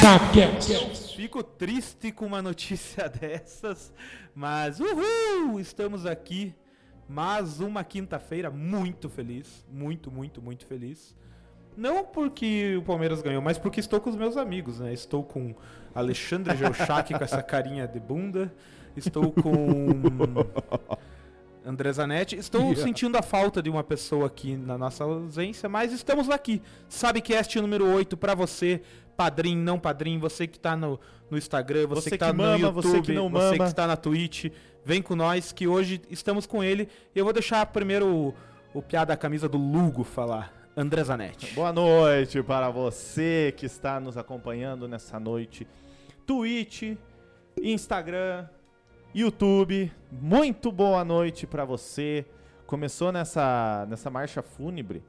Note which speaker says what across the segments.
Speaker 1: Sapcast.
Speaker 2: Fico triste com uma notícia dessas, mas uhul! Estamos aqui mais uma quinta-feira muito feliz, muito, muito, muito feliz. Não porque o Palmeiras ganhou, mas porque estou com os meus amigos, né? Estou com Alexandre Geuchac com essa carinha de bunda, estou com André Zanetti, estou
Speaker 1: Yeah.
Speaker 2: sentindo a falta de uma pessoa aqui na nossa ausência, mas estamos aqui. Sabecast é número 8 para você, padrinho, não padrinho, você que tá no, no Instagram, você,
Speaker 3: Você
Speaker 2: que tá
Speaker 3: que
Speaker 2: no
Speaker 3: mama,
Speaker 2: YouTube,
Speaker 3: você que não
Speaker 2: você que
Speaker 3: mama.
Speaker 2: está na Twitch, vem com nós que hoje estamos com ele. Eu vou deixar primeiro o, o piá da camisa do Lugo falar. André Zanetti.
Speaker 3: Boa noite para você que está nos acompanhando nessa noite. Twitch, Instagram, YouTube. Muito boa noite para você. Começou nessa, nessa marcha fúnebre,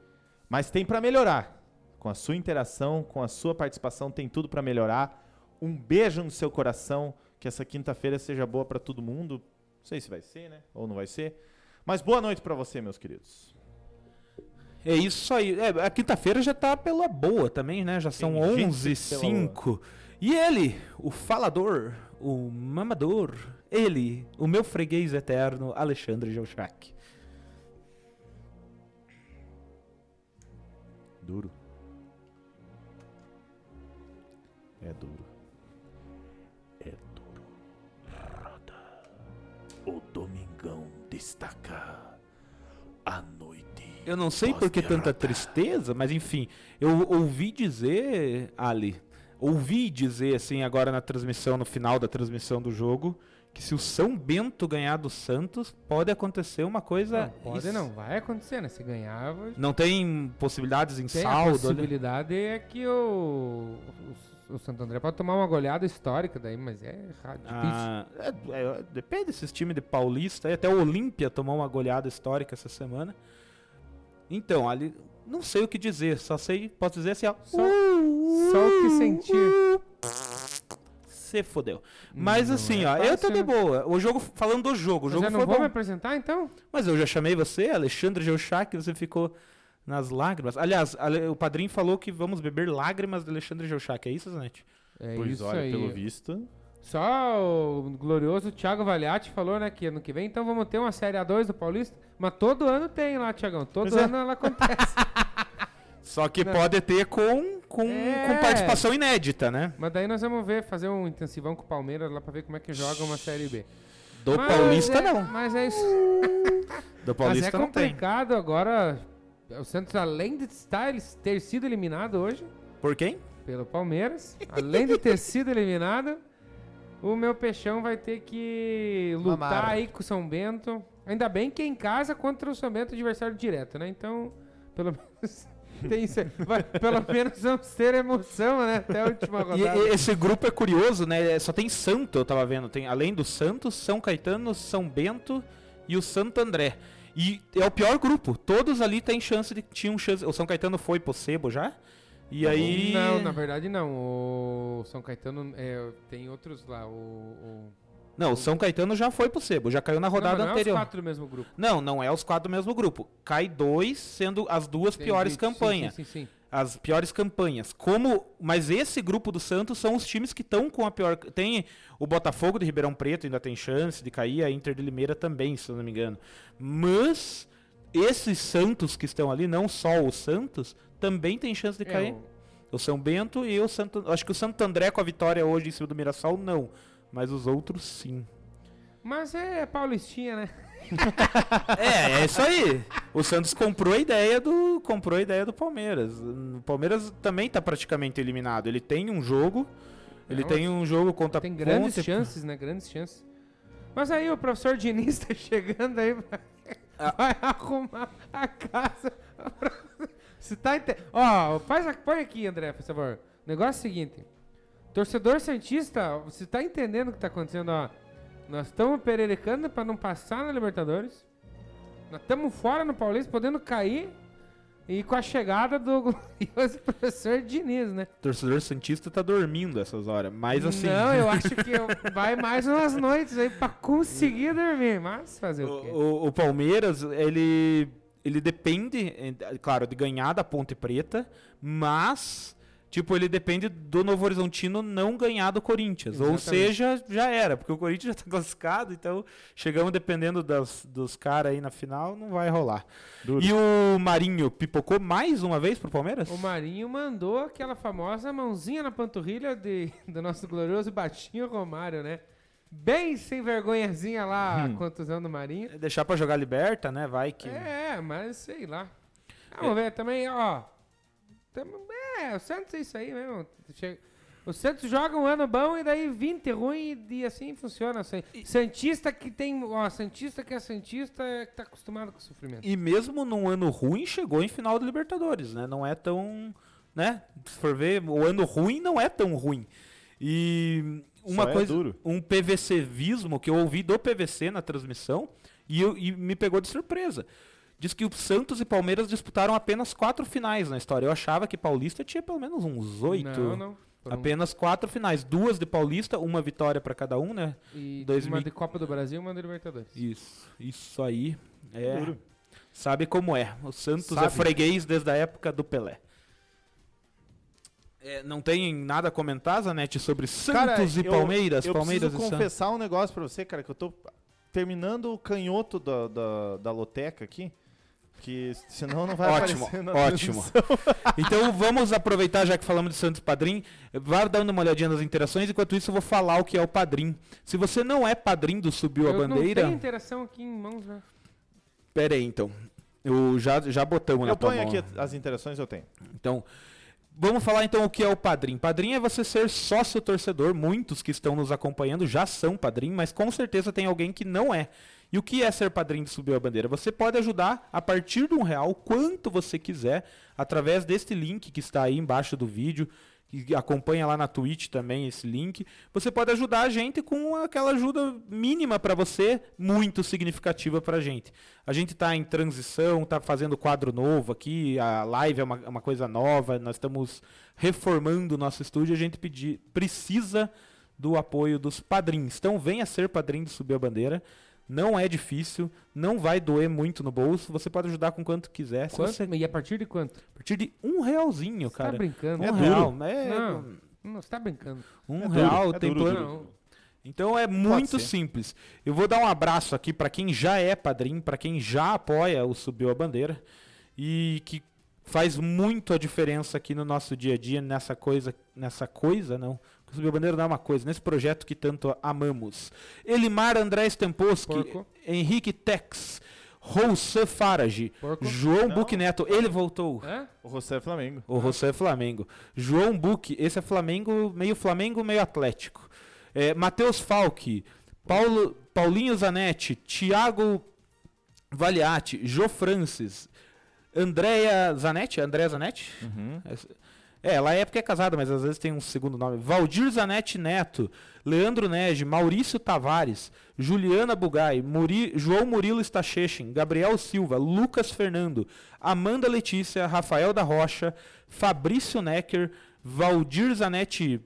Speaker 3: mas tem para melhorar. Com a sua interação, com a sua participação, tem tudo para melhorar. Um beijo no seu coração. Que essa quinta-feira seja boa para todo mundo. Não sei se vai ser, né? Ou não vai ser. Mas boa noite para você, meus queridos.
Speaker 2: É isso aí. É, a quinta-feira já tá pela boa também, né? Já são
Speaker 3: Tem gente
Speaker 2: 11 h 05 E ele, o falador, o mamador, ele, o meu freguês eterno, Alexandre Geuchac.
Speaker 3: Duro. É duro. É duro. Roda. O Domingão destaca a noite.
Speaker 2: Eu não sei por que tanta tristeza, mas enfim, eu ouvi dizer, Ali, ouvi dizer assim agora na transmissão, no final da transmissão do jogo, que se o São Bento ganhar do Santos, pode acontecer uma coisa.
Speaker 4: Não, pode
Speaker 2: is-
Speaker 4: não, vai acontecer, né? Se ganhar, vai-
Speaker 2: Não tem possibilidades em
Speaker 4: tem a
Speaker 2: Um saldo. né? ali?
Speaker 4: possibilidade é que o, o, o Santo André pode tomar uma goleada histórica daí, mas é ra- difícil.
Speaker 2: Ah, é, é, depende desses times de Paulista. e Até o Olímpia tomou uma goleada histórica essa semana. Então, ali, não sei o que dizer. Só sei, posso dizer assim, ó. uh,
Speaker 4: Só- só o que sentir.
Speaker 2: Você fodeu. Mas
Speaker 4: Não
Speaker 2: assim,
Speaker 4: é
Speaker 2: ó, eu tô
Speaker 4: fácil, né?
Speaker 2: de boa. O jogo, falando do jogo, o
Speaker 4: Mas
Speaker 2: jogo
Speaker 4: eu não
Speaker 2: foi
Speaker 4: vou
Speaker 2: bom.
Speaker 4: me apresentar então?
Speaker 2: Mas eu já chamei você, Alexandre Geuchac, você ficou nas lágrimas. Aliás, ale- o padrinho falou que vamos beber lágrimas de Alexandre Geuchac. É isso, Zanetti?
Speaker 4: É
Speaker 3: Pois
Speaker 4: isso
Speaker 3: olha,
Speaker 4: aí.
Speaker 3: pelo visto.
Speaker 4: Só o glorioso Thiago Valiati falou, né, que ano que vem então vamos ter uma Série A2 do Paulista. Mas todo ano tem lá, Thiagão. Todo
Speaker 3: Pois é.
Speaker 4: ano ela acontece.
Speaker 2: Só que
Speaker 4: Não.
Speaker 2: pode ter com, com,
Speaker 4: É.
Speaker 2: com participação inédita, né?
Speaker 4: mas daí nós vamos ver, fazer um intensivão com o Palmeiras lá pra ver como é que joga uma Série B.
Speaker 2: Do
Speaker 4: Mas
Speaker 2: Paulista,
Speaker 4: é-
Speaker 2: não.
Speaker 4: Mas é isso.
Speaker 2: Do
Speaker 4: Mas é
Speaker 2: Paulista não tem.
Speaker 4: complicado agora. O Santos, além de estar, ele ter sido eliminado hoje
Speaker 2: Por quem?
Speaker 4: pelo Palmeiras, além de ter sido eliminado, o meu peixão vai ter que lutar
Speaker 3: Mamar.
Speaker 4: aí com o São Bento. Ainda bem que é em casa contra o São Bento adversário direto, né? Então, pelo menos. Tem isso, aí. vai, pelo menos vamos ter emoção, né? Até a última
Speaker 2: E,
Speaker 4: rodada.
Speaker 2: e- esse grupo é curioso, né? É, Só tem Santo, eu tava vendo. Tem, além do Santos, São Caetano, São Bento e o Santo André. E é o pior grupo. Todos ali têm chance de. Tinham chance. O São Caetano foi pro sebo já. E aí.
Speaker 4: Não, na verdade não. O São Caetano é, tem outros lá. O, o...
Speaker 2: Não, o São Caetano já foi pro sebo, já caiu na rodada
Speaker 4: não, mas não é os
Speaker 2: anterior.
Speaker 4: quatro do mesmo grupo.
Speaker 2: Não, não é os quatro do mesmo grupo. Cai dois, sendo as duas piores
Speaker 4: Entendi. Sim,
Speaker 2: campanhas.
Speaker 4: Sim, sim, sim.
Speaker 2: as piores campanhas. Como, mas esse grupo do Santos são os times que estão com a pior. Tem o Botafogo de Ribeirão Preto ainda tem chance de cair, a Inter de Limeira também, se eu não me engano. Mas esses Santos que estão ali, não só o Santos, também tem chance de
Speaker 4: É,
Speaker 2: cair.
Speaker 4: o-
Speaker 2: O São Bento e o Santo, acho que o Santo André com a vitória hoje em cima do Mirassol não, mas os outros sim.
Speaker 4: Mas é paulistinha, né?
Speaker 2: É, é isso aí. O Santos comprou a ideia do comprou a ideia do Palmeiras. O Palmeiras também tá praticamente eliminado. Ele tem um jogo, ele
Speaker 4: Não,
Speaker 2: tem um jogo contra
Speaker 4: Tem grandes
Speaker 2: Ponte-
Speaker 4: chances, né? Grandes chances. Mas aí o professor Diniz tá chegando aí, vai, vai arrumar a casa. pra- Se tá inte- Ó, faz a... põe aqui, André, por favor. Negócio é o seguinte. Torcedor Santista, você tá entendendo o que tá acontecendo, ó. Nós estamos pererecando pra não passar na Libertadores. Nós estamos fora no Paulista, podendo cair. E com a chegada do glorioso professor Diniz, né?
Speaker 2: O torcedor santista tá dormindo essas horas, mas assim,
Speaker 4: Não, eu acho que eu- vai mais umas noites aí pra conseguir dormir. Mas fazer o quê?
Speaker 2: o, o- o Palmeiras, ele ele depende, é, claro, de ganhar da Ponte Preta, mas Tipo, ele depende do Novo Horizontino não ganhar do Corinthians. Ou
Speaker 4: Exatamente.
Speaker 2: seja, já era, porque o Corinthians já tá classificado, então chegamos dependendo das, dos caras aí na final, não vai rolar.
Speaker 3: Duro.
Speaker 2: E o Marinho pipocou mais uma vez pro Palmeiras?
Speaker 4: O Marinho mandou aquela famosa mãozinha na panturrilha de, do nosso glorioso baixinho Romário, né? Bem sem vergonhazinha lá, a contusão do Marinho.
Speaker 2: É Deixar pra jogar liberta, né? Vai que.
Speaker 4: É, mas sei lá.
Speaker 2: É.
Speaker 4: Ah, Vamos ver, também, ó. Tamo- é, o Santos é isso aí mesmo. Chega- o Santos joga um ano bom e daí 20 ruim e assim funciona. Assim. Santista que tem. Ó, Santista que é Santista é que tá acostumado com o sofrimento.
Speaker 2: E mesmo num ano ruim, chegou em final do Libertadores, né? Não é tão. Né? Se for ver, o ano ruim não é tão ruim. E uma
Speaker 3: Só é
Speaker 2: coisa.
Speaker 3: duro.
Speaker 2: Um PVCvismo que eu ouvi do PVC na transmissão e, eu- e me pegou de surpresa. Diz que o Santos e Palmeiras disputaram apenas quatro finais na história. Eu achava que Paulista tinha pelo menos uns oito.
Speaker 4: Não, não. um, Foram-
Speaker 2: Apenas quatro finais. Duas de Paulista, uma vitória pra cada um, né?
Speaker 4: E
Speaker 2: dois
Speaker 4: uma
Speaker 2: mil-
Speaker 4: de Copa do Brasil e uma de Libertadores.
Speaker 2: Isso, isso aí. É. Sabe como é. O Santos é
Speaker 3: Sabe.
Speaker 2: freguês desde a época do Pelé. É, não tem nada a comentar, Zanetti, sobre
Speaker 3: Cara,
Speaker 2: Santos e
Speaker 3: eu-
Speaker 2: Palmeiras?
Speaker 3: Eu
Speaker 2: Palmeiras e Santos.
Speaker 3: preciso confessar um negócio pra você, cara, que eu tô terminando o canhoto da, da, da loteca aqui, que senão não vai
Speaker 2: Ótimo,
Speaker 3: aparecer na
Speaker 2: ótimo.
Speaker 3: transmissão.
Speaker 2: Então vamos aproveitar, já que falamos de Santos Padrim, vá dando uma olhadinha nas interações, enquanto isso eu vou falar o que é o Padrim. Se você não é Padrim do Subiu a
Speaker 4: Eu Não
Speaker 2: Bandeira,
Speaker 4: tem interação aqui em mãos, né?
Speaker 2: pera aí então, eu já, já botamos na
Speaker 3: Eu
Speaker 2: tua
Speaker 3: ponho
Speaker 2: mão. né?
Speaker 3: aqui as interações, eu tenho.
Speaker 2: Então, vamos falar então o que é o padrinho. Padrinho é você ser sócio torcedor. Muitos que estão nos acompanhando já são padrinho, mas com certeza tem alguém que não é. E o que é ser padrinho de Subiu a Bandeira? Você pode ajudar a partir de um real, quanto você quiser, através deste link que está aí embaixo do vídeo. E acompanha lá na Twitch também esse link. Você pode ajudar a gente com aquela ajuda mínima para você, muito significativa para a gente. A gente está em transição, está fazendo quadro novo aqui, a live é uma, é uma coisa nova, nós estamos reformando o nosso estúdio, a gente pedi, precisa do apoio dos padrinhos. Então venha ser padrinho de Subir a Bandeira. Não é difícil, não vai doer muito no bolso, você pode ajudar com quanto quiser. Se você-
Speaker 4: E a partir de quanto?
Speaker 2: a partir de um realzinho,
Speaker 4: Você tá
Speaker 2: cara.
Speaker 4: brincando.
Speaker 2: um
Speaker 3: É
Speaker 2: real, é-
Speaker 4: Não, não, você tá brincando.
Speaker 2: um
Speaker 3: É duro,
Speaker 2: real
Speaker 3: é
Speaker 2: tem
Speaker 3: duro,
Speaker 2: plano.
Speaker 3: duro.
Speaker 4: Não.
Speaker 2: Então é muito
Speaker 3: ser.
Speaker 2: simples. Eu vou dar um abraço aqui para quem já é padrinho, para quem já apoia o Subiu a Bandeira e que faz muito a diferença aqui no nosso dia a dia nessa coisa, nessa coisa não. O Subiu a Bandeira não é uma coisa, nesse projeto que tanto amamos. Elimar André Stemposki,
Speaker 4: Porco.
Speaker 2: Henrique Tex, Rousseau Farage,
Speaker 4: Porco.
Speaker 2: João
Speaker 3: Não. É.
Speaker 2: Buque Neto, ele voltou.
Speaker 4: Hã?
Speaker 3: O José Flamengo.
Speaker 2: O Rousseau é Flamengo. João Buque, esse é Flamengo, meio Flamengo, meio Atlético. É, Matheus Falck, Paulo, Paulinho Zanetti, Thiago Valiati, Jô Francis, Andréia Zanetti, Andréia Zanetti?
Speaker 3: Uhum.
Speaker 2: É, ela é porque é casada, mas às vezes tem um segundo nome. Valdir Zanetti Neto, Leandro Nege, Maurício Tavares, Juliana Bugai, Muri- João Murilo Stachechin, Gabriel Silva, Lucas Fernando, Amanda Letícia, Rafael da Rocha, Fabrício Necker, Valdir Zanetti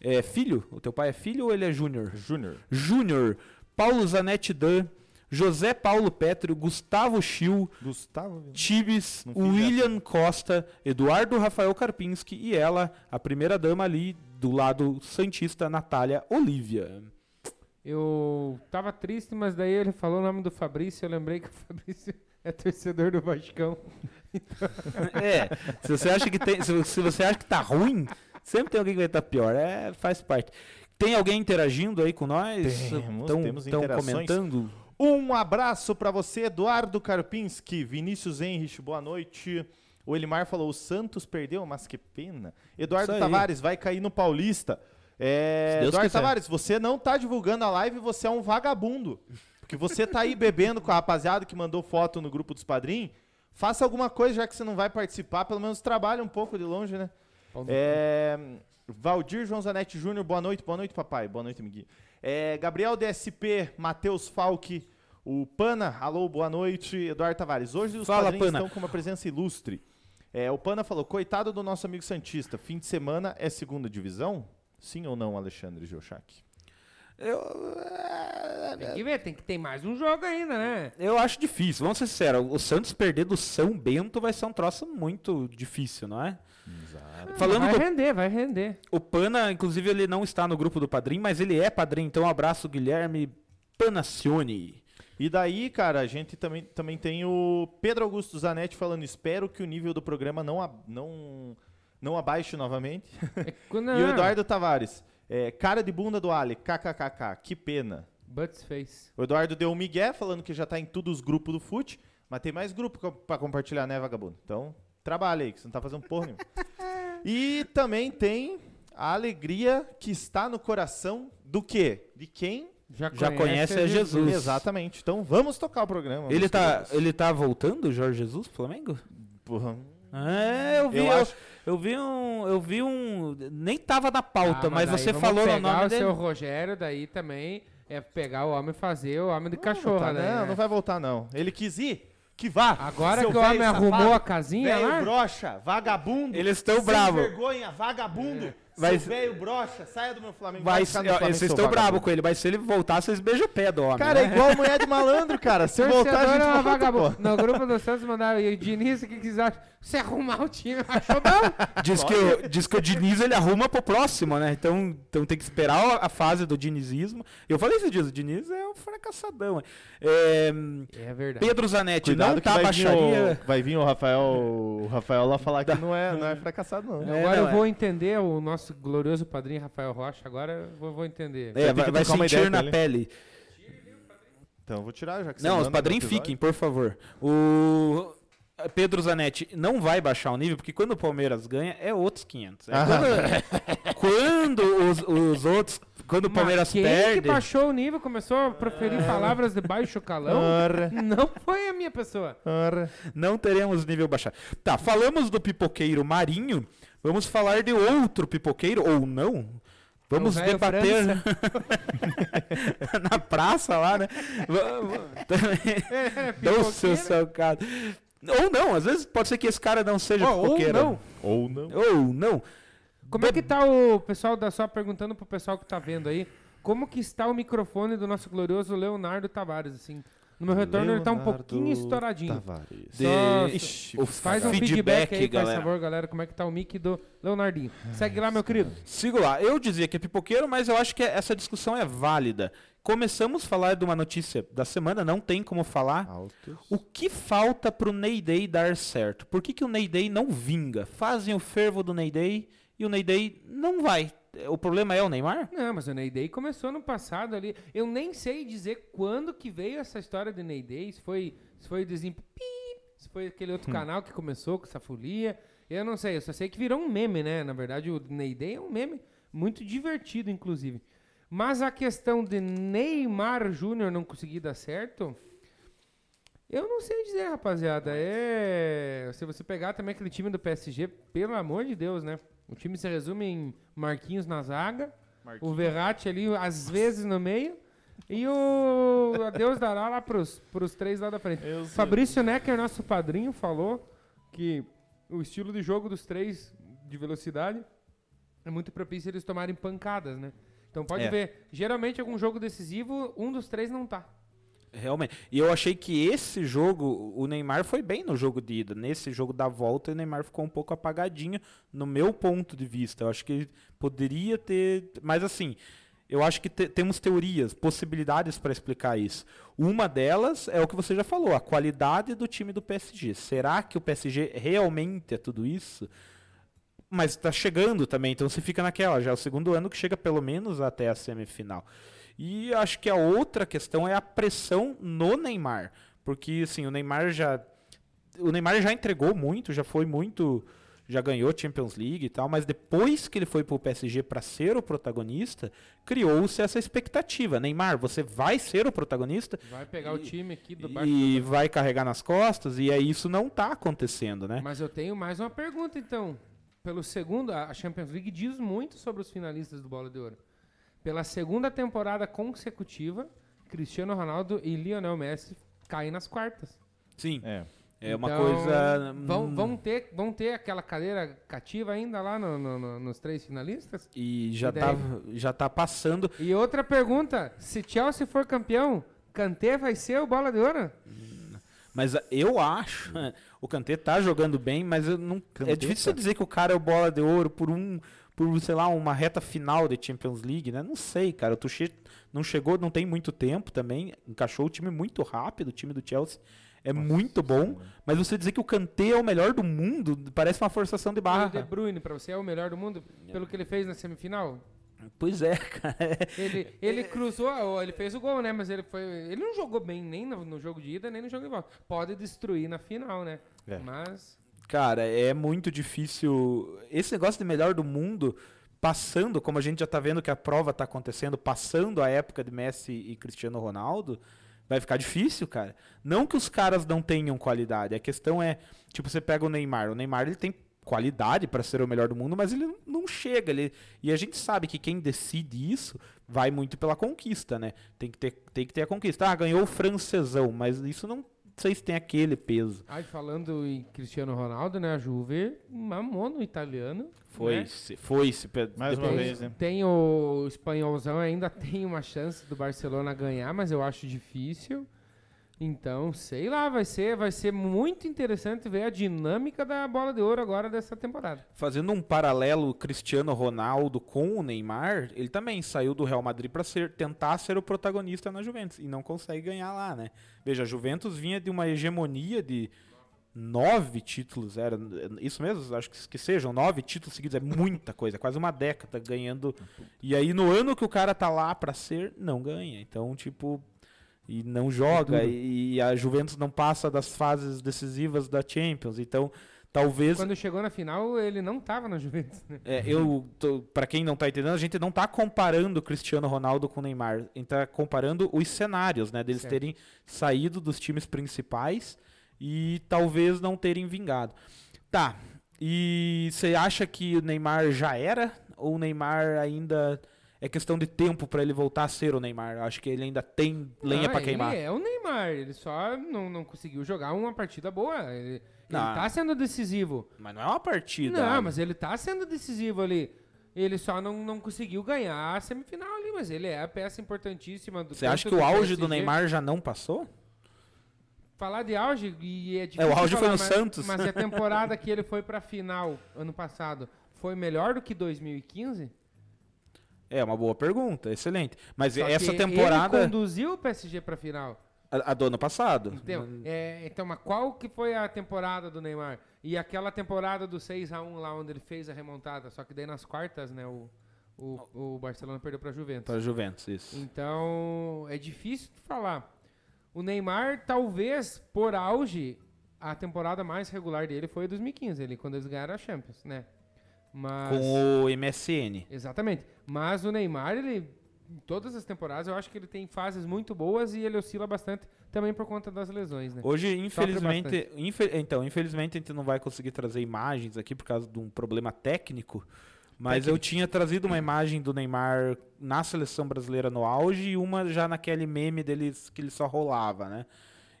Speaker 2: é, Filho? O teu pai é filho ou ele é júnior?
Speaker 3: Júnior.
Speaker 2: Júnior, Paulo Zanetti Dan, José Paulo Petro, Gustavo Schill,
Speaker 3: Gustavo.
Speaker 2: Tibes,
Speaker 3: Não fiz
Speaker 2: William Costa, Eduardo Rafael Karpinski e ela, a primeira dama ali do lado santista, Natália Olívia.
Speaker 4: Eu tava triste, mas daí ele falou o nome do Fabrício. Eu lembrei que o Fabrício é torcedor do Vascão.
Speaker 2: é, se você acha que tem, se, se você acha que tá ruim, sempre tem alguém que vai estar pior, é, faz parte. Tem alguém interagindo aí com nós?
Speaker 3: Temos,
Speaker 2: Tão-
Speaker 3: temos
Speaker 2: tão
Speaker 3: interações.
Speaker 2: comentando?
Speaker 3: Um abraço pra você, Eduardo Karpinski, Vinícius Henrich, boa noite. O Elimar falou: o Santos perdeu, mas que pena. Eduardo
Speaker 2: Isso aí.
Speaker 3: Tavares vai cair no Paulista. É,
Speaker 2: Se Deus
Speaker 3: Eduardo
Speaker 2: quiser.
Speaker 3: Tavares, você não tá divulgando a live, você é um vagabundo. Porque você tá aí bebendo com a rapaziada que mandou foto no grupo dos padrinhos. Faça alguma coisa, já que você não vai participar, pelo menos trabalha um pouco de longe, né? É, Valdir João Zanetti Júnior, boa noite, boa noite, papai, boa noite, amiguinho. É, Gabriel DSP, Matheus Falck, o Pana, alô, boa noite, Eduardo Tavares. Hoje os
Speaker 2: Fala,
Speaker 3: padrinhos
Speaker 2: Pana.
Speaker 3: estão com uma presença ilustre. É, o Pana falou, coitado do nosso amigo Santista, fim de semana é segunda divisão? Sim ou não, Alexandre Giochac?
Speaker 4: Tem que ver, tem que ter mais um jogo ainda, né?
Speaker 2: é, Eu acho difícil, vamos ser sinceros. O Santos perder do São Bento vai ser um troço muito difícil, não é?
Speaker 3: Exato.
Speaker 2: Falando um
Speaker 4: vai
Speaker 2: do
Speaker 4: render, vai render.
Speaker 2: O Pana, inclusive, ele não está no grupo do Padrim, mas ele é padrinho. Então, um abraço, Guilherme Panacione.
Speaker 3: E daí, cara, a gente também, também tem o Pedro Augusto Zanetti falando: espero que o nível do programa não, a- não, não abaixe novamente.
Speaker 4: É que- não,
Speaker 3: E o Eduardo Tavares, é, cara de bunda do Ali, kkkk, que pena.
Speaker 4: Butts face.
Speaker 3: O Eduardo deu um migué falando que já tá em todos os grupos do FUT, mas tem mais grupo co- pra compartilhar, né, vagabundo? Então, trabalha aí, que você não tá fazendo porra nenhuma. e também tem a alegria que está no coração do quê? De quem?
Speaker 2: Já conhece a É Jesus.
Speaker 3: Exatamente. Então vamos tocar o programa.
Speaker 2: Ele
Speaker 3: meus
Speaker 2: tá,
Speaker 3: queridos.
Speaker 2: ele tá voltando, Jorge Jesus, pro Flamengo?
Speaker 3: Porra.
Speaker 2: É, eu vi.
Speaker 3: Eu
Speaker 2: Eu,
Speaker 3: acho-
Speaker 2: eu vi um. Eu vi um. Nem tava na pauta,
Speaker 4: Ah,
Speaker 2: mas,
Speaker 4: daí
Speaker 2: você
Speaker 4: vamos
Speaker 2: falou
Speaker 4: pegar
Speaker 2: no nome
Speaker 4: o
Speaker 3: é
Speaker 2: dele.
Speaker 4: seu Rogério daí também é pegar o homem e fazer o homem de cachorro,
Speaker 3: Não, tá,
Speaker 4: né?
Speaker 3: não vai voltar, não. Ele quis ir. Que vá.
Speaker 4: Agora
Speaker 3: seu
Speaker 4: que o homem
Speaker 3: velho
Speaker 4: arrumou
Speaker 3: safado.
Speaker 4: a casinha
Speaker 3: Velho
Speaker 4: lá,
Speaker 3: broxa, vagabundo.
Speaker 2: Eles estão
Speaker 3: sem
Speaker 2: bravo. É,
Speaker 3: vergonha, vagabundo.
Speaker 2: Vai-
Speaker 3: Seu velho broxa, saia do meu Flamengo.
Speaker 2: Vai,
Speaker 3: ficar no
Speaker 2: ó,
Speaker 3: Flamengo,
Speaker 2: vocês
Speaker 3: seu
Speaker 2: estão
Speaker 3: vagabundo.
Speaker 2: bravos com ele, mas se ele voltar, vocês beijam o pé do homem.
Speaker 3: Cara, é
Speaker 2: né?
Speaker 3: igual mulher de malandro, cara. Se voltar, a
Speaker 4: torcedor
Speaker 3: gente
Speaker 4: é uma
Speaker 3: volta,
Speaker 4: vagabunda.
Speaker 3: pô.
Speaker 4: No grupo do Santos mandaram, e o Diniz, o que que vocês acham? Você arrumar o time, achou bom?
Speaker 3: é
Speaker 2: Diz que, o, diz que o Diniz ele arruma pro próximo, né? Então, então tem que esperar a fase do dinizismo. Eu falei esses dias, o Diniz é um fracassadão. É,
Speaker 4: É verdade.
Speaker 2: Pedro Zanetti,
Speaker 3: Cuidado
Speaker 2: não
Speaker 3: que
Speaker 2: tá
Speaker 3: vai,
Speaker 2: baixaria.
Speaker 3: vir o, vai vir o Rafael, o Rafael lá falar que não é, não é fracassado, não.
Speaker 2: É,
Speaker 4: Então, agora
Speaker 2: não,
Speaker 4: eu
Speaker 2: é.
Speaker 4: vou entender o nosso glorioso padrinho Rafael Rocha, agora eu vou, vou entender.
Speaker 2: É,
Speaker 3: ter
Speaker 2: vai,
Speaker 3: que
Speaker 2: vai
Speaker 3: trocar uma
Speaker 2: sentir
Speaker 3: ideia
Speaker 2: na
Speaker 3: com ele.
Speaker 2: pele.
Speaker 3: Então eu vou tirar já que você
Speaker 2: Não, os
Speaker 3: manda no
Speaker 2: padrinhos
Speaker 3: episódio.
Speaker 2: fiquem, por favor. O Pedro Zanetti não vai baixar o nível, porque quando o Palmeiras ganha, é outros 500. É
Speaker 3: Ah.
Speaker 2: quando quando os, os outros... Quando o
Speaker 4: Mas
Speaker 2: Palmeiras
Speaker 4: quem é
Speaker 2: perde... Ah.
Speaker 4: que baixou o nível, começou a proferir palavras de baixo calão?
Speaker 3: Ora,
Speaker 4: não foi a minha pessoa.
Speaker 3: ora.
Speaker 2: Não teremos nível baixar. Tá, falamos do pipoqueiro Marinho. Vamos falar de outro pipoqueiro, ou não? Vamos
Speaker 4: É o velho
Speaker 2: debater na praça lá, né? Vamos- também- Nossa, o seu cara. Ou não, às vezes pode ser que esse cara não seja
Speaker 4: Ó, ou
Speaker 2: pipoqueiro.
Speaker 4: não.
Speaker 3: Ou não.
Speaker 2: Ou não.
Speaker 4: Como é que tá o pessoal da só perguntando pro pessoal que tá vendo aí? Como que está o microfone do nosso glorioso Leonardo Tavares assim? No meu retorno ele tá um
Speaker 3: Leonardo
Speaker 4: pouquinho estouradinho.
Speaker 3: Tavares.
Speaker 4: Só-
Speaker 2: Ixi,
Speaker 3: o
Speaker 4: Faz um feedback, aí, por favor, galera, como é que tá o mic do Leonardinho. Segue lá, meu querido.
Speaker 2: Sigo lá. Eu dizia que é pipoqueiro, mas eu acho que essa discussão é válida. Começamos a falar de uma notícia da semana, não tem como falar.
Speaker 3: Altos.
Speaker 2: O que falta pro Ney Day dar certo? Por que, que o Ney Day não vinga? Fazem o fervo do Ney Day e o Ney Day não vai. O problema é o Neymar?
Speaker 4: Não, mas o Ney Day começou no passado ali. Eu nem sei dizer quando que veio essa história do Ney Day. Se foi, se foi o Desimp... Pi, Se foi aquele outro canal que começou com essa folia. Eu não sei, eu só sei que virou um meme, né? Na verdade, o Ney Day é um meme muito divertido, inclusive. Mas a questão de Neymar Júnior não conseguir dar certo... Eu não sei dizer, rapaziada. É. Se você pegar também aquele time do PSG, pelo amor de Deus, né? O time se resume em Marquinhos na zaga, o Verratti ali, às vezes, no meio. E o Deus dará lá pros, pros três lá da frente.
Speaker 3: Eu sei.
Speaker 4: Fabrício Necker, nosso padrinho, falou que o estilo de jogo dos três de velocidade é muito propício eles tomarem pancadas, né? Então pode
Speaker 3: É.
Speaker 4: ver, geralmente algum jogo decisivo, um dos três não tá.
Speaker 2: Realmente. E eu achei que esse jogo, o Neymar foi bem no jogo de ida. Nesse jogo da volta, o Neymar ficou um pouco apagadinho, no meu ponto de vista. Eu acho que poderia ter. Mas assim, eu acho que te- temos teorias, possibilidades para explicar isso. Uma delas é o que você já falou, a qualidade do time do PSG. Será que o PSG realmente é tudo isso? Mas tá chegando também, então você fica naquela. Já é o segundo ano que chega pelo menos até a semifinal. E acho que a outra questão é a pressão no Neymar. Porque, assim, o Neymar já. O Neymar já entregou muito, já foi muito. Já ganhou Champions League e tal, mas depois que ele foi pro PSG para ser o protagonista, criou-se essa expectativa. Neymar, você vai ser o protagonista
Speaker 4: Vai pegar o time aqui do né? baixo.
Speaker 2: e vai carregar nas costas, e aí isso não tá acontecendo, né?
Speaker 4: Mas eu tenho mais uma pergunta, então. Pelo segundo, a a Champions League diz muito sobre os finalistas do Bola de Ouro. Pela segunda temporada consecutiva, Cristiano Ronaldo e Lionel Messi caem nas quartas.
Speaker 2: Sim,
Speaker 3: É.
Speaker 2: é uma
Speaker 4: Então,
Speaker 2: coisa.
Speaker 4: Vão,
Speaker 2: hum,
Speaker 4: vão, ter, vão ter aquela cadeira cativa ainda lá no- no- no- nos três finalistas?
Speaker 2: E já,
Speaker 4: E daí?
Speaker 2: tá, já tá passando.
Speaker 4: E outra pergunta: se Chelsea for campeão, Kanté vai ser o Bola de Ouro?
Speaker 2: Mas ah, eu acho, o Kanté tá jogando bem, mas eu não,
Speaker 3: Kanté,
Speaker 2: é difícil você
Speaker 3: cara.
Speaker 2: dizer que o cara é o bola de ouro por um, por sei lá, uma reta final de Champions League, né? Não sei, cara. O Tuchel não chegou, não tem muito tempo também, encaixou o time muito rápido, o time do Chelsea é muito bom, mas você dizer que o Kanté é o melhor do mundo, parece uma forçação de
Speaker 4: O De
Speaker 2: barra.
Speaker 4: Bruyne, pra você, é o melhor do mundo pelo que ele fez na semifinal?
Speaker 2: Pois é, cara.
Speaker 3: É.
Speaker 4: Ele, ele cruzou, ó, ele fez o gol, né? Mas ele foi. Ele não jogou bem nem no, no jogo de ida, nem no jogo de volta. Pode destruir na final, né?
Speaker 3: É.
Speaker 4: Mas.
Speaker 2: Cara, é muito difícil. Esse negócio de melhor do mundo, passando, como a gente já tá vendo que a prova tá acontecendo, passando a época de Messi e Cristiano Ronaldo, vai ficar difícil, cara. Não que os caras não tenham qualidade, a questão é, tipo, você pega o Neymar, o Neymar ele tem qualidade pra ser o melhor do mundo, mas ele não chega, ele e a gente sabe que quem decide isso vai muito pela conquista, né? Tem que ter, tem que ter a conquista. Ah, ganhou o francesão, mas isso não sei se tem aquele peso.
Speaker 4: Ai, falando em Cristiano Ronaldo, né? A Juve mamou no italiano. né?
Speaker 2: Foi-se, foi-se. pe-
Speaker 3: Mais uma
Speaker 4: Tem,
Speaker 2: depois-
Speaker 3: vez, né?
Speaker 4: tem o espanholzão, ainda tem uma chance do Barcelona ganhar, mas eu acho difícil. Então, sei lá, vai ser, vai ser muito interessante ver a dinâmica da bola de ouro agora dessa temporada.
Speaker 2: Fazendo um paralelo Cristiano Ronaldo com o Neymar, ele também saiu do Real Madrid para ser, tentar ser o protagonista na Juventus e não consegue ganhar lá, né? Veja, a Juventus vinha de uma hegemonia de nove títulos, era isso mesmo? Acho que, que sejam nove títulos seguidos, é muita coisa, quase uma década ganhando. E aí no ano que o cara tá lá para ser, não ganha. Então, tipo, e não joga
Speaker 4: duro.
Speaker 2: e a Juventus não passa das fases decisivas da Champions. Então, talvez
Speaker 4: Quando chegou na final, ele não tava na Juventus, né?
Speaker 2: é, eu, tô, pra quem não tá entendendo, a gente não tá comparando o Cristiano Ronaldo com o Neymar. A gente tá comparando os cenários, né? Deles
Speaker 4: Certo.
Speaker 2: terem saído dos times principais e talvez não terem vingado. Tá. E você acha que o Neymar já era? Ou o Neymar ainda. É questão de tempo pra ele voltar a ser o Neymar? Eu acho que ele ainda tem lenha
Speaker 4: Ah,
Speaker 2: pra queimar.
Speaker 4: Ele é o Neymar, ele só não, não conseguiu jogar uma partida boa. Ele, ele
Speaker 2: Não.
Speaker 4: tá sendo decisivo.
Speaker 2: Mas não é uma partida.
Speaker 4: Não,
Speaker 2: né?
Speaker 4: mas ele tá sendo decisivo ali. Ele só não, não conseguiu ganhar a semifinal ali, mas ele é a peça importantíssima do
Speaker 2: Você
Speaker 4: tanto
Speaker 2: acha que o auge do
Speaker 4: PSG.
Speaker 2: Neymar já não passou?
Speaker 4: Falar de auge e é difícil.
Speaker 2: o auge foi
Speaker 4: falar,
Speaker 2: no
Speaker 4: mas-
Speaker 2: Santos.
Speaker 4: Mas a temporada que ele foi pra final ano passado foi melhor do que 2015?
Speaker 2: É uma boa pergunta, excelente. Mas
Speaker 4: Só
Speaker 2: essa
Speaker 4: que
Speaker 2: temporada.
Speaker 4: Ele conduziu o PSG pra final.
Speaker 2: A, a do ano passado.
Speaker 4: Entendeu?
Speaker 2: Hum,
Speaker 4: É, então, mas qual que foi a temporada do Neymar? E aquela temporada do 6x1 lá, onde ele fez a remontada, só que daí nas quartas, né, o, o, o Barcelona perdeu pra Juventus.
Speaker 2: Pra Juventus, isso.
Speaker 4: Então, é difícil de falar. O Neymar, talvez, por auge, a temporada mais regular dele foi a 2015, ali, quando eles ganharam a Champions, né? Mas...
Speaker 2: Com o MSN.
Speaker 4: Exatamente. Mas o Neymar, ele em todas as temporadas, eu acho que ele tem fases muito boas e ele oscila bastante também por conta das lesões, né?
Speaker 2: Hoje, infelizmente. infe- então, infelizmente a gente não vai conseguir trazer imagens aqui por causa de um problema técnico. Mas eu tinha trazido uma imagem do Neymar na seleção brasileira no auge e uma já naquele meme deles que ele só rolava, né?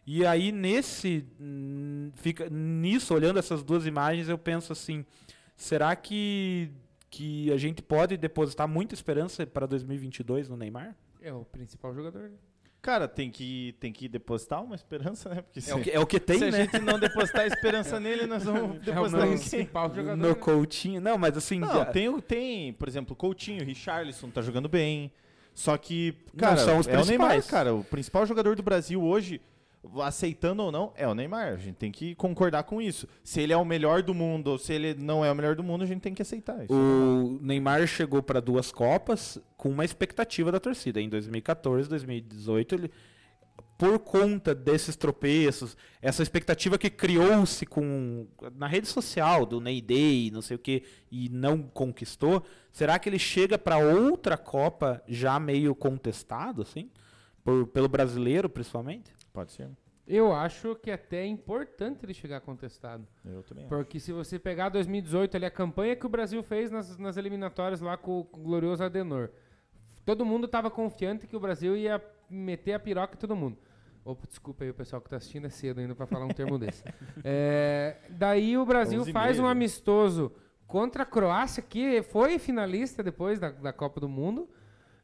Speaker 2: E aí nesse hum, fica nisso olhando essas duas imagens eu penso assim, será que que a gente pode depositar muita esperança para 2022 no Neymar?
Speaker 4: É o principal jogador. né?
Speaker 3: Cara, tem que, tem que depositar uma esperança, né? Porque se,
Speaker 2: É o que, é o que tem,
Speaker 3: se a
Speaker 2: né?
Speaker 3: gente não depositar esperança nele, nós vamos
Speaker 4: É o
Speaker 3: depositar em quem?
Speaker 4: principal jogador.
Speaker 2: No
Speaker 4: né?
Speaker 2: Coutinho. Não, mas assim,
Speaker 3: Não,
Speaker 2: já-
Speaker 3: tem, o- tem, por exemplo, Coutinho, Richarlison tá jogando bem. Só que,
Speaker 2: Não
Speaker 3: cara,
Speaker 2: são os
Speaker 3: é o Neymar,
Speaker 2: principais.
Speaker 3: cara. O principal jogador do Brasil hoje, aceitando ou não, é o Neymar. A gente tem que concordar com isso. Se ele é o melhor do mundo ou se ele não é o melhor do mundo, a gente tem que aceitar isso. é
Speaker 2: O Neymar chegou para duas Copas com uma expectativa da torcida. Em 2014, 2018, ele, por conta desses tropeços, essa expectativa que criou-se com na rede social do Ney Day, não sei o que, e não conquistou, será que ele chega para outra Copa já meio contestado, assim? Por- pelo brasileiro, principalmente?
Speaker 3: Pode ser.
Speaker 4: Eu acho que até é importante ele chegar contestado.
Speaker 3: Eu também acho.
Speaker 4: Porque se você pegar 2018, ali, a campanha que o Brasil fez nas, nas eliminatórias lá com, o- com o glorioso Adenor. Todo mundo tava confiante que o Brasil ia meter a piroca em todo mundo. Opa, desculpa aí o pessoal que tá assistindo, é cedo ainda pra falar um termo desse. É, daí o Brasil
Speaker 3: 11 e
Speaker 4: faz um
Speaker 3: meia.
Speaker 4: amistoso contra a Croácia, que foi finalista depois da, da Copa do Mundo.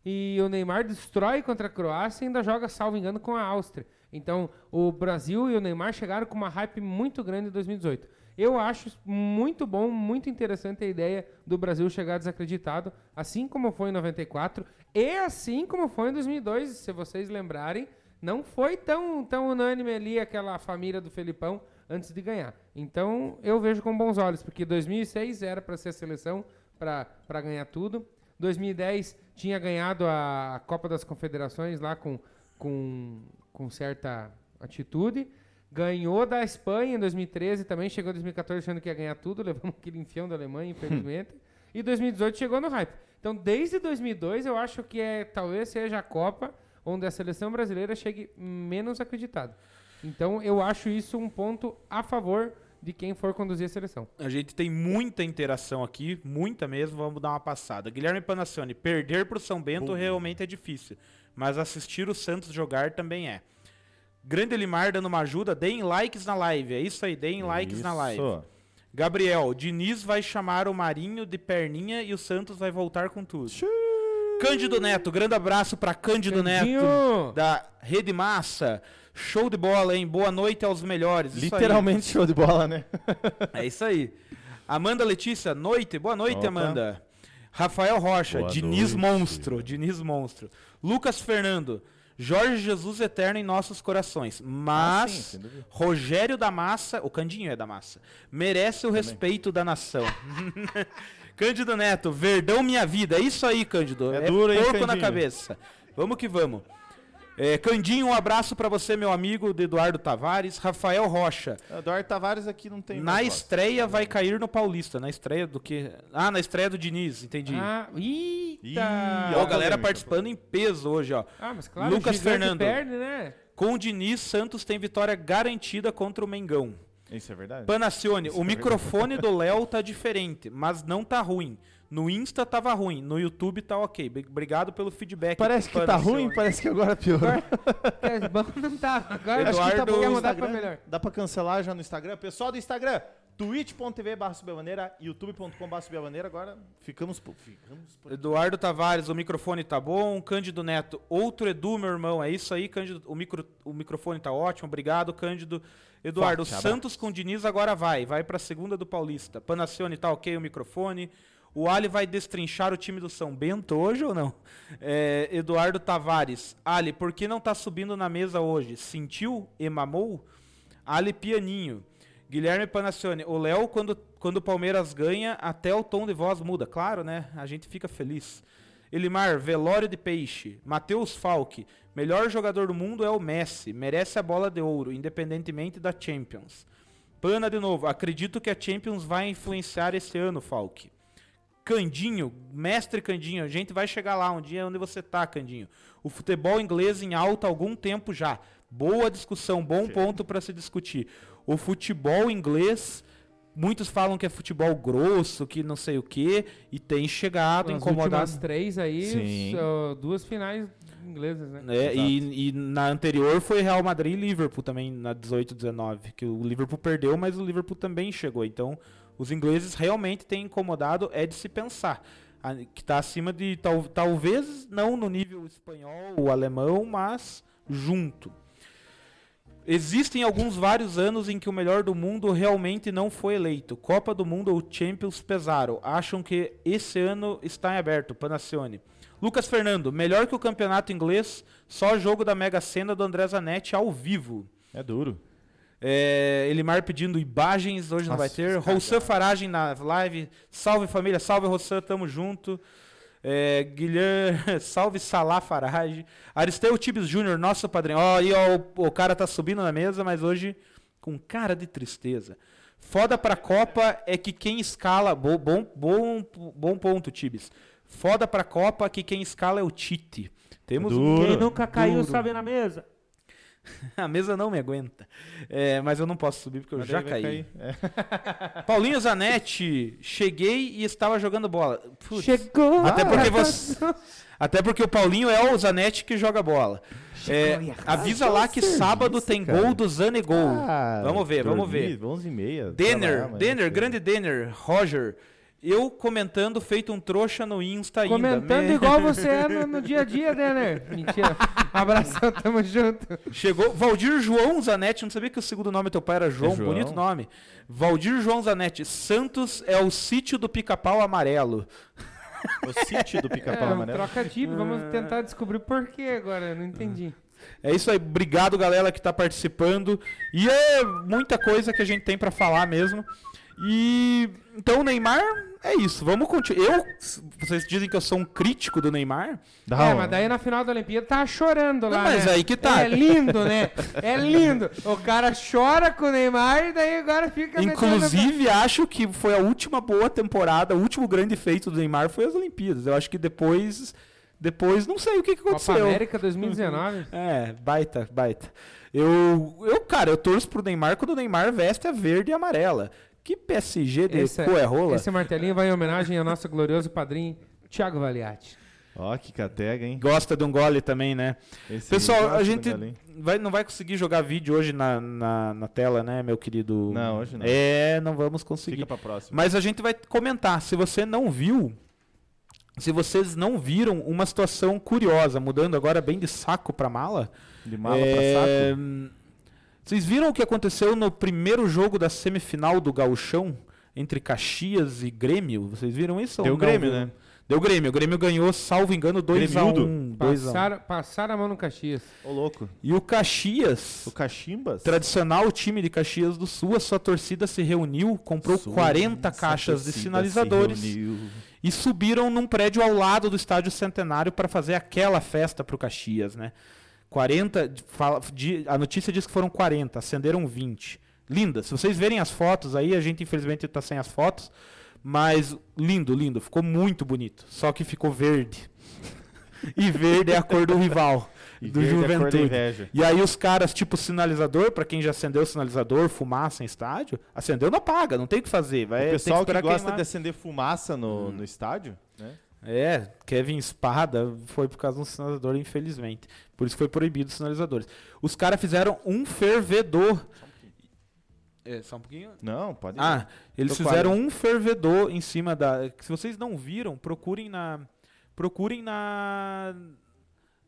Speaker 4: E o Neymar destrói contra a Croácia e ainda joga, salvo engano, com a Áustria. Então, o Brasil e o Neymar chegaram com uma hype muito grande em 2018. Eu acho muito bom, muito interessante a ideia do Brasil chegar desacreditado, assim como foi em 94 e assim como foi em 2002, se vocês lembrarem. Não foi tão, tão unânime ali aquela família do Felipão antes de ganhar. Então, eu vejo com bons olhos, porque 2006 era para ser a seleção para ganhar tudo. 2010 tinha ganhado a Copa das Confederações lá com, com, com certa atitude. Ganhou da Espanha em 2013 também, chegou em 2014 achando que ia ganhar tudo, levamos aquele enfião da Alemanha, infelizmente. e 2018 chegou no hype. Então, desde 2002, eu acho que é talvez seja a Copa onde a seleção brasileira chegue menos acreditada. Então, eu acho isso um ponto a favor de quem for conduzir a seleção.
Speaker 2: A gente tem muita interação aqui, muita mesmo. Vamos dar uma passada. Guilherme Panassoni, perder pro São Bento realmente é difícil, mas assistir o Santos jogar também é. Grande Limar dando uma ajuda, deem likes na live. É isso aí, deem likes na live.
Speaker 3: Isso.
Speaker 2: Gabriel, Diniz vai chamar o Marinho de perninha e o Santos vai voltar com tudo. Cândido Neto, grande abraço pra Cândido Neto
Speaker 4: Candinho!
Speaker 2: da Rede Massa. Show de bola, hein? Boa noite aos melhores. Isso aí.
Speaker 3: Literalmente show de bola, né?
Speaker 2: É isso aí. Amanda Letícia, noite. Boa noite,
Speaker 3: Opa.
Speaker 2: Amanda. Rafael Rocha,
Speaker 3: Boa
Speaker 2: Diniz
Speaker 3: noite.
Speaker 2: Monstro, Diniz Monstro. Lucas Fernando, Jorge Jesus eterno em nossos corações.
Speaker 3: Ah, sim,
Speaker 2: Mas
Speaker 3: sem dúvida.
Speaker 2: Rogério da Massa, o Candinho é da Massa, merece o respeito da nação. Cândido Neto, Verdão minha vida. É isso aí, Cândido.
Speaker 3: É duro, hein,
Speaker 2: pouco na
Speaker 3: Candinho?
Speaker 2: cabeça. Vamos que vamos. É, Candinho, um abraço pra você, meu amigo, de Eduardo Tavares. Rafael Rocha,
Speaker 3: Eduardo Tavares aqui não tem.
Speaker 2: na
Speaker 3: mais voz.
Speaker 2: estreia vai cair no Paulista. Na estreia do que? Ah, na estreia do Diniz, entendi.
Speaker 4: Ah, eita!
Speaker 3: Ih,
Speaker 2: Ó, a galera
Speaker 3: polêmica.
Speaker 2: participando em peso hoje, ó.
Speaker 4: Ah, mas claro,
Speaker 2: Lucas
Speaker 4: o gigante
Speaker 2: Fernando.
Speaker 4: perde, né?
Speaker 2: Com o Diniz, Santos tem vitória garantida contra o Mengão.
Speaker 3: Isso é verdade?
Speaker 2: Panacione,
Speaker 3: Isso
Speaker 2: o
Speaker 3: é
Speaker 2: microfone do Léo tá diferente, mas não tá ruim. No Insta tava ruim, no YouTube tá ok. Bri- Obrigado pelo feedback.
Speaker 3: Parece que tá
Speaker 2: Panacione.
Speaker 3: ruim, parece que agora piorou.
Speaker 4: É, bom não tá. Agora
Speaker 2: Acho que tá bom
Speaker 4: quer
Speaker 2: no
Speaker 4: mudar pra
Speaker 3: Instagram.
Speaker 4: melhor.
Speaker 3: Dá pra cancelar já no Instagram. Pessoal do Instagram, twitch.tv barra subevaneira, youtube.com barra subevaneira. Agora ficamos por... Ficamos por...
Speaker 2: Eduardo Tavares, o microfone tá bom. Cândido Neto, outro Edu, meu irmão. É isso aí, Cândido. O, micro, o microfone tá ótimo. Obrigado, Cândido. Eduardo,
Speaker 3: Forte
Speaker 2: o Santos com o Diniz agora vai. Vai pra segunda do Paulista. Panacione tá ok o microfone. O Ali vai destrinchar o time do São Bento hoje ou não? É, Eduardo Tavares, Ali, por que não tá subindo na mesa hoje? Sentiu e mamou? Ali Pianinho. Guilherme Panacione, o Léo, quando, quando o Palmeiras ganha, até o tom de voz muda. Claro, né? A gente fica feliz. Elimar, velório de peixe. Matheus Falck, melhor jogador do mundo é o Messi. Merece a bola de ouro, independentemente da Champions. Pana de novo, acredito que a Champions vai influenciar esse ano, Falck. Candinho, mestre Candinho, a gente vai chegar lá um dia onde você tá, Candinho. O futebol inglês em alta há algum tempo já. Boa discussão, bom ponto para se discutir. O futebol inglês, muitos falam que é futebol grosso, que não sei o quê, e tem chegado,
Speaker 4: As
Speaker 2: incomodado.
Speaker 4: últimas três aí,
Speaker 3: Sim.
Speaker 4: só duas finais inglesas, né?
Speaker 2: né? E, e na anterior foi Real Madrid e Liverpool também, na 18, 19, que o Liverpool perdeu, mas o Liverpool também chegou. Então, os ingleses realmente têm incomodado, é de se pensar. A- Que está acima de, tal- talvez não no nível espanhol ou alemão, mas junto. Existem alguns vários anos em que o melhor do mundo realmente não foi eleito. Copa do Mundo ou Champions pesaram. Acham que esse ano está em aberto, Panacione. Lucas Fernando, melhor que o campeonato inglês, só jogo da Mega Sena do André Zanetti ao vivo.
Speaker 3: É duro.
Speaker 2: É, Elimar pedindo imagens, hoje não
Speaker 3: Nossa, é-
Speaker 2: vai ter. Roussan Faragem na live. Salve família, salve Roussan, tamo junto. É, Guilherme, salve Salá Farage. Aristeu Tibes Júnior, nosso padrinho. Ó, aí ó, o, o cara tá subindo na mesa, mas hoje com cara de tristeza. Foda pra Copa é que quem escala. Bo, bom, bom, bom ponto, Tibes. Foda pra Copa que quem escala é o Tite. Temos um
Speaker 3: Duro.
Speaker 1: Quem nunca caiu
Speaker 2: Duro.
Speaker 1: sabe na mesa.
Speaker 2: A mesa não me aguenta. É, mas eu não posso subir porque eu
Speaker 3: Mas
Speaker 2: já
Speaker 3: daí vai
Speaker 2: caí.
Speaker 3: cair. É.
Speaker 2: Paulinho Zanetti, cheguei e estava jogando bola. Putz.
Speaker 4: Chegou!
Speaker 2: Até porque você- tá Até porque o Paulinho é o Zanetti que joga bola. É, avisa lá que sábado tem
Speaker 3: cara.
Speaker 2: gol do Zanegol.
Speaker 3: Ah,
Speaker 2: vamos ver, vamos ver.
Speaker 3: dormir, 11 e meia. tá
Speaker 2: Denner,
Speaker 3: trabalhar, mas-
Speaker 2: Denner, grande Denner, Roger. Eu comentando feito um trouxa no Insta
Speaker 4: Comentando
Speaker 2: ainda. Me-
Speaker 4: igual você é no, no dia a dia, né, né? Mentira. Abração, tamo junto.
Speaker 2: Chegou Valdir João Zanetti, não sabia que o segundo nome do teu pai era João,
Speaker 3: É João.
Speaker 2: bonito nome. Valdir João Zanetti, Santos é o sítio do pica-pau amarelo.
Speaker 3: O sítio do
Speaker 4: É,
Speaker 3: pica-pau né?
Speaker 4: um
Speaker 3: amarelo.
Speaker 4: trocadilho. Vamos tentar descobrir por quê agora. eu Não entendi.
Speaker 2: É isso aí, obrigado galera que tá participando. E é muita coisa que a gente tem pra falar mesmo. E então o Neymar é isso. Vamos continuar. Eu vocês dizem que eu sou um crítico do Neymar?
Speaker 3: Dá
Speaker 4: é,
Speaker 3: um-
Speaker 4: mas daí na final da Olimpíada tá chorando lá.
Speaker 2: Tá Não, mas
Speaker 4: né?
Speaker 2: aí que tá.
Speaker 4: É lindo, né? É lindo. O cara chora com o Neymar e daí agora fica. metendo-
Speaker 2: Inclusive, acho que foi a última boa temporada, o último grande feito do Neymar foi as Olimpíadas. Eu acho que depois. Depois, não sei o que, que
Speaker 4: Copa
Speaker 2: aconteceu.
Speaker 4: América 2019.
Speaker 2: É, baita, baita. Eu, eu, cara, eu torço pro Neymar quando o Neymar veste a verde e amarela. Que PSG de
Speaker 4: Esse é-
Speaker 2: cu é rola.
Speaker 4: Esse martelinho vai em homenagem ao nosso glorioso padrinho Thiago Valiati.
Speaker 3: Ó, que catega, hein?
Speaker 2: Gosta de um gole também, né?
Speaker 3: Esse aí,
Speaker 2: Pessoal,
Speaker 3: gosto
Speaker 2: a
Speaker 3: do
Speaker 2: gente é
Speaker 3: galinho.
Speaker 2: vai, não vai conseguir jogar vídeo hoje na, na, na tela, né, meu querido?
Speaker 3: Não, hoje não.
Speaker 2: É, não vamos
Speaker 3: Fica
Speaker 2: conseguir.
Speaker 3: pra próxima.
Speaker 2: Mas a gente vai comentar. Se você não viu, se vocês não viram uma situação curiosa, mudando agora bem de saco pra mala.
Speaker 3: De mala
Speaker 2: é,
Speaker 3: pra saco.
Speaker 2: Vocês viram o que aconteceu no primeiro jogo da semifinal do Gauchão entre Caxias e Grêmio? Vocês viram isso?
Speaker 3: Deu
Speaker 2: ou não
Speaker 3: Grêmio,
Speaker 2: viram?
Speaker 3: né?
Speaker 2: Deu Grêmio. O Grêmio ganhou, salvo engano, 2x1. Um,
Speaker 3: Grêmiudo.
Speaker 2: dois a um.
Speaker 4: Passaram, passaram a mão no Caxias.
Speaker 3: Ô, louco.
Speaker 2: E o Caxias,
Speaker 3: O Cachimbas?
Speaker 2: tradicional time de Caxias do Sul, a sua torcida se reuniu, comprou 40
Speaker 3: Essa
Speaker 2: caixas de
Speaker 3: torcida
Speaker 2: sinalizadores
Speaker 3: se reuniu.
Speaker 2: e subiram num prédio ao lado do Estádio Centenário para fazer aquela festa pro Caxias, né? 40, de- fala- de- a notícia diz que foram 40, acenderam 20. Linda, se vocês verem as fotos aí, a gente infelizmente tá sem as fotos, mas lindo, lindo, ficou muito bonito, só que ficou verde. E verde é a cor do rival,
Speaker 3: E
Speaker 2: do
Speaker 3: verde é a cor da
Speaker 2: Juventude.
Speaker 3: inveja.
Speaker 2: E aí os caras, tipo, sinalizador, pra quem já acendeu o sinalizador, fumaça em estádio, acendeu, não apaga, não tem o que fazer. Vai,
Speaker 3: o pessoal
Speaker 2: tem que,
Speaker 3: que,
Speaker 2: esperar
Speaker 3: gosta
Speaker 2: queimar.
Speaker 3: de acender fumaça no,
Speaker 2: Hum.
Speaker 3: no estádio, né?
Speaker 2: É, Kevin Espada foi por causa de um sinalizador, infelizmente. Por isso que foi proibido os sinalizadores. Os caras fizeram um fervedor. É, só um pouquinho.
Speaker 3: Não, pode ir.
Speaker 2: Ah, eles
Speaker 3: Tô
Speaker 2: fizeram um fervedor em cima da. que Se vocês não viram, procurem na. Procurem na.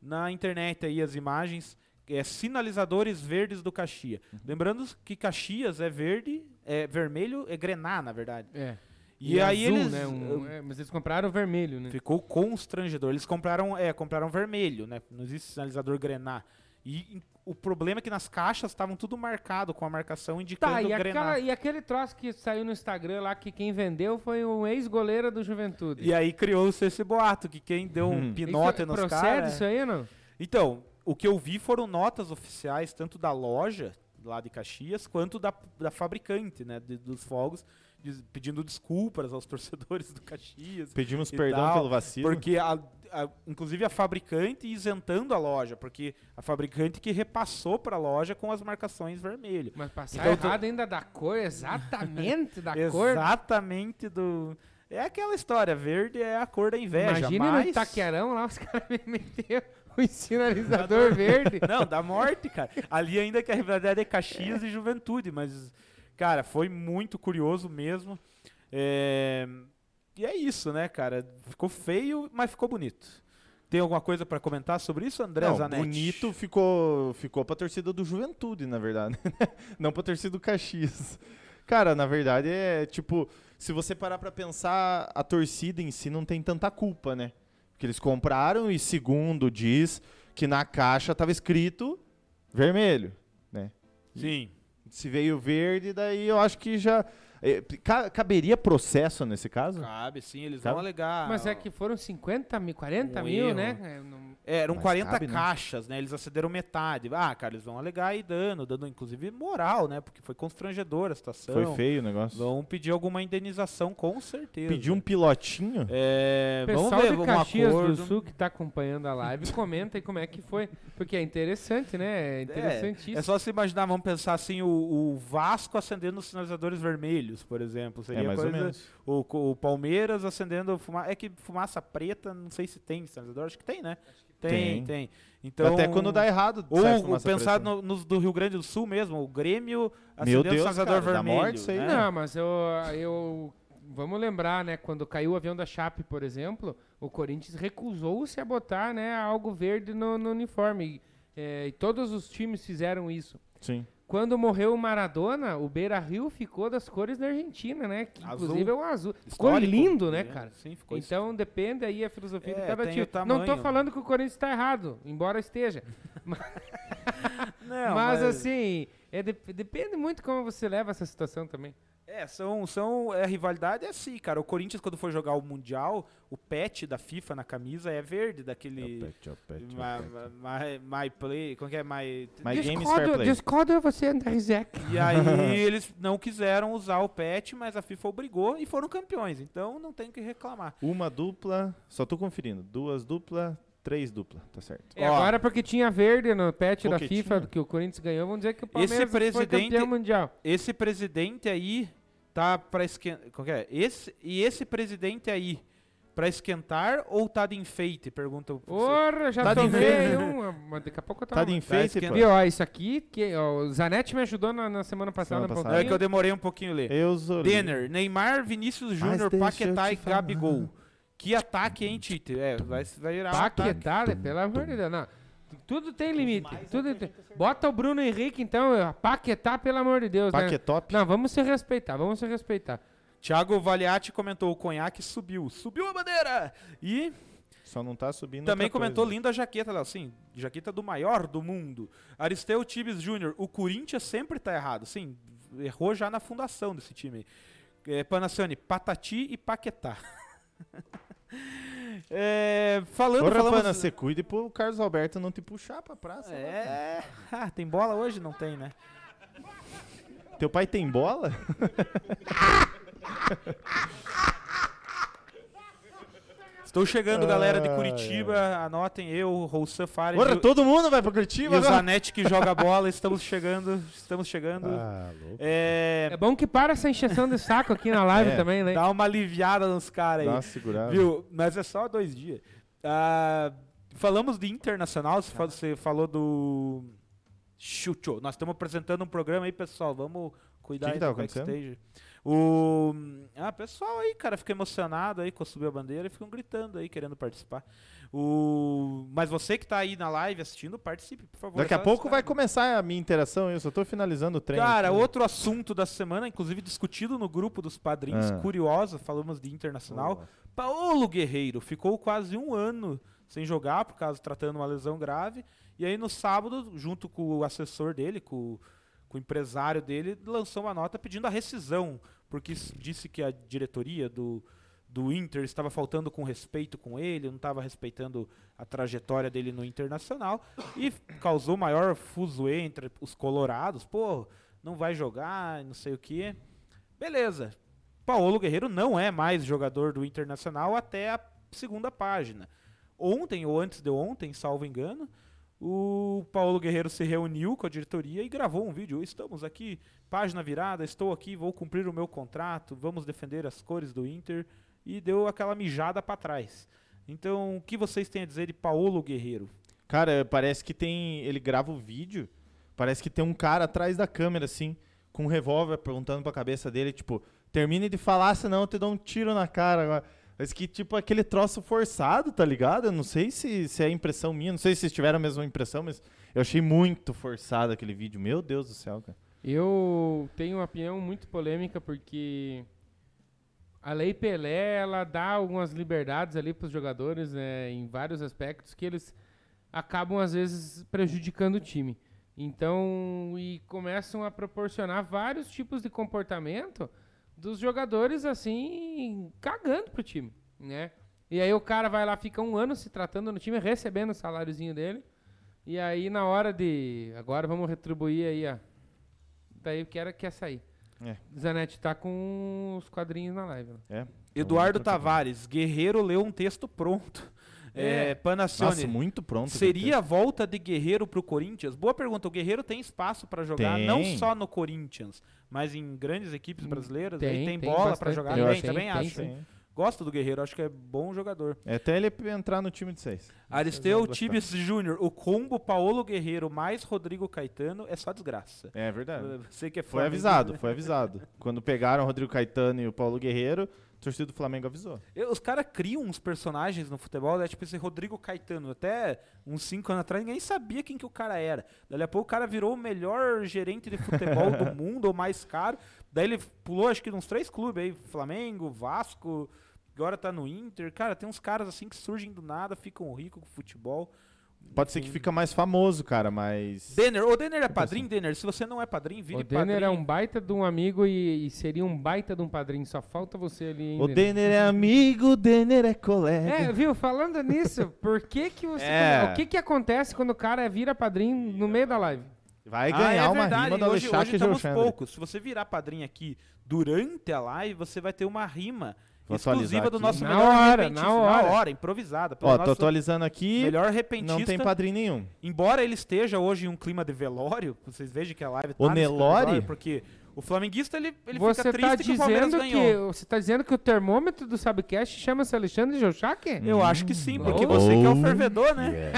Speaker 2: Na internet aí as imagens. É sinalizadores verdes do Caxias.
Speaker 4: Uhum.
Speaker 2: Lembrando que Caxias é verde, é vermelho, é grená, na verdade.
Speaker 4: É.
Speaker 2: E, aí
Speaker 4: azul,
Speaker 2: eles.
Speaker 4: né, um- é, mas eles compraram o vermelho, né?
Speaker 2: Ficou constrangedor. Eles compraram, é, compraram vermelho, né? Não existe sinalizador grená. E em- o problema é que nas caixas estavam tudo marcado com a marcação indicando
Speaker 4: Tá, e,
Speaker 2: grená.
Speaker 4: aquela- e aquele troço que saiu no Instagram lá que quem vendeu foi um ex-goleiro do Juventude.
Speaker 2: E aí criou-se esse boato que quem deu um
Speaker 3: Hum.
Speaker 2: pinote
Speaker 4: isso,
Speaker 2: nos
Speaker 4: procede
Speaker 2: caras. é-
Speaker 4: isso é- aí, não?
Speaker 2: Então, o que eu vi foram notas oficiais tanto da loja lá de Caxias quanto da, da fabricante, né, de- dos fogos, diz- pedindo desculpas aos torcedores do Caxias.
Speaker 3: Pedimos
Speaker 2: e
Speaker 3: perdão
Speaker 2: tal,
Speaker 3: pelo vacilo.
Speaker 2: Porque, a- a- inclusive, a fabricante isentando a loja, porque a fabricante que repassou para a loja com as marcações vermelho.
Speaker 4: Mas passar
Speaker 2: Então, tu-
Speaker 4: errado ainda da cor, exatamente da cor.
Speaker 2: Exatamente do. É aquela história, verde é a cor da inveja.
Speaker 4: Imagina
Speaker 2: mas...
Speaker 4: no Itaquerão lá, os caras me meteram um sinalizador verde.
Speaker 2: Não, da morte, cara. Ali ainda que a rivalidade é Caxias e Juventude, mas, cara, foi muito curioso mesmo. É, E é isso, né, cara? Ficou feio, mas ficou bonito. Tem alguma coisa pra comentar sobre isso, André
Speaker 3: Não,
Speaker 2: Zanetti?
Speaker 3: bonito ficou, ficou pra torcida do Juventude, na verdade. né? Não pra torcida do Caxias. Cara, na verdade é tipo, se você parar pra pensar, a torcida em si não tem tanta culpa, né? Porque eles compraram e segundo diz que na caixa tava escrito vermelho, né?
Speaker 2: Sim.
Speaker 3: Se veio verde, daí eu acho que já eh, ca- caberia processo nesse caso?
Speaker 2: Cabe, sim, eles
Speaker 3: Cabe?
Speaker 2: vão alegar.
Speaker 4: Mas é que foram 50 mil, 40
Speaker 2: Um
Speaker 4: mil,
Speaker 2: erro.
Speaker 4: né? É, não-
Speaker 2: É, eram
Speaker 3: Mas
Speaker 2: 40
Speaker 3: cabe, né?
Speaker 2: caixas, né? Eles acederam metade. Ah, cara, eles vão alegar e dano, dando inclusive moral, né? Porque foi constrangedora a situação.
Speaker 3: Foi feio o negócio.
Speaker 2: Vão pedir alguma indenização, com certeza.
Speaker 3: Pedir um pilotinho?
Speaker 2: É, vamos
Speaker 4: Pessoal
Speaker 2: ver,
Speaker 4: de
Speaker 2: um
Speaker 4: Caxias
Speaker 2: acordo.
Speaker 4: do Sul que tá acompanhando a live, comenta aí como é que foi. Porque é interessante, né? É interessantíssimo.
Speaker 2: É, é só se imaginar, vamos pensar assim, o, o Vasco acendendo os sinalizadores vermelhos, por exemplo. Seria
Speaker 3: é mais
Speaker 2: coisa,
Speaker 3: ou menos.
Speaker 2: O, co- o Palmeiras acendendo fumaça. É que fumaça preta, não sei se tem sinalizador, acho que tem, né? Tem, tem.
Speaker 3: tem.
Speaker 2: Então,
Speaker 3: Até quando dá errado.
Speaker 2: Ou
Speaker 3: sai
Speaker 2: o-
Speaker 3: fumaça
Speaker 2: pensar
Speaker 3: preta.
Speaker 2: no-
Speaker 3: né?
Speaker 2: nos do Rio Grande do Sul mesmo, o Grêmio
Speaker 3: Meu
Speaker 2: acendendo o
Speaker 3: Deus,
Speaker 2: sinalizador
Speaker 3: cara, dá
Speaker 2: vermelho.
Speaker 3: morte isso aí,
Speaker 2: né?
Speaker 3: né?
Speaker 4: Não, mas eu, eu vamos lembrar, né? Quando caiu o avião da Chape, por exemplo, o Corinthians recusou-se a botar né, algo verde no, no uniforme. E, é, e todos os times fizeram isso.
Speaker 3: Sim.
Speaker 4: Quando morreu o Maradona, o Beira Rio ficou das cores da Argentina, né? Que
Speaker 2: Azul.
Speaker 4: inclusive é um azul. Ficou
Speaker 2: Histórico,
Speaker 4: lindo, né,
Speaker 2: né?
Speaker 4: cara?
Speaker 2: Sim, ficou
Speaker 4: então depende aí a filosofia
Speaker 2: É,
Speaker 4: de cada
Speaker 2: tem o
Speaker 4: time. Não tô
Speaker 2: tamanho.
Speaker 4: falando que o Corinthians tá errado, embora esteja.
Speaker 2: Não,
Speaker 4: mas, assim, é de- depende muito como você leva essa situação também.
Speaker 2: É, são, são, é, a rivalidade é assim, cara. O Corinthians, quando foi jogar o Mundial, o patch da FIFA na camisa é verde, daquele. Ma- ma- my, my Play, como que é? My.
Speaker 3: My Games
Speaker 4: Discordo-
Speaker 3: Fair Play.
Speaker 4: Discordo é você, André Zek.
Speaker 2: E aí eles não quiseram usar o patch, mas a FIFA obrigou e foram campeões. Então não tem o que reclamar.
Speaker 3: Uma dupla, só tô conferindo. Duas dupla, três dupla, tá certo.
Speaker 4: É,
Speaker 2: Ó.
Speaker 4: agora porque tinha verde no pet da
Speaker 3: Porque
Speaker 4: FIFA
Speaker 3: tinha.
Speaker 4: que o Corinthians ganhou, vamos dizer que o Palmeiras foi
Speaker 2: presidente-
Speaker 4: campeão mundial.
Speaker 2: Esse presidente aí tá pra esquentar. Como que é? Esse, e esse presidente aí, pra esquentar ou tá de enfeite? Pergunta o
Speaker 4: Porra, já
Speaker 2: Tá de
Speaker 4: tomei
Speaker 2: enfeite.
Speaker 4: um, mas daqui a pouco eu tomo
Speaker 3: Tá de
Speaker 4: mais.
Speaker 3: enfeite,
Speaker 2: esquenta-
Speaker 3: pô.
Speaker 4: Viu, ó, isso aqui, que, ó, o Zanetti me ajudou na, na semana passada
Speaker 3: Semana
Speaker 4: um
Speaker 2: Não,
Speaker 3: passada.
Speaker 2: é que eu
Speaker 4: pouquinho.
Speaker 2: demorei um pouquinho a ler.
Speaker 3: Eu sou
Speaker 2: Denner, Neymar, Vinícius Júnior,
Speaker 3: deixa eu
Speaker 2: Paquetá
Speaker 3: te
Speaker 2: e Gabigol. Que ataque, hein, Tite? É, vai, vai virar um ataque.
Speaker 4: Paquetá, né? Pelo amor de Deus, não. Tu- Tudo tem limite, tudo tem- Bota o Bruno Henrique, então, eu- Paquetá, pelo amor de Deus, né?
Speaker 3: Paquetop.
Speaker 4: Não, vamos se respeitar, vamos se respeitar.
Speaker 2: Thiago Valiati comentou, o Conhaque subiu. Subiu a bandeira! E
Speaker 3: Só não tá subindo.
Speaker 2: também
Speaker 3: outra
Speaker 2: comentou,
Speaker 3: coisa.
Speaker 2: linda jaqueta, lá, assim, jaqueta do maior do mundo. Aristeu Tibes Júnior, o Corinthians sempre tá errado. Sim, errou já na fundação desse time. É, Panacione, Patati e Paquetá. É, falando,
Speaker 3: Ô,
Speaker 2: falamos...
Speaker 3: Rapana, você cuide pro Carlos Alberto não te puxar pra praça. né?
Speaker 2: É, ah, tem bola hoje? Não tem, né?
Speaker 3: Teu pai tem bola?
Speaker 2: Estou chegando, galera de
Speaker 3: Ai,
Speaker 2: Curitiba. Anotem eu, Roussan Fares
Speaker 3: Ora,
Speaker 2: e, o-
Speaker 3: todo mundo vai pra
Speaker 2: e
Speaker 3: Curitiba
Speaker 2: o
Speaker 3: agora.
Speaker 2: Zanetti que joga bola. Estamos chegando, estamos chegando.
Speaker 3: Ah, louco.
Speaker 2: É,
Speaker 4: É bom que para essa encheção de saco aqui na live
Speaker 3: É,
Speaker 4: também, né?
Speaker 2: dá uma aliviada nos caras
Speaker 3: Dá uma
Speaker 2: aí,
Speaker 3: segurada.
Speaker 2: viu? Mas é só dois dias. Ah, falamos de internacional, você falou, você falou do Chucho. Nós estamos apresentando um programa aí, pessoal. Vamos cuidar
Speaker 3: Que que
Speaker 2: aí
Speaker 3: tava
Speaker 2: do
Speaker 3: acontecendo?
Speaker 2: backstage. O ah, pessoal aí, cara, fica emocionado aí com subir a bandeira e ficam gritando aí querendo participar. O mas você que tá aí na live assistindo, participe, por favor.
Speaker 3: Daqui a
Speaker 2: tá?
Speaker 3: pouco vai começar a minha interação, eu só tô finalizando o treino.
Speaker 2: Cara,
Speaker 3: aqui.
Speaker 2: outro assunto da semana, inclusive discutido no grupo dos padrinhos,
Speaker 3: Ah.
Speaker 2: curiosa, falamos de internacional. Paulo Guerreiro ficou quase um ano sem jogar, por causa tratando uma lesão grave. E aí no sábado, junto com o assessor dele, com, o- com o empresário dele, lançou uma nota pedindo a rescisão, porque s- disse que a diretoria do, do Inter estava faltando com respeito com ele, não estava respeitando a trajetória dele no Internacional e f- causou maior fuzuê entre os colorados. Pô, não vai jogar, não sei o quê. Beleza. Paulo Guerreiro não é mais jogador do Internacional até a segunda página. Ontem ou antes de ontem, salvo engano, o Paulo Guerreiro se reuniu com a diretoria e gravou um vídeo. Estamos aqui, página virada, estou aqui, vou cumprir o meu contrato, vamos defender as cores do Inter e deu aquela mijada pra trás. Então, o que vocês têm a dizer de Paulo Guerreiro?
Speaker 3: Cara, parece que tem. Ele grava o vídeo, parece que tem um cara atrás da câmera, assim, com um revólver perguntando pra cabeça dele, tipo, termine de falar, senão eu te dou um tiro na cara agora. Parece que, tipo, aquele troço forçado, tá ligado? Eu não sei se, se é impressão minha, não sei se vocês tiveram a mesma impressão, mas eu achei muito forçado aquele vídeo. Meu Deus do céu, cara.
Speaker 4: Eu tenho uma opinião muito polêmica porque a Lei Pelé, ela dá algumas liberdades ali para os jogadores, né, em vários aspectos que eles acabam às vezes prejudicando o time. Então, e começam a proporcionar vários tipos de comportamento dos jogadores assim cagando pro time, né? E aí o cara vai lá, fica um ano se tratando no time, recebendo o saláriozinho dele. E aí na hora de, agora vamos retribuir aí a Daí eu quero que essa aí.
Speaker 3: É.
Speaker 4: Zanetti tá com os quadrinhos na live. né?
Speaker 3: É.
Speaker 2: Eduardo Tavares, Guerreiro leu um texto pronto. É,
Speaker 4: É.
Speaker 2: Panacione,
Speaker 3: Nossa, muito pronto. aquele
Speaker 2: Seria a volta de Guerreiro pro Corinthians? Boa pergunta. O Guerreiro tem espaço pra jogar
Speaker 3: Tem.
Speaker 2: não só no Corinthians, mas em grandes equipes brasileiras. Ele tem,
Speaker 4: Hum, tem
Speaker 2: bola pra
Speaker 4: bastante.
Speaker 2: jogar
Speaker 3: Eu
Speaker 2: bem,
Speaker 3: acho-
Speaker 2: também
Speaker 4: tem,
Speaker 2: acho.
Speaker 3: texto. Sim.
Speaker 2: Gosto do Guerreiro, acho que é bom jogador.
Speaker 3: É até ele entrar no time de seis.
Speaker 2: Aristeu
Speaker 3: vão gostar.
Speaker 2: Tibes Júnior, o combo Paulo Guerreiro mais Rodrigo Caetano é só desgraça.
Speaker 3: É verdade.
Speaker 2: Você que é
Speaker 3: Foi
Speaker 2: flamenguista.
Speaker 3: avisado, foi avisado. Quando pegaram o Rodrigo Caetano e o Paulo Guerreiro, a torcida do Flamengo avisou.
Speaker 2: Eu- os caras criam uns personagens no futebol, né? Tipo esse Rodrigo Caetano. Até uns 5 anos atrás ninguém sabia quem que o cara era. Daí a pouco o cara virou o melhor gerente de futebol do mundo, ou mais caro. Daí ele pulou acho que nos três clubes aí, Flamengo, Vasco, agora tá no Inter. Cara, tem uns caras assim que surgem do nada, ficam ricos com futebol.
Speaker 3: Pode ser que fica mais famoso, cara, mas.
Speaker 2: Denner, ô Denner é padrinho, Denner. Se você não é padrinho, vire
Speaker 4: O Denner
Speaker 2: padrinho.
Speaker 4: é um baita de um amigo e, e seria um baita de um padrinho. Só falta você ali, hein,
Speaker 2: né?
Speaker 3: O Denner é amigo, o Denner é colega.
Speaker 4: É, viu? Falando nisso, por que que você...
Speaker 3: É.
Speaker 4: O que que acontece quando o cara vira padrinho no meio da live?
Speaker 3: Vai ganhar
Speaker 2: ah, é
Speaker 3: uma
Speaker 2: verdade.
Speaker 3: rima do
Speaker 2: hoje,
Speaker 3: Alexandre
Speaker 2: hoje
Speaker 3: e
Speaker 2: estamos
Speaker 3: Alexandre.
Speaker 2: poucos. Se você virar padrinho aqui durante a live, você vai ter uma rima
Speaker 3: Vou
Speaker 2: exclusiva
Speaker 3: atualizar
Speaker 2: do
Speaker 3: aqui.
Speaker 2: nosso
Speaker 4: Na
Speaker 2: melhor
Speaker 4: hora,
Speaker 2: repentista.
Speaker 4: na hora.
Speaker 2: improvisada. Pelo
Speaker 3: Ó, tô
Speaker 2: nosso
Speaker 3: atualizando aqui.
Speaker 2: melhor repentista.
Speaker 3: Não tem padrinho nenhum.
Speaker 2: Embora ele esteja hoje em um clima de velório, vocês vejam que a live tá
Speaker 3: O
Speaker 2: nesse clima de
Speaker 3: Nelore?
Speaker 2: velório, porque o flamenguista ele, ele
Speaker 4: você
Speaker 2: fica triste
Speaker 4: tá
Speaker 2: que o Palmeiras
Speaker 4: dizendo que,
Speaker 2: ganhou.
Speaker 4: você tá dizendo que o termômetro do Subcast chama-se Alexandre Jouchac?
Speaker 3: Hum, Uhum.
Speaker 2: Eu acho que sim, porque
Speaker 4: Oh.
Speaker 2: você que é o fervedor, né?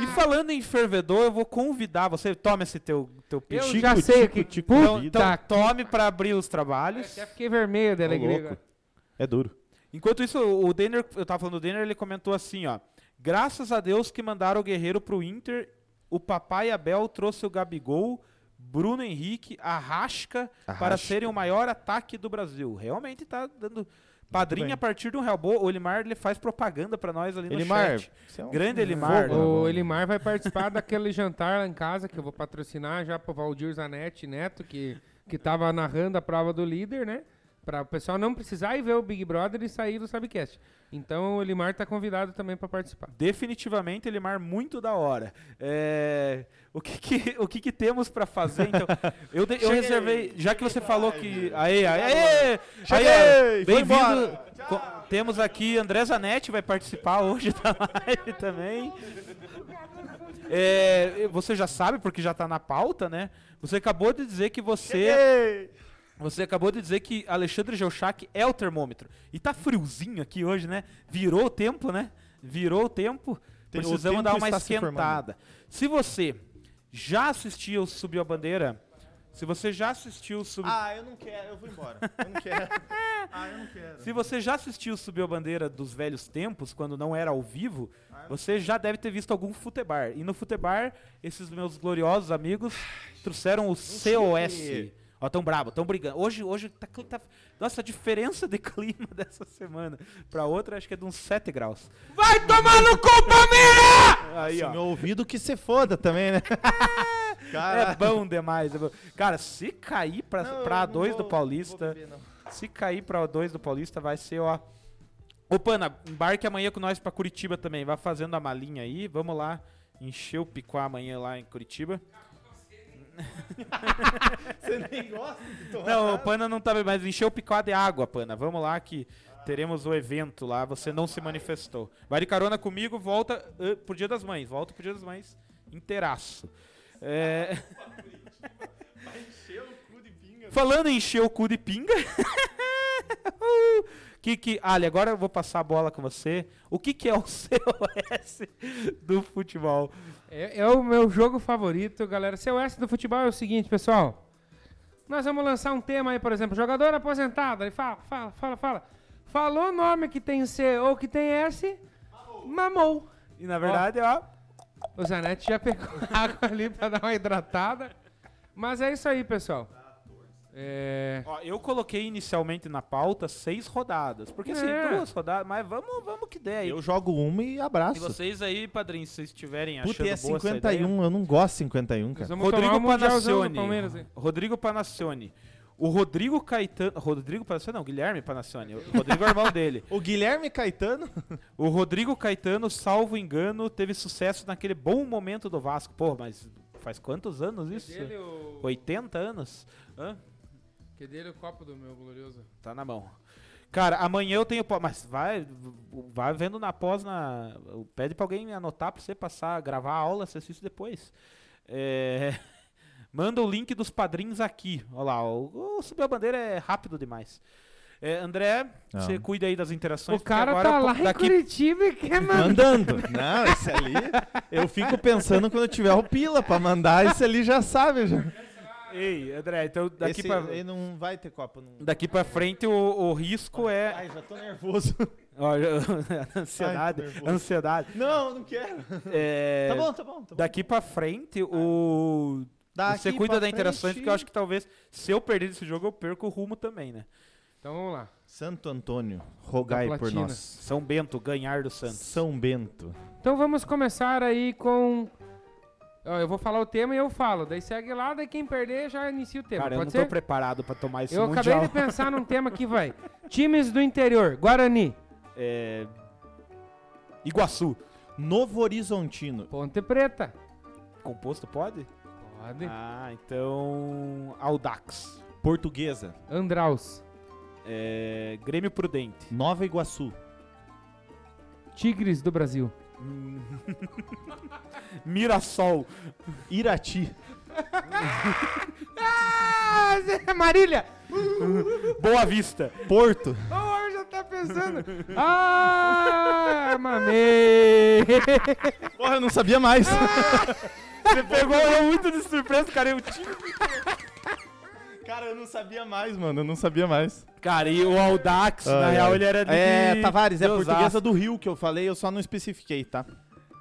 Speaker 2: E falando em fervedor, eu vou convidar você. Toma esse teu, teu
Speaker 4: Eu
Speaker 2: piti.
Speaker 4: já
Speaker 3: Tico,
Speaker 4: sei o
Speaker 3: tico,
Speaker 4: que...
Speaker 3: tico,
Speaker 4: Puta
Speaker 3: vida.
Speaker 2: Então,
Speaker 4: que-
Speaker 2: tome pra abrir os trabalhos.
Speaker 4: Até fiquei vermelho da
Speaker 3: Ô,
Speaker 4: alegria.
Speaker 3: louco.
Speaker 4: agora.
Speaker 3: É duro.
Speaker 2: Enquanto isso, o Denner, eu tava falando do Denner, ele comentou assim, ó. Graças a Deus que mandaram o Guerreiro pro Inter, o papai Abel trouxe o Gabigol, Bruno Henrique, Arrasca, para
Speaker 3: Arrasca.
Speaker 2: serem o maior ataque do Brasil. Realmente tá dando
Speaker 3: bem.
Speaker 2: padrinho a partir de um real. Boa, O Elimar, ele faz propaganda pra nós ali no
Speaker 3: Elimar.
Speaker 2: chat.
Speaker 3: você é um
Speaker 2: Grande Elimar.
Speaker 3: fogo na
Speaker 4: O
Speaker 3: bola.
Speaker 4: Elimar vai participar daquele jantar lá em casa que eu vou patrocinar já pro Valdir Zanetti Neto, que, que tava narrando a prova do líder, né? Pra o pessoal não precisar ir ver o Big Brother e sair do Subcast. Então o Elimar tá convidado também pra participar.
Speaker 2: Definitivamente, Elimar, muito da hora. É, o que que, o que que temos pra fazer, então? Eu, de- eu
Speaker 3: Cheguei.
Speaker 2: reservei, já que você falou que... Aê,
Speaker 3: Tá
Speaker 2: aê, aê! aê
Speaker 3: Cheguei, foi
Speaker 2: Bem-vindo!
Speaker 3: embora.
Speaker 2: Co- Temos aqui, André Zanetti vai participar hoje da live também. É, você já sabe, porque já tá na pauta, né? Você acabou de dizer que você...
Speaker 3: Ei!
Speaker 2: Você acabou de dizer que Alexandre Geuchac é o termômetro. E tá friozinho aqui hoje, né? Virou o tempo, né? Virou o tempo.
Speaker 3: Tem- o
Speaker 2: Precisamos
Speaker 3: tempo
Speaker 2: dar uma
Speaker 3: está se
Speaker 2: esquentada. Se você já assistiu Subiu a Bandeira, se você já assistiu Subiu...
Speaker 3: Ah, eu não quero, eu vou embora. Eu não quero. ah, eu não quero.
Speaker 2: Se você já assistiu Subiu a Bandeira dos velhos tempos, quando não era ao vivo,
Speaker 3: Ah, é?
Speaker 2: você já deve ter visto algum futebar. E no futebar, esses meus gloriosos amigos trouxeram o COS. Ó, tão brabo, tão brigando. Hoje, hoje tá, cli- tá- Nossa, a diferença de clima dessa semana pra outra, acho que é de uns 7 graus.
Speaker 4: Vai tomar no cu, Palmeiras!
Speaker 2: Aí,
Speaker 3: Se meu
Speaker 2: ó.
Speaker 3: ouvido que se foda também, né?
Speaker 2: É
Speaker 3: Cara,
Speaker 2: bom demais. é bom. Cara, se cair pra,
Speaker 3: Não, eu
Speaker 2: pra
Speaker 3: não
Speaker 2: A2 do
Speaker 3: vou-
Speaker 2: Paulista.
Speaker 3: vou beber, não.
Speaker 2: Se cair pra O2 do Paulista, vai ser, ó. Ô, Pana, embarque amanhã com nós pra Curitiba também. Vai fazendo a malinha aí. Vamos lá encher o picó amanhã lá em Curitiba.
Speaker 3: Você nem gosta então. de tomar.
Speaker 2: Não, o Pana não tá bem, mas encher o picó de água, Pana. Vamos lá que teremos o evento lá. Você não se manifestou. Vai de carona comigo, volta ãh, pro Dia das Mães. Volta pro Dia das Mães inteiraço. É... Falando em encher o cu de pinga. Uh, que que, Ali, agora eu vou passar a bola com você. O que que é o COS do futebol?
Speaker 4: É, é o meu jogo favorito, galera. COS do futebol é o seguinte, pessoal. Nós vamos lançar um tema aí, por exemplo, jogador aposentado. Ele fala, fala, fala, fala. Falou nome que tem C ou que tem S, mamou.
Speaker 2: E na verdade, ó,
Speaker 4: O Zanetti já pegou água ali pra dar uma hidratada. Mas é isso aí, pessoal. É...
Speaker 2: Ó, eu coloquei inicialmente na pauta seis rodadas. Porque assim,
Speaker 4: É.
Speaker 2: duas rodadas, mas vamos, vamos que der aí.
Speaker 3: Eu jogo uma e
Speaker 2: E
Speaker 3: abraço.
Speaker 2: vocês aí, padrinho, se vocês estiverem achando
Speaker 3: Puta, e é
Speaker 2: boa essa ideia-
Speaker 3: 51, eu não gosto de 51,
Speaker 4: Nós
Speaker 3: cara.
Speaker 4: vamos tomar um
Speaker 2: Rodrigo
Speaker 4: mundialzão do
Speaker 2: Panacione.
Speaker 4: Palmeiras aí.
Speaker 2: Rodrigo Panacione. O Rodrigo Caetano. Rodrigo Panacione, não, Guilherme Panacione. O Rodrigo é o irmão dele.
Speaker 3: O Guilherme Caetano?
Speaker 2: O Rodrigo Caetano, salvo engano, teve sucesso naquele bom momento do Vasco. Pô, mas faz quantos anos isso?
Speaker 3: é
Speaker 4: Dele o...
Speaker 2: 80 anos? Hã?
Speaker 4: Que dele o copo do meu glorioso.
Speaker 2: Tá na mão. Cara, amanhã eu tenho. pó- Mas vai, vai vendo na pós. Na, pede pra alguém anotar pra você passar, gravar a aula, você assiste depois. É, manda o link dos padrinhos aqui. Olha lá, o, o Subiu a Bandeira é rápido demais. É, André,
Speaker 3: Não.
Speaker 2: você cuida aí das interações.
Speaker 4: O cara
Speaker 2: porque
Speaker 4: tá
Speaker 2: agora,
Speaker 4: lá
Speaker 2: pô,
Speaker 4: em
Speaker 2: daqui
Speaker 4: Curitiba e quer mandar.
Speaker 3: Mandando. Não, esse ali. Eu fico pensando quando eu tiver o pila pra mandar, esse ali já sabe. Já.
Speaker 2: Ei, André, então daqui
Speaker 3: Esse
Speaker 2: pra,
Speaker 3: aí não vai ter copo. Não...
Speaker 2: daqui pra frente o, o risco é.
Speaker 3: Ai, já tô nervoso.
Speaker 2: Ó, já- ansiedade.
Speaker 3: Ai, tô nervoso.
Speaker 2: ansiedade.
Speaker 3: Não, não quero.
Speaker 2: É,
Speaker 3: Tá bom, tá bom. Tá bom.
Speaker 2: Daqui pra frente, o.
Speaker 3: Daqui
Speaker 2: você cuida
Speaker 3: Tá pra
Speaker 2: da interação,
Speaker 3: frente,
Speaker 2: porque eu acho que talvez, se eu perder esse jogo, eu perco o rumo também, né?
Speaker 4: Então vamos lá.
Speaker 3: Santo Antônio, rogai
Speaker 4: Da
Speaker 3: por
Speaker 4: platina.
Speaker 3: nós.
Speaker 2: São Bento, ganhar do Santos.
Speaker 3: São Bento.
Speaker 4: Então vamos começar aí com. Ó, eu vou falar o tema e eu falo. Daí segue lá, daí quem perder já inicia o tema.
Speaker 2: Cara, eu
Speaker 4: Pode
Speaker 2: não
Speaker 4: ser?
Speaker 2: tô preparado pra tomar esse
Speaker 4: eu acabei
Speaker 2: mundial.
Speaker 4: de pensar num tema que vai. Times do interior, Guarani,
Speaker 2: É... Iguaçu.
Speaker 3: Novo Horizontino.
Speaker 4: Ponte Preta.
Speaker 2: Composto pode?
Speaker 4: Pode.
Speaker 2: Ah, então. Audax.
Speaker 3: Portuguesa.
Speaker 4: Andraus,
Speaker 2: É... Grêmio Prudente.
Speaker 3: Nova Iguaçu.
Speaker 4: Tigres do Brasil.
Speaker 2: Hum. Mirassol.
Speaker 3: Irati.
Speaker 4: Ah, Zé Marília!
Speaker 2: Boa Vista.
Speaker 3: Porto.
Speaker 4: O homem já tá pensando. Ah, mamei!
Speaker 3: Porra, eu não sabia mais.
Speaker 2: Você pegou eu muito de surpresa, cara. Eu tinha...
Speaker 3: Cara, eu não sabia mais, mano. Eu não sabia mais.
Speaker 2: Cara, e o Audax, na
Speaker 3: Ai,
Speaker 2: real,
Speaker 3: ai.
Speaker 2: ele era de.
Speaker 3: É, Tavares, é
Speaker 2: de Osasco.
Speaker 3: portuguesa do Rio que eu falei, eu só não especifiquei, tá?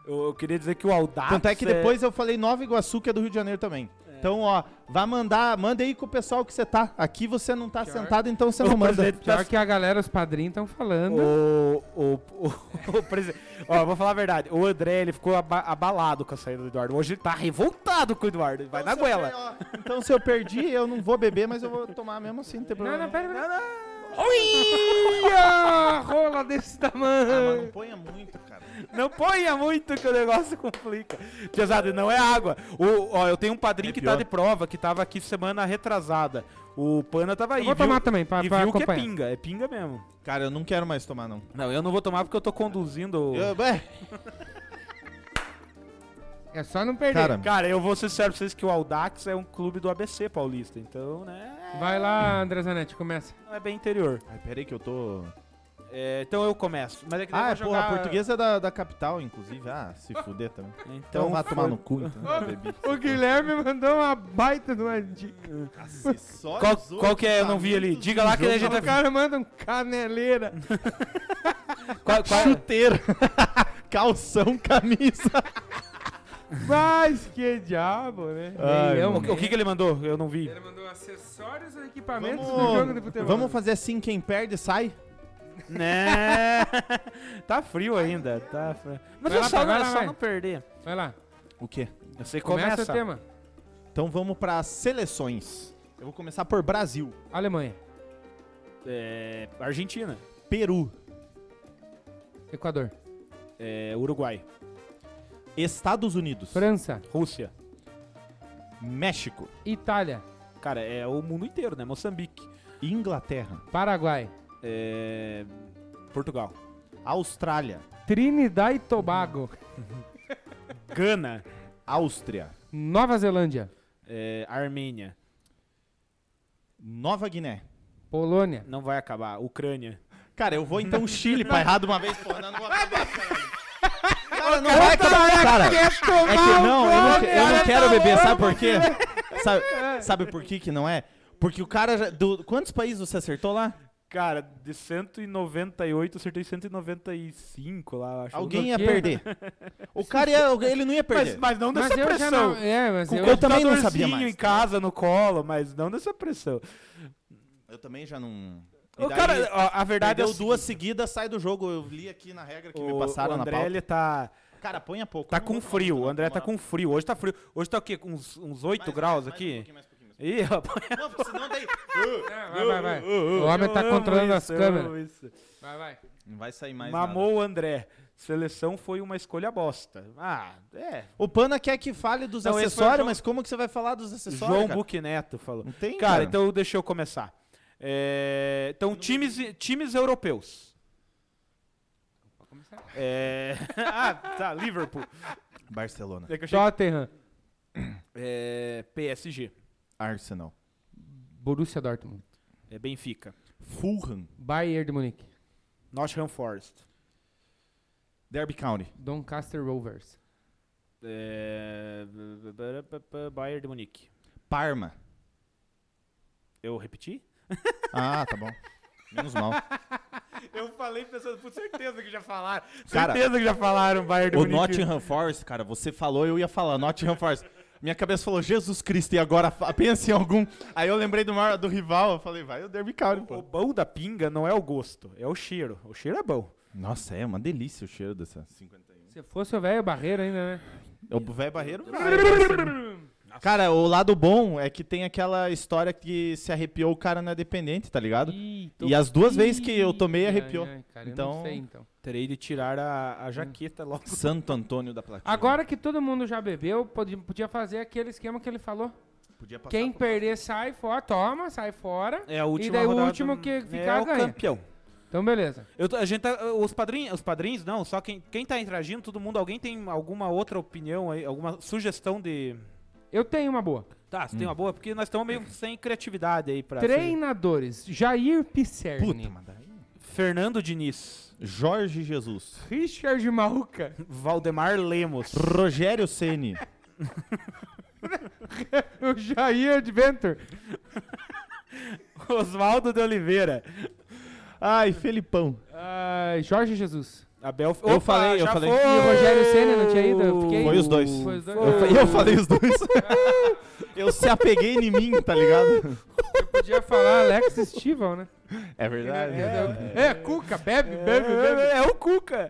Speaker 2: Eu, eu queria dizer que o Audax.
Speaker 3: Tanto é que depois eu falei Nova Iguaçu, que é do Rio de Janeiro também. Então, ó, vá mandar, manda aí com o pessoal que você tá. Aqui você não tá
Speaker 4: Pior.
Speaker 3: sentado, então você
Speaker 2: O
Speaker 3: não manda.
Speaker 2: presidente da
Speaker 4: Pior que a galera, os padrinhos estão falando.
Speaker 2: O, o, o, o presidente. Ó, vou falar a verdade. O André, ele ficou aba- abalado com a saída do Eduardo. Hoje ele tá revoltado com o Eduardo. Vai na
Speaker 3: Então, se eu
Speaker 2: goela.
Speaker 3: per- ó, Então, se eu perdi, eu não vou beber, mas eu vou tomar mesmo assim, não tem
Speaker 4: Não,
Speaker 3: problema.
Speaker 4: não, pera, pera.
Speaker 2: Não, não.
Speaker 4: Olha! Rola desse
Speaker 3: Ah, mas não
Speaker 4: tamanho.
Speaker 3: ponha muito, cara.
Speaker 2: Não ponha muito que o negócio complica. Pesado, não é água. O, ó, eu tenho um padrinho
Speaker 3: É
Speaker 2: que
Speaker 3: pior.
Speaker 2: tá de prova, que tava aqui semana retrasada. O Pana tava aí.
Speaker 4: Eu vou
Speaker 2: viu?
Speaker 4: tomar também, pra,
Speaker 2: E
Speaker 4: pra
Speaker 2: viu que é
Speaker 4: acompanhar.
Speaker 2: pinga, é pinga mesmo.
Speaker 3: Cara, eu não quero mais tomar, não.
Speaker 2: Não, eu não vou tomar porque eu tô conduzindo.
Speaker 3: Eu- é,
Speaker 4: É só não perder.
Speaker 3: cara,
Speaker 2: Cara, eu vou ser sincero pra vocês que o Audax é um clube do ABC paulista, então, né?
Speaker 4: Vai lá, André Zanetti, começa.
Speaker 2: Não é bem interior.
Speaker 3: ai, peraí que eu tô...
Speaker 2: É, então eu começo. Mas é que daí eu
Speaker 3: Ah,
Speaker 2: vou jogar...
Speaker 3: porra, a portuguesa é da, da capital, inclusive. Ah, se fuder também. Então,
Speaker 2: Então,
Speaker 3: vai tomar
Speaker 2: foi-
Speaker 3: no cu, então. bebi.
Speaker 4: O Guilherme mandou uma baita de uma dica.
Speaker 2: Qual,
Speaker 3: Tá
Speaker 2: qual que é? Eu não vi ali. Diga lá que daí a gente tá vai...
Speaker 4: O cara manda um caneleira.
Speaker 2: Qual, qual-
Speaker 3: Chuteiro. Calção, camisa.
Speaker 4: Mas que diabo, né?
Speaker 3: Ai,
Speaker 4: Meião,
Speaker 2: o que- o que que ele mandou? Eu não vi.
Speaker 4: Ele mandou acessórios e equipamentos do jogo de
Speaker 3: Vamos,
Speaker 4: futebol.
Speaker 3: vamos fazer assim, quem perde sai.
Speaker 2: né? tá frio ainda, tá frio. Mas
Speaker 4: Vai
Speaker 2: é
Speaker 4: lá,
Speaker 2: só,
Speaker 4: vai lá,
Speaker 2: é só
Speaker 4: vai.
Speaker 2: não perder.
Speaker 4: Vai lá,
Speaker 3: O quê?
Speaker 2: Você
Speaker 4: começa,
Speaker 2: começa.
Speaker 4: o tema.
Speaker 3: Então vamos para seleções. Eu vou começar por Brasil,
Speaker 4: Alemanha,
Speaker 2: É, Argentina,
Speaker 3: Peru,
Speaker 4: Equador,
Speaker 2: é, Uruguai,
Speaker 3: Estados Unidos,
Speaker 4: França,
Speaker 2: Rússia.
Speaker 3: México,
Speaker 4: Itália,
Speaker 2: Cara, é o mundo inteiro, né? Moçambique,
Speaker 3: Inglaterra,
Speaker 4: Paraguai,
Speaker 2: é, Portugal,
Speaker 3: Austrália,
Speaker 4: Trinidad e Tobago,
Speaker 2: Gana,
Speaker 3: Áustria,
Speaker 4: Nova Zelândia,
Speaker 2: é, Armênia.
Speaker 3: Nova Guiné.
Speaker 4: Polônia,
Speaker 2: Não vai acabar. Ucrânia.
Speaker 3: Cara, eu vou então Chile pra errar de uma vez, porra. Não, não vou acabar, cara. Cara, não
Speaker 4: cara
Speaker 3: vai
Speaker 4: tá
Speaker 3: acabar, cara. É que não, eu não,
Speaker 4: gole,
Speaker 3: eu não
Speaker 4: cara,
Speaker 3: quero
Speaker 4: tá
Speaker 3: beber, sabe
Speaker 4: louco,
Speaker 3: por quê? Sabe, sabe por que que não é? Porque o cara já, do- quantos países você acertou lá?
Speaker 2: Cara, de 198, acertei 195 lá, eu acho.
Speaker 3: Alguém ia
Speaker 4: quê?
Speaker 3: perder. O cara ia, ele não ia
Speaker 2: Mas,
Speaker 3: perder.
Speaker 2: mas não
Speaker 4: Mas
Speaker 2: dessa
Speaker 4: eu já
Speaker 2: pressão.
Speaker 4: não... É, mas
Speaker 2: Com
Speaker 4: eu...
Speaker 3: eu também não sabia
Speaker 2: computadorzinho
Speaker 3: mais.
Speaker 2: em casa, no colo, mas não dessa pressão.
Speaker 3: Eu também já não.
Speaker 2: O cara, ó, a verdade é
Speaker 3: deu
Speaker 2: o
Speaker 3: duas seguidas, sai do jogo. Eu li aqui na regra que me passaram
Speaker 2: o
Speaker 3: na
Speaker 2: André,
Speaker 3: pauta.
Speaker 2: ele tá,
Speaker 3: Cara, põe a pouco.
Speaker 2: tá
Speaker 3: Eu não
Speaker 2: com
Speaker 3: vou falar
Speaker 2: frio.
Speaker 3: muito,
Speaker 2: O
Speaker 3: não,
Speaker 2: André
Speaker 3: na
Speaker 2: tá
Speaker 3: moral.
Speaker 2: com frio. Hoje tá frio. Hoje tá o quê? Uns, uns 8
Speaker 3: Mais,
Speaker 2: graus
Speaker 3: mais, mais um
Speaker 2: aqui?
Speaker 3: pouquinho, mais um pouquinho, mais um
Speaker 2: Ih, rapaz.
Speaker 3: pouquinho. Não, porque senão daí. Uh,
Speaker 4: Vai, vai, vai.
Speaker 3: uh, uh, uh.
Speaker 4: O homem tá
Speaker 2: eu amo
Speaker 4: controlando as
Speaker 2: isso, eu amo
Speaker 4: câmeras.
Speaker 2: isso.
Speaker 4: Vai, vai.
Speaker 3: Não vai sair mais. nada.
Speaker 2: Mamou o André. Seleção foi uma escolha bosta. Ah, é.
Speaker 3: O Pana quer que fale dos
Speaker 2: Não, esse foi o
Speaker 3: acessórios,
Speaker 2: João-
Speaker 3: mas como que você vai falar dos acessórios?
Speaker 2: João
Speaker 3: né, cara?
Speaker 2: Buque Neto falou.
Speaker 3: Não tem,
Speaker 2: Cara,
Speaker 3: cara.
Speaker 2: então deixa eu começar. É, então, times, times europeus. É, ah, tá, Liverpool.
Speaker 3: Barcelona,
Speaker 2: É que eu achei-
Speaker 4: Tottenham,
Speaker 2: É, PSG.
Speaker 3: Arsenal,
Speaker 4: Borussia Dortmund,
Speaker 2: É Benfica.
Speaker 3: Fulham,
Speaker 4: Bayern de Munique.
Speaker 2: Nottingham Forest.
Speaker 3: Derby County.
Speaker 4: Doncaster Rovers.
Speaker 2: É... Bayern de Munique.
Speaker 3: Parma.
Speaker 2: Eu repeti?
Speaker 3: Ah, tá bom. Menos mal.
Speaker 2: Eu falei pensando, por certeza que já falaram.
Speaker 3: Cara,
Speaker 2: certeza que já falaram Bayern de
Speaker 3: O
Speaker 2: Munique.
Speaker 3: Nottingham Forest, cara, você falou, eu ia falar Nottingham Forest. Minha cabeça falou, Jesus Cristo, e agora fa- pensa em algum. Aí eu lembrei do, maior- do rival, eu falei, vai o Derby County,
Speaker 2: O
Speaker 3: pô.
Speaker 2: bom da pinga não é o gosto, é o cheiro. O cheiro é bom.
Speaker 3: Nossa, é uma delícia o cheiro dessa 51.
Speaker 4: Se fosse o velho barreiro ainda, né?
Speaker 3: O velho barreiro. Cara, o lado bom é que tem aquela história que se arrepiou o cara não é dependente, tá ligado?
Speaker 4: Ih,
Speaker 3: E as duas vezes que eu tomei,
Speaker 4: Ih,
Speaker 3: arrepiou.
Speaker 4: ai, ai, cara, eu
Speaker 3: Então-
Speaker 4: não sei, então.
Speaker 2: Terei de tirar a, a jaqueta logo.
Speaker 3: Santo Antônio da Plaquinha.
Speaker 4: Agora que todo mundo já bebeu, podi- podia fazer aquele esquema que ele falou.
Speaker 3: Podia passar
Speaker 4: Quem
Speaker 3: por-
Speaker 4: perder sai fora, toma, sai fora.
Speaker 2: É a última
Speaker 4: daí o
Speaker 2: rodada
Speaker 4: último que
Speaker 2: é
Speaker 4: ficar
Speaker 2: o
Speaker 4: ganha.
Speaker 2: campeão.
Speaker 4: Então, beleza.
Speaker 2: Eu tô- a gente tá- os padrinhos, os padrinhos não, só quem, quem tá interagindo, todo mundo, alguém tem alguma outra opinião aí, alguma sugestão de...
Speaker 4: Eu tenho uma boa.
Speaker 2: Tá,
Speaker 3: Hum.
Speaker 2: se tem uma boa, porque nós estamos meio sem criatividade aí pra...
Speaker 4: Treinadores: Jair Pisserni.
Speaker 3: Puta, mas daí...
Speaker 2: Fernando Diniz,
Speaker 3: Jorge Jesus.
Speaker 4: Richard Malca.
Speaker 2: Valdemar Lemos,
Speaker 3: Rogério Ceni.
Speaker 4: o Jair Adventure.
Speaker 2: Oswaldo de Oliveira,
Speaker 3: Ai, Felipão.
Speaker 4: Ah, Jorge Jesus.
Speaker 2: Abel...
Speaker 3: Eu falei, eu falei.
Speaker 4: E o Rogério Senna não tinha ido? Eu fiquei-
Speaker 3: Foi os dois.
Speaker 4: Foi os dois.
Speaker 3: Eu, fa- eu falei os dois. eu se apeguei em mim, tá ligado?
Speaker 4: Eu podia falar Alex Estival, né?
Speaker 3: É verdade.
Speaker 4: É, Cuca, bebe, bebe, bebe.
Speaker 2: É, é, é o Cuca.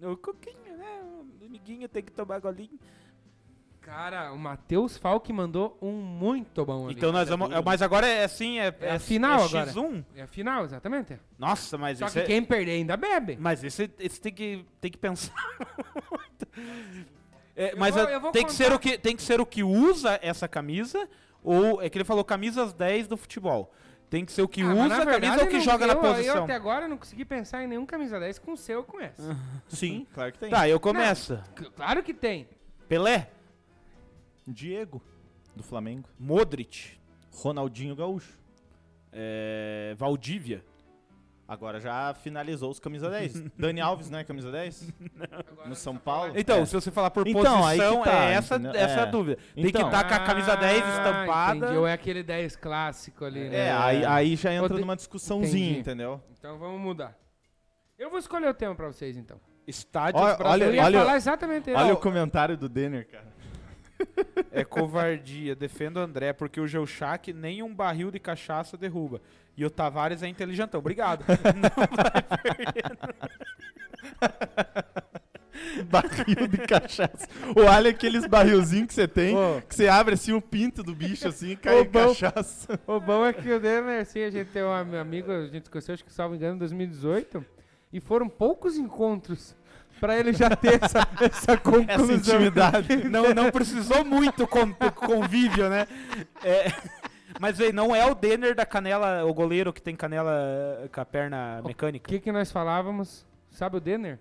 Speaker 2: O Cuquinho, né? O amiguinho tem que tomar golinho.
Speaker 4: Cara, o Matheus Falck mandou um muito bom ali.
Speaker 2: Então nós vamos. é, Mas agora é assim, é,
Speaker 4: É a final
Speaker 2: é
Speaker 4: agora.
Speaker 2: X1?
Speaker 4: É a final, exatamente.
Speaker 2: Nossa, mas
Speaker 4: Só
Speaker 2: isso é
Speaker 4: que quem perder ainda bebe.
Speaker 2: Mas esse, esse tem que, tem que pensar muito. É,
Speaker 4: Eu
Speaker 2: mas
Speaker 4: vou-
Speaker 2: a-
Speaker 4: eu vou
Speaker 2: tem, que ser
Speaker 4: contar.
Speaker 2: o que, tem que ser o que usa essa camisa, ou é que ele falou camisas 10 do futebol. Tem que ser o que
Speaker 4: Ah, mas
Speaker 2: usa
Speaker 4: na
Speaker 2: a camisa
Speaker 4: verdade,
Speaker 2: ou que
Speaker 4: não-
Speaker 2: joga na
Speaker 4: eu- Eu
Speaker 2: posição. Ah.
Speaker 4: até agora não consegui pensar em nenhum camisa 10 com o seu com essa.
Speaker 3: Sim, claro que tem.
Speaker 2: Tá, eu começo.
Speaker 4: C- Claro que tem.
Speaker 2: Pelé,
Speaker 3: Diego, do Flamengo.
Speaker 2: Modric,
Speaker 3: Ronaldinho Gaúcho.
Speaker 2: é, Valdívia.
Speaker 3: Agora já finalizou os camisa 10. Dani Alves não é camisa 10? No São Paulo?
Speaker 2: Então,
Speaker 3: É.
Speaker 2: se você falar por
Speaker 3: Então, aí que
Speaker 2: posição,
Speaker 3: tá,
Speaker 2: é essa,
Speaker 3: entendeu?
Speaker 2: essa é a
Speaker 3: É.
Speaker 2: dúvida. Tem que
Speaker 3: Então.
Speaker 2: estar com a camisa 10
Speaker 4: Ah,
Speaker 2: estampada.
Speaker 4: Entendi. Ou é aquele 10 clássico ali, né?
Speaker 3: É, aí, aí já entra
Speaker 4: Ode-
Speaker 3: numa discussãozinha,
Speaker 4: Entendi.
Speaker 3: entendeu?
Speaker 4: Então vamos mudar. Eu vou escolher o tema pra vocês, então.
Speaker 2: Estádios
Speaker 3: Olha-
Speaker 2: brasileiros.
Speaker 4: Eu ia
Speaker 3: olha-
Speaker 4: falar exatamente isso.
Speaker 3: Olha o comentário do Denner, cara.
Speaker 2: É covardia. Defendo o André, porque o Geuchac nem um barril de cachaça derruba. E o Tavares é inteligentão. Obrigado.
Speaker 3: Barril de cachaça. Olha aqueles barrilzinhos que você tem,
Speaker 4: Ô.
Speaker 3: que você abre assim o pinto do bicho assim e cai
Speaker 4: Ô, bom.
Speaker 3: cachaça.
Speaker 4: O bom é que o Denner, assim, a gente tem um am- amigo, a gente conheceu, acho que salvo engano, em 2018, e foram poucos encontros pra ele já ter essa, essa
Speaker 2: É
Speaker 4: é
Speaker 3: Essa
Speaker 4: conclusão.
Speaker 3: intimidade.
Speaker 2: não, não precisou muito con- convívio, né? É, Mas aí, não é o Denner da canela, o goleiro que tem canela eh, com a perna
Speaker 4: O
Speaker 2: mecânica.
Speaker 4: que, que nós falávamos? Sabe o Denner?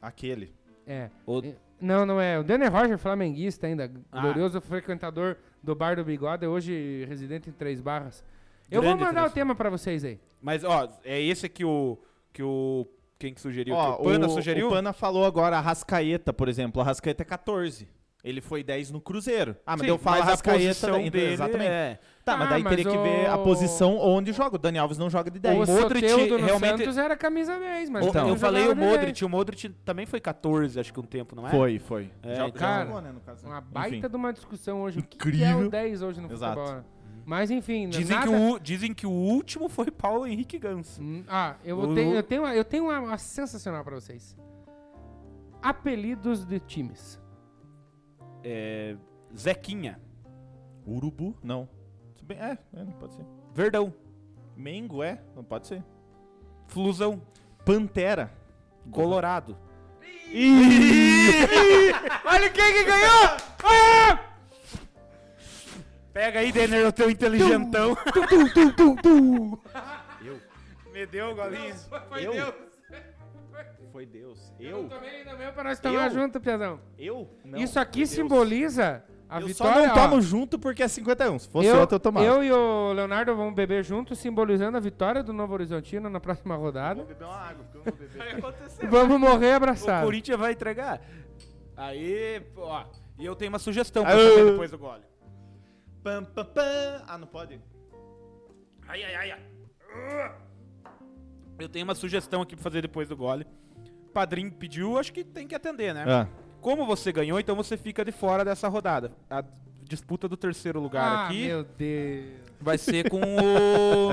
Speaker 3: Aquele.
Speaker 4: É.
Speaker 2: O-
Speaker 4: É, Não, não é. O Denner Roger, flamenguista ainda,
Speaker 2: Ah.
Speaker 4: glorioso frequentador do Bar do Bigode, é hoje residente em Três Barras. Eu
Speaker 2: Grande
Speaker 4: vou mandar
Speaker 2: Três-
Speaker 4: o tema pra vocês aí.
Speaker 2: Mas, ó, é esse que o. Que o quem que sugeriu?
Speaker 3: Ó,
Speaker 2: que o Panda sugeriu?
Speaker 3: O Pana falou agora a Rascaeta, por exemplo. A Rascaeta é 14. Ele foi 10 no Cruzeiro. Ah, mas
Speaker 2: Sim,
Speaker 3: daí eu falo
Speaker 2: mas a
Speaker 3: Rascaeta.
Speaker 2: posição dele
Speaker 3: exatamente.
Speaker 2: é-
Speaker 3: Tá, mas
Speaker 4: Ah,
Speaker 3: daí
Speaker 4: mas
Speaker 3: teria que ver a
Speaker 4: o-
Speaker 3: posição onde joga. O Dani Alves não joga de 10.
Speaker 4: o
Speaker 2: Modric
Speaker 4: Soteudo no
Speaker 2: realmente-
Speaker 4: Santos era camisa 10, mas
Speaker 2: O-
Speaker 3: Então.
Speaker 2: eu
Speaker 4: não
Speaker 2: falei o
Speaker 4: jogava de
Speaker 2: Modric, o Modric também foi 14, acho que um tempo, não é?
Speaker 3: Foi, foi.
Speaker 2: É,
Speaker 3: Já- já
Speaker 4: cara,
Speaker 3: jogou, né, no caso.
Speaker 4: Uma baita
Speaker 3: Enfim.
Speaker 4: de uma discussão hoje. O que que é
Speaker 3: Incrível.
Speaker 4: o 10 hoje no
Speaker 3: Exato.
Speaker 4: futebol? né? Mas enfim, é
Speaker 2: Dizem,
Speaker 4: nada...
Speaker 2: que o, dizem que o último foi Paulo Henrique Gans.
Speaker 4: Hum, Ah, eu,
Speaker 2: O-
Speaker 4: tenho, eu tenho, uma, eu tenho uma, uma sensacional pra vocês. Apelidos de times.
Speaker 2: É, Zequinha.
Speaker 3: Urubu? Não. Se bem- É, é, não pode ser.
Speaker 2: Verdão.
Speaker 3: Mengo é? Não pode ser.
Speaker 2: Flusão.
Speaker 3: Pantera.
Speaker 2: Colorado.
Speaker 4: Olha quem que ganhou! Ah!
Speaker 2: Pega aí, Denner, o teu inteligentão.
Speaker 3: Eu?
Speaker 2: Me deu o golinho.
Speaker 4: Foi
Speaker 3: Eu?
Speaker 4: Deus.
Speaker 3: Foi Deus.
Speaker 4: Eu não tomei ainda meu pra nós tomar
Speaker 3: Eu?
Speaker 4: junto, Piazão.
Speaker 3: Eu? Não.
Speaker 4: Isso aqui
Speaker 3: Deus.
Speaker 4: simboliza A
Speaker 3: eu
Speaker 4: vitória,
Speaker 3: só não
Speaker 4: ó,
Speaker 3: tomo junto porque é 51. Se fosse
Speaker 4: eu,
Speaker 3: outro, eu tomava.
Speaker 4: eu e o Leonardo vamos beber juntos, simbolizando a vitória do Novo Horizontino na próxima rodada.
Speaker 3: beber uma água, porque eu não vou beber.
Speaker 4: Vamos morrer
Speaker 2: O
Speaker 4: abraçados.
Speaker 2: Corinthians vai entregar. Aí, ó. E eu tenho uma sugestão pra
Speaker 3: Aê.
Speaker 2: fazer depois do gole.
Speaker 3: Pam, pam, pam. Ah, não pode?
Speaker 2: Ai, ai, ai, ai. Eu tenho uma sugestão aqui pra fazer depois do gole. O padrinho pediu, acho que tem que atender, né?
Speaker 3: Ah.
Speaker 2: Como você ganhou, então você fica de fora dessa rodada. A disputa do terceiro lugar
Speaker 4: Ah,
Speaker 2: aqui
Speaker 4: meu Deus.
Speaker 2: vai ser com o.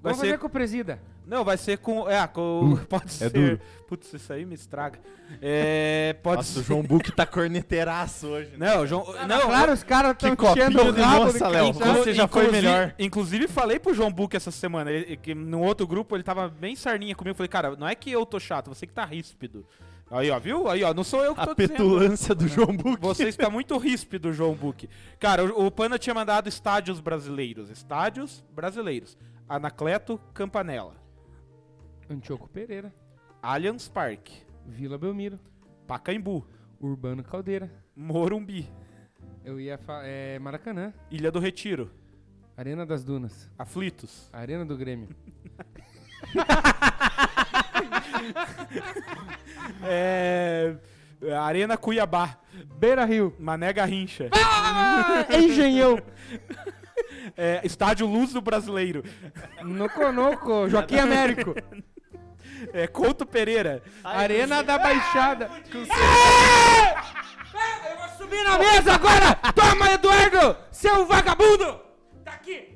Speaker 2: Vai
Speaker 4: Vamos fazer
Speaker 2: ser.
Speaker 4: com o presida.
Speaker 2: Não, vai ser com. É, com. pode ser.
Speaker 3: duro.
Speaker 2: Putz, isso aí me estraga. É. Pode
Speaker 3: Nossa,
Speaker 2: ser.
Speaker 3: o João Buck tá corneteiraço hoje. né?
Speaker 2: Não, João. não,
Speaker 4: claro, os caras
Speaker 3: que
Speaker 4: estão
Speaker 3: copinho
Speaker 4: enchendo o
Speaker 3: de
Speaker 4: rabo
Speaker 3: moça,
Speaker 4: de
Speaker 3: Léo.
Speaker 4: cachaça.
Speaker 3: Você já foi
Speaker 2: inclusive-
Speaker 3: melhor.
Speaker 2: Inclusive, falei pro João Buck essa semana, ele- que no outro grupo ele tava bem sarninha comigo. Falei, cara, não é que eu tô chato, você que tá ríspido. Aí, ó, viu? Aí, ó, não sou eu que
Speaker 3: A
Speaker 2: tô dizendo.
Speaker 3: petulância do João Buck.
Speaker 2: Você está muito ríspido, João Buck. Cara, o, o Pana tinha mandado estádios brasileiros. Estádios brasileiros. Anacleto Campanella.
Speaker 4: Antioco Pereira,
Speaker 2: Allianz Park.
Speaker 4: Vila Belmiro,
Speaker 2: Pacaembu.
Speaker 4: Urbano Caldeira.
Speaker 2: Morumbi.
Speaker 4: Eu ia falar. É, Maracanã,
Speaker 2: Ilha do Retiro.
Speaker 4: Arena das Dunas,
Speaker 2: Aflitos.
Speaker 4: Arena do Grêmio.
Speaker 2: É, Arena Cuiabá.
Speaker 4: Beira Rio.
Speaker 2: Mané Garrincha.
Speaker 3: Ah,
Speaker 4: Engenhão.
Speaker 2: É, estádio Luz do Brasileiro.
Speaker 4: Noconoco, Joaquim Américo.
Speaker 2: É, Couto Pereira.
Speaker 1: Ah,
Speaker 4: Arena da Baixada.
Speaker 1: Eu vou subir na
Speaker 4: Mesa agora! Toma, Eduardo! Seu vagabundo!
Speaker 1: Daqui!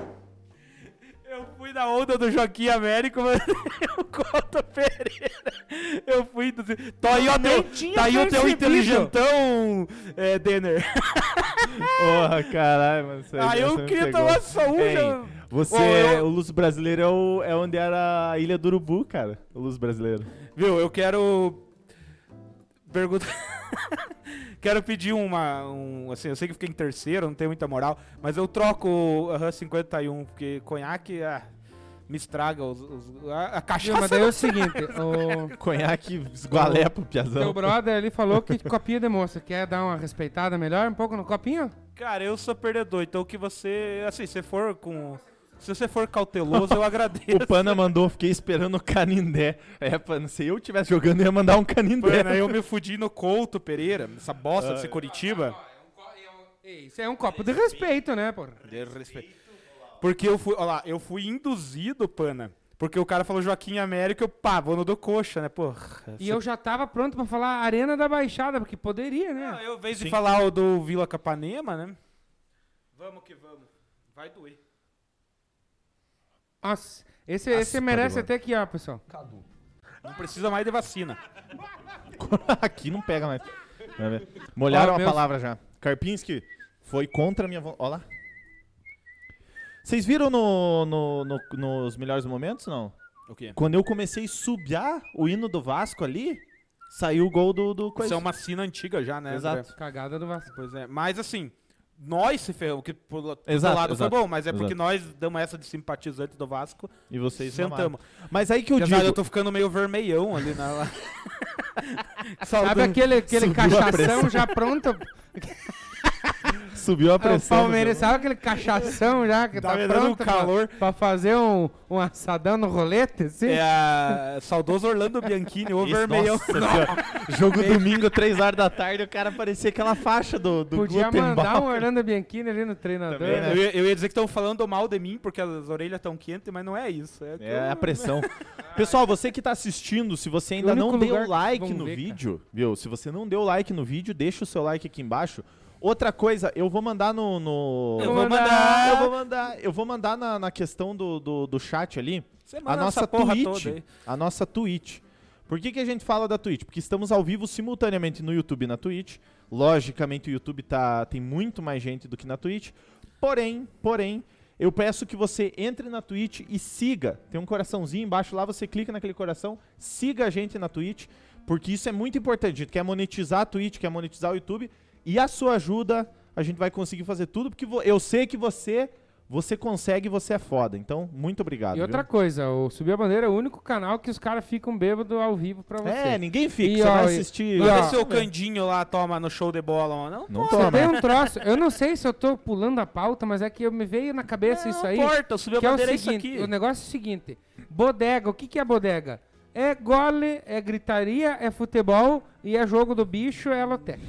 Speaker 2: Eu fui da onda do Joaquim Américo, mas o Couto Pereira. Eu fui do. Tá aí, o
Speaker 4: nem
Speaker 2: teu,
Speaker 4: tinha
Speaker 2: tá aí o teu
Speaker 4: percebido.
Speaker 2: inteligentão, é, Denner.
Speaker 3: Porra, caralho, mano.
Speaker 4: Tá
Speaker 3: isso
Speaker 2: Ah, eu
Speaker 3: isso me
Speaker 2: queria
Speaker 3: pegou.
Speaker 2: tomar essa unha.
Speaker 3: Ei, Você,
Speaker 2: Ô, eu-
Speaker 3: o Luz Brasileiro é, o- é onde era a Ilha do Urubu, cara. O Luz Brasileiro.
Speaker 2: Viu, eu quero. Pergunta. quero pedir uma. Um, assim, eu sei que fiquei em terceiro, não tenho muita moral, mas eu troco o Aham 51, porque conhaque. ah, me estraga os, os- a, a
Speaker 4: Viu,
Speaker 2: cachaça.
Speaker 4: mas daí é o seguinte, o
Speaker 3: Conhaque esgualepa, piazão.
Speaker 4: teu brother ali falou que copinha de moça. Quer dar uma respeitada melhor um pouco no copinho?
Speaker 2: Cara, eu sou perdedor, então que você. Assim, se for com. Se você for cauteloso, eu agradeço.
Speaker 3: O Pana mandou, fiquei esperando o Canindé. É, Pana, se eu tivesse jogando, eu ia mandar um Canindé.
Speaker 2: Mano, aí eu me fudi no Couto Pereira, essa bosta
Speaker 4: Ah.
Speaker 2: desse Curitiba.
Speaker 4: Isso é um copo de respeito, né, porra?
Speaker 2: Porque eu fui, olha lá, eu fui induzido, pana. Porque o cara falou Joaquim Américo, eu pá, vou no do coxa, né, porra.
Speaker 4: E eu já tava pronto pra falar Arena da Baixada, porque poderia,
Speaker 2: Não,
Speaker 4: né?
Speaker 2: Ah, eu, em vez de falar o do Vila Capanema, né? Vamos que vamos. Vai doer.
Speaker 4: Nossa, esse, esse merece até aqui, ó, pessoal.
Speaker 2: Não precisa mais de vacina.
Speaker 3: Aqui não pega mais. Vai ver. Molharam
Speaker 4: Ó,
Speaker 3: a
Speaker 4: meus-
Speaker 3: palavra já. Karpinski foi contra a minha vontade. Olha lá. Vocês viram no, no- no- nos melhores momentos, não?
Speaker 2: O quê?
Speaker 3: Quando eu comecei a subiar o hino do Vasco ali, saiu o gol do, do
Speaker 2: Isso
Speaker 3: coisa.
Speaker 2: é uma sina antiga já, né?
Speaker 3: Exato.
Speaker 2: André?
Speaker 4: Cagada do Vasco.
Speaker 2: Pois é. Mas assim, nós se ferramos, que pro, pro
Speaker 3: Exato,
Speaker 2: lado
Speaker 3: exato,
Speaker 2: foi bom, mas é porque
Speaker 3: exato.
Speaker 2: nós damos essa de simpatizante do Vasco.
Speaker 3: E vocês
Speaker 2: sentamos.
Speaker 3: mamaram. Mas aí que eu
Speaker 2: Apesar de
Speaker 3: digo,
Speaker 2: eu tô ficando meio vermelhão ali na.
Speaker 4: Sabe aquele, aquele
Speaker 3: Subiu a
Speaker 4: cachação
Speaker 3: pressão.
Speaker 4: já pronto?
Speaker 3: subiu a
Speaker 4: É, O
Speaker 3: pressão.
Speaker 4: Palmeiras, sabe aquele cachação já que
Speaker 2: Tá
Speaker 4: tá,
Speaker 2: me dando
Speaker 4: pronto
Speaker 2: um né? calor.
Speaker 4: Pra, pra fazer um, um assadão no rolete, assim?
Speaker 2: É a saudoso Orlando Bianchini,
Speaker 4: é
Speaker 2: o
Speaker 3: Isso,
Speaker 2: vermelhão.
Speaker 3: nossa senhora. Jogo domingo, 3 horas da tarde, o cara parecia aquela faixa do, do
Speaker 4: Podia
Speaker 3: Gluten
Speaker 4: mandar
Speaker 3: Ball.
Speaker 4: um Orlando Bianchini ali no treinador.
Speaker 3: Também,
Speaker 4: né?
Speaker 2: Eu, ia- eu ia dizer que estão falando mal de mim porque as orelhas estão quentes, mas não é isso. É, que
Speaker 3: É a
Speaker 2: eu-
Speaker 3: pressão. Pessoal, você que tá assistindo, se você ainda
Speaker 4: O único
Speaker 3: não deu
Speaker 4: lugar que
Speaker 3: like
Speaker 4: vão
Speaker 3: no
Speaker 4: ver,
Speaker 3: vídeo, viu? Se você não deu like no vídeo, deixa o seu like aqui embaixo. Outra coisa, eu vou mandar no. no-
Speaker 2: Eu vou mandar.
Speaker 3: Eu vou mandar, eu vou mandar na, na questão do, do, do chat ali.
Speaker 2: Você
Speaker 3: A
Speaker 2: manda
Speaker 3: nossa
Speaker 2: essa porra
Speaker 3: Twitch.
Speaker 2: toda aí.
Speaker 3: A nossa Twitch. Por que, que a gente fala da Twitch? Porque estamos ao vivo simultaneamente no YouTube e na Twitch. Logicamente, o YouTube tá, tem muito mais gente do que na Twitch. Porém, porém, eu peço que você entre na Twitch e siga. Tem um coraçãozinho embaixo lá, você clica naquele coração, siga a gente na Twitch, porque isso é muito importante. A gente quer monetizar a Twitch, quer monetizar o YouTube, e a sua ajuda a gente vai conseguir fazer tudo, porque vo- eu sei que você Você consegue, você é foda. Então, muito obrigado.
Speaker 4: E outra
Speaker 3: viu?
Speaker 4: coisa, o Subir a Bandeira é o único canal que os caras ficam bêbados ao vivo pra você.
Speaker 3: É, ninguém fica.
Speaker 4: E,
Speaker 3: você
Speaker 4: ó,
Speaker 3: vai
Speaker 4: e-
Speaker 3: assistir.
Speaker 4: e, ó, é.
Speaker 2: Olha se o Candinho lá toma no show de bola, mano. Não,
Speaker 3: não
Speaker 4: Você
Speaker 3: toma.
Speaker 4: tem um troço. Eu não sei se eu tô pulando a pauta, mas é que eu me veio na cabeça isso aí.
Speaker 2: Não importa, subir a
Speaker 4: que é o
Speaker 2: bandeira é isso
Speaker 4: seguinte,
Speaker 2: aqui.
Speaker 4: o negócio é o seguinte. Bodega, o que, que é bodega? É gole, é gritaria, é futebol e é jogo do bicho, é loteca.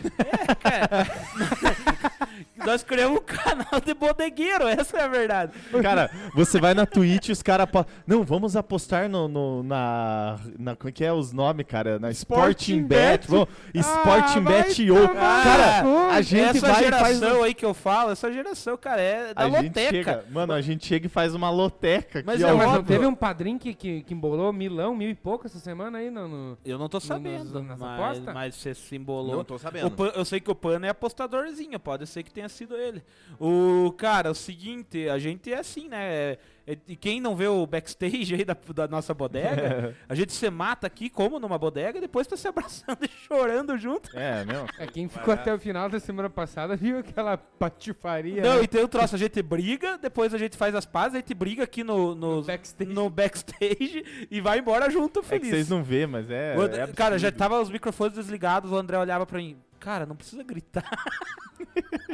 Speaker 2: Nós criamos um canal de bodegueiro, essa é a verdade.
Speaker 3: Cara, você vai na Twitch e os caras. apo- Não, vamos apostar no, no- na, na. Como é que é os nomes, cara? Na Sporting,
Speaker 4: Sporting
Speaker 3: Bet.
Speaker 4: Bet.
Speaker 3: Vamos, Sporting
Speaker 4: vai
Speaker 3: Bet ou.
Speaker 4: tomar
Speaker 3: Cara,
Speaker 4: no cu.
Speaker 3: a gente
Speaker 2: Ah, essa
Speaker 3: vai e
Speaker 2: geração
Speaker 3: faz. um-
Speaker 2: aí que eu falo, essa geração, cara, é da
Speaker 3: A gente
Speaker 2: loteca.
Speaker 3: chega, mano, a gente chega e faz uma loteca aqui,
Speaker 2: Mas
Speaker 3: ó.
Speaker 2: é
Speaker 4: Não, mas não
Speaker 2: óbvio.
Speaker 4: teve um padrinho que, que, que embolou milão, mil e pouco essa semana aí no... no-
Speaker 2: Eu não tô sabendo,
Speaker 4: nas
Speaker 2: mas,
Speaker 4: apostas?
Speaker 2: mas você se embolou.
Speaker 5: Não tô sabendo.
Speaker 2: O Pan- eu sei que o Pano é apostadorzinho, pode ser que tenha sido ele. O cara, é o seguinte, a gente é assim, né? É- E quem não vê o backstage aí da, da nossa bodega, a gente se mata aqui como numa bodega, e depois tá se abraçando e chorando junto.
Speaker 3: É, mesmo.
Speaker 4: É, quem ficou até o final da semana passada viu aquela patifaria.
Speaker 2: Não,
Speaker 4: né?
Speaker 2: e tem o troço, a gente briga, depois a gente faz as pazes, a gente briga aqui no, no, no
Speaker 4: backstage.
Speaker 2: backstage. e vai embora junto
Speaker 3: É que
Speaker 2: feliz.
Speaker 3: vocês não vê, mas é.
Speaker 2: O
Speaker 3: é
Speaker 2: And- cara,
Speaker 3: absurdo.
Speaker 2: já tá- tava os microfones desligados, o André olhava pra mim, cara, não precisa gritar.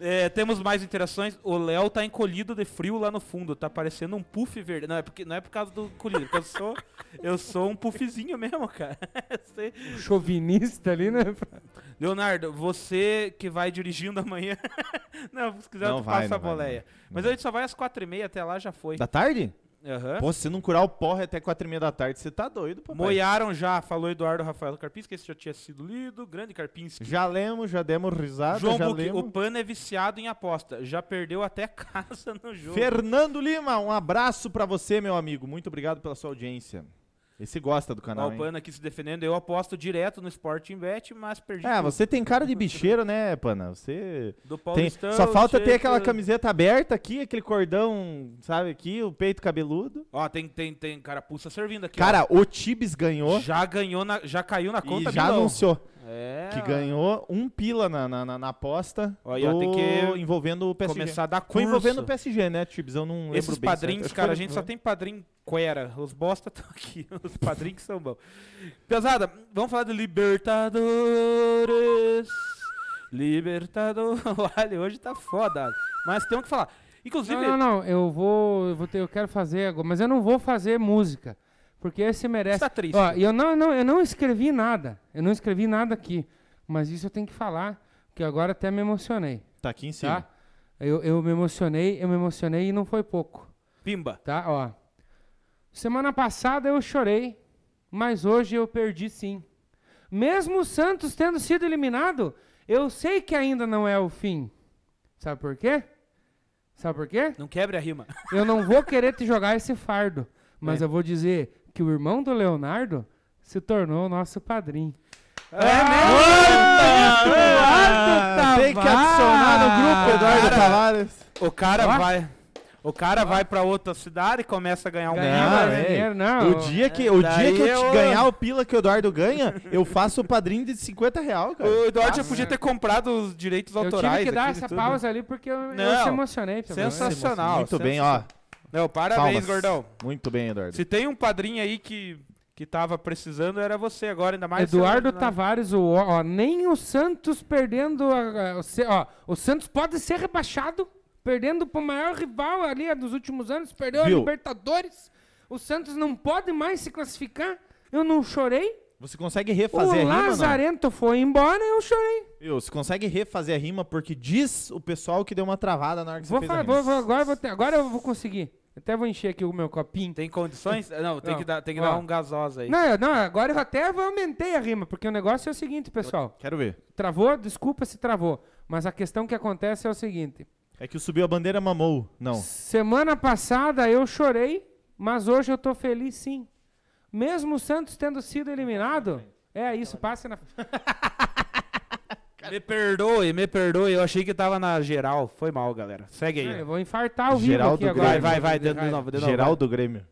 Speaker 2: É, temos mais interações. O Léo tá encolhido de frio lá no fundo, tá parecendo um puff verde. Não é, porque, não é por causa do encolhido, porque eu sou, eu sou um puffzinho mesmo, cara. Você-
Speaker 4: Chauvinista ali, né?
Speaker 2: Leonardo, você que vai dirigindo amanhã. Não, se quiser,
Speaker 3: Não
Speaker 2: tu
Speaker 3: vai,
Speaker 2: passa a
Speaker 3: não vai,
Speaker 2: boleia.
Speaker 3: não.
Speaker 2: Mas a gente só vai às quatro e meia, até lá já foi.
Speaker 3: Da tarde?
Speaker 2: Aham.
Speaker 3: Pô, se não curar o porre até 4 e meia da tarde, você tá doido, papai.
Speaker 2: Moiaram já, falou Eduardo Rafael Karpinski, esse já tinha sido lido. Grande Karpinski.
Speaker 3: Já lemos, já demos risada,
Speaker 2: João
Speaker 3: já
Speaker 2: Buque, o
Speaker 3: lemos.
Speaker 2: Pano é viciado em aposta. Já perdeu até casa no jogo.
Speaker 3: Fernando Lima, um abraço pra você, meu amigo. Muito obrigado pela sua audiência. Esse gosta do
Speaker 2: Ó,
Speaker 3: canal,
Speaker 2: o
Speaker 3: hein?
Speaker 2: Pano aqui se defendendo. Eu aposto direto no Sporting Bet, mas perdi
Speaker 3: É,
Speaker 2: tudo.
Speaker 3: você tem cara de bicheiro, né, Pana? Você
Speaker 2: do
Speaker 3: tem...
Speaker 2: Paulistão.
Speaker 3: Só falta ter
Speaker 2: Tcheco-
Speaker 3: aquela camiseta aberta aqui, aquele cordão, sabe, aqui, o peito cabeludo.
Speaker 2: Ó, tem, tem, tem carapuça servindo aqui. ó.
Speaker 3: Cara, o Tibes ganhou
Speaker 2: já ganhou, na, já caiu na conta
Speaker 3: e já
Speaker 2: milão.
Speaker 3: anunciou
Speaker 2: É,
Speaker 3: que
Speaker 2: ó.
Speaker 3: ganhou um pila na, na, na, na aposta
Speaker 2: Ó, e ó, tem
Speaker 3: do-
Speaker 2: que
Speaker 3: envolvendo o PSG.
Speaker 2: Começar a dar curso.
Speaker 3: Foi envolvendo o PSG, né, Tibes? Eu não lembro
Speaker 2: Esses
Speaker 3: bem certo.
Speaker 2: padrinhos,
Speaker 3: Acho que
Speaker 2: cara,
Speaker 3: foi-
Speaker 2: a gente só tem padrinho quera. Os bosta estão aqui. Os padrinhos que são bons. Pesada, vamos falar de Libertadores. Libertadores. Olha, hoje tá foda. olha. Mas tem o que falar. Inclusive, tá
Speaker 4: Não, não, não. Eu vou. Eu, vou ter, eu quero fazer agora, mas eu não vou fazer música. Porque esse merece.
Speaker 2: Você tá triste.
Speaker 4: Ó, e eu não, não, eu não escrevi nada. Eu não escrevi nada aqui. Mas isso eu tenho que falar. Porque agora até me emocionei.
Speaker 3: Tá aqui em cima.
Speaker 4: Tá? Eu, eu me emocionei, eu me emocionei e não foi pouco.
Speaker 2: pimba.
Speaker 4: Tá? Ó. Semana passada eu chorei, mas hoje eu perdi sim. Mesmo o Santos tendo sido eliminado, eu sei que ainda não é o fim. Sabe por quê? Sabe por quê?
Speaker 2: Não quebre a rima.
Speaker 4: Eu não vou querer te jogar esse fardo,
Speaker 2: É.
Speaker 4: mas eu vou dizer que o irmão do Leonardo se tornou nosso padrinho.
Speaker 2: É
Speaker 3: Ah, tem que adicionar no grupo, Eduardo Tavares.
Speaker 2: Ah! O cara
Speaker 4: Ó.
Speaker 2: vai. O cara vai pra outra cidade e começa a ganhar um
Speaker 4: Ganhar né?
Speaker 2: pimba.
Speaker 4: mais dinheiro, não.
Speaker 3: O dia que, o dia
Speaker 2: Daí
Speaker 3: que eu, te
Speaker 2: eu-
Speaker 3: ganhar o pila que o Eduardo ganha, eu faço o padrinho de 50 real, cara.
Speaker 2: O Eduardo já podia ter comprado os direitos
Speaker 4: Eu
Speaker 2: autorais.
Speaker 4: tive que dar
Speaker 2: aqui de
Speaker 4: essa
Speaker 2: tudo.
Speaker 4: pausa ali porque eu, eu
Speaker 2: Não.
Speaker 4: se emocionei. também.
Speaker 2: Sensacional.
Speaker 3: Muito bem, ó.
Speaker 2: Não, é assim. parabéns,
Speaker 3: Palmas.
Speaker 2: gordão.
Speaker 3: Muito bem, Eduardo.
Speaker 2: Se tem um padrinho aí que, que tava precisando, era você agora, ainda mais.
Speaker 4: Eduardo
Speaker 2: sendo-
Speaker 4: Tavares, o, ó, nem o Santos perdendo. a- a- o Se- ó, o Santos pode ser rebaixado, perdendo pro maior rival ali dos últimos anos, perdeu
Speaker 3: Viu?
Speaker 4: a Libertadores. O Santos não pode mais se classificar. Eu não chorei.
Speaker 3: Você consegue refazer
Speaker 4: o
Speaker 3: a rima, não?
Speaker 4: Lazarento foi embora, eu chorei.
Speaker 3: Viu? Você consegue refazer a rima porque diz o pessoal que deu uma travada na hora que
Speaker 4: Vou
Speaker 3: você fez a
Speaker 4: falar,
Speaker 3: rima.
Speaker 4: vou- vou- agora, eu vou ter- agora eu vou conseguir. Até vou encher aqui o meu copinho.
Speaker 2: Tem condições? Não, tem
Speaker 4: Não.
Speaker 2: que dar, tem que
Speaker 4: Ó.
Speaker 2: dar um gasosa aí.
Speaker 4: Não, eu- não, agora eu até vou- aumentei a rima, porque o negócio é o seguinte, pessoal.
Speaker 3: Quero ver.
Speaker 4: Travou? Desculpa se travou. Mas a questão que acontece é o seguinte.
Speaker 3: É que o Subiu a Bandeira mamou. Não.
Speaker 4: Semana passada eu chorei, mas hoje eu tô feliz sim. Mesmo o Santos tendo sido eliminado. É isso, passe na.
Speaker 2: Me perdoe, me perdoe. Eu achei que tava na geral. Foi mal, galera. Segue
Speaker 4: É, Eu
Speaker 2: aí.
Speaker 4: vou infartar o vivo
Speaker 3: Geraldo
Speaker 4: aqui agora.
Speaker 2: Vai,
Speaker 3: Grêmio.
Speaker 2: vai, vai. De,
Speaker 4: De
Speaker 2: de
Speaker 4: raiva.
Speaker 2: novo, de novo.
Speaker 3: Geral do Grêmio.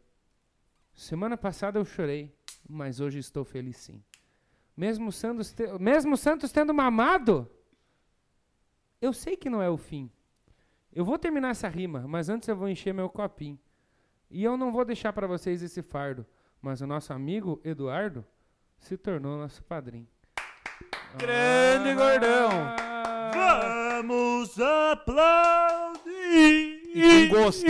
Speaker 4: Semana passada eu chorei, mas hoje estou feliz sim. Mesmo o Santos, te- mesmo o Santos tendo mamado, eu sei que não é o fim. Eu vou terminar essa rima, mas antes eu vou encher meu copinho. E eu não vou deixar pra vocês esse fardo, mas o nosso amigo Eduardo se tornou nosso padrinho.
Speaker 2: Grande gordão.
Speaker 1: Vamos aplaudir!
Speaker 2: E com gosto.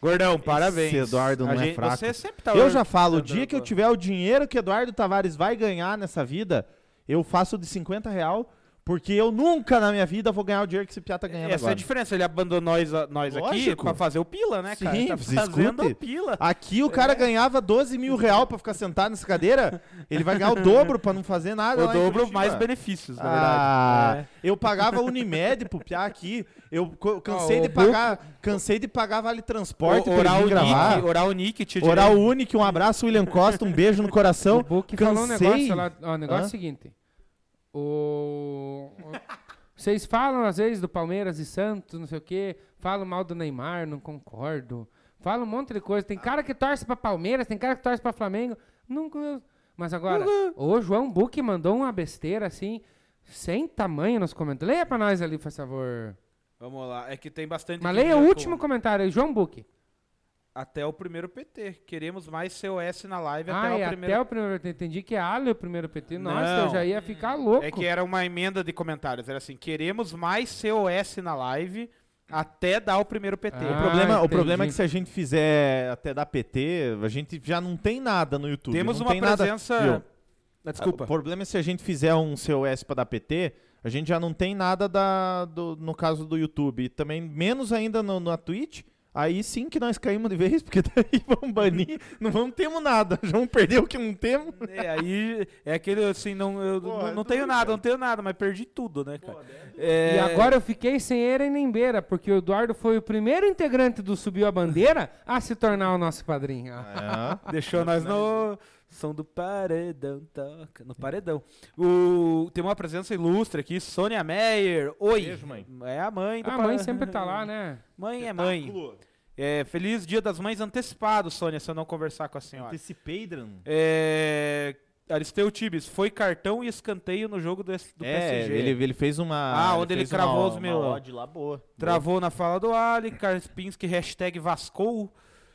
Speaker 2: Gordão, parabéns.
Speaker 3: Eduardo não
Speaker 2: A
Speaker 3: é fraco.
Speaker 2: Você sempre tá
Speaker 3: eu já falo, o
Speaker 2: tá
Speaker 3: dia que eu
Speaker 2: dando-
Speaker 3: tiver o dinheiro que Eduardo Tavares vai ganhar nessa vida, eu faço de 50 real, porque eu nunca na minha vida vou ganhar o dinheiro que esse piata tá ganhando
Speaker 2: Essa é a
Speaker 3: agora.
Speaker 2: diferença, ele abandonou nós, nós aqui
Speaker 3: Lógico.
Speaker 2: pra fazer o pila, né, cara?
Speaker 3: Sim,
Speaker 2: tá
Speaker 3: você
Speaker 2: fazendo
Speaker 3: escute.
Speaker 2: o pila.
Speaker 3: Aqui o
Speaker 2: É.
Speaker 3: cara ganhava 12 mil real pra ficar sentado nessa cadeira, ele vai ganhar o dobro pra não fazer nada
Speaker 2: Eu
Speaker 3: lá em
Speaker 2: dobro
Speaker 3: Curitiba.
Speaker 2: mais benefícios, na É.
Speaker 3: Ah,
Speaker 2: verdade.
Speaker 3: eu pagava Unimed pro Piá aqui. Eu co- cansei
Speaker 4: Ó, o
Speaker 3: de pagar, cansei de pagar vale transporte
Speaker 2: Ah, O-
Speaker 3: pra ele
Speaker 2: Oral
Speaker 3: vir gravar.
Speaker 2: Nick, Oral Nick, tinha
Speaker 3: Oral
Speaker 2: direito.
Speaker 3: Unique, um abraço, William Costa, um beijo no
Speaker 4: O
Speaker 3: coração.
Speaker 4: Book falou um
Speaker 3: Cansei.
Speaker 4: negócio lá. Ó, o negócio é o seguinte. O... Vocês falam às vezes do Palmeiras e Santos, não sei o quê. Falam mal do Neymar, não concordo. Falam um monte de coisa. Tem cara que torce pra Palmeiras, tem cara que torce pra Flamengo. Nunca. Mas agora, o João Book mandou uma besteira assim, sem tamanho nos comentários. Leia pra nós ali, por favor.
Speaker 2: Vamos lá, é que tem bastante...
Speaker 4: Mas
Speaker 2: gente
Speaker 4: leia o
Speaker 2: já
Speaker 4: último
Speaker 2: com-
Speaker 4: comentário aí, João Book.
Speaker 2: Até o primeiro PT. Queremos mais COS na live
Speaker 4: Ah,
Speaker 2: até
Speaker 4: é
Speaker 2: o primeiro
Speaker 4: até o primeiro PT. Entendi que é Ale o primeiro PT. Nossa, eu
Speaker 2: Não.
Speaker 4: já ia ficar louco.
Speaker 2: É que era uma emenda de comentários. Era assim: queremos mais COS na live até dar o primeiro PT.
Speaker 4: Ah,
Speaker 3: O problema, o
Speaker 4: entendi.
Speaker 3: problema é que se a gente fizer até dar PT, a gente já não tem nada no YouTube.
Speaker 2: Temos
Speaker 3: não
Speaker 2: uma
Speaker 3: tem nada-
Speaker 2: presença.
Speaker 3: Viu?
Speaker 2: Ah, Desculpa.
Speaker 3: O problema é se a gente fizer um COS pra dar PT, a gente já não tem nada da, do- no caso do YouTube. E também menos ainda no, na Twitch. Aí sim que nós caímos de vez, porque daí vão banir. não vamos temos nada. Já vamos perder o que não temos.
Speaker 2: É, aí é aquele assim, não, eu
Speaker 3: Porra,
Speaker 2: não- não,
Speaker 3: tudo
Speaker 2: tenho
Speaker 3: bem,
Speaker 2: nada,
Speaker 3: cara.
Speaker 2: não tenho nada, mas perdi tudo, né, cara?
Speaker 4: E
Speaker 2: É,
Speaker 4: agora eu fiquei sem era e nem beira, porque o Eduardo foi o primeiro integrante do Subiu a Bandeira a se tornar o nosso padrinho.
Speaker 3: Ah,
Speaker 4: Ah,
Speaker 2: Deixou nós no som do paredão, toca. No paredão. O, tem uma presença ilustre aqui, Sônia Meyer. Oi.
Speaker 3: Beijo, mãe.
Speaker 2: É a mãe do
Speaker 3: então
Speaker 4: A
Speaker 2: pa-
Speaker 4: mãe sempre tá lá, né?
Speaker 2: Mãe é mãe. É, feliz dia das mães antecipado, Sônia, se eu não conversar com a senhora.
Speaker 3: Antecipei, Dran.
Speaker 2: né? É... Aristeu Tibes, foi cartão e escanteio no jogo do, S- do
Speaker 3: É,
Speaker 2: PSG.
Speaker 3: ele, ele fez uma.
Speaker 2: Ah, onde ele
Speaker 3: fez
Speaker 2: cravou
Speaker 3: uma-
Speaker 2: os meus-
Speaker 3: Uma odd lá boa.
Speaker 2: Travou na fala do Ali, Karpinski, hashtag Vascou.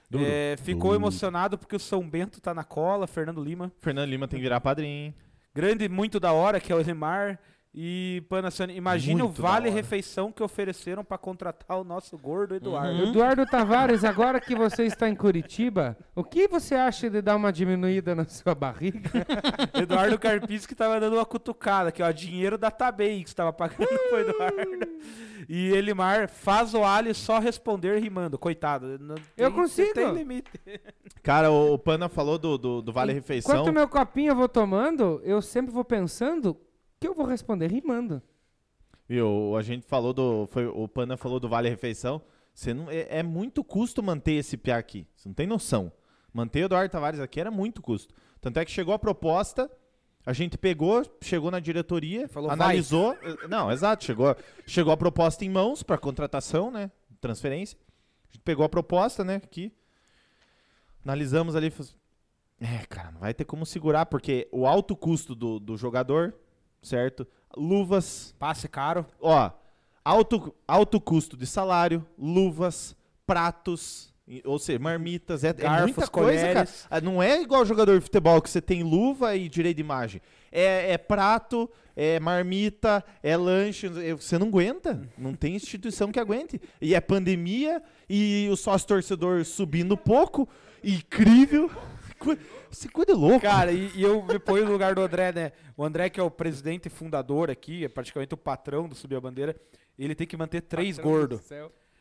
Speaker 3: Duro.
Speaker 2: É, ficou
Speaker 3: Duro.
Speaker 2: emocionado porque o São Bento tá na cola, Fernando Lima.
Speaker 3: Fernando Lima tem que virar padrinho.
Speaker 2: Grande, muito da hora, que é o Elimar. E Panassani, imagina
Speaker 3: Muito
Speaker 2: o
Speaker 3: da
Speaker 2: vale
Speaker 3: hora.
Speaker 2: refeição que ofereceram pra contratar o nosso gordo Eduardo.
Speaker 3: Uhum.
Speaker 4: Eduardo Tavares, agora que você está em Curitiba, o que você acha de dar uma diminuída na sua barriga?
Speaker 2: Eduardo Carpinski tava dando uma cutucada aqui, ó. Dinheiro da Tabei que você tava pagando
Speaker 3: Uhum.
Speaker 2: pro Eduardo. E Elimar faz o Ali só responder rimando. Coitado. não
Speaker 4: Eu
Speaker 2: tem- você
Speaker 4: consigo.
Speaker 2: Tem limite.
Speaker 3: Cara, o, o Pana falou do, do, do Vale Refeição.
Speaker 4: Enquanto meu copinho eu vou tomando, eu sempre vou pensando que eu vou responder rimando.
Speaker 3: Viu? A gente falou do. Foi, o Pana falou do Vale Refeição. Você não, é, é muito custo manter esse PA aqui. Você não tem noção. Manter o Eduardo Tavares aqui era muito custo. Tanto é que chegou a proposta, a gente pegou, chegou na diretoria,
Speaker 2: Falou,
Speaker 3: analisou. eh, Não, exato, chegou, chegou a proposta em mãos para contratação, né? Transferência. A gente pegou a proposta, né? Aqui. Analisamos ali. falou assim, É, cara, não vai ter como segurar, porque o alto custo do, do jogador, certo? Luvas,
Speaker 2: Passe caro.
Speaker 3: ó, alto, alto custo de salário, luvas, pratos, e- ou seja, marmitas, é, é
Speaker 2: Garfos,
Speaker 3: muita coisa, cara.
Speaker 2: colheres.
Speaker 3: Ah, Não é igual jogador de futebol que você tem luva e direito de imagem. É, é prato, é marmita, é lanche, é- você não aguenta. Não tem instituição que aguente. E é pandemia e o sócio torcedor subindo pouco, incrível. Cu- Esse coisa é louco.
Speaker 2: Cara, e, e eu me ponho no lugar do André, né? O André, que é o presidente e fundador aqui, é praticamente o patrão do Subir a Bandeira, ele tem que manter três gordos.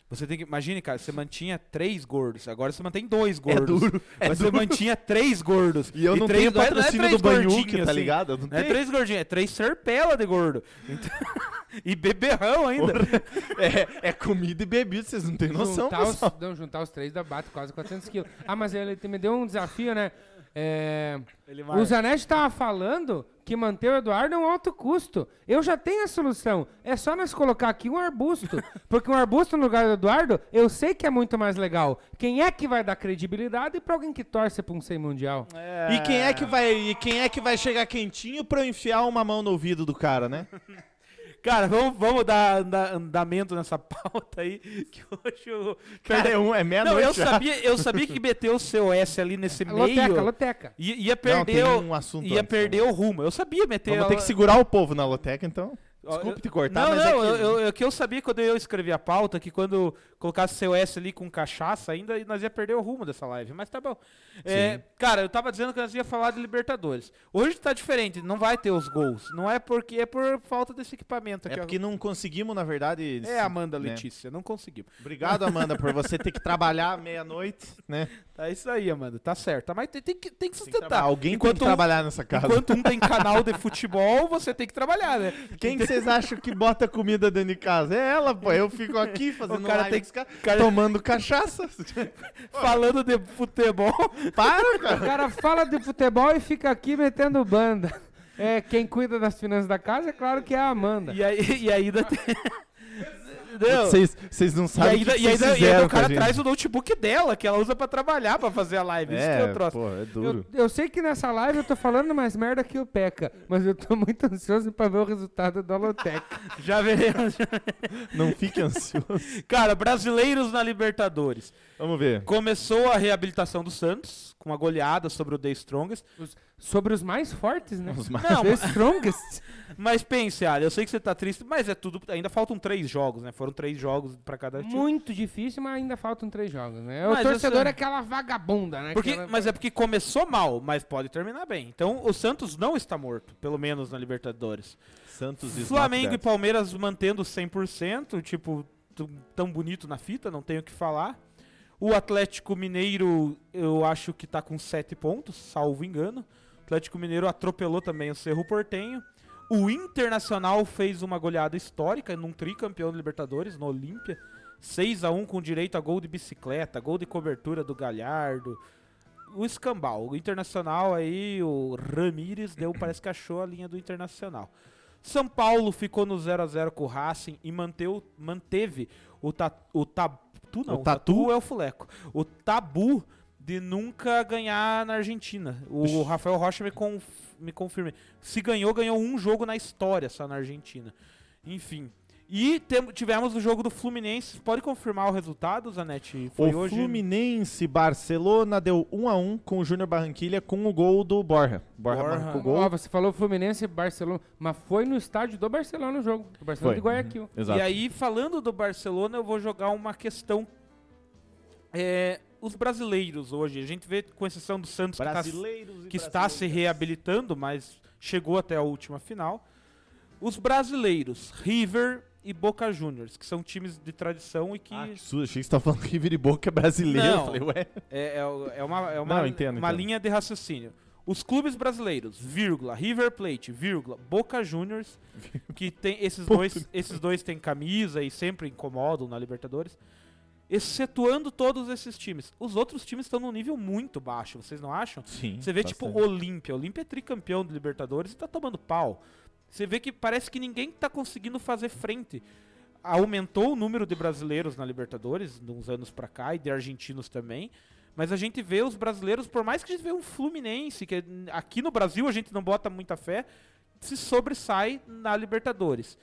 Speaker 2: Você tem que. Imagine, cara, você mantinha três gordos. Agora você mantém dois gordos.
Speaker 3: duro, é
Speaker 2: mas
Speaker 3: duro.
Speaker 2: você mantinha três gordos.
Speaker 3: e eu não
Speaker 2: três
Speaker 3: tenho
Speaker 2: não é- não é
Speaker 3: patrocínio
Speaker 2: três
Speaker 3: do Banhuque,
Speaker 2: gordinhos,
Speaker 3: tá
Speaker 2: assim.
Speaker 3: ligado? Eu Não
Speaker 2: Não é
Speaker 3: tenho.
Speaker 2: três gordinhos, é três serpela de gordo. Então- e beberrão ainda.
Speaker 3: É, é comida e bebida, vocês não têm noção,
Speaker 4: juntar, os,
Speaker 3: pessoal.
Speaker 4: não, juntar os três dá bate quase 400 quilos. Ah, mas ele me deu um desafio, né? É,
Speaker 2: Ele
Speaker 4: O Zanetti estava falando que manter o Eduardo é um alto custo. Eu já tenho a solução. É só nós colocar aqui um arbusto. porque um arbusto no lugar do Eduardo, eu sei que é muito mais legal. Quem é que vai dar credibilidade pra alguém que torce pra um sem mundial?
Speaker 2: É
Speaker 3: E quem é que vai, e quem é que vai chegar quentinho pra eu enfiar uma mão no ouvido do cara, né?
Speaker 2: Cara, vamos, vamos dar anda- andamento nessa pauta aí, que hoje o...
Speaker 3: Cara, é, um, é
Speaker 2: Não, eu
Speaker 3: meia-noite já.
Speaker 2: sabia, eu sabia que meter o COS ali nesse
Speaker 4: Loteca,
Speaker 2: meio
Speaker 4: loteca.
Speaker 2: i- ia
Speaker 3: Não,
Speaker 2: perder,
Speaker 3: tem
Speaker 2: o-
Speaker 3: um assunto
Speaker 2: ia
Speaker 3: antes,
Speaker 2: perder o rumo. Eu sabia meter...
Speaker 3: Vamos
Speaker 2: a-
Speaker 3: ter que segurar o povo na loteca, então.
Speaker 2: Ó,
Speaker 3: Desculpe
Speaker 2: eu-
Speaker 3: te cortar,
Speaker 2: não,
Speaker 3: mas
Speaker 2: não,
Speaker 3: é que...
Speaker 2: eu, eu, é que eu sabia quando eu escrevi a pauta que quando colocasse COS ali com cachaça ainda, nós ia perder o rumo dessa live, mas tá bom. É, cara, eu tava dizendo que nós ia falar de Libertadores. Hoje tá diferente, não vai ter os gols. Não é porque é por falta desse equipamento
Speaker 3: É
Speaker 2: aqui. ó.
Speaker 3: porque não conseguimos, na verdade...
Speaker 2: É, Amanda
Speaker 3: né?
Speaker 2: Letícia, não conseguimos.
Speaker 3: Obrigado, Amanda, por você ter que trabalhar meia-noite, né?
Speaker 2: Tá isso aí, Amanda, tá certo. Mas tem, tem que, tem que
Speaker 3: Tem que
Speaker 2: sustentar.
Speaker 3: trabalhar. Alguém
Speaker 2: tá- enquanto
Speaker 3: tem que trabalhar nessa
Speaker 2: um,
Speaker 3: casa.
Speaker 2: enquanto um tem canal de futebol, você tem que trabalhar, né?
Speaker 3: Quem que vocês acham que bota comida dentro de casa? É ela, pô. Eu fico aqui fazendo
Speaker 2: cara
Speaker 3: live
Speaker 2: tem-
Speaker 3: com os caras,
Speaker 2: cara-
Speaker 3: tomando cachaça.
Speaker 2: Falando de futebol,
Speaker 3: Para,
Speaker 4: O
Speaker 3: cara.
Speaker 4: cara fala de futebol e fica aqui metendo banda. É, quem cuida das finanças da casa, é claro que é a Amanda.
Speaker 2: e, aí, e ainda tem... Não.
Speaker 3: Vocês, vocês não
Speaker 2: E
Speaker 3: sabem o que,
Speaker 2: ainda,
Speaker 3: que
Speaker 2: e,
Speaker 3: vocês
Speaker 2: ainda, e
Speaker 3: fizeram
Speaker 2: ainda
Speaker 3: com
Speaker 2: o
Speaker 3: a
Speaker 2: cara
Speaker 3: gente.
Speaker 2: traz o notebook dela, que ela usa pra trabalhar, pra fazer a live. Isso que eu
Speaker 3: É,
Speaker 2: trouxe.
Speaker 3: pô, é duro.
Speaker 4: Eu, eu sei que nessa live eu tô falando mais merda que o Peca, mas eu tô muito ansioso pra ver o resultado da Loteca.
Speaker 2: Já veremos. já-
Speaker 3: Não fique ansioso.
Speaker 2: Cara, brasileiros na Libertadores.
Speaker 3: Vamos ver.
Speaker 2: Começou a reabilitação do Santos, com uma goleada sobre o The Strongest.
Speaker 4: Sobre os mais fortes, né?
Speaker 3: Os mais-
Speaker 2: Não,
Speaker 4: The strongest.
Speaker 2: Mas pense, Ali, eu sei que você tá triste, mas é tudo. Ainda faltam três jogos, né? Foram três jogos pra cada time.
Speaker 4: Muito né, difícil, mas ainda faltam três jogos, né? O
Speaker 2: Mas
Speaker 4: torcedor
Speaker 2: essa-
Speaker 4: é aquela vagabunda, né?
Speaker 2: Porque,
Speaker 4: Aquela-
Speaker 2: mas é porque começou mal, mas pode terminar bem. Então o Santos não está morto, pelo menos na Libertadores.
Speaker 3: Santos e
Speaker 2: Flamengo e
Speaker 3: Snapchat.
Speaker 2: Palmeiras mantendo 100%, tipo, t- tão bonito na fita, não tenho o que falar. O Atlético Mineiro, eu acho que tá com 7 pontos, salvo engano. O Atlético Mineiro atropelou também o Cerro Portenho. O Internacional fez uma goleada histórica num tricampeão da Libertadores, no Olímpia. 6 a 1 com direito a gol de bicicleta, gol de cobertura do Galhardo. O escambau. O Internacional aí, o Ramírez, deu, parece que achou a linha do Internacional. São Paulo ficou no 0 a 0 com o Racing e manteu, manteve o, ta, o tatu, não,
Speaker 3: O tatu?
Speaker 2: é o fuleco. O tabu de nunca ganhar na Argentina. O Rafael Rocha me, conf, me confirma. Se ganhou, ganhou um jogo na história só na Argentina. Enfim. E tem- tivemos o jogo do Fluminense. Pode confirmar o resultado, Zanetti? Foi
Speaker 3: o
Speaker 2: hoje?
Speaker 3: Fluminense Barcelona deu 1 a 1 com o Júnior Barranquilha com o gol do Borja. Borja,
Speaker 2: Borja.
Speaker 3: marcou o gol.
Speaker 4: Ó, você falou Fluminense e Barcelona, mas foi no estádio do Barcelona o jogo. Do Barcelona
Speaker 3: Foi.
Speaker 4: de Guayaquil.
Speaker 3: Exato.
Speaker 2: E aí, falando do Barcelona, eu vou jogar uma questão. É, os brasileiros hoje, a gente vê, com exceção do Santos, que tá-
Speaker 3: Brasileiros e
Speaker 2: que está se reabilitando, mas chegou até a última final. Os brasileiros, River e Boca Juniors, que são times de tradição e que
Speaker 3: Ah, que susto, achei que você tava falando que River e Boca é brasileiro.
Speaker 2: Não.
Speaker 3: Eu falei, ué.
Speaker 2: é, é o- é uma, é uma,
Speaker 3: Não, entendo,
Speaker 2: uma
Speaker 3: entendo.
Speaker 2: linha de raciocínio. Os clubes brasileiros, vírgula, River Plate, vírgula, Boca Juniors, que tem esses dois, esses dois têm camisa e sempre incomodam na Libertadores. Excetuando todos esses times. Os outros times estão num nível muito baixo, vocês não acham?
Speaker 3: Sim. tá
Speaker 2: Você vê, tipo, o Olímpia. O Olímpia é tricampeão do Libertadores e tá tomando pau. Você vê que parece que ninguém tá conseguindo fazer frente. Aumentou o número de brasileiros na Libertadores, de uns anos pra cá, e de argentinos também. Mas a gente vê os brasileiros, por mais que a gente vê um Fluminense, que aqui no Brasil a gente não bota muita fé, se sobressai na Libertadores.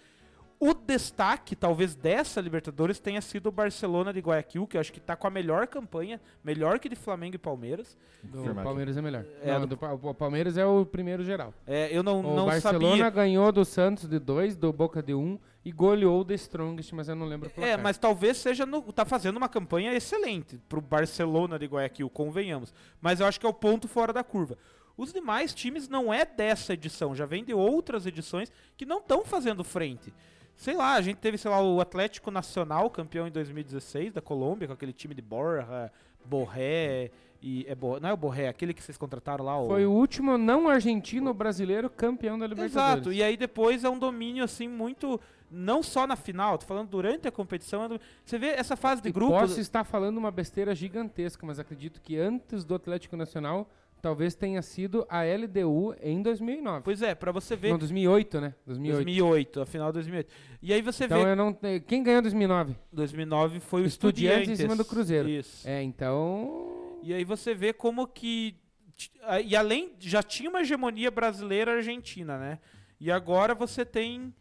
Speaker 2: O destaque, talvez, dessa Libertadores tenha sido o Barcelona de Guayaquil, que eu acho que tá com a melhor campanha, melhor que de Flamengo e Palmeiras.
Speaker 4: Do
Speaker 3: Confirmar Uhum. aqui.
Speaker 4: Palmeiras é melhor.
Speaker 2: É,
Speaker 4: Não,
Speaker 2: do-
Speaker 4: do Pa- o Palmeiras é o primeiro geral.
Speaker 2: É, eu não,
Speaker 4: O
Speaker 2: não
Speaker 4: Barcelona
Speaker 2: sabia. É,
Speaker 4: ganhou do Santos de 2, do Boca de 1 um, e goleou o The Strongest, mas eu não lembro qual
Speaker 2: É, mas talvez seja no, tá fazendo uma campanha excelente pro Barcelona de Guayaquil, convenhamos. Mas eu acho que é o ponto fora da curva. Os demais times não é dessa edição, já vem de outras edições que não estão fazendo frente. Sei lá, a gente teve, sei lá, o Atlético Nacional, campeão em 2016 da Colômbia, com aquele time de Borja, Borré e é Borré, não é o Borré, aquele que vocês contrataram lá, o
Speaker 4: Foi o último não argentino brasileiro campeão da Libertadores.
Speaker 2: Exato, e aí depois é um domínio assim muito. Não só na final, tô falando durante a competição. é um domínio- Você vê essa fase de
Speaker 4: E
Speaker 2: grupos.
Speaker 4: Posso estar falando uma besteira gigantesca, mas acredito que antes do Atlético Nacional, talvez tenha sido a LDU em 2009.
Speaker 2: Pois é, pra você ver.
Speaker 4: Não, 2008, né? 2008.
Speaker 2: 2008, a final de 2008. E aí você
Speaker 4: Então
Speaker 2: vê.
Speaker 4: eu não te- Quem ganhou em 2009?
Speaker 2: 2009 foi o
Speaker 4: Estudiantes
Speaker 2: Estudiantes
Speaker 4: em cima do Cruzeiro.
Speaker 2: Isso.
Speaker 4: É, então...
Speaker 2: E aí você vê como que. ti- a- E além, já tinha uma hegemonia brasileira-argentina, né? E agora você tem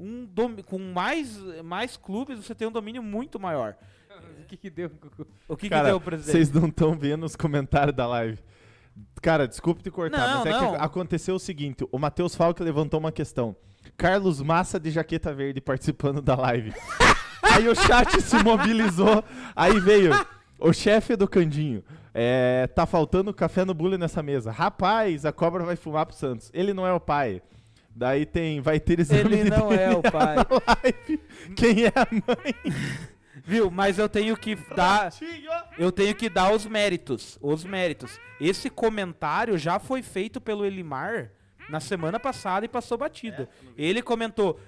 Speaker 2: um domi- com mais, mais clubes, você tem um domínio muito maior.
Speaker 4: O que que deu, Cucu?
Speaker 2: O que, que
Speaker 3: Cara,
Speaker 2: deu, presidente?
Speaker 3: vocês não estão vendo os comentários da live. Cara, desculpe te cortar,
Speaker 2: Não,
Speaker 3: mas é
Speaker 2: não.
Speaker 3: que aconteceu o seguinte: o Matheus Falque levantou uma questão. Carlos Massa de Jaqueta Verde participando da live. aí o chat se mobilizou, aí veio o chefe do Candinho. É, tá faltando café no bule nessa mesa. Rapaz, a cobra vai fumar pro Santos. Ele não é o pai. Daí tem, vai ter exame
Speaker 2: Ele
Speaker 3: de
Speaker 2: não é o
Speaker 3: DNA
Speaker 2: pai.
Speaker 3: na live. Quem é a mãe?
Speaker 2: Viu? Mas eu tenho que dar. Eu tenho que dar os méritos. Os méritos. Esse comentário já foi feito pelo Elimar na semana passada e passou batido. Ele comentou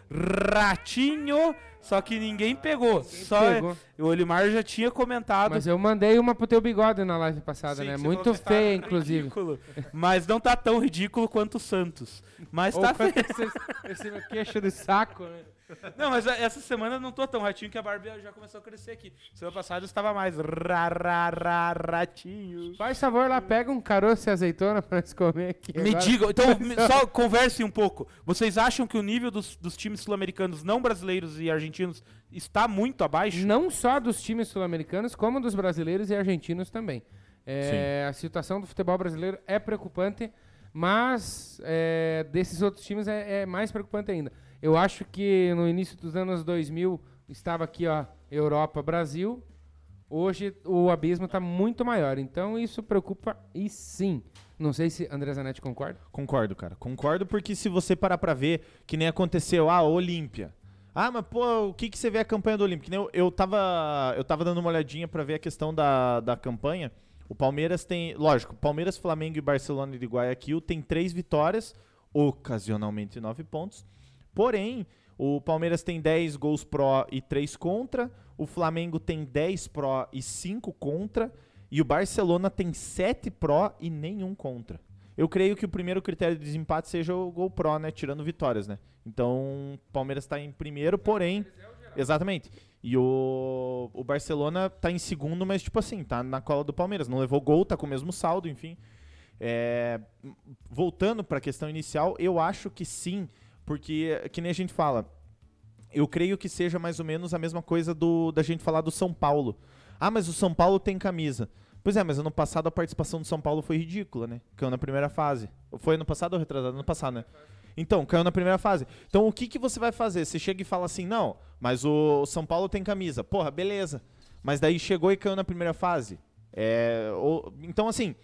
Speaker 2: ratinho, só que ninguém pegou. só
Speaker 4: pegou.
Speaker 2: o Elimar já tinha comentado.
Speaker 4: Mas eu mandei uma pro teu bigode na live passada,
Speaker 2: Sim,
Speaker 4: né?
Speaker 2: que você
Speaker 4: Muito
Speaker 2: falou que tá
Speaker 4: feia, inclusive.
Speaker 2: ridículo. Mas não tá tão ridículo quanto o Santos. Mas
Speaker 4: Ou
Speaker 2: tá
Speaker 4: quando
Speaker 2: feio.
Speaker 4: esse- esse queixo de saco, né?
Speaker 2: Não, mas a- essa semana eu não tô tão ratinho que a barba já começou a crescer aqui. Semana passada eu estava mais ra, ra, ra, ratinho.
Speaker 4: Faz favor lá, pega um caroço e azeitona pra nós comer aqui.
Speaker 2: Me
Speaker 4: agora.
Speaker 2: digam, então me- só conversem um pouco. Vocês acham que o nível dos, dos times sul-americanos não brasileiros e argentinos está muito abaixo?
Speaker 4: Não só dos times sul-americanos, como dos brasileiros e argentinos também. É, a situação do futebol brasileiro é preocupante, mas é, desses outros times é, é mais preocupante ainda. Eu acho que no início dos anos 2000 estava aqui, ó, Europa, Brasil. Hoje o abismo está muito maior, então isso preocupa e sim. Não sei se André Zanetti concorda.
Speaker 3: Concordo, cara. Concordo porque se você parar pra ver, que nem aconteceu, ah, Olímpia. Ah, mas pô, o que, que você vê a campanha do Olímpia? Que nem Eu, eu, tava, eu tava dando uma olhadinha pra ver a questão da, da campanha. O Palmeiras tem, lógico, Palmeiras, Flamengo e Barcelona de Guayaquil tem três vitórias, ocasionalmente nove pontos. Porém, o Palmeiras tem 10 gols pró e 3 contra, o Flamengo tem 10 pró e 5 contra, e o Barcelona tem 7 pró e nenhum contra. Eu creio que o primeiro critério de desempate seja o gol pró, né? Tirando vitórias, né? Então, o Palmeiras tá em primeiro, porém. Exatamente. E o, o Barcelona tá em segundo, mas, tipo assim, tá na cola do Palmeiras. Não levou gol, tá com o mesmo saldo, enfim. É, voltando pra questão inicial, eu acho que sim, porque, que nem a gente fala, eu creio que seja mais ou menos a mesma coisa do da gente falar do São Paulo. Ah, mas o São Paulo tem camisa. Pois é, mas ano passado a participação do São Paulo foi ridícula, né? Caiu na primeira fase. Foi ano passado ou retrasado? Ano passado, né? Então, caiu na primeira fase. Então, o que, que você vai fazer? Você chega e fala assim, não, mas o São Paulo tem camisa. Porra, beleza. Mas daí chegou e caiu na primeira fase. É, ou- então, assim,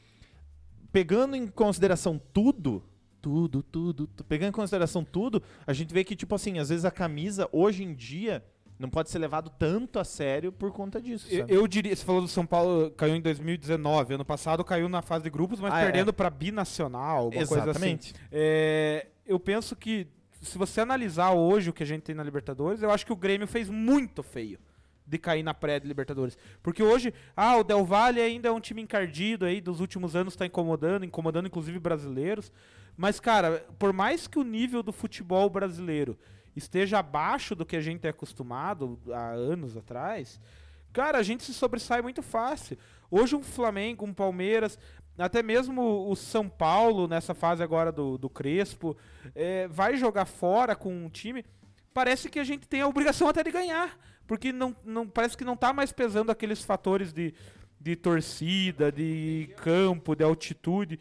Speaker 3: pegando em consideração tudo, tudo, tudo, tu- pegando em consideração tudo, a gente vê que, tipo assim, às vezes a camisa, hoje em dia, não pode ser levado tanto a sério por conta disso,
Speaker 2: Eu,
Speaker 3: sabe?
Speaker 2: eu diria, você falou do São Paulo, caiu em 2019. Ano passado caiu na fase de grupos, mas
Speaker 3: Ah, é.
Speaker 2: perdendo pra binacional, uma coisa assim.
Speaker 3: Exatamente.
Speaker 2: É, eu penso que se você analisar hoje o que a gente tem na Libertadores, eu acho que o Grêmio fez muito feio de cair na pré de Libertadores. Porque hoje, ah, o Del Valle ainda é um time encardido aí, dos últimos anos está incomodando, incomodando inclusive brasileiros. Mas, cara, por mais que o nível do futebol brasileiro esteja abaixo do que a gente é acostumado há anos atrás, cara, a gente se sobressai muito fácil. Hoje um Flamengo, um Palmeiras, até mesmo o São Paulo, nessa fase agora do, do Crespo, é, vai jogar fora com um time. Parece que a gente tem a obrigação até de ganhar. Porque não, não parece que não tá mais pesando aqueles fatores de, de torcida, de campo, de altitude.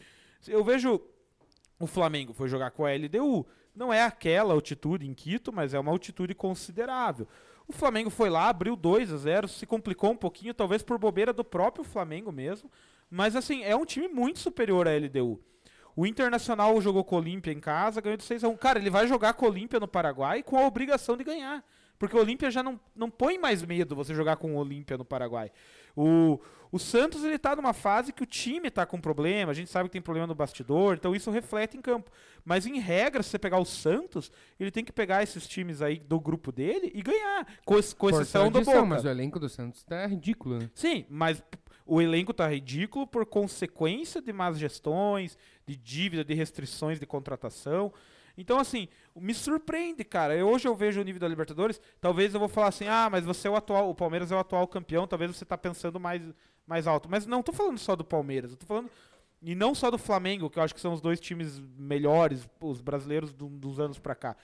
Speaker 2: Eu vejo o Flamengo foi jogar com a LDU. Não é aquela altitude em Quito, mas é uma altitude considerável. O Flamengo foi lá, abriu 2 a 0 se complicou um pouquinho, talvez por bobeira do próprio Flamengo mesmo. Mas assim, é um time muito superior à LDU. O Internacional jogou com o Olímpia em casa, ganhou de 6x1. Cara, ele vai jogar com o Olímpia no Paraguai com a obrigação de ganhar. Porque o Olímpia já não, não põe mais medo você jogar com o Olímpia no Paraguai. O, o Santos ele tá numa fase que o time tá com problema, a gente sabe que tem problema no bastidor, então isso reflete em campo. Mas em regra, se você pegar o Santos, ele tem que pegar esses times aí do grupo dele e ganhar, com, ex- com exceção do Boca.
Speaker 4: mas o elenco do Santos tá ridículo, né?
Speaker 2: Sim, mas p- o elenco tá ridículo por consequência de más gestões, de dívida, de restrições de contratação. Então, assim, me surpreende, cara. Eu- hoje eu vejo o nível da Libertadores, talvez eu vou falar assim, ah, mas você é o atual, o Palmeiras é o atual campeão, talvez você tá pensando mais, mais alto. Mas não tô falando só do Palmeiras, eu tô falando. E não só do Flamengo, que eu acho que são os dois times melhores, os brasileiros do- dos anos pra cá.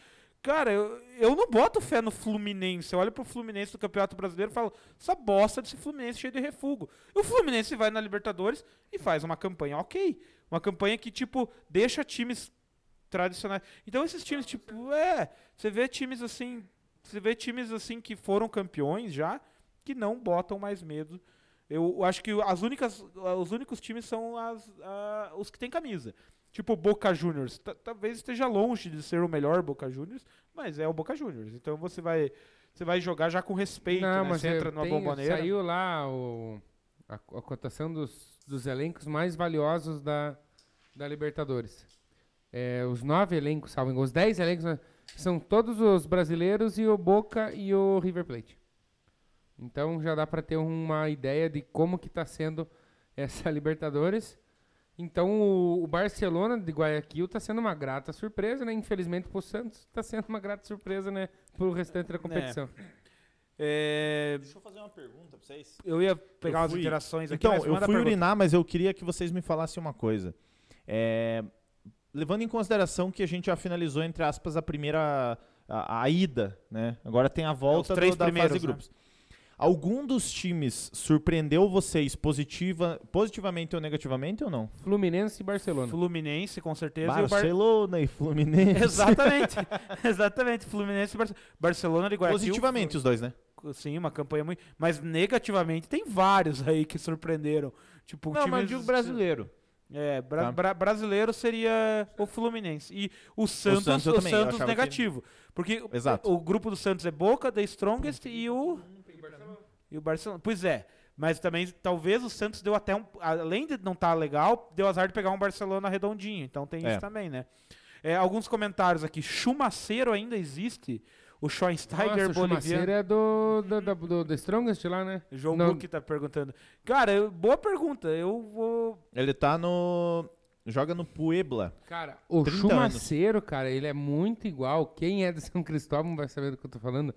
Speaker 2: Cara, eu, eu não boto fé no Fluminense. Eu olho pro Fluminense do Campeonato Brasileiro e falo, essa bosta desse Fluminense cheio de refugo. E o Fluminense vai na Libertadores e faz uma campanha ok. Uma campanha que, tipo, deixa times tradicionais. Então esses times, tipo, é. Você vê times assim. Você vê times assim que foram campeões já, que não botam mais medo. Eu acho que as únicas, os únicos times são as, a- os que têm camisa. Tipo o Boca Juniors. Ta- Talvez esteja longe de ser o melhor Boca Juniors, mas é o Boca Juniors. Então você vai, você vai jogar já com respeito, né? Você
Speaker 4: eu
Speaker 2: entra numa
Speaker 4: tenho-
Speaker 2: bomboneira.
Speaker 4: é Saiu lá o- a, co- a cotação dos, dos elencos mais valiosos da, da Libertadores. É, os nove elencos, salvo engano, os dez elencos né, são todos os brasileiros e o Boca e o River Plate. Então já dá para ter uma ideia de como que está sendo essa Libertadores. Então o, o Barcelona de Guayaquil está sendo uma grata surpresa, né? Infelizmente pro Santos está sendo uma grata surpresa, né? Pro restante da competição.
Speaker 2: É,
Speaker 3: Deixa eu fazer uma pergunta pra vocês.
Speaker 2: eu ia pegar
Speaker 3: Eu
Speaker 2: umas
Speaker 3: fui-
Speaker 2: interações aqui,
Speaker 3: Então,
Speaker 2: mas
Speaker 3: eu
Speaker 2: manda
Speaker 3: fui
Speaker 2: a pergunta.
Speaker 3: urinar, mas eu queria que vocês me falassem uma coisa. É, levando em consideração que a gente já finalizou, entre aspas, a primeira. a, a ida, né? Agora tem a volta
Speaker 2: os três
Speaker 3: do- da fase
Speaker 2: primeiros, né?
Speaker 3: de grupos. Algum dos times surpreendeu vocês positiva, positivamente ou negativamente ou não?
Speaker 4: Fluminense e Barcelona.
Speaker 2: Fluminense, com certeza. e o Bar-
Speaker 3: Barcelona e Fluminense.
Speaker 2: Exatamente. Exatamente. Fluminense e Barce- Barcelona de Guayaquil.
Speaker 3: Positivamente os dois, né?
Speaker 2: Sim, uma campanha muito. Mas negativamente tem vários aí que surpreenderam. Tipo,
Speaker 3: Não, mas
Speaker 2: times-
Speaker 3: eu digo brasileiro.
Speaker 2: É, bra-
Speaker 3: Tá.
Speaker 2: bra- brasileiro seria o Fluminense. E o Santos, o
Speaker 3: Santos
Speaker 2: Santos,
Speaker 3: eu também, eu achava que-
Speaker 2: negativo. Porque o-
Speaker 3: Exato.
Speaker 2: o grupo do Santos é Boca, The Strongest e o. E o Barcelona. Pois é. Mas também, talvez o Santos deu até um. Além de não estar legal, deu azar de pegar um Barcelona redondinho. Então tem
Speaker 3: É.
Speaker 2: isso também, né? É, alguns comentários aqui. Chumaceiro ainda existe. O Schoensteiger
Speaker 4: Nossa, o
Speaker 2: boliviano.
Speaker 4: Chumaceira é do, do, do, do, do Strongest lá, né?
Speaker 2: João
Speaker 4: Não.
Speaker 2: Book tá perguntando. Cara, eu- boa pergunta. Eu vou.
Speaker 3: Ele tá no. Joga no Puebla.
Speaker 4: Cara, o
Speaker 3: 30
Speaker 4: Chumaceiro, cara, ele é muito igual. Quem é de São Cristóvão vai saber do que eu tô falando.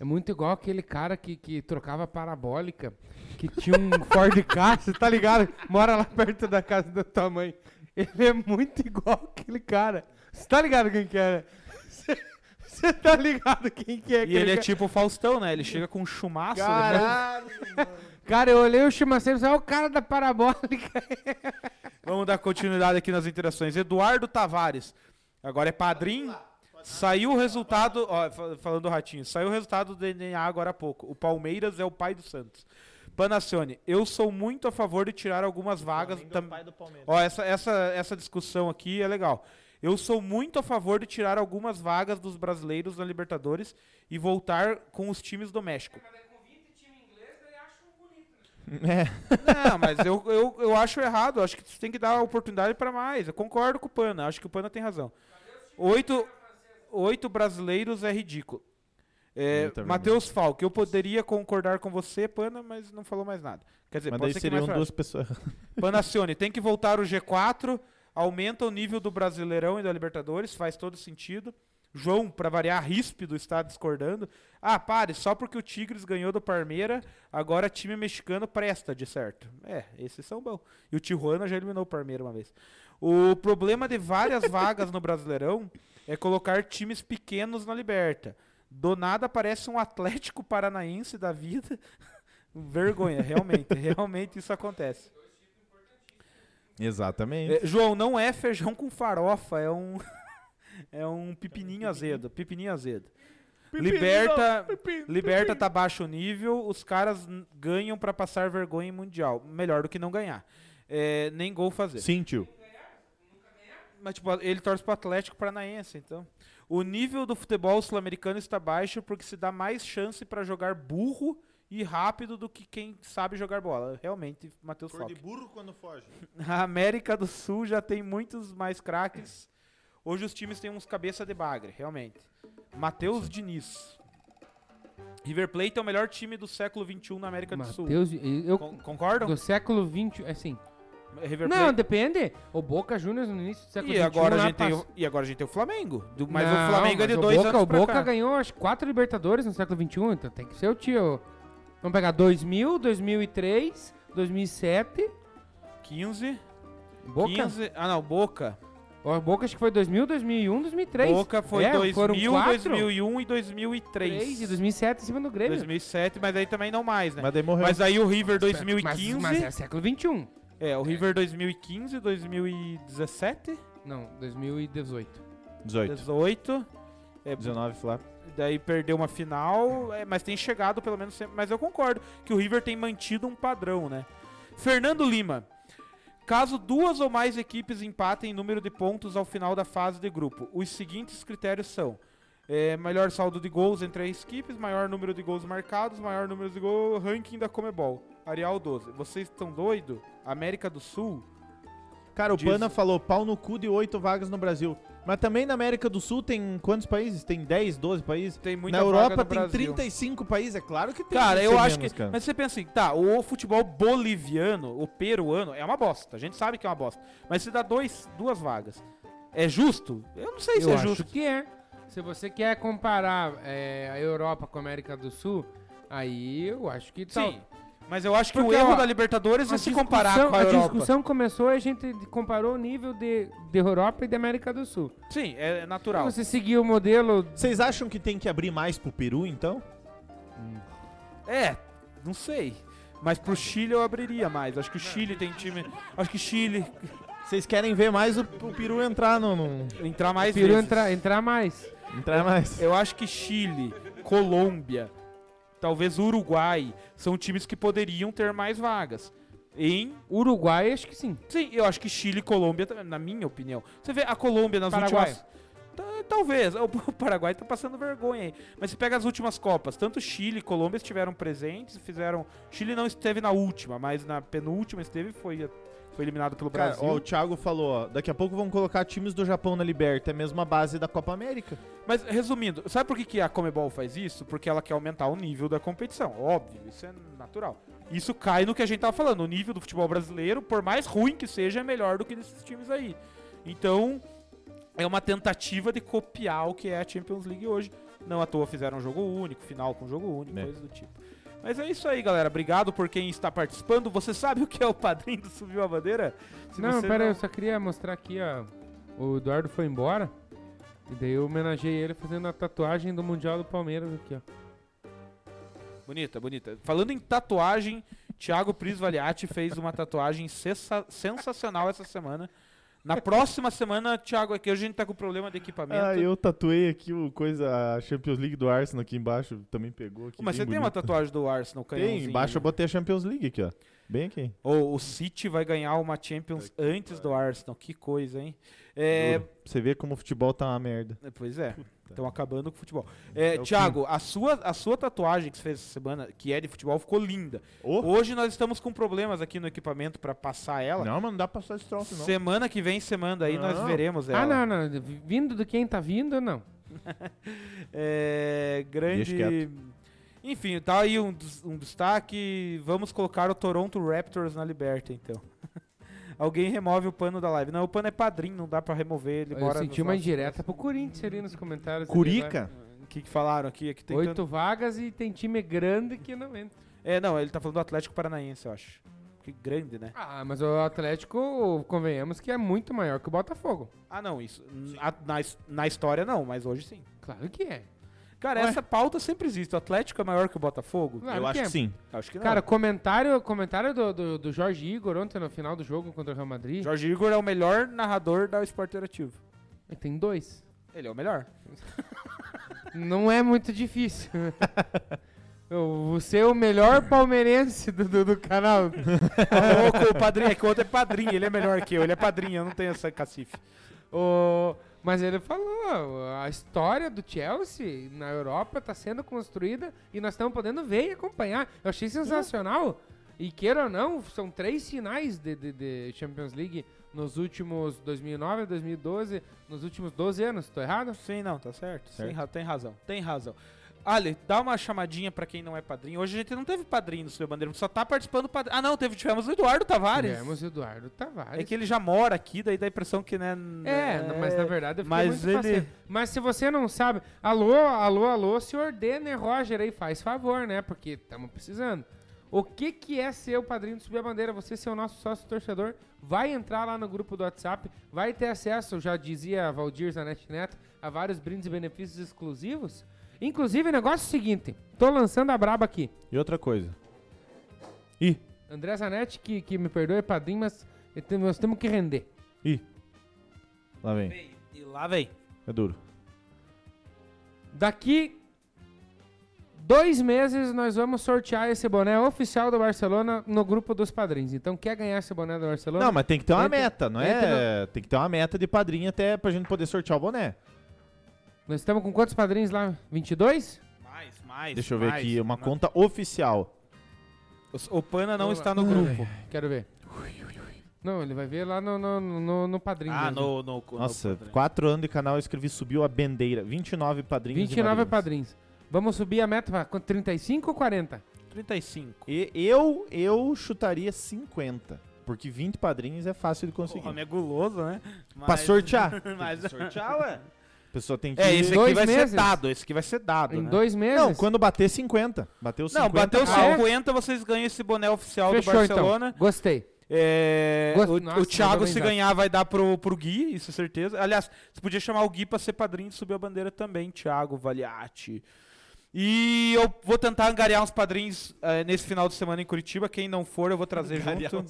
Speaker 4: É muito igual aquele cara que, que trocava parabólica, que tinha um Ford Ka, você tá ligado? Mora lá perto da casa da tua mãe. Ele é muito igual aquele cara. Você tá ligado quem que é? né? Você- Você tá ligado quem que é?
Speaker 2: E
Speaker 4: aquele
Speaker 2: ele é
Speaker 4: cara?
Speaker 2: tipo o Faustão, né? Ele chega com um chumaço. né?
Speaker 4: Cara, eu olhei o Chumaceiro e falei, "Ah, o cara da parabólica.
Speaker 2: Vamos dar continuidade aqui nas interações. Eduardo Tavares, agora é padrinho. Saiu o resultado, ó, fa- falando do Ratinho, saiu o resultado do DNA agora há pouco. O Palmeiras é o pai do Santos. Panacione, eu sou muito a favor de tirar algumas vagas. tam- Ó, essa, essa, essa discussão aqui é legal. Eu sou muito a favor de tirar algumas vagas dos brasileiros na Libertadores e voltar com os times do México.
Speaker 3: É,
Speaker 2: Não, mas eu, eu, eu acho errado. Eu Acho que você tem que dar oportunidade para mais. Eu concordo com o Pana. Acho que o Pana tem razão. Oito, oito brasileiros é ridículo. É,
Speaker 3: Eu também
Speaker 2: Matheus Falque, eu poderia concordar com você, Pana, mas não falou mais nada. Quer dizer,
Speaker 3: Mas
Speaker 2: pode
Speaker 3: daí
Speaker 2: ser que mais
Speaker 3: seriam
Speaker 2: frase.
Speaker 3: duas pessoas.
Speaker 2: Panacione, tem que voltar o G4, aumenta o nível do Brasileirão e da Libertadores, faz todo sentido. João, pra variar, ríspido está discordando. Ah, pare, só porque o Tigres ganhou do Parmeira, agora time mexicano presta, de certo. É, esses são bons. E o Tijuana já eliminou o Parmeira uma vez. O problema de várias vagas no Brasileirão é colocar times pequenos na Liberta. Do nada aparece um Atlético Paranaense da vida. Vergonha, realmente, realmente isso acontece.
Speaker 3: Exatamente.
Speaker 2: É, João, não é feijão com farofa, é um. é um pepininho azedo. Pepininho azedo. liberta liberta tá baixo nível, os caras n- ganham pra passar vergonha em mundial. Melhor do que não ganhar. É, nem gol fazer.
Speaker 3: Sim, tio.
Speaker 2: Mas, tipo, ele torce pro Atlético Paranaense, então. O nível do futebol sul-americano está baixo porque se dá mais chance pra jogar burro e rápido do que quem sabe jogar bola. Realmente, Matheus Falcão.
Speaker 3: burro quando foge.
Speaker 2: A América do Sul já tem muitos mais craques. Hoje os times têm uns cabeça de bagre, realmente. Matheus Diniz. River Plate é o melhor time do século XXI na América do Sul.
Speaker 4: Matheus, eu,
Speaker 2: Con- concordam?
Speaker 4: do século XX, assim,
Speaker 2: River
Speaker 4: Não,
Speaker 2: Plate.
Speaker 4: depende. O Boca Juniors no início do século
Speaker 2: E
Speaker 4: XXI
Speaker 2: agora, a
Speaker 4: lá
Speaker 2: gente tem o,
Speaker 4: passa-
Speaker 2: e agora a gente tem o Flamengo. Do- mas
Speaker 4: Não,
Speaker 2: o Flamengo é de
Speaker 4: mas o
Speaker 2: dois
Speaker 4: Boca,
Speaker 2: anos
Speaker 4: O
Speaker 2: pra
Speaker 4: Boca
Speaker 2: cá.
Speaker 4: ganhou acho quatro Libertadores no século XXI, então tem que ser o tio. Vamos pegar 2000, 2003, 2007,
Speaker 2: 15,
Speaker 4: Boca.
Speaker 2: 15... Ah, não, Boca.
Speaker 4: Ó, Boca acho que foi 2000, 2001, 2003.
Speaker 2: Boca foi
Speaker 4: É,
Speaker 2: 2000,
Speaker 4: foram quatro,
Speaker 2: 2001 e 2003.
Speaker 4: três e 2007 em cima do Grêmio.
Speaker 2: 2007, mas aí também não mais, né?
Speaker 3: Mas daí morreu.
Speaker 2: Mas aí o River
Speaker 4: Mas-
Speaker 2: 2015.
Speaker 4: Mas, é século XXI.
Speaker 2: é, o River 2015, 2017,
Speaker 4: Não, 2018.
Speaker 3: 18.
Speaker 2: 18. É,
Speaker 3: 19, Flávio.
Speaker 2: daí perdeu uma final, é, mas tem chegado pelo menos sempre. Mas eu concordo que o River tem mantido um padrão, né? Fernando Lima. Caso duas ou mais equipes empatem em número de pontos ao final da fase de grupo, os seguintes critérios são: é, melhor saldo de gols entre as equipes, maior número de gols marcados, maior número de gols, ranking da Comebol. Areal 12. Vocês estão doido? América do Sul?
Speaker 3: Cara, o
Speaker 2: Diz-
Speaker 3: Pana falou pau no cu de 8 vagas no Brasil. Mas também na América do Sul tem quantos países? Tem 10, 12 países?
Speaker 2: Tem muita
Speaker 3: na
Speaker 2: vaga
Speaker 3: Europa
Speaker 2: no
Speaker 3: tem
Speaker 2: Brasil.
Speaker 3: 35 países, é claro que tem.
Speaker 2: Cara,
Speaker 3: que
Speaker 2: eu
Speaker 3: ser
Speaker 2: acho
Speaker 3: menos,
Speaker 2: que.
Speaker 3: cara.
Speaker 2: Mas você pensa assim, tá, o futebol boliviano, o peruano, é uma bosta. A gente sabe que é uma bosta. Mas se dá dois, duas vagas. É justo? Eu não sei se
Speaker 4: eu
Speaker 2: é
Speaker 4: acho
Speaker 2: justo.
Speaker 4: que é. Se você quer comparar é, a Europa com a América do Sul, aí eu acho que tal-
Speaker 2: Sim. Mas eu acho que
Speaker 4: Porque,
Speaker 2: o erro
Speaker 4: ó,
Speaker 2: da Libertadores
Speaker 4: A
Speaker 2: é se comparar
Speaker 4: discussão-
Speaker 2: com a, Europa.
Speaker 4: discussão começou e a gente comparou o nível de, de Europa e da América do Sul.
Speaker 2: Sim, é é natural.
Speaker 4: Se você seguir o modelo.
Speaker 3: Vocês acham que tem que abrir mais pro Peru, então?
Speaker 2: É, não sei. Mas pro Chile eu abriria mais. Acho que o Chile tem time. Acho que Chile
Speaker 3: Vocês querem ver mais o, o Peru entrar no, no-
Speaker 2: entrar
Speaker 4: o
Speaker 2: mais
Speaker 4: Peru
Speaker 2: vezes.
Speaker 4: entrar, entrar mais.
Speaker 3: Entrar mais.
Speaker 2: Eu acho que Chile, Colômbia, talvez Uruguai são times que poderiam ter mais vagas. Em
Speaker 4: Uruguai, acho que sim.
Speaker 2: Sim, eu acho que Chile e Colômbia, também, na minha opinião. Você vê a Colômbia nas
Speaker 4: Paraguai.
Speaker 2: últimas. Ta- Talvez, o o Paraguai tá passando vergonha aí. Mas você pega as últimas Copas, tanto Chile e Colômbia estiveram presentes, fizeram. Chile não esteve na última, mas na penúltima esteve e foi, foi eliminado pelo
Speaker 3: Cara,
Speaker 2: Brasil.
Speaker 3: ó, o Thiago falou, ó, daqui a pouco vão colocar times do Japão na Liberta, é mesmo a base da Copa América.
Speaker 2: Mas resumindo, sabe por que, que a Comebol faz isso? Porque ela quer aumentar o nível da competição. Óbvio, isso é natural. Isso cai no que a gente tava falando. O nível do futebol brasileiro, por mais ruim que seja, é melhor do que desses times aí. Então, é uma tentativa de copiar o que é a Champions League hoje. Não à toa fizeram um jogo único, final com jogo único,
Speaker 3: Né.
Speaker 2: coisa do tipo. Mas é isso aí, galera. Obrigado por quem está participando. Você sabe o que é o padrinho do Subiu a Bandeira? Se
Speaker 4: não,
Speaker 2: você
Speaker 4: pera, eu só queria mostrar aqui, ó. O Eduardo foi embora. E daí eu homenageei ele fazendo a tatuagem do Mundial do Palmeiras aqui, ó.
Speaker 2: Bonita, bonita. Falando em tatuagem, Thiago Prisvaliati fez uma tatuagem sensa- sensacional essa semana. Na próxima semana, Thiago, aqui hoje a gente tá com problema de equipamento.
Speaker 3: Ah, eu tatuei aqui o coisa, a Champions League do Arsenal aqui embaixo, também pegou aqui.
Speaker 2: Mas você
Speaker 3: bem
Speaker 2: tem uma um
Speaker 3: bonito.
Speaker 2: tatuagem do Arsenal,
Speaker 3: Tem,
Speaker 2: canhãozinho.
Speaker 3: embaixo eu botei a Champions League aqui, ó. Bem aqui.
Speaker 2: Ou o City vai ganhar uma Champions antes do Arsenal. Que coisa, hein? É,
Speaker 3: Duro. Você vê como o futebol tá uma merda.
Speaker 2: Pois é. Estão acabando com o futebol. É,
Speaker 3: É o
Speaker 2: Thiago, a sua, a sua tatuagem que você fez essa semana, que é de futebol, ficou linda.
Speaker 3: Ô,
Speaker 2: Hoje nós estamos com problemas aqui no equipamento para passar ela.
Speaker 3: Não, mas não dá pra passar esse troço, não.
Speaker 2: Semana que vem, semana aí, nós
Speaker 3: Não.
Speaker 2: veremos ela.
Speaker 4: Ah, não, não. Vindo de quem tá vindo, não.
Speaker 2: É,
Speaker 3: Deixa
Speaker 2: grande. Enfim, tá aí um, des- um destaque. Vamos colocar o Toronto Raptors na liberta, então. Alguém remove o pano da live. Não, o pano é padrinho, não dá pra remover. Ele
Speaker 4: Eu
Speaker 2: mora
Speaker 4: senti
Speaker 2: nos
Speaker 4: uma
Speaker 2: nossos-
Speaker 4: indireta pro Corinthians ali nos comentários. ali, vai.
Speaker 3: Curica?
Speaker 2: O que, que falaram aqui? aqui tem
Speaker 4: Oito vagas e tem time grande que não entra.
Speaker 2: tanto- É, não, ele tá falando do Atlético Paranaense, eu acho. Que grande, né?
Speaker 4: Ah, mas o Atlético, convenhamos que é muito maior que o Botafogo.
Speaker 2: Ah, não, isso. A- na, his- na história, não, mas hoje sim.
Speaker 4: Claro que é.
Speaker 2: Cara,
Speaker 3: Ué?
Speaker 2: essa pauta sempre existe. O Atlético é maior que o Botafogo?
Speaker 4: Claro
Speaker 3: eu acho
Speaker 4: é.
Speaker 3: que sim.
Speaker 2: Acho que não.
Speaker 4: Cara, comentário, comentário do, do, do Jorge Igor ontem no final do jogo contra o Real Madrid.
Speaker 2: Jorge Igor é o melhor narrador da Esporte Interativo.
Speaker 4: Tem dois.
Speaker 2: Ele é o melhor.
Speaker 4: Não é muito difícil. Eu- Você é o melhor palmeirense do, do, do canal.
Speaker 2: Ô, louco, o padrinho, é que o outro é padrinho, ele é melhor que eu, ele é padrinho, eu não tenho essa cacife.
Speaker 4: O- mas ele falou, a história do Chelsea na Europa está sendo construída e nós estamos podendo ver e acompanhar. Eu achei sensacional. E queira ou não, são três finais de, de- de Champions League nos últimos 2009, 2012, nos últimos 12 anos. Estou errado?
Speaker 2: Sim, não, tá certo. Sim,
Speaker 3: Certo.
Speaker 2: ra- tem razão, tem razão. Ali, dá uma chamadinha pra quem não é padrinho. Hoje a gente não teve padrinho do seu bandeira, só tá participando padrinho. Ah, não, teve, tivemos o Eduardo Tavares.
Speaker 4: Tivemos Eduardo Tavares.
Speaker 2: É que ele já mora aqui, daí dá a impressão que, né?
Speaker 4: É, n- mas na verdade eu fiquei
Speaker 2: mas
Speaker 4: muito
Speaker 2: ele-
Speaker 4: faceiro. Mas se você não sabe, alô, alô, alô, senhor Denner Roger aí, faz favor, né? Porque estamos precisando. O que, que é ser o padrinho do Subir a Bandeira? Você ser o nosso sócio torcedor, vai entrar lá no grupo do WhatsApp, vai ter acesso, já dizia Valdir Zanetti Neto, a vários brindes e benefícios exclusivos. Inclusive, o negócio é o seguinte, tô lançando a braba aqui.
Speaker 3: E outra coisa. Ih,
Speaker 4: André Zanetti, que, que me perdoe, é padrinho, mas eu tenho- nós temos que render.
Speaker 3: ih. Lá vem.
Speaker 2: E lá vem.
Speaker 3: É duro.
Speaker 4: Daqui dois meses nós vamos sortear esse boné oficial do Barcelona no grupo dos padrinhos. Então quer ganhar esse boné do Barcelona?
Speaker 3: Não, mas tem que ter uma
Speaker 4: Entra-
Speaker 3: meta, não
Speaker 4: entra
Speaker 3: é? Tem que ter uma meta de padrinho até pra gente poder sortear o boné.
Speaker 4: Nós estamos com quantos padrinhos lá? 22?
Speaker 2: Mais, mais.
Speaker 3: Deixa eu ver
Speaker 2: mais.
Speaker 3: aqui, uma
Speaker 2: Ma-
Speaker 3: conta oficial.
Speaker 2: O- O Pana não
Speaker 4: Vamos
Speaker 2: está
Speaker 4: lá.
Speaker 2: no grupo.
Speaker 4: Quero ver. Não, ele vai ver lá no, no, no, no padrinho.
Speaker 2: Ah,
Speaker 4: mesmo.
Speaker 2: no, no, no-
Speaker 3: Nossa, quatro anos de canal eu escrevi subiu a bandeira. 29 padrinhos. e
Speaker 4: 29
Speaker 3: madrinhas.
Speaker 4: padrinhos. Vamos subir a meta para quanto? 35 ou 40?
Speaker 2: 35.
Speaker 3: E eu, eu chutaria 50. Porque 20 padrinhos é fácil de
Speaker 2: O
Speaker 3: conseguir.
Speaker 2: homem é guloso, né? Mas...
Speaker 3: Pra sortear.
Speaker 2: Mas...
Speaker 3: A pessoa tem que.
Speaker 2: É, esse aqui
Speaker 4: dois
Speaker 2: vai
Speaker 4: meses?
Speaker 2: ser dado. Esse aqui vai ser dado,
Speaker 4: Em
Speaker 2: né?
Speaker 4: dois meses?
Speaker 3: Não, quando bater 50. Bateu 50.
Speaker 2: Não, bateu
Speaker 4: Ah, é?
Speaker 2: 50, vocês ganham esse boné oficial é do
Speaker 4: Fechou então.
Speaker 2: Barcelona.
Speaker 4: Gostei.
Speaker 2: É,
Speaker 4: Gosto-
Speaker 2: o, o
Speaker 4: Nossa, mandou
Speaker 2: Thiago,
Speaker 4: bem
Speaker 2: se
Speaker 4: já.
Speaker 2: ganhar, vai dar pro, pro Gui, isso é certeza. Aliás, você podia chamar o Gui pra ser padrinho e subir a bandeira também, Thiago Valiati. E eu vou tentar angariar uns padrinhos eh, nesse final de semana em Curitiba. Quem não for, eu vou trazer junto.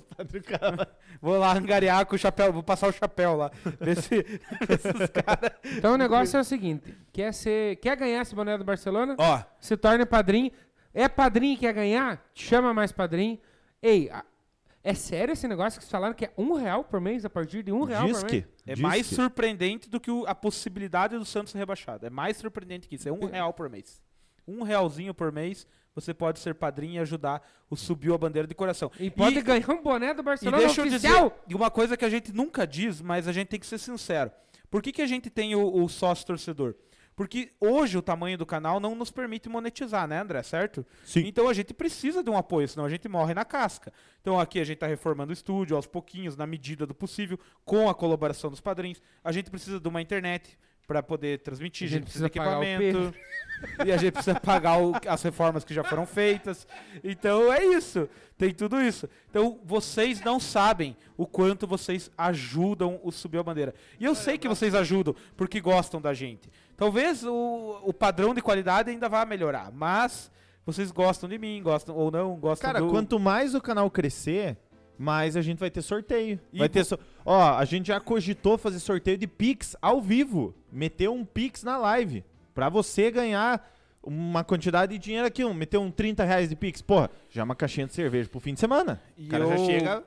Speaker 2: Vou lá angariar com o chapéu, vou passar o chapéu lá. Ver se, ver se os caras.
Speaker 4: Então o negócio é o seguinte: quer, ser, quer ganhar esse boné do Barcelona?
Speaker 2: Ó,
Speaker 4: Se torne padrinho. É padrinho que quer ganhar? Chama mais padrinho. Ei, a- é sério esse negócio que vocês falaram que é um real por mês a partir de um real
Speaker 3: Diz
Speaker 4: por
Speaker 3: que.
Speaker 4: mês?
Speaker 2: é
Speaker 3: diz
Speaker 2: mais
Speaker 3: que.
Speaker 2: surpreendente do que o- a possibilidade do Santos ser rebaixado. É mais surpreendente que isso. É um real por mês. Um realzinho por mês, você pode ser padrinho e ajudar o Subiu a Bandeira de Coração.
Speaker 4: E pode
Speaker 2: E-
Speaker 4: ganhar um boné do
Speaker 2: E
Speaker 4: Barcelona
Speaker 2: deixa eu
Speaker 4: oficial.
Speaker 2: dizer e uma coisa que a gente nunca diz, mas a gente tem que ser sincero. Por que, que a gente tem o, o sócio torcedor? Porque hoje o tamanho do canal não nos permite monetizar, né, André? Certo?
Speaker 3: Sim.
Speaker 2: Então a gente precisa de um apoio, senão a gente morre na casca. Então aqui a gente está reformando o estúdio aos pouquinhos, na medida do possível, com a colaboração dos padrinhos. A gente precisa de uma internet para poder transmitir, a gente, precisa, de
Speaker 4: pagar o
Speaker 2: equipamento. E a gente precisa pagar o- as reformas que já foram feitas. Então é isso. Tem tudo isso. Então vocês não sabem o quanto vocês ajudam o Subir a Bandeira. E eu sei que vocês ajudam porque gostam da gente. Talvez o, o padrão de qualidade ainda vá melhorar, mas vocês gostam de mim, gostam ou não, gostam
Speaker 3: Cara,
Speaker 2: do...
Speaker 3: quanto mais o canal crescer, mais a gente vai ter sorteio.
Speaker 2: E
Speaker 3: vai
Speaker 2: vo-
Speaker 3: ter so- Ó, a gente já cogitou fazer sorteio de Pix ao vivo. Meter um Pix na live. Pra você ganhar uma quantidade de dinheiro aqui. Um, meter um 30 reais de Pix. Porra, já é uma caixinha de cerveja pro fim de semana.
Speaker 2: E
Speaker 3: o cara já
Speaker 2: eu-
Speaker 3: chega.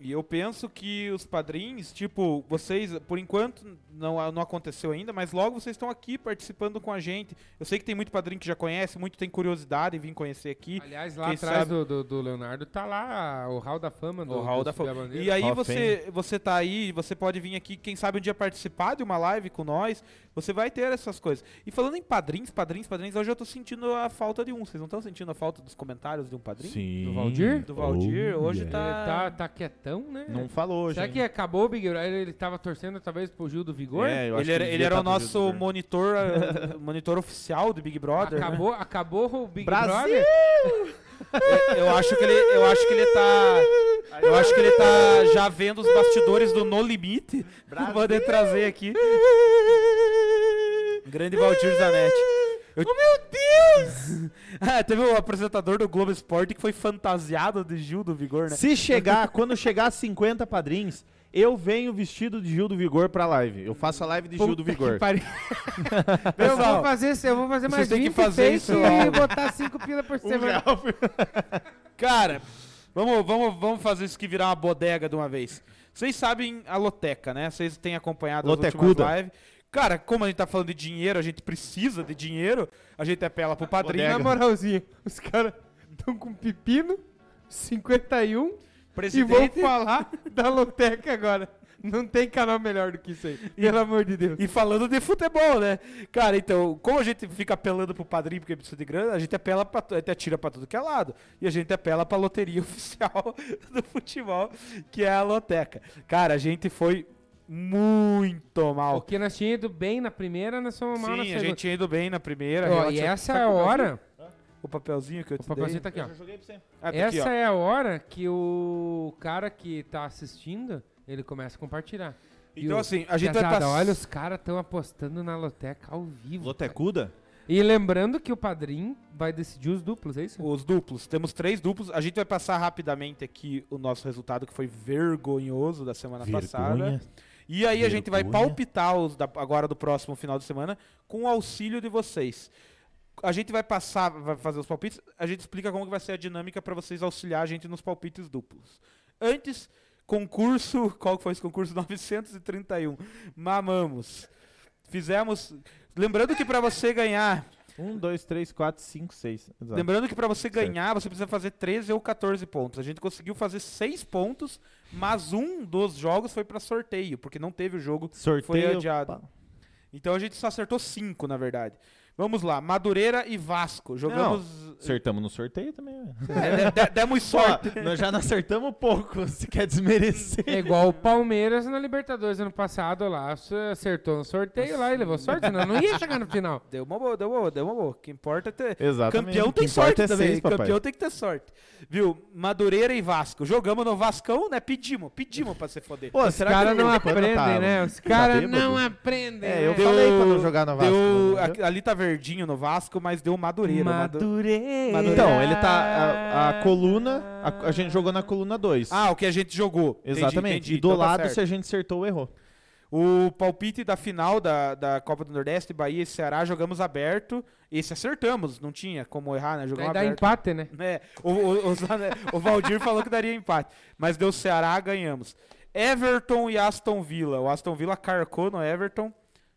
Speaker 2: E eu penso que os padrinhos, tipo, vocês, por enquanto, não, não aconteceu ainda, mas logo vocês estão aqui participando com a gente. Eu sei que tem muito padrinho que já conhece, muito tem curiosidade em vir conhecer aqui.
Speaker 4: Aliás, lá
Speaker 2: Quem
Speaker 4: atrás
Speaker 2: sabe-
Speaker 4: do, do- do Leonardo tá lá o Hall da Fama do,
Speaker 2: O Hall
Speaker 4: do
Speaker 2: da
Speaker 4: Subir a
Speaker 2: Fama.
Speaker 4: Bandeira.
Speaker 2: E aí
Speaker 3: Hall of
Speaker 2: você, você tá aí, você pode vir aqui, quem sabe um dia participar de uma live com nós, você vai ter essas coisas. E falando em padrinhos, padrinhos, padrinhos, hoje eu tô sentindo a falta de um. Vocês não estão sentindo a falta dos comentários de um padrinho?
Speaker 3: Sim. Oh,
Speaker 4: Do Valdir?
Speaker 2: Do Valdir, hoje
Speaker 3: yeah.
Speaker 2: tá...
Speaker 4: Ele tá, tá quietão, né?
Speaker 3: Não falou hoje.
Speaker 4: Será que
Speaker 2: é
Speaker 3: hein?
Speaker 4: acabou o Big Brother? Ele tava torcendo talvez pro Gil do Vigor?
Speaker 3: É, eu acho
Speaker 2: Ele
Speaker 3: que
Speaker 2: era,
Speaker 3: devia
Speaker 2: ele era
Speaker 3: tá
Speaker 2: o
Speaker 3: no
Speaker 2: nosso
Speaker 3: jogo do Valdir.
Speaker 2: monitor, eh, monitor oficial do Big Brother. né?
Speaker 4: acabou, acabou o Big
Speaker 3: Brasil!
Speaker 4: Brother?
Speaker 2: Eu acho que ele, eu acho que ele tá, eu acho que ele tá já vendo os bastidores do No Limite. Vou poder trazer aqui. Grande Valdir Zanetti. Oh meu Deus! teve um apresentador do Globo Esporte que foi fantasiado de Gil do Vigor, né?
Speaker 3: Se chegar, quando chegar a 50 padrinhos, eu venho vestido de Gil do Vigor pra live. Eu faço a live de Gil
Speaker 4: Puta
Speaker 3: do
Speaker 4: que
Speaker 3: Vigor.
Speaker 4: pariu. eu vou
Speaker 2: Pessoal,
Speaker 4: fazer, esse- eu vou fazer Um mais
Speaker 2: vocês têm que
Speaker 4: 20
Speaker 2: fazer
Speaker 4: fakes
Speaker 2: isso
Speaker 4: e
Speaker 2: logo.
Speaker 4: botar 5 pila por semana.
Speaker 2: Cara, vamos, vamos, vamos fazer isso que virar uma bodega de uma vez. Vocês sabem a Loteca, né? Vocês têm acompanhado as
Speaker 3: Lotecuda.
Speaker 2: últimas lives. Cara, como a gente tá falando de dinheiro, a gente precisa de dinheiro, a gente apela pro padrinho.
Speaker 3: Bodega.
Speaker 4: Na moralzinha, os caras estão com pepino, 51, e vão
Speaker 2: Presidente,
Speaker 4: falar da loteca agora. Não tem canal melhor do que isso aí, pelo amor de Deus.
Speaker 2: E falando de futebol, né? Cara, então, como a gente fica apelando pro padrinho porque precisa de grana, a gente apela pra, tu- a gente atira pra tudo que é lado. E a gente apela pra loteria oficial do futebol, que é a loteca. Cara, a gente foi muito mal.
Speaker 4: Porque nós tínhamos ido bem na primeira, nós fomos mal na
Speaker 2: Sim, a
Speaker 4: segunda.
Speaker 2: gente tinha ido bem na primeira.
Speaker 4: Ó, e
Speaker 2: relativa-
Speaker 4: essa
Speaker 2: Tá
Speaker 4: é a
Speaker 2: com o Brasil?
Speaker 4: hora
Speaker 2: o papelzinho que eu
Speaker 4: O
Speaker 2: te
Speaker 4: papelzinho tá
Speaker 2: dei. Ah, tá
Speaker 4: aqui, ó.
Speaker 3: joguei pra você.
Speaker 4: Essa é a hora que o cara que tá assistindo, ele começa a compartilhar. E
Speaker 2: Então
Speaker 4: o-
Speaker 2: assim, a gente vai
Speaker 4: Piazada,
Speaker 2: passar...
Speaker 4: Olha, os caras estão apostando na loteca ao vivo. cara.
Speaker 3: Lotecuda?
Speaker 4: E lembrando que o padrinho vai decidir os duplos, é isso?
Speaker 2: Os duplos. Temos três duplos. A gente vai passar rapidamente aqui o nosso resultado, que foi vergonhoso da semana passada. E aí a gente vai
Speaker 3: Vergonha.
Speaker 2: palpitar os da- agora do próximo final de semana com o auxílio de vocês. A gente vai passar, vai fazer os palpites, a gente explica como que vai ser a dinâmica para vocês auxiliar a gente nos palpites duplos. Antes, concurso, qual que foi esse concurso 931? Mamamos. Fizemos, lembrando que para você ganhar,
Speaker 3: Um, dois, três, quatro, cinco, seis. Exato.
Speaker 2: Lembrando que pra você
Speaker 3: Certo.
Speaker 2: ganhar, você precisa fazer 13 ou 14 pontos. A gente conseguiu fazer 6 pontos, mas um dos jogos foi pra sorteio, porque não teve o jogo.
Speaker 3: Sorteio.
Speaker 2: Foi adiado.
Speaker 3: pá.
Speaker 2: Então a gente só acertou 5, na verdade. Vamos lá, Madureira e Vasco. Jogamos.
Speaker 3: Acertamos no sorteio também. né?
Speaker 2: É, de- de- demos sorte.
Speaker 3: Pô, nós já não acertamos pouco, se quer desmerecer.
Speaker 4: É igual o Palmeiras na Libertadores ano passado lá. Acertou no sorteio lá e levou sorte, senão não ia chegar no final.
Speaker 2: Deu uma boa, deu uma boa, deu uma boa. O que importa é ter.
Speaker 3: Exatamente.
Speaker 2: Campeão
Speaker 3: O que
Speaker 2: tem
Speaker 3: importa
Speaker 2: sorte
Speaker 3: é
Speaker 2: também.
Speaker 3: seis, papai.
Speaker 2: Campeão tem que ter sorte. Viu? Madureira e Vasco. Jogamos no Vascão, né? Pedimos, pedimos pra se foder.
Speaker 3: Pô,
Speaker 4: Os caras não aprendem, né? Os caras
Speaker 3: tá bêbado?
Speaker 4: não aprendem.
Speaker 3: É, eu
Speaker 4: né?
Speaker 2: Deu-
Speaker 3: falei pra não jogar no Vasco,
Speaker 2: Deu,
Speaker 3: né?
Speaker 2: aqui- ali tá verdinho no Vasco, mas deu Madureira. Madu-
Speaker 4: Madureira.
Speaker 2: Madureira.
Speaker 3: Então, ele tá. A, a coluna. A, a gente jogou na coluna 2.
Speaker 2: Ah, o que a gente jogou. Entendi,
Speaker 3: Exatamente.
Speaker 2: entendi.
Speaker 3: E do
Speaker 2: Então tá
Speaker 3: lado,
Speaker 2: certo.
Speaker 3: se a gente acertou ou errou.
Speaker 2: O palpite da final da, da Copa do Nordeste, Bahia e Ceará, jogamos aberto. Esse acertamos, não tinha como errar, né? Jogamos
Speaker 4: Aí dá
Speaker 2: aberto.
Speaker 4: empate, né?
Speaker 2: É, o, o- o Zane- o Valdir falou que daria empate, mas deu Ceará, ganhamos. Everton e Aston Villa. O Aston Villa carcou no Everton,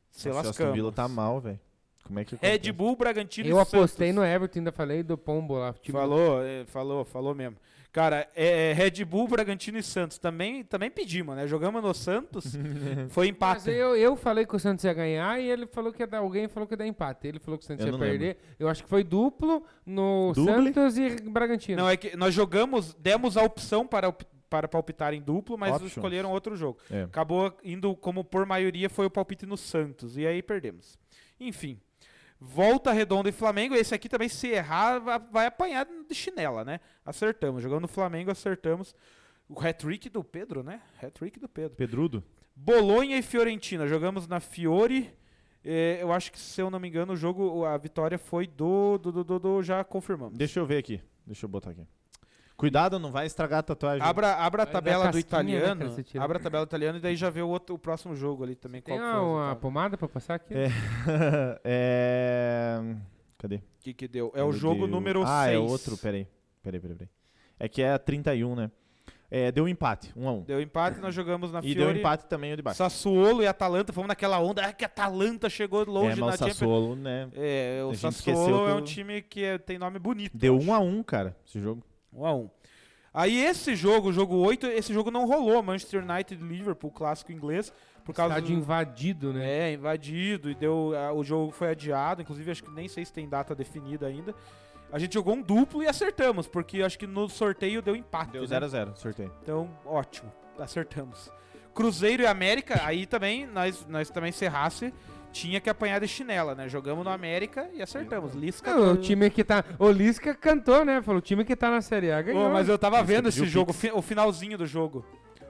Speaker 2: se
Speaker 3: Nossa, o Aston
Speaker 2: lascamos.
Speaker 3: Villa tá mal, velho. Como é que.
Speaker 2: Red Bull, Bragantino
Speaker 4: Eu
Speaker 2: e Santos.
Speaker 4: apostei no Everton, ainda falei do Pombo lá. time-
Speaker 2: Falou, é, falou, falou mesmo. Cara, é, é, Red Bull, Bragantino e Santos. Também, também pedimos, né? Jogamos no Santos, foi empate.
Speaker 4: Mas eu, eu falei que o Santos ia ganhar e ele falou que ia dar. Alguém falou que ia dar empate. Ele falou que o Santos
Speaker 3: Eu
Speaker 4: ia
Speaker 3: não lembro.
Speaker 4: perder. Eu acho que foi duplo no
Speaker 3: Duble?
Speaker 4: Santos e Bragantino.
Speaker 2: Não, é que nós jogamos, demos a opção para, op- para palpitar em duplo, mas
Speaker 3: Options.
Speaker 2: escolheram outro jogo.
Speaker 3: É.
Speaker 2: Acabou indo, como por maioria, foi o palpite no Santos. E aí perdemos. Enfim. Volta Redonda e Flamengo. Esse aqui também, se errar, va- vai apanhar de chinela, né? Acertamos. Jogando no Flamengo, acertamos. O hat-trick do Pedro, né? Hat-trick do Pedro.
Speaker 3: Pedrudo?
Speaker 2: Bolonha e Fiorentina. Jogamos na Fiore. Eh, eu acho que, se eu não me engano, o jogo, a vitória foi do. do, do, do, do- já confirmamos.
Speaker 3: Deixa eu ver aqui. Deixa eu botar aqui. Cuidado, não vai estragar a tatuagem.
Speaker 2: Abra, abra a
Speaker 4: Vai dar
Speaker 2: tabela do
Speaker 4: casquinha, né, cara,
Speaker 2: italiano.
Speaker 4: você tira.
Speaker 2: abra a tabela do italiano e daí já vê o, outro, o próximo jogo ali também.
Speaker 4: Tem
Speaker 2: qual que foi o
Speaker 4: uma
Speaker 2: resultado.
Speaker 4: pomada pra passar aqui?
Speaker 3: É. é... Cadê?
Speaker 2: que, que deu? É o
Speaker 3: Meu
Speaker 2: jogo
Speaker 3: Deus.
Speaker 2: número 6.
Speaker 3: Ah, é outro, peraí. Peraí, peraí, peraí. É que é a 31, né? É, deu um empate, 1 um a 1 Um.
Speaker 2: Deu empate, nós jogamos na
Speaker 3: E deu
Speaker 2: Fiore.
Speaker 3: empate também o de baixo.
Speaker 2: Sassuolo e Atalanta, fomos naquela onda. Ah, que Atalanta chegou
Speaker 3: é,
Speaker 2: tá longe
Speaker 3: mas
Speaker 2: na
Speaker 3: o
Speaker 2: Champions.
Speaker 3: Sassuolo, né?
Speaker 2: É,
Speaker 3: A
Speaker 2: o
Speaker 3: gente esqueceu
Speaker 2: Sassuolo
Speaker 3: que
Speaker 2: é
Speaker 3: o-
Speaker 2: um time que é- tem nome bonito.
Speaker 3: Deu
Speaker 2: eu acho.
Speaker 3: 1 um a 1 um, cara, esse jogo.
Speaker 2: 1 a 1. Aí esse jogo, o jogo 8, esse jogo não rolou. Manchester United e Liverpool, clássico inglês, por causa
Speaker 4: Estádio
Speaker 2: do-
Speaker 4: invadido, né?
Speaker 2: É, invadido e deu, ah, o jogo foi adiado, inclusive acho que nem sei se tem data definida ainda. A gente jogou um duplo e acertamos, porque acho que no sorteio deu empate.
Speaker 3: Deu
Speaker 2: né?
Speaker 3: 0 a 0 sorteio.
Speaker 2: Então, ótimo, acertamos. Cruzeiro e América, aí também nós nós também serrasse tinha que apanhar de chinela, né? Jogamos no América e acertamos. Lisca.
Speaker 4: Não, o time que tá. O Lisca cantou, né? Falou: o time que tá na Série A ganhou.
Speaker 2: Ô, mas eu tava
Speaker 3: Lisca
Speaker 2: vendo
Speaker 3: pediu
Speaker 2: esse jogo, fi- o finalzinho do jogo.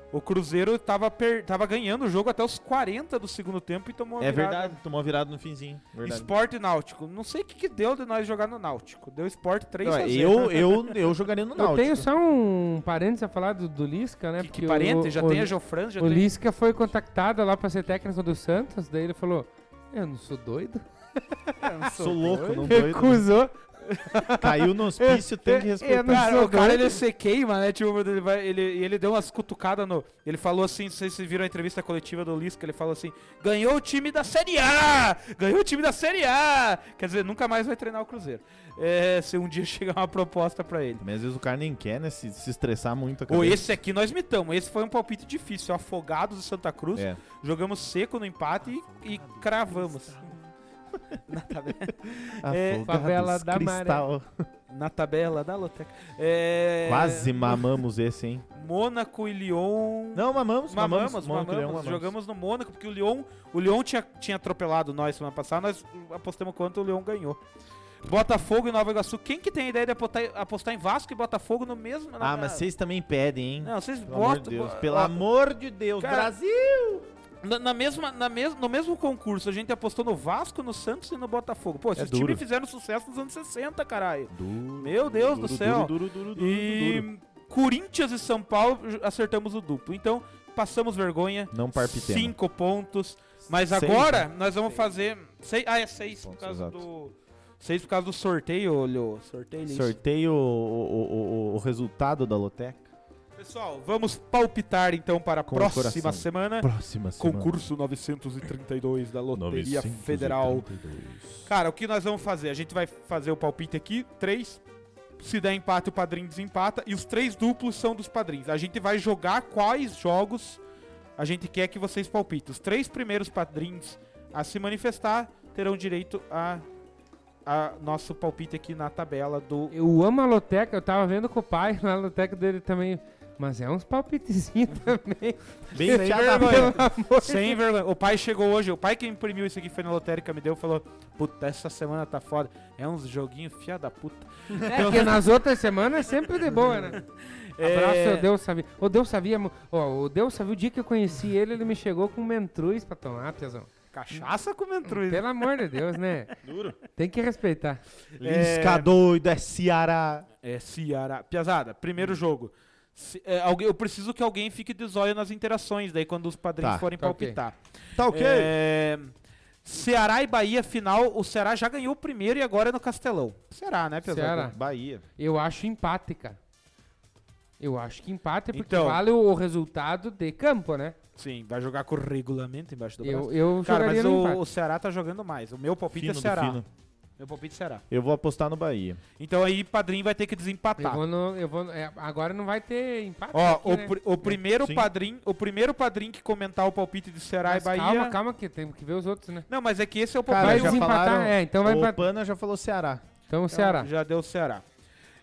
Speaker 2: O Cruzeiro tava, per- tava ganhando o jogo até os 40 do segundo tempo e tomou uma
Speaker 3: É
Speaker 2: virada.
Speaker 3: verdade, tomou virada no finzinho. Verdade.
Speaker 2: Esporte Náutico. Não sei o que, que deu de nós jogar no Náutico. Deu Esporte 3
Speaker 3: Não,
Speaker 2: a 0.
Speaker 3: eu, eu, eu jogaria no
Speaker 4: Eu
Speaker 3: Náutico.
Speaker 4: tenho só um parênteses a falar do, do Lisca, né?
Speaker 2: Que,
Speaker 4: Porque
Speaker 2: que parente,
Speaker 4: o-
Speaker 2: já
Speaker 4: o-
Speaker 2: tem a Jofran, já
Speaker 4: O
Speaker 2: tem...
Speaker 4: Lisca foi contactado lá pra ser técnico do Santos, daí ele falou: Eu não sou doido.
Speaker 3: Sou louco, não
Speaker 2: né?
Speaker 3: doido.
Speaker 4: Recusou.
Speaker 3: Caiu no hospício, tem que
Speaker 4: Eu- eu
Speaker 3: respeitar.
Speaker 4: é, não
Speaker 2: Cara,
Speaker 4: sou
Speaker 2: o cara
Speaker 4: doido.
Speaker 2: ele se queima, né? Tipo, ele, vai, ele, e ele deu umas cutucadas no. Ele falou assim: não sei se vocês viram a entrevista coletiva do Lisca, ele falou assim: ganhou o time da Série A! Ganhou o time da Série A! Quer dizer, nunca mais vai treinar o Cruzeiro. É, se um dia chegar uma proposta pra ele.
Speaker 3: Mas às vezes o cara nem quer, né? Se, se estressar muito. a
Speaker 2: Ou
Speaker 3: cabeça.
Speaker 2: esse aqui nós mitamos. Esse foi um palpite difícil. Afogados do Santa Cruz.
Speaker 3: É.
Speaker 2: Jogamos seco no empate e, e cravamos. Na tabela,
Speaker 3: Afogados,
Speaker 4: É, Favela da Maré.
Speaker 3: cristal.
Speaker 2: na tabela da Loteca. É,
Speaker 3: Quase mamamos esse, hein?
Speaker 2: Mônaco e Lyon.
Speaker 3: Não,
Speaker 2: Mamamos,
Speaker 3: mamamos,
Speaker 2: mamamos,
Speaker 3: mamamos. Mônaco e Leão,
Speaker 2: Jogamos no Mônaco, porque o Lyon, o Lyon tinha, tinha atropelado nós semana passada, nós apostamos quanto o Lyon ganhou. Botafogo e Nova Iguaçu. Quem que tem a ideia de apostar, apostar em Vasco e Botafogo no mesmo... na-
Speaker 3: Ah, mas vocês também pedem, hein?
Speaker 2: Não, vocês
Speaker 3: Pelo amor de
Speaker 2: botam...
Speaker 3: Deus.
Speaker 2: bo-
Speaker 3: Pelo
Speaker 2: ó,
Speaker 3: amor de Deus,
Speaker 2: Cara,
Speaker 3: Brasil!
Speaker 2: Na, na mesma, na mes, no mesmo concurso, a gente apostou no Vasco, no Santos e no Botafogo. Pô, esses
Speaker 3: É duro.
Speaker 2: times fizeram sucesso nos anos 60, caralho. Meu Deus do céu.
Speaker 3: Duro, duro, duro, duro,
Speaker 2: E
Speaker 3: duro.
Speaker 2: Corinthians e São Paulo j- acertamos o duplo. Então, passamos vergonha.
Speaker 3: Não parpitemos.
Speaker 2: Cinco pontos. Mas
Speaker 3: Seis,
Speaker 2: agora
Speaker 3: né?
Speaker 2: nós vamos fazer. Seis, ah, é seis por
Speaker 3: Pontos,
Speaker 2: causa
Speaker 3: exato.
Speaker 2: do. Seis por causa do sorteio, olho. Sorteio. Liz.
Speaker 3: né? Sorteio o, o- o- o- o resultado da loteca.
Speaker 2: Pessoal, vamos palpitar então para a
Speaker 3: Com o
Speaker 2: próxima
Speaker 3: coração.
Speaker 2: semana.
Speaker 3: Próxima semana.
Speaker 2: Concurso 932 da Loteria Federal. Cara, o que nós vamos fazer? A gente vai fazer o palpite aqui, três. Se der empate, o padrinho desempata. E os três duplos são dos padrinhos. A gente vai jogar quais jogos a gente quer que vocês palpitem. Os três primeiros padrinhos a se manifestar terão direito a, a nosso palpite aqui na tabela do.
Speaker 4: Eu amo a loteca, eu tava vendo com o pai lá na loteca dele também. Mas é uns palpitezinhos também.
Speaker 3: Bem
Speaker 2: Sem
Speaker 3: enfiado na
Speaker 2: vergonha.
Speaker 3: boca.
Speaker 2: Sem vergonha. O pai chegou hoje, o pai que imprimiu isso aqui foi na lotérica, me deu e falou: Puta, essa semana tá foda. É uns joguinhos fia da puta.
Speaker 4: É porque nas outras semanas é sempre de boa, né? Abraço,
Speaker 2: É.
Speaker 4: ao Deus Savi. O Deus Savia, mo- ó, o Deus Savia, o dia que eu conheci ele, ele me chegou com mentruz pra tomar, tiazão.
Speaker 2: um Cachaça com mentruz.
Speaker 4: Pelo amor de Deus, né? Tem que respeitar.
Speaker 3: Lisca doido, é Ceará.
Speaker 2: É Ceará. Piazada, primeiro jogo. Se- é, alguém- eu preciso que alguém fique de zóio nas interações, daí quando os padrinhos
Speaker 3: Tá,
Speaker 2: forem
Speaker 4: tá ok.
Speaker 2: palpitar.
Speaker 3: Tá ok?
Speaker 2: É, Ceará e Bahia, final. O Ceará já ganhou o primeiro e agora é no Castelão. Ceará, né, Piazada?
Speaker 4: Ceará.
Speaker 3: Bahia.
Speaker 4: Eu acho empate, cara. Eu acho que empate é porque
Speaker 2: Então.
Speaker 4: vale o, o resultado de campo, né?
Speaker 2: Sim, vai jogar com regulamento embaixo do
Speaker 4: Eu,
Speaker 2: braço.
Speaker 4: eu
Speaker 2: Cara,
Speaker 4: jogaria
Speaker 2: mas
Speaker 4: no
Speaker 2: o,
Speaker 4: empate.
Speaker 2: o Ceará tá jogando mais. O meu palpite
Speaker 3: Fino
Speaker 2: é
Speaker 3: do
Speaker 2: Ceará.
Speaker 3: fino.
Speaker 2: Meu palpite é Ceará.
Speaker 3: Eu vou apostar no Bahia.
Speaker 2: Então aí padrinho vai ter que
Speaker 4: Eu
Speaker 2: desempatar.
Speaker 4: vou no- eu vou no- é, agora não vai ter empate.
Speaker 2: Tá. Ó,
Speaker 4: aqui,
Speaker 2: o,
Speaker 4: né?
Speaker 2: pri- o primeiro
Speaker 3: Sim.
Speaker 2: padrinho, o primeiro padrinho que comentar o palpite de Ceará
Speaker 4: Mas
Speaker 2: e Bahia.
Speaker 4: Calma, calma, que tem que ver os outros, né?
Speaker 2: Não, mas é que esse é o
Speaker 3: Cara,
Speaker 2: palpite.
Speaker 4: vai
Speaker 3: já
Speaker 4: desempatar,
Speaker 3: falaram-
Speaker 4: é, então vai
Speaker 3: um o
Speaker 4: pra-
Speaker 3: Pana já falou Ceará.
Speaker 4: Então o
Speaker 2: Então,
Speaker 4: Ceará.
Speaker 2: Já deu o Ceará.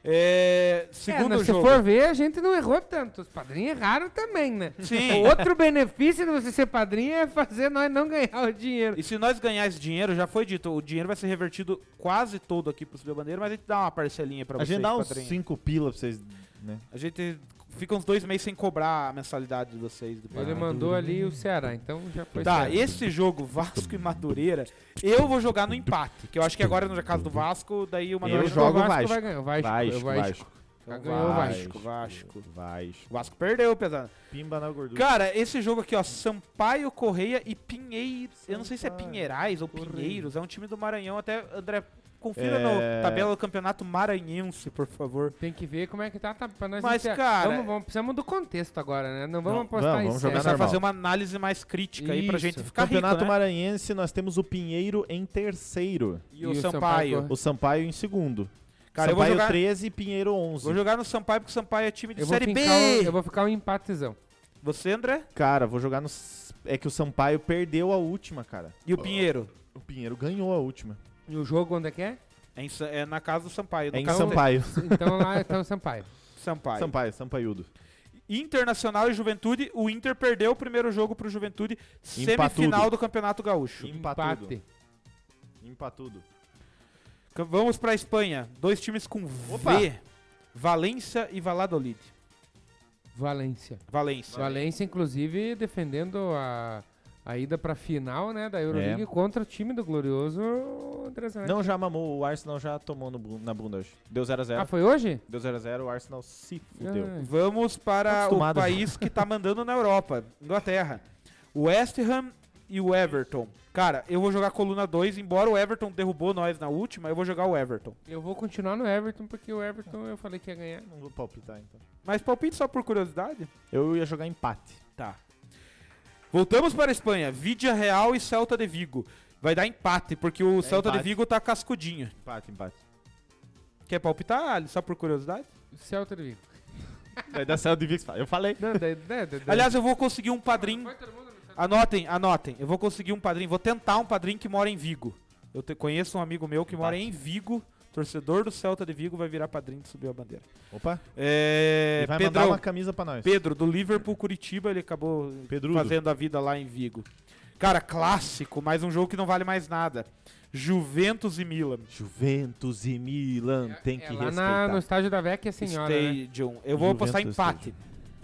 Speaker 2: É, segundo
Speaker 4: É, se
Speaker 2: jogo.
Speaker 4: for ver, a gente não errou tanto. Os padrinhos erraram também, né?
Speaker 2: Sim.
Speaker 4: O Outro benefício de você ser padrinho é fazer nós não ganhar o dinheiro.
Speaker 2: E se nós ganhar esse dinheiro, já foi dito, o dinheiro vai ser revertido quase todo aqui pro Subiu Bandeira, mas a gente dá uma parcelinha pra
Speaker 3: A
Speaker 2: vocês,
Speaker 3: gente dá uns
Speaker 2: padrinho.
Speaker 3: 5 pila pra vocês, né?
Speaker 2: A gente fica uns dois meses sem cobrar a mensalidade de vocês. Do
Speaker 4: Ele
Speaker 2: Bandeira.
Speaker 4: mandou ali o Ceará, então já foi.
Speaker 2: Tá,
Speaker 4: Ceará.
Speaker 2: esse jogo Vasco e Madureira, eu vou jogar no empate, que eu acho que agora no caso do Vasco, daí o Madureira
Speaker 3: Eu
Speaker 4: Então
Speaker 3: jogo
Speaker 4: o Vasco
Speaker 3: Vasco.
Speaker 4: vai ganhar. O Vasco,
Speaker 3: Vasco,
Speaker 4: o Vasco.
Speaker 3: Vasco.
Speaker 4: Já ganhou o Vasco.
Speaker 2: Ah, Vasco, Vasco.
Speaker 3: Vasco.
Speaker 2: O Vasco perdeu, pesado.
Speaker 3: Pimba na gordura.
Speaker 2: Cara, esse jogo aqui, ó, Sampaio Correia e Pinheiros. Eu não sei se é
Speaker 3: Sampaio
Speaker 2: Pinheirais ou
Speaker 3: Correia.
Speaker 2: Pinheiros, é um time do Maranhão. Até, André, confira
Speaker 3: É.
Speaker 2: na tabela do campeonato maranhense, por favor.
Speaker 4: Tem que ver como é que tá, tá pra nós.
Speaker 2: Mas,
Speaker 4: encerrar.
Speaker 2: cara-
Speaker 4: Vamos, vamos- precisamos do contexto agora, né? Não vamos
Speaker 3: Não,
Speaker 4: apostar
Speaker 3: vamos,
Speaker 4: em
Speaker 3: vamos
Speaker 4: série.
Speaker 3: jogar
Speaker 2: Começar a
Speaker 3: É, normal.
Speaker 2: fazer uma análise mais crítica aí pra
Speaker 4: Isso.
Speaker 2: gente ficar
Speaker 3: Campeonato
Speaker 2: rico, né?
Speaker 3: Maranhense, nós temos o Pinheiro em terceiro.
Speaker 2: E o Sampaio.
Speaker 3: O Sampaio em segundo.
Speaker 2: Cara, eu vou
Speaker 3: Sampaio
Speaker 2: jogar,
Speaker 3: 13 e Pinheiro 11.
Speaker 2: vou jogar no Sampaio porque o Sampaio é time de
Speaker 4: Eu vou,
Speaker 2: Série B.
Speaker 4: fincar um, eu vou ficar um empatezão.
Speaker 2: Você, André?
Speaker 3: Cara, vou jogar no... s- É que o Sampaio perdeu a última, cara.
Speaker 2: E o Pinheiro?
Speaker 3: O Pinheiro ganhou a última.
Speaker 4: E o jogo onde é que é?
Speaker 2: É, em Sa- é na casa do Sampaio. No
Speaker 3: É em
Speaker 2: caso
Speaker 3: Sampaio.
Speaker 4: Então lá está o Sampaio.
Speaker 2: do Sampaio.
Speaker 3: Sampaio, Sampaiudo.
Speaker 2: Internacional e Juventude. O Inter perdeu o primeiro jogo pro Juventude. Semifinal
Speaker 3: tudo.
Speaker 2: do Campeonato Gaúcho.
Speaker 3: Empatudo. Empatudo.
Speaker 2: C- Vamos pra Espanha. Dois times com
Speaker 3: Opa!
Speaker 2: V. Valência e Valladolid.
Speaker 4: Valência.
Speaker 2: Valência.
Speaker 4: Valência, inclusive, defendendo a, a ida pra final, né, da Euroleague
Speaker 3: É.
Speaker 4: contra o time do glorioso André Zanetti.
Speaker 3: Não já mamou, o Arsenal já tomou no bu- na bunda hoje. Deu 0x0.
Speaker 4: Ah, foi hoje?
Speaker 3: Deu 0x0, o Arsenal se é. fudeu.
Speaker 4: Ah,
Speaker 2: Vamos para o
Speaker 3: Acostumado.
Speaker 2: país que tá mandando na Europa. Inglaterra. West Ham e o Everton. Cara, eu vou jogar coluna 2, embora o Everton derrubou nós na última, eu vou jogar o Everton.
Speaker 4: eu vou continuar no Everton, porque o Everton eu falei que ia ganhar.
Speaker 3: Não vou palpitar, então.
Speaker 2: Mas palpite só por curiosidade?
Speaker 3: Eu ia jogar empate.
Speaker 2: Tá. Voltamos para a Espanha. Vidia Real e Celta de Vigo. Vai dar empate, porque o Celta de
Speaker 3: empate.
Speaker 2: Vigo tá cascudinho.
Speaker 3: Empate, empate.
Speaker 2: Quer palpitar, Ali, só por curiosidade?
Speaker 4: Celta de Vigo.
Speaker 3: Vai dar certo de Vix. Eu falei.
Speaker 4: Não, da- da- da- da-
Speaker 2: Aliás, eu vou conseguir um padrinho.
Speaker 4: Foi todo mundo no Celta?
Speaker 2: Anotem, anotem. Eu vou conseguir um padrinho. Vou tentar um padrinho que mora em Vigo. Eu te- conheço um amigo meu que mora em Vigo. Torcedor do Celta de Vigo vai virar padrinho de subir a bandeira.
Speaker 3: Opa,
Speaker 2: É,
Speaker 3: ele vai mandar
Speaker 2: Pedrão,
Speaker 3: uma camisa pra nós.
Speaker 2: Pedro, do Liverpool Curitiba, ele acabou
Speaker 3: Pedrudo.
Speaker 2: fazendo a vida lá em Vigo. Cara, clássico, mas um jogo que não vale mais nada. Juventus e Milan.
Speaker 3: Juventus e Milan um tem que
Speaker 4: é lá na-
Speaker 3: respeitar.
Speaker 4: no estádio da Vecchia Senhora, né?
Speaker 2: Stadium. Eu vou apostar
Speaker 3: Juventus
Speaker 2: empate.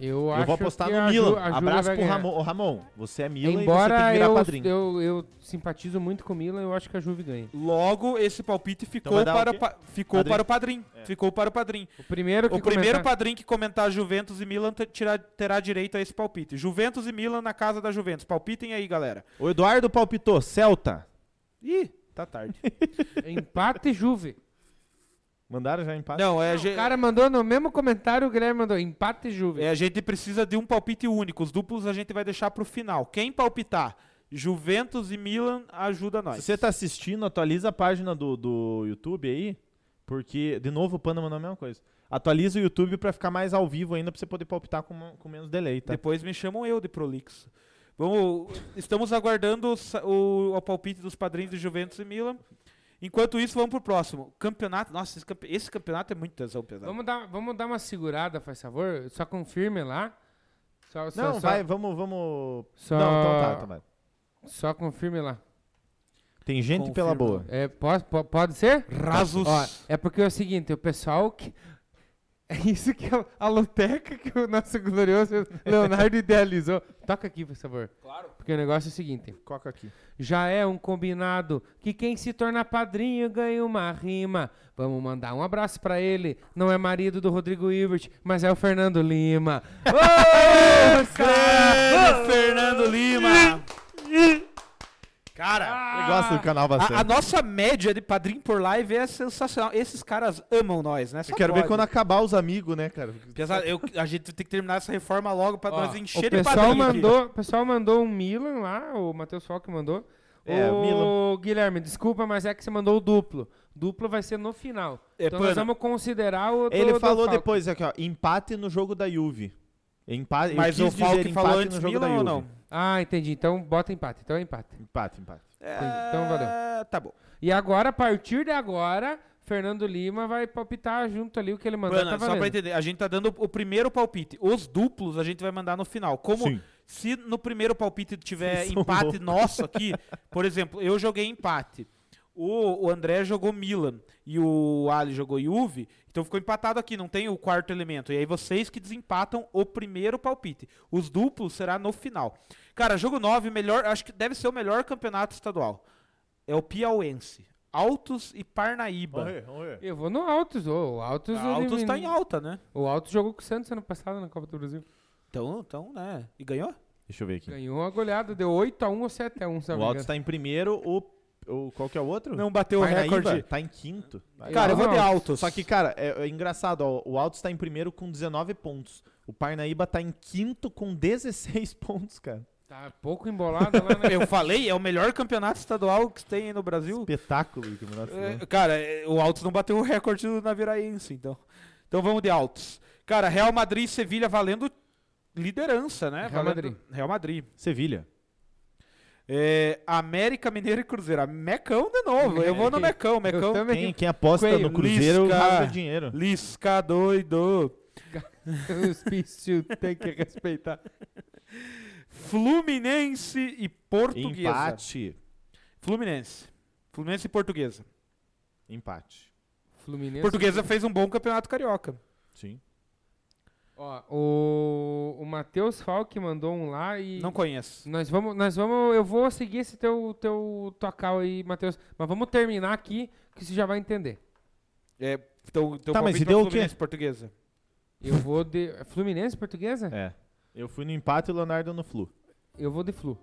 Speaker 4: Eu,
Speaker 3: Eu
Speaker 4: acho
Speaker 3: vou apostar
Speaker 4: que
Speaker 3: no
Speaker 4: a Ju-
Speaker 3: Milan.
Speaker 4: a Júlia
Speaker 3: Abraço
Speaker 4: vai
Speaker 3: pro
Speaker 4: ganhar.
Speaker 3: Ramon. Ô, Ramon, você é Milan e você tem
Speaker 4: Embora
Speaker 3: que virar
Speaker 4: eu,
Speaker 3: padrinho.
Speaker 4: eu, eu simpatizo muito com o Milan, eu acho que a Juve ganha.
Speaker 2: Logo, esse palpite ficou,
Speaker 3: vai dar o
Speaker 2: para, Então o
Speaker 3: quê?
Speaker 2: pa- ficou
Speaker 3: Padrim?
Speaker 2: para o padrinho. É. Ficou para o padrinho.
Speaker 4: O primeiro que
Speaker 2: O primeiro
Speaker 4: comentar-
Speaker 2: padrinho que comentar Juventus e Milan te- terá, terá direito a esse palpite. Juventus e Milan na casa da Juventus. Palpitem aí, galera.
Speaker 3: O Eduardo palpitou, Celta.
Speaker 2: Ih, tá tarde.
Speaker 4: empate Juve.
Speaker 3: Mandaram já empate?
Speaker 2: Não, é, a
Speaker 4: O
Speaker 2: ge-
Speaker 4: cara mandou no mesmo comentário, o Guilherme mandou empate Juve.
Speaker 2: é, a gente precisa de um palpite único. Os duplos a gente vai deixar pro final. Quem palpitar Juventus e Milan ajuda
Speaker 3: Se
Speaker 2: nós.
Speaker 3: você tá assistindo, atualiza a página do, do YouTube aí, porque, de novo, o Panda mandou a mesma coisa. Atualiza o YouTube pra ficar mais ao vivo ainda, pra você poder palpitar com, com menos delay, tá?
Speaker 2: Depois me chamam eu de prolixo. Vamos, estamos aguardando o, sa- o- o palpite dos padrinhos de Juventus e Milan. Enquanto isso, vamos pro próximo. Campeonato. Nossa, esse, campe- esse campeonato é muito tesão pesado.
Speaker 4: Vamos dar, vamos dar uma segurada, faz favor. Só confirme lá. Só, só-
Speaker 3: Não,
Speaker 4: só-
Speaker 3: vai, vamos, vamos...
Speaker 4: Só-
Speaker 3: Não, então tá, então vai.
Speaker 4: Só confirme lá.
Speaker 3: Tem gente
Speaker 2: Confirma.
Speaker 3: pela boa.
Speaker 4: É, pode, po- pode ser?
Speaker 2: Rasos.
Speaker 4: Ó, é porque é o seguinte, o pessoal que... É isso que a, a loteca que o nosso glorioso Leonardo idealizou. Toca aqui, por favor. Claro. Porque o negócio é o seguinte.
Speaker 3: Coca aqui.
Speaker 4: Já é um combinado que quem se torna padrinho ganha uma rima. Vamos mandar um abraço pra ele. Não é marido do Rodrigo Hilbert, mas é o Fernando Lima. Ô,
Speaker 2: Grande Fernando Lima! Cara,
Speaker 4: Ah.
Speaker 3: Eu gosto do
Speaker 2: Ah,
Speaker 3: canal bastante.
Speaker 2: a, a nossa média de padrinho por live é sensacional. Esses caras amam nós, né? Só
Speaker 3: Eu quero ver
Speaker 2: pode.
Speaker 3: quando acabar os amigos, né, cara?
Speaker 2: Pesado, eu- a gente tem que terminar essa reforma logo pra
Speaker 4: Ó,
Speaker 2: nós encher
Speaker 4: o
Speaker 2: de
Speaker 4: pessoal
Speaker 2: padrinho. aqui.
Speaker 4: mandou, o pessoal mandou um Milan lá, o Matheus Falk mandou.
Speaker 3: É,
Speaker 4: Ô,
Speaker 3: Milan.
Speaker 4: Guilherme, desculpa, mas é que você mandou o duplo. Duplo vai ser no final.
Speaker 2: É,
Speaker 4: então nós
Speaker 2: Pana.
Speaker 4: vamos considerar o do-
Speaker 3: Ele
Speaker 4: do
Speaker 3: falou
Speaker 4: Falk.
Speaker 3: depois aqui, ó, empate no jogo da Juve. Empate, eu
Speaker 2: Mas
Speaker 3: quis
Speaker 2: o Falk
Speaker 3: dizer
Speaker 2: falou
Speaker 3: empate
Speaker 2: antes
Speaker 3: no jogo
Speaker 2: Milan
Speaker 3: da
Speaker 2: ou
Speaker 3: Juve.
Speaker 2: não?
Speaker 4: Ah, entendi. Então bota empate. Então é empate.
Speaker 3: Empate, empate.
Speaker 2: É,
Speaker 4: Então valeu.
Speaker 2: Tá bom.
Speaker 4: E agora, a partir de agora, Fernando Lima vai palpitar junto ali o que ele mandou.
Speaker 2: Pana,
Speaker 4: tá
Speaker 2: só pra
Speaker 4: valendo.
Speaker 2: entender, a gente tá dando o primeiro palpite. Os duplos a gente vai mandar no final. Como
Speaker 3: Sim.
Speaker 2: se no primeiro palpite tiver
Speaker 3: Vocês são
Speaker 2: empate
Speaker 3: loucos.
Speaker 2: nosso aqui, por exemplo, eu joguei empate. O, o André jogou Milan e o Ali jogou Juve, então ficou empatado aqui, não tem o quarto elemento. E aí vocês que desempatam o primeiro palpite. Os duplos será no final. Cara, jogo 9, melhor, acho que deve ser o melhor campeonato estadual. É o Piauense. Altos e Parnaíba.
Speaker 4: Eu vou no Altos. ô, o Altos,
Speaker 2: A Altos
Speaker 4: ele-
Speaker 2: tá em alta, né?
Speaker 4: O Altos jogou com o Santos ano passado na Copa do Brasil.
Speaker 2: Então, então, né? E ganhou?
Speaker 3: Deixa eu ver aqui.
Speaker 4: Ganhou uma goleada, deu 8x1 ou 7x1, sabe?
Speaker 3: O Altos tá em primeiro, o, o qual que é o outro?
Speaker 2: Não bateu o
Speaker 3: Parnaíba
Speaker 2: recorde.
Speaker 3: Tá em quinto. Vai.
Speaker 2: Cara, eu vou de
Speaker 4: Não.
Speaker 2: altos.
Speaker 3: Só que, cara, é, é engraçado, ó, o Altos tá em primeiro com 19 pontos. O Parnaíba tá em quinto com 16 pontos, cara.
Speaker 4: Tá pouco embolado lá, né?
Speaker 2: eu falei, é o melhor campeonato estadual que tem aí no Brasil.
Speaker 3: Espetáculo né? do Campeonato Brasileiro.
Speaker 2: É, cara, é, o Altos não bateu o recorde do Naviraense, então. Então vamos de Altos. Cara, Real Madrid e Sevilha valendo liderança, né?
Speaker 4: Real
Speaker 2: Valendo-
Speaker 4: Madrid.
Speaker 2: Real Madrid.
Speaker 3: Sevilha.
Speaker 2: É, América, Mineiro e Cruzeiro. Ah, Mecão de novo. é Eu vou no Mecão.
Speaker 4: Eu
Speaker 2: Mecão.
Speaker 3: Quem,
Speaker 4: também.
Speaker 3: quem aposta
Speaker 4: Coelho,
Speaker 3: no Cruzeiro
Speaker 2: Lisca.
Speaker 3: rasga dinheiro.
Speaker 2: Lisca doido.
Speaker 4: Os bichos tem que respeitar.
Speaker 2: Fluminense e Portuguesa.
Speaker 3: Empate.
Speaker 2: Fluminense. Fluminense e Portuguesa.
Speaker 3: Empate.
Speaker 4: Fluminense.
Speaker 2: Portuguesa fez um bom campeonato carioca.
Speaker 3: Sim.
Speaker 4: Ó, o o Matheus Falck mandou um lá e.
Speaker 2: Não conheço.
Speaker 4: Nós vamos, nós vamos, eu vou seguir esse teu, teu tocal aí, Matheus. Mas vamos terminar aqui, que você já vai entender.
Speaker 2: É, então, então
Speaker 3: Tá, mas
Speaker 2: palpite
Speaker 3: e deu
Speaker 2: é
Speaker 3: o quê?
Speaker 2: Fluminense e Portuguesa.
Speaker 4: Eu vou de. é Fluminense, portuguesa?
Speaker 3: É. Eu fui no empate e o Leonardo no flu.
Speaker 4: Eu vou de Flu.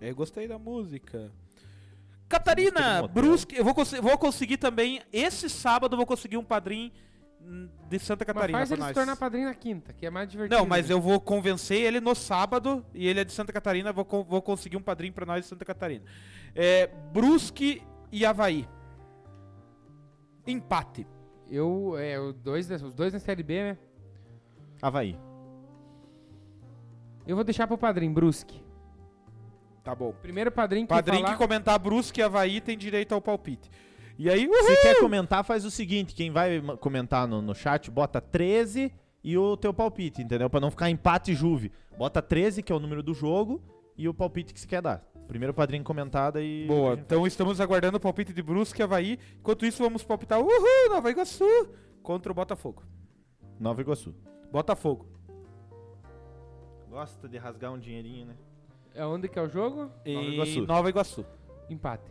Speaker 2: É, gostei da música.
Speaker 3: Música de
Speaker 2: Catarina,
Speaker 3: motel.
Speaker 2: Brusque, eu vou, consi- vou conseguir também, esse sábado eu vou conseguir um padrinho hum, de Santa Catarina
Speaker 4: mas faz
Speaker 2: pra
Speaker 4: ele se
Speaker 2: nós.
Speaker 4: tornar padrinho na quinta, que é mais divertido.
Speaker 2: Não, mas
Speaker 4: né?
Speaker 2: eu vou convencer ele no sábado e ele é de Santa Catarina, eu vou, con- vou conseguir um padrinho pra nós de Santa Catarina. É, Brusque e Havaí. Empate.
Speaker 4: Eu, é, os dois, os dois na Série B, né?
Speaker 3: Havaí.
Speaker 4: Eu vou deixar pro padrinho, Brusque.
Speaker 2: Tá bom.
Speaker 4: Primeiro padrinho que
Speaker 2: Padrinho
Speaker 4: falar...
Speaker 2: que comentar Brusque e Havaí tem direito ao palpite. E aí, uhul!
Speaker 3: Se quer comentar, faz o seguinte: quem vai ma- comentar no, no chat, bota 13 e o teu palpite, entendeu? Pra não ficar empate e Juve. Bota 13, que é o número do jogo, e o palpite que você quer dar. Primeiro padrinho comentada e.
Speaker 2: Boa, então estamos aguardando o palpite de Brusque e Havaí. Enquanto isso, vamos palpitar Uhul, Nova Iguaçu contra o Botafogo.
Speaker 3: Nova Iguaçu.
Speaker 2: Botafogo.
Speaker 3: Gosta de rasgar um dinheirinho, né?
Speaker 4: É onde que é o jogo?
Speaker 2: E
Speaker 3: Nova Iguaçu.
Speaker 2: Nova Iguaçu.
Speaker 4: Empate.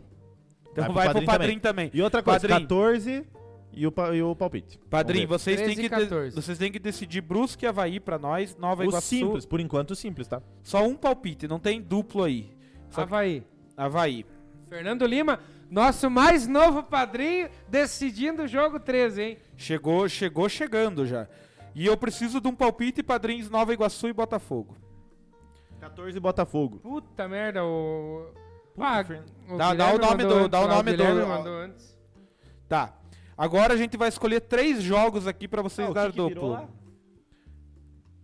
Speaker 2: Então vai, pro padrinho também.
Speaker 3: E outra coisa,
Speaker 2: Padrinho.
Speaker 3: 14 e o, pa- e o palpite.
Speaker 2: Padrinho,
Speaker 3: Vamos
Speaker 2: vocês
Speaker 4: 13
Speaker 2: têm, que
Speaker 4: e 14.
Speaker 2: de- vocês têm que decidir Brusque e Havaí pra nós, Nova
Speaker 3: ver. O
Speaker 2: Iguaçu.
Speaker 3: simples, por enquanto o simples, tá?
Speaker 2: Só um palpite, não tem duplo aí. Só que-
Speaker 4: Havaí.
Speaker 2: Havaí.
Speaker 4: Fernando Lima, nosso mais novo padrinho, decidindo o jogo 13, hein?
Speaker 2: Chegou, chegou chegando já. E eu preciso de um palpite, padrinhos Nova Iguaçu e Botafogo.
Speaker 3: 14 Botafogo.
Speaker 4: Puta merda, o. Ah,
Speaker 3: Fern-
Speaker 2: Dá- dá o
Speaker 4: Guilherme
Speaker 2: nome
Speaker 4: mandou
Speaker 2: do-
Speaker 4: antes
Speaker 2: dá o
Speaker 4: lá,
Speaker 2: nome do-
Speaker 4: Guilherme mandou antes.
Speaker 2: Tá. Agora a gente vai escolher três jogos aqui pra
Speaker 3: Ah,
Speaker 2: vocês dar duplo.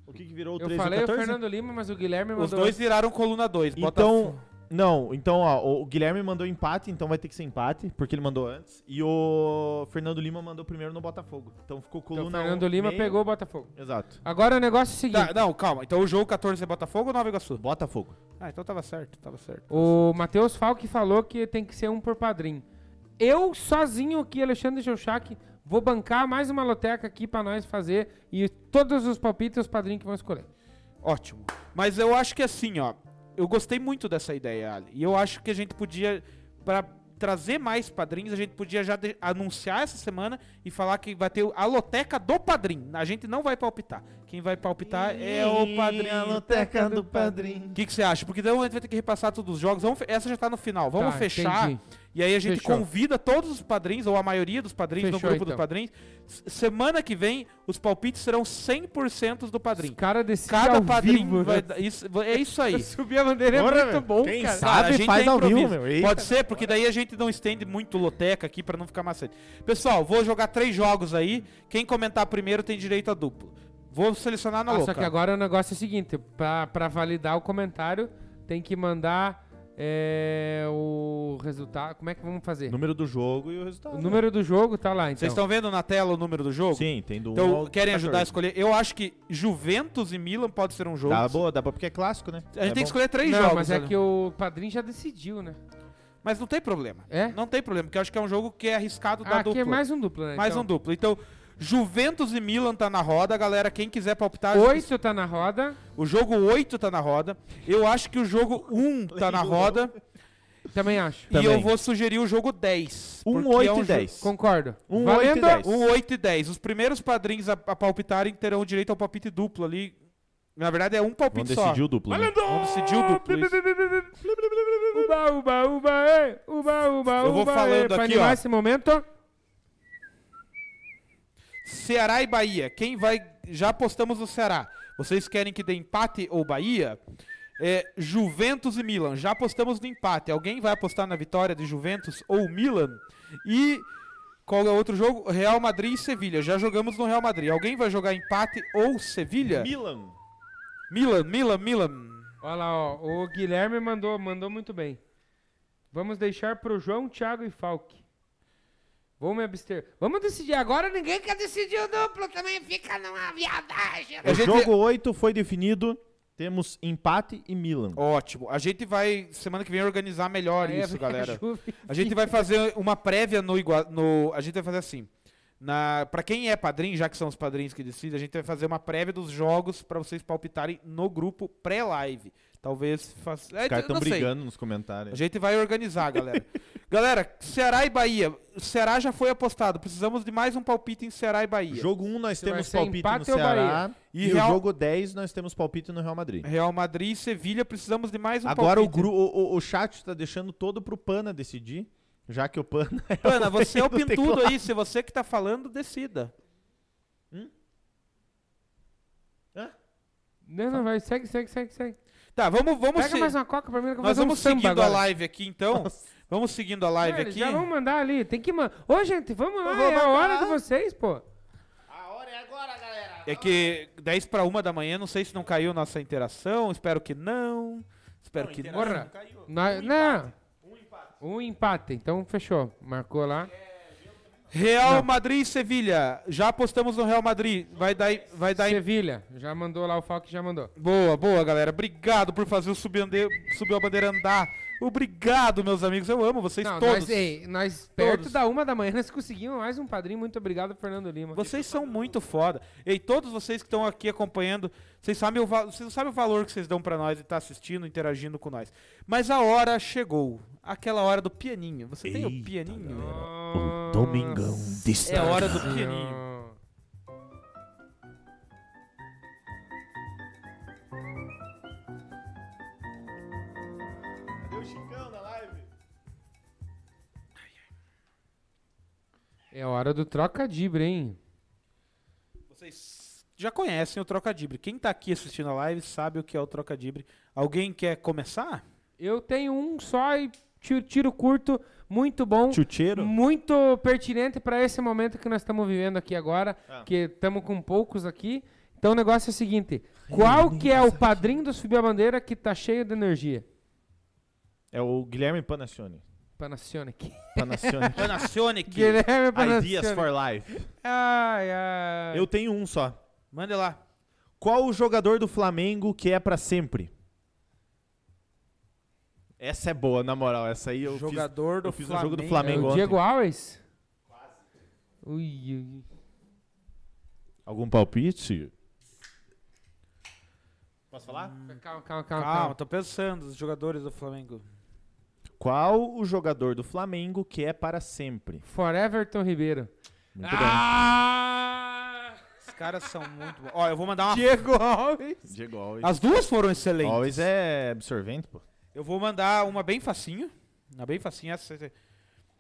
Speaker 3: O que, que virou o
Speaker 4: Eu
Speaker 3: 13
Speaker 4: falei
Speaker 3: e
Speaker 4: o
Speaker 3: 14?
Speaker 4: Fernando Lima, mas o Guilherme mandou.
Speaker 2: Os dois viraram coluna 2.
Speaker 3: Então, não, então ó, o Guilherme mandou empate, então vai ter que ser empate, porque ele mandou antes. E o Fernando Lima mandou primeiro no Botafogo. Então ficou
Speaker 4: Então,
Speaker 3: coluna
Speaker 4: o Fernando
Speaker 3: um,
Speaker 4: Lima
Speaker 3: meio.
Speaker 4: pegou o Botafogo.
Speaker 3: Exato.
Speaker 4: Agora o negócio é o seguinte:
Speaker 2: Tá, não, calma. Então o jogo 14 é Botafogo ou Nova Iguaçu?
Speaker 3: Botafogo.
Speaker 2: Ah, então tava certo, tava certo.
Speaker 4: o Matheus Falck falou que tem que ser um por padrinho. Eu sozinho aqui, Alexandre Jouchac, vou bancar mais uma loteca aqui pra nós fazer e todos os palpites os padrinhos que vão escolher.
Speaker 2: Ótimo. Mas eu acho que assim, ó. Eu gostei muito dessa ideia, Ali. E eu acho que a gente podia, pra trazer mais padrinhos, a gente podia já de- anunciar essa semana e falar que vai ter a loteca do padrinho. A gente não vai palpitar. Quem vai palpitar é o padrinho.
Speaker 3: loteca do padrinho.
Speaker 2: O que que você acha? Porque então a gente vai ter que repassar todos os jogos. Vamos fe- essa já tá no final. Vamos
Speaker 4: Tá,
Speaker 2: fechar.
Speaker 4: entendi.
Speaker 2: E aí a gente
Speaker 4: Fechou.
Speaker 2: convida todos os padrinhos, ou a maioria dos padrinhos, no
Speaker 4: Fechou,
Speaker 2: grupo dos
Speaker 4: então.
Speaker 2: padrinhos. S- semana que vem, os palpites serão 100% do padrinho.
Speaker 4: Os caras decidem.
Speaker 2: Cada
Speaker 4: ao
Speaker 2: padrinho
Speaker 4: vivo,
Speaker 2: vai
Speaker 4: né?
Speaker 2: dar. Isso, é isso aí.
Speaker 4: Subir a bandeira
Speaker 3: Bora,
Speaker 4: é muito
Speaker 3: velho.
Speaker 4: bom,
Speaker 3: Quem
Speaker 4: cara.
Speaker 3: sabe?
Speaker 2: a gente
Speaker 3: faz
Speaker 2: é
Speaker 3: ao vivo,
Speaker 2: improviso.
Speaker 3: meu. Eita,
Speaker 2: Pode ser, porque daí a gente não estende muito loteca aqui pra não ficar macete. Pessoal, vou jogar três jogos aí. Quem comentar primeiro tem direito a duplo. Vou
Speaker 3: tá
Speaker 2: selecionar na
Speaker 4: Ah,
Speaker 2: louca.
Speaker 4: só que agora o negócio é o seguinte, pra, pra validar o comentário, tem que mandar é, o resultado. Como é que vamos fazer?
Speaker 3: Número do jogo e o resultado.
Speaker 4: O número do jogo tá lá, então.
Speaker 2: Vocês estão vendo na tela o número do jogo?
Speaker 3: Sim, tem do um
Speaker 2: Então,
Speaker 3: ao
Speaker 2: querem ajudar a
Speaker 3: 14.
Speaker 2: escolher? Eu acho que Juventus e Milan pode ser um jogo.
Speaker 3: Dá boa, dá boa, porque é clássico, né?
Speaker 2: A gente
Speaker 3: É
Speaker 2: tem que
Speaker 3: bom.
Speaker 2: escolher três
Speaker 4: Não,
Speaker 2: jogos.
Speaker 4: mas é
Speaker 2: olha.
Speaker 4: que o padrinho já decidiu, né?
Speaker 2: Mas não tem problema.
Speaker 4: É?
Speaker 2: Não tem problema, porque eu acho que é um jogo que é arriscado da
Speaker 4: Ah, aqui
Speaker 2: dupla.
Speaker 4: é mais um duplo, né?
Speaker 2: Mais
Speaker 4: então.
Speaker 2: um duplo. Então, Juventus e Milan tá na roda, galera. Quem quiser palpitar,
Speaker 4: Oito tá na roda.
Speaker 2: o jogo 8 tá na roda. Eu acho que o jogo 1 tá na roda.
Speaker 4: Também acho.
Speaker 2: E eu
Speaker 3: Também.
Speaker 2: vou sugerir o jogo 10.
Speaker 3: Um,
Speaker 2: porque é
Speaker 3: oito e
Speaker 2: um jo-
Speaker 3: dez.
Speaker 4: Concordo.
Speaker 3: Um,
Speaker 4: Valendo.
Speaker 3: oito e dez.
Speaker 2: Um 8 e 10. Os primeiros padrinhos a, a palpitarem terão direito ao palpite duplo ali. Na verdade, é um
Speaker 3: Vamos
Speaker 2: palpite só.
Speaker 3: decidir o duplo. né?
Speaker 2: Vamos decidir o duplo. isso.
Speaker 4: Uba, uba, uba, ê. Uba, uba,
Speaker 2: Eu vou
Speaker 4: uba, ê.
Speaker 2: falando
Speaker 4: Pra
Speaker 2: aqui,
Speaker 4: animar
Speaker 2: ó.
Speaker 4: esse momento.
Speaker 2: Ceará e Bahia. Quem vai. Já apostamos no Ceará. Vocês querem que dê empate ou Bahia? É, Juventus e Milan. Já apostamos no empate. Alguém vai apostar na vitória de Juventus ou Milan? E qual é o outro jogo? Real Madrid e Sevilha. Já jogamos no Real Madrid. Alguém vai jogar empate ou Sevilha?
Speaker 3: Milan.
Speaker 2: Milan, Milan, Milan.
Speaker 4: Olha lá, ó. O Guilherme mandou, mandou muito bem. Vamos deixar pro João, Thiago e Falk. Vou me abster. Vamos decidir agora, ninguém quer decidir o duplo, também fica numa viadagem.
Speaker 2: A
Speaker 3: O
Speaker 2: gente-
Speaker 3: jogo 8 foi definido. Temos empate e Milan.
Speaker 2: Ótimo. A gente vai, semana que vem, organizar melhor
Speaker 4: Aí
Speaker 2: isso,
Speaker 4: a
Speaker 2: galera.
Speaker 4: Juve
Speaker 2: A gente vai fazer uma prévia no igual. No, a gente vai fazer assim. Na, pra quem é padrinho, já que são os padrinhos que decidem, a gente vai fazer uma prévia dos jogos pra vocês palpitarem no grupo pré-live. Talvez faça. É,
Speaker 3: Os caras
Speaker 2: eu
Speaker 3: estão
Speaker 2: não sei.
Speaker 3: brigando né? nos
Speaker 2: A
Speaker 3: comentários.
Speaker 2: gente vai organizar, galera. galera, Ceará e Bahia. O Ceará já foi apostado. Precisamos de mais um palpite em Ceará e Bahia.
Speaker 3: Jogo 1 nós
Speaker 4: Se vai
Speaker 3: temos
Speaker 4: ser
Speaker 3: palpite no
Speaker 4: empate ou
Speaker 3: Ceará.
Speaker 2: E
Speaker 3: E, É,
Speaker 2: Real-
Speaker 3: o jogo 10 nós temos palpite no Real Madrid.
Speaker 2: Real Madrid e Sevilha, precisamos de mais um
Speaker 3: Agora o,
Speaker 2: palpite.
Speaker 3: gru, o, o, o chat tá deixando todo pro Pana decidir, já que o Pana é
Speaker 2: Ana, você é o
Speaker 3: do
Speaker 2: pintudo
Speaker 3: teclado.
Speaker 2: aí. Se você que tá falando, decida.
Speaker 4: Não, não, vai, segue, segue, segue, segue.
Speaker 2: Tá, vamos. vamos
Speaker 4: Pega
Speaker 2: se-
Speaker 4: mais uma coca pra mim, que eu vou
Speaker 2: Nós
Speaker 4: fazer um
Speaker 2: vamos
Speaker 4: samba
Speaker 2: seguindo a
Speaker 4: agora.
Speaker 2: live aqui, então. Vamos seguindo a live
Speaker 4: É, eles
Speaker 2: aqui.
Speaker 4: Já vamos mandar ali, tem que mandar. Ô, gente, vamos lá,
Speaker 3: vou
Speaker 4: é a
Speaker 3: mandar.
Speaker 4: hora de vocês, pô.
Speaker 2: É que 10 para 1 da manhã, não sei se não caiu nossa interação, espero que não. Espero que não.
Speaker 4: Porra. Na- não. Um empate. Então fechou. Marcou lá.
Speaker 2: Real Madrid e Sevilha. Já apostamos no Real Madrid. Vai dar, vai dar em
Speaker 4: Sevilha, já mandou lá o Falk, já mandou.
Speaker 2: Boa, boa, galera. Obrigado por fazer o subir, ande- subir a bandeira andar. Obrigado, meus amigos. Eu amo vocês
Speaker 4: Não,
Speaker 2: todos.
Speaker 4: Nós, ei, nós perto
Speaker 2: Todos.
Speaker 4: da uma da manhã, nós conseguimos mais um padrinho. Muito obrigado, Fernando Lima.
Speaker 2: Vocês são muito foda. E todos vocês que estão aqui acompanhando, vocês sabem o, va- vocês não sabem o valor que vocês dão pra nós de estar assistindo, interagindo com nós. Mas a hora chegou. Aquela hora do pianinho. Você tem o
Speaker 5: Eita,
Speaker 2: pianinho?
Speaker 4: Nossa.
Speaker 5: Domingão
Speaker 2: É a
Speaker 5: destaca.
Speaker 2: hora do pianinho.
Speaker 4: Senhor.
Speaker 3: Cadê o Chicão na live?
Speaker 4: É hora do trocadibre, hein?
Speaker 2: Vocês já conhecem o Trocadibre. Quem tá aqui assistindo a live sabe o que é o Trocadibre. Alguém quer começar?
Speaker 4: Eu tenho um só e tiro, tiro curto, muito bom.
Speaker 3: Chuteiro?
Speaker 4: Muito pertinente para esse momento que nós estamos vivendo aqui agora,
Speaker 3: Ah.
Speaker 4: que estamos com poucos aqui. Então o negócio é o seguinte: qual que é o padrinho do Subir a Bandeira que tá cheio de energia?
Speaker 3: É o Guilherme Panacione.
Speaker 4: Panasonic.
Speaker 3: Panacione.
Speaker 2: Panacione,
Speaker 4: Guilherme
Speaker 3: Ideas
Speaker 4: Panasonic.
Speaker 3: for Life.
Speaker 4: Ai, ai.
Speaker 3: Eu tenho um só.
Speaker 2: mande lá.
Speaker 3: Qual o jogador do Flamengo que é pra sempre? Essa é boa, na moral. Essa aí eu fiz
Speaker 2: Jogador do
Speaker 3: eu fiz no
Speaker 2: Flamengo.
Speaker 3: jogo do
Speaker 4: É
Speaker 3: Flamengo.
Speaker 4: o
Speaker 3: ontem.
Speaker 4: Diego Alves? Quase. Ui, ui.
Speaker 3: Algum palpite? Posso falar?
Speaker 4: Calma, calma, calma.
Speaker 2: Calma,
Speaker 4: calma.
Speaker 2: tô pensando, os jogadores do Flamengo.
Speaker 3: Qual o jogador do Flamengo que é para sempre?
Speaker 4: Foreverton Ribeiro.
Speaker 3: Muito
Speaker 4: Ah!
Speaker 2: Os caras são muito bons. Ó, eu vou mandar uma.
Speaker 4: Diego Alves.
Speaker 3: bem. Diego Alves.
Speaker 2: As duas foram excelentes.
Speaker 3: Alves é absorvente, pô.
Speaker 2: Eu vou mandar uma bem facinho. Uma bem facinha. essa- essa-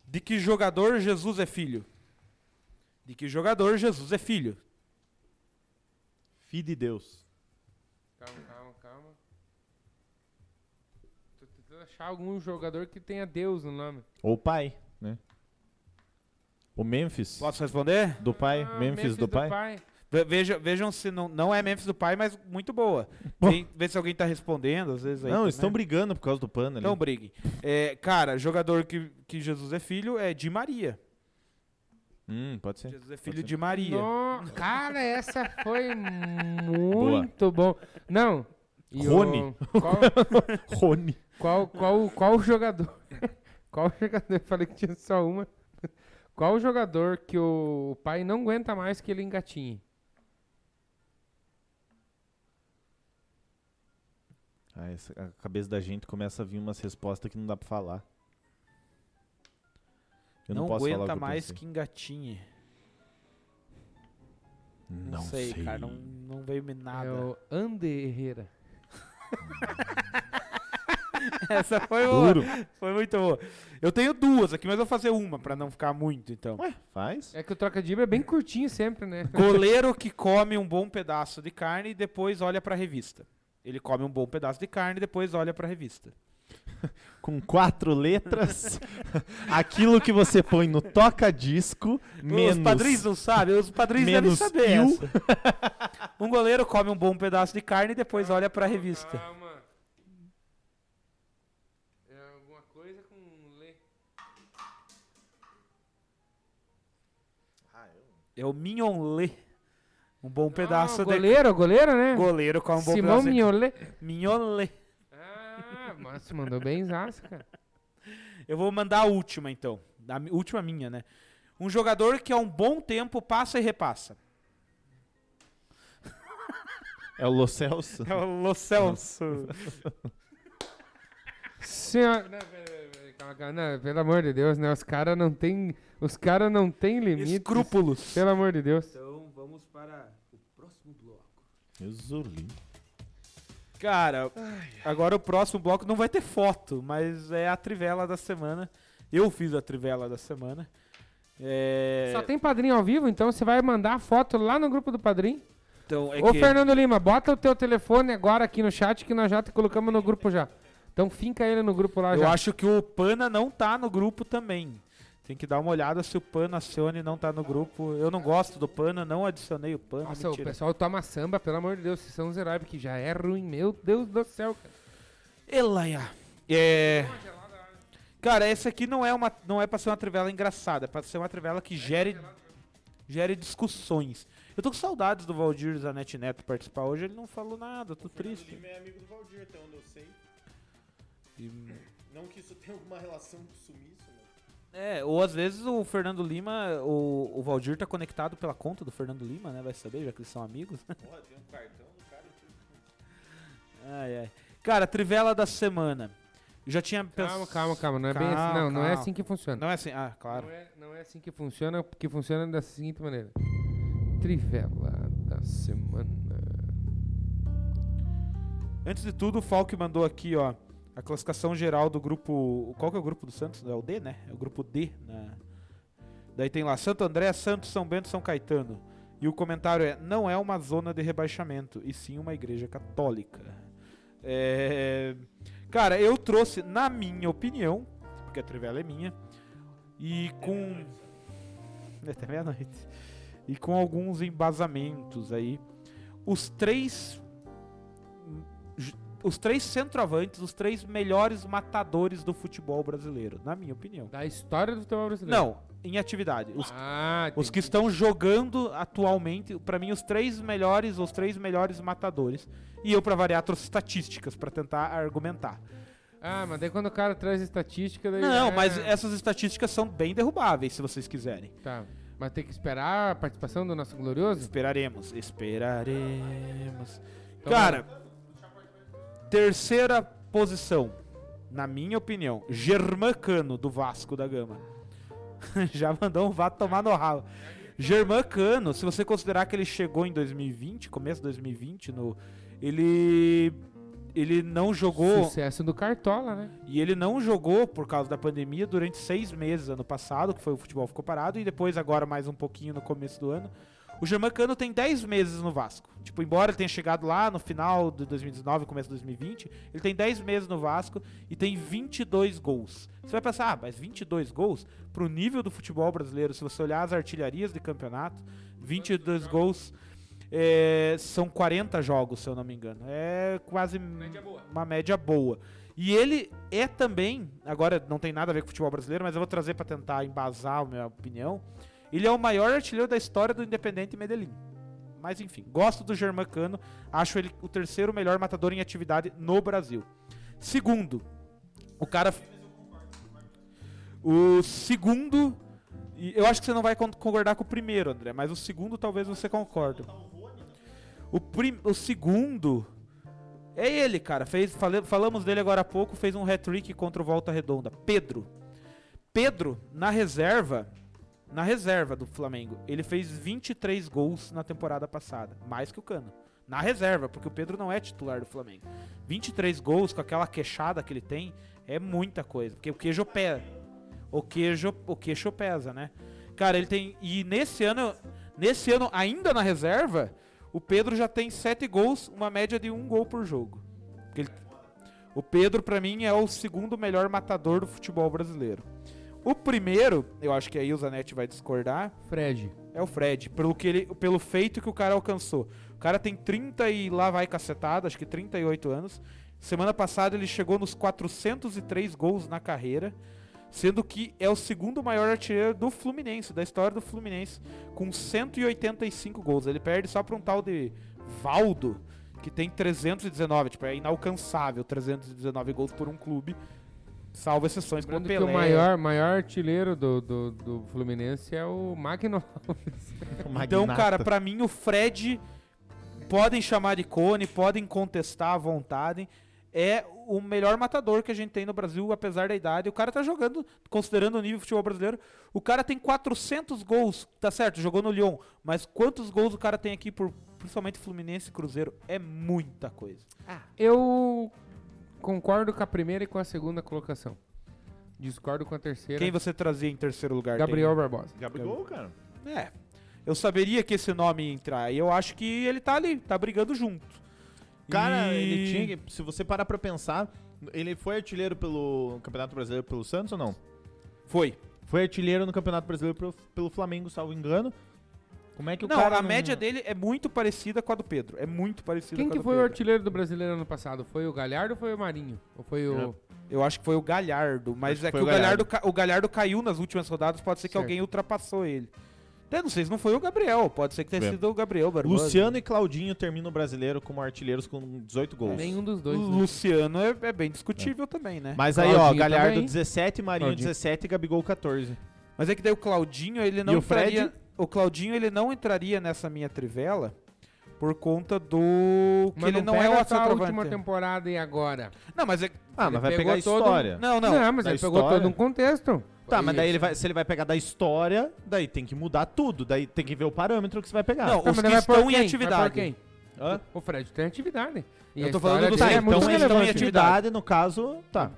Speaker 2: De que jogador Jesus é filho? De que jogador Jesus é filho?
Speaker 3: Filho de Deus.
Speaker 4: Calma, calma, calma. Tô tentando achar algum jogador que tenha Deus no nome.
Speaker 3: Ou pai, né? O Memphis.
Speaker 2: Posso responder?
Speaker 3: Do pai?
Speaker 4: Ah,
Speaker 3: Memphis, do pai?
Speaker 2: Ve- Veja, vejam se não, não é Memphis do pai, mas muito boa. Tem, vê se alguém tá respondendo, às vezes aí.
Speaker 3: Não,
Speaker 2: também.
Speaker 3: eles estão brigando por causa do pano ali.
Speaker 2: Então briguem. É, cara, jogador que, que Jesus é filho é de Maria.
Speaker 3: Hum, pode ser.
Speaker 2: Jesus é
Speaker 3: Pode
Speaker 2: filho
Speaker 3: ser.
Speaker 2: de Maria.
Speaker 4: No- Cara, essa foi muito bom. Não. e o-
Speaker 3: Rony.
Speaker 4: Qual,
Speaker 3: Rony.
Speaker 4: qual, qual, qual jogador? Qual jogador? Eu falei que tinha só uma. Qual jogador que o pai não aguenta mais que ele engatinhe?
Speaker 3: Ah, essa- a cabeça da gente começa a vir umas respostas que não dá pra falar. Eu não,
Speaker 2: não
Speaker 3: posso falar o
Speaker 2: aguenta
Speaker 3: que eu
Speaker 2: mais
Speaker 3: pensei.
Speaker 2: que engatinhe. Não,
Speaker 3: Não
Speaker 2: sei, cara. Não, não veio me nada.
Speaker 4: É o Ande Herrera.
Speaker 2: Essa foi boa.
Speaker 3: Duro.
Speaker 2: Foi muito boa. Eu tenho duas aqui, mas eu vou fazer uma pra não ficar muito, então.
Speaker 3: Faz.
Speaker 4: É que o trocadilho é bem curtinho sempre, né?
Speaker 2: Goleiro que come um bom pedaço de carne e depois olha pra revista. Ele come um bom pedaço de carne e depois olha pra revista.
Speaker 3: Com quatro letras. aquilo que você põe no toca-disco, menos...
Speaker 2: Os padrinhos não sabem, os padrinhos devem
Speaker 3: menos
Speaker 2: saber.
Speaker 3: you.
Speaker 2: essa. um goleiro come um bom pedaço de carne e depois olha pra revista.
Speaker 4: Calma. É alguma coisa com um le.
Speaker 2: É o Mignolet. Um bom pedaço de
Speaker 4: Ah, goleiro, goleiro, né?
Speaker 2: Goleiro come um bom
Speaker 4: Simão
Speaker 2: pedaço de
Speaker 4: Mignolet.
Speaker 2: Mignolet.
Speaker 4: Ah, mas você mandou bem zaço, cara.
Speaker 2: Eu vou mandar a última, então. A mi- última minha, né? Um jogador que há um bom tempo passa e repassa.
Speaker 3: É o Lo Celso.
Speaker 2: É o Lo Celso.
Speaker 4: Senhor... Não, pera, pera, pera, calma, calma. Não, pelo amor de Deus, né? Os caras não tem, os cara não tem limite.
Speaker 2: Escrúpulos.
Speaker 4: Pelo amor de Deus.
Speaker 2: Então vamos para o próximo bloco.
Speaker 3: Resolvi.
Speaker 2: Cara, agora o próximo bloco não vai ter foto, mas é a trivela da semana. Eu fiz a trivela da semana. É,
Speaker 4: Só tem padrinho ao vivo, então você vai mandar a foto lá no grupo do padrinho.
Speaker 2: Então, é
Speaker 4: Ô,
Speaker 2: que...
Speaker 4: Fernando Lima, bota o teu telefone agora aqui no chat que nós já te colocamos no grupo já. Então finca ele no grupo lá
Speaker 2: Eu
Speaker 4: já.
Speaker 2: acho que o Pana não tá no grupo também. Tem que dar uma olhada se o Pana acione não tá no grupo. Eu não gosto do Pana, não adicionei o Pana.
Speaker 4: Nossa, o
Speaker 2: mentira.
Speaker 4: pessoal toma samba, pelo amor de Deus, vocês são os heróis, porque já é ruim, meu Deus do céu, cara.
Speaker 2: Elaia. É. Cara, essa aqui não é uma não é para ser uma trivela engraçada, é para ser uma trivela que gere gere discussões. Eu tô com saudades do Valdir Zanetti Neto participar hoje, ele não falou nada, tô triste.
Speaker 3: é amigo do Valdir, até onde eu sei.
Speaker 2: E-
Speaker 3: Não que isso tenha alguma relação com sumiço, né?
Speaker 2: É, ou às vezes o Fernando Lima, o, o Valdir tá conectado pela conta do Fernando Lima, né? Vai saber, já que eles são amigos.
Speaker 3: Porra, tem um cartão do cara e tudo.
Speaker 2: Ai, ai. Cara, trivela da semana. Eu já tinha
Speaker 4: Calma,
Speaker 2: pens-
Speaker 4: calma, calma. Não é bem
Speaker 2: Calma,
Speaker 4: assim. Não, não é
Speaker 2: calma.
Speaker 4: assim que funciona.
Speaker 2: Não é assim, ah, claro.
Speaker 4: Não é, não é assim que funciona, porque funciona da seguinte maneira. Trivela da semana.
Speaker 2: Antes de tudo, o Falk mandou aqui, ó, a classificação geral do grupo. Qual que é o grupo do Santos? É o D, né? É o grupo D. né? Daí tem lá Santo André, Santos, São Bento, São Caetano. E o comentário é: não é uma zona de rebaixamento, e sim uma igreja católica. É, Cara, eu trouxe, na minha opinião, porque a trivela é minha, e com. É Até meia-noite. E com alguns embasamentos aí. Os três os três centroavantes, os três melhores matadores do futebol brasileiro, na minha opinião.
Speaker 4: Da história do futebol brasileiro.
Speaker 2: Não, em atividade. Os,
Speaker 4: Ah,
Speaker 2: os que
Speaker 4: entendi.
Speaker 2: estão jogando atualmente, pra mim, os três melhores, os três melhores matadores. E eu, pra variar, trouxe estatísticas pra tentar argumentar.
Speaker 4: Ah, mas daí quando o cara traz estatística... Daí
Speaker 2: Não,
Speaker 4: já- é.
Speaker 2: mas essas estatísticas são bem derrubáveis, se vocês quiserem.
Speaker 4: Tá. Mas tem que esperar a participação do nosso glorioso?
Speaker 2: Esperaremos, esperaremos.
Speaker 4: Então
Speaker 2: Cara, terceira posição, na minha opinião, Germán Cano, do Vasco da Gama. Já mandou um vá tomar no ralo. Germán Cano, se você considerar que ele chegou em 2020, começo de 2020, no, ele, ele não jogou...
Speaker 4: Sucesso do Cartola, né?
Speaker 2: E ele não jogou por causa da pandemia durante seis meses ano passado, que foi o futebol ficou parado, e depois agora mais um pouquinho no começo do ano. O Germancano tem 10 meses no Vasco. Tipo, embora ele tenha chegado lá no final de 2019, começo de 2020, ele tem 10 meses no Vasco e tem 22 gols. Você vai pensar, ah, mas 22 gols? Pro nível do futebol brasileiro, se você olhar as artilharias de campeonato, 22 gols é, são 40 jogos, se eu não me engano. É quase uma média boa. E ele é também, agora não tem nada a ver com o futebol brasileiro, mas eu vou trazer pra tentar embasar a minha opinião. Ele é o maior artilheiro da história do Independente Medellín. Mas enfim, gosto do Germán Cano, acho ele o terceiro melhor matador em atividade no Brasil. Segundo, o cara O segundo e eu acho que você não vai con- concordar com o primeiro, André, mas o segundo talvez você concorde. O, prim, o segundo é ele, cara. Fez, fale- falamos dele agora há pouco, fez um hat-trick contra o Volta Redonda. Pedro. Pedro, na reserva, na reserva do Flamengo, ele fez 23 gols na temporada passada, mais que o Cano. Na reserva, porque o Pedro não é titular do Flamengo. 23 gols com aquela queixada que ele tem é muita coisa, porque o queijo pesa. O queijo, o queixo pesa, né? Cara, ele tem e nesse ano, nesse ano ainda na reserva, o Pedro já tem 7 gols, uma média de um gol por jogo. Porque ele- o Pedro pra mim é o segundo melhor matador do futebol brasileiro. O primeiro, eu acho que aí o Zanetti vai discordar,
Speaker 4: Fred.
Speaker 2: é o Fred, pelo, que ele, pelo feito que o cara alcançou. O cara tem 30 e lá vai cacetada, acho que 38 anos. Semana passada ele chegou nos 403 gols na carreira, sendo que é o segundo maior artilheiro do Fluminense, da história do Fluminense, com 185 gols. Ele perde só pra um tal de Valdo, que tem 319, tipo, é inalcançável 319 gols por um clube, salvo exceções como
Speaker 4: Lembrando
Speaker 2: o
Speaker 4: que
Speaker 2: Pelé.
Speaker 4: o maior, maior artilheiro do, do, do Fluminense é o Magno Alves.
Speaker 3: É um
Speaker 2: Então, cara, pra mim o Fred podem chamar de cone, podem contestar à vontade. É o melhor matador que a gente tem no Brasil, apesar da idade. O cara tá jogando, considerando o nível do futebol brasileiro, o cara tem 400 gols, tá certo, jogou no Lyon, mas quantos gols o cara tem aqui por principalmente Fluminense e Cruzeiro? É muita coisa.
Speaker 4: Eu concordo com a primeira e com a segunda colocação. Discordo com a terceira.
Speaker 2: Quem você trazia em terceiro lugar?
Speaker 4: Gabriel Barbosa.
Speaker 3: Gabigol, cara.
Speaker 2: Tem? É. Eu saberia que esse nome ia entrar e eu acho que ele tá ali, tá brigando junto.
Speaker 3: Cara,
Speaker 2: E-
Speaker 3: ele tinha. que- Se você parar pra pensar, ele foi artilheiro pelo Campeonato Brasileiro pelo Santos ou não?
Speaker 2: Foi.
Speaker 3: Foi artilheiro no Campeonato Brasileiro pelo, pelo Flamengo, salvo engano.
Speaker 5: Como é que o
Speaker 2: não,
Speaker 5: cara.
Speaker 2: a média dele é muito parecida com a do Pedro. É muito parecida
Speaker 4: Quem
Speaker 2: com a
Speaker 4: que
Speaker 2: do
Speaker 4: foi o
Speaker 2: Pedro.
Speaker 4: artilheiro do brasileiro ano passado? Foi o Galhardo ou foi o Marinho? Ou foi o.
Speaker 2: Eu acho que foi o Galhardo, mas
Speaker 3: Acho que
Speaker 2: é que
Speaker 3: foi
Speaker 2: o
Speaker 3: o Galhardo.
Speaker 2: Galhardo, ca- o Galhardo caiu nas últimas rodadas, pode ser que
Speaker 4: Certo.
Speaker 2: alguém ultrapassou ele. Eu não sei se não foi o Gabriel, pode ser que tenha
Speaker 3: Bem.
Speaker 2: sido o Gabriel Barbosa.
Speaker 3: Luciano e Claudinho terminam o brasileiro como artilheiros com 18 gols.
Speaker 4: Nenhum dos dois. né?
Speaker 2: Luciano é, é bem discutível também, né?
Speaker 3: Mas aí,
Speaker 4: Claudinho
Speaker 3: ó, Galhardo
Speaker 4: também.
Speaker 3: 17, Marinho
Speaker 5: Claudinho.
Speaker 3: 17 e Gabigol 14.
Speaker 2: Mas é que daí o Claudinho, ele não
Speaker 3: E o Fred?
Speaker 2: entraria. O Claudinho, ele não entraria nessa minha trivela por conta do. que
Speaker 4: Mas
Speaker 2: ele não, é
Speaker 4: pega
Speaker 2: o
Speaker 4: essa última
Speaker 2: centroavante.
Speaker 4: temporada e agora.
Speaker 2: Não, mas é.
Speaker 3: Ah,
Speaker 4: Ele
Speaker 3: mas vai
Speaker 4: pegou
Speaker 3: pegar a
Speaker 4: todo um-
Speaker 3: história.
Speaker 2: Não, não.
Speaker 4: Não, mas
Speaker 3: da
Speaker 4: ele pegou
Speaker 3: história.
Speaker 4: todo um contexto.
Speaker 3: Tá,
Speaker 4: Foi
Speaker 3: mas daí
Speaker 4: isso.
Speaker 3: ele vai, se ele vai pegar da história, daí tem que mudar tudo. Daí tem que ver o parâmetro que você vai pegar.
Speaker 2: Não,
Speaker 4: Tá, mas
Speaker 2: os que
Speaker 4: daí vai pôr
Speaker 2: estão em
Speaker 4: quem? Vai pôr
Speaker 2: atividade.
Speaker 4: quem?
Speaker 3: Hã?
Speaker 4: O Fred tem atividade. E
Speaker 2: Eu
Speaker 4: a
Speaker 2: tô falando
Speaker 4: história
Speaker 2: do
Speaker 4: dele
Speaker 3: Tá,
Speaker 2: Sim,
Speaker 4: é
Speaker 3: então
Speaker 4: muito
Speaker 3: eles estão em
Speaker 4: relevante.
Speaker 3: atividade, no caso. Tá.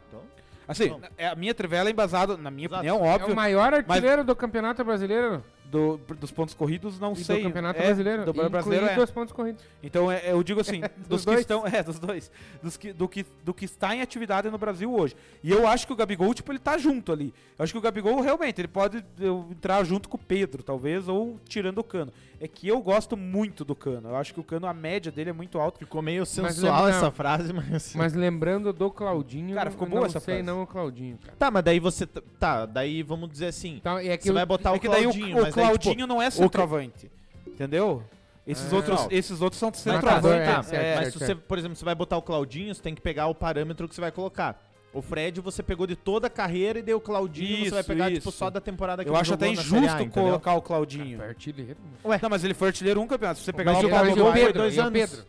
Speaker 2: Assim,
Speaker 3: Não.
Speaker 2: é a minha trivela é embasada, na minha
Speaker 3: Exato.
Speaker 2: opinião,
Speaker 4: É o
Speaker 2: óbvio,
Speaker 4: maior artilheiro do Campeonato Brasileiro né?
Speaker 2: do- dos pontos corridos, não
Speaker 4: e
Speaker 2: sei.
Speaker 4: do Campeonato
Speaker 2: é,
Speaker 4: Brasileiro.
Speaker 2: Do
Speaker 4: incluindo
Speaker 2: brasileiro é.
Speaker 4: dois pontos corridos.
Speaker 2: Então é- eu digo assim, dos, que
Speaker 4: dois.
Speaker 2: estão, é, dos dois, dos que, do, que, do que está em atividade no Brasil hoje. E eu acho que o Gabigol, tipo, ele tá junto ali. Eu acho que o Gabigol realmente, ele pode eu, entrar junto com o Pedro, talvez, ou tirando o Cano. É que eu gosto muito do Cano. Eu acho que o Cano, a média dele é muito alta.
Speaker 3: Ficou meio
Speaker 4: sensual
Speaker 3: sensual
Speaker 4: essa
Speaker 3: essa frase, mas. assim.
Speaker 4: Mas lembrando do Claudinho.
Speaker 2: Cara, ficou
Speaker 4: eu
Speaker 2: boa
Speaker 4: não
Speaker 2: essa
Speaker 4: sei,
Speaker 2: frase.
Speaker 4: não o Claudinho, cara.
Speaker 3: Tá, mas daí você. t- Tá, daí vamos dizer assim.
Speaker 4: Então, e é que
Speaker 3: Você
Speaker 4: o-
Speaker 3: vai botar
Speaker 2: é
Speaker 3: o
Speaker 2: que daí o-
Speaker 3: Claudinho,
Speaker 2: o,
Speaker 3: mas daí,
Speaker 2: Claudinho
Speaker 3: tipo,
Speaker 2: não é centroavante. Entendeu? Esses,
Speaker 4: Ah.
Speaker 2: outros,
Speaker 3: É. Não.
Speaker 2: esses outros são
Speaker 3: mas
Speaker 4: tá,
Speaker 2: centroavante.
Speaker 4: é,
Speaker 3: tá,
Speaker 4: certo,
Speaker 3: mas
Speaker 4: certo,
Speaker 3: se
Speaker 4: certo.
Speaker 3: você, por exemplo, você vai botar o Claudinho, você tem que pegar o parâmetro que você vai colocar. O Fred você pegou de toda a carreira e deu o Claudinho, você vai
Speaker 2: Isso,
Speaker 3: pegar tipo
Speaker 2: isso.
Speaker 3: só da temporada que
Speaker 2: eu
Speaker 3: ele
Speaker 2: acho
Speaker 3: jogou
Speaker 2: até
Speaker 3: na Série A,
Speaker 2: injusto
Speaker 3: entendeu? É,
Speaker 2: colocar o Claudinho.
Speaker 4: Foi artilheiro. mano.
Speaker 2: Não, mas ele foi artilheiro um campeonato. Se você pegar
Speaker 4: Mas é e
Speaker 2: lá o
Speaker 4: o Claudinho,
Speaker 2: Gabigol,
Speaker 4: e o
Speaker 2: foi
Speaker 4: Pedro,
Speaker 2: dois
Speaker 4: e o
Speaker 2: anos.
Speaker 4: Pedro?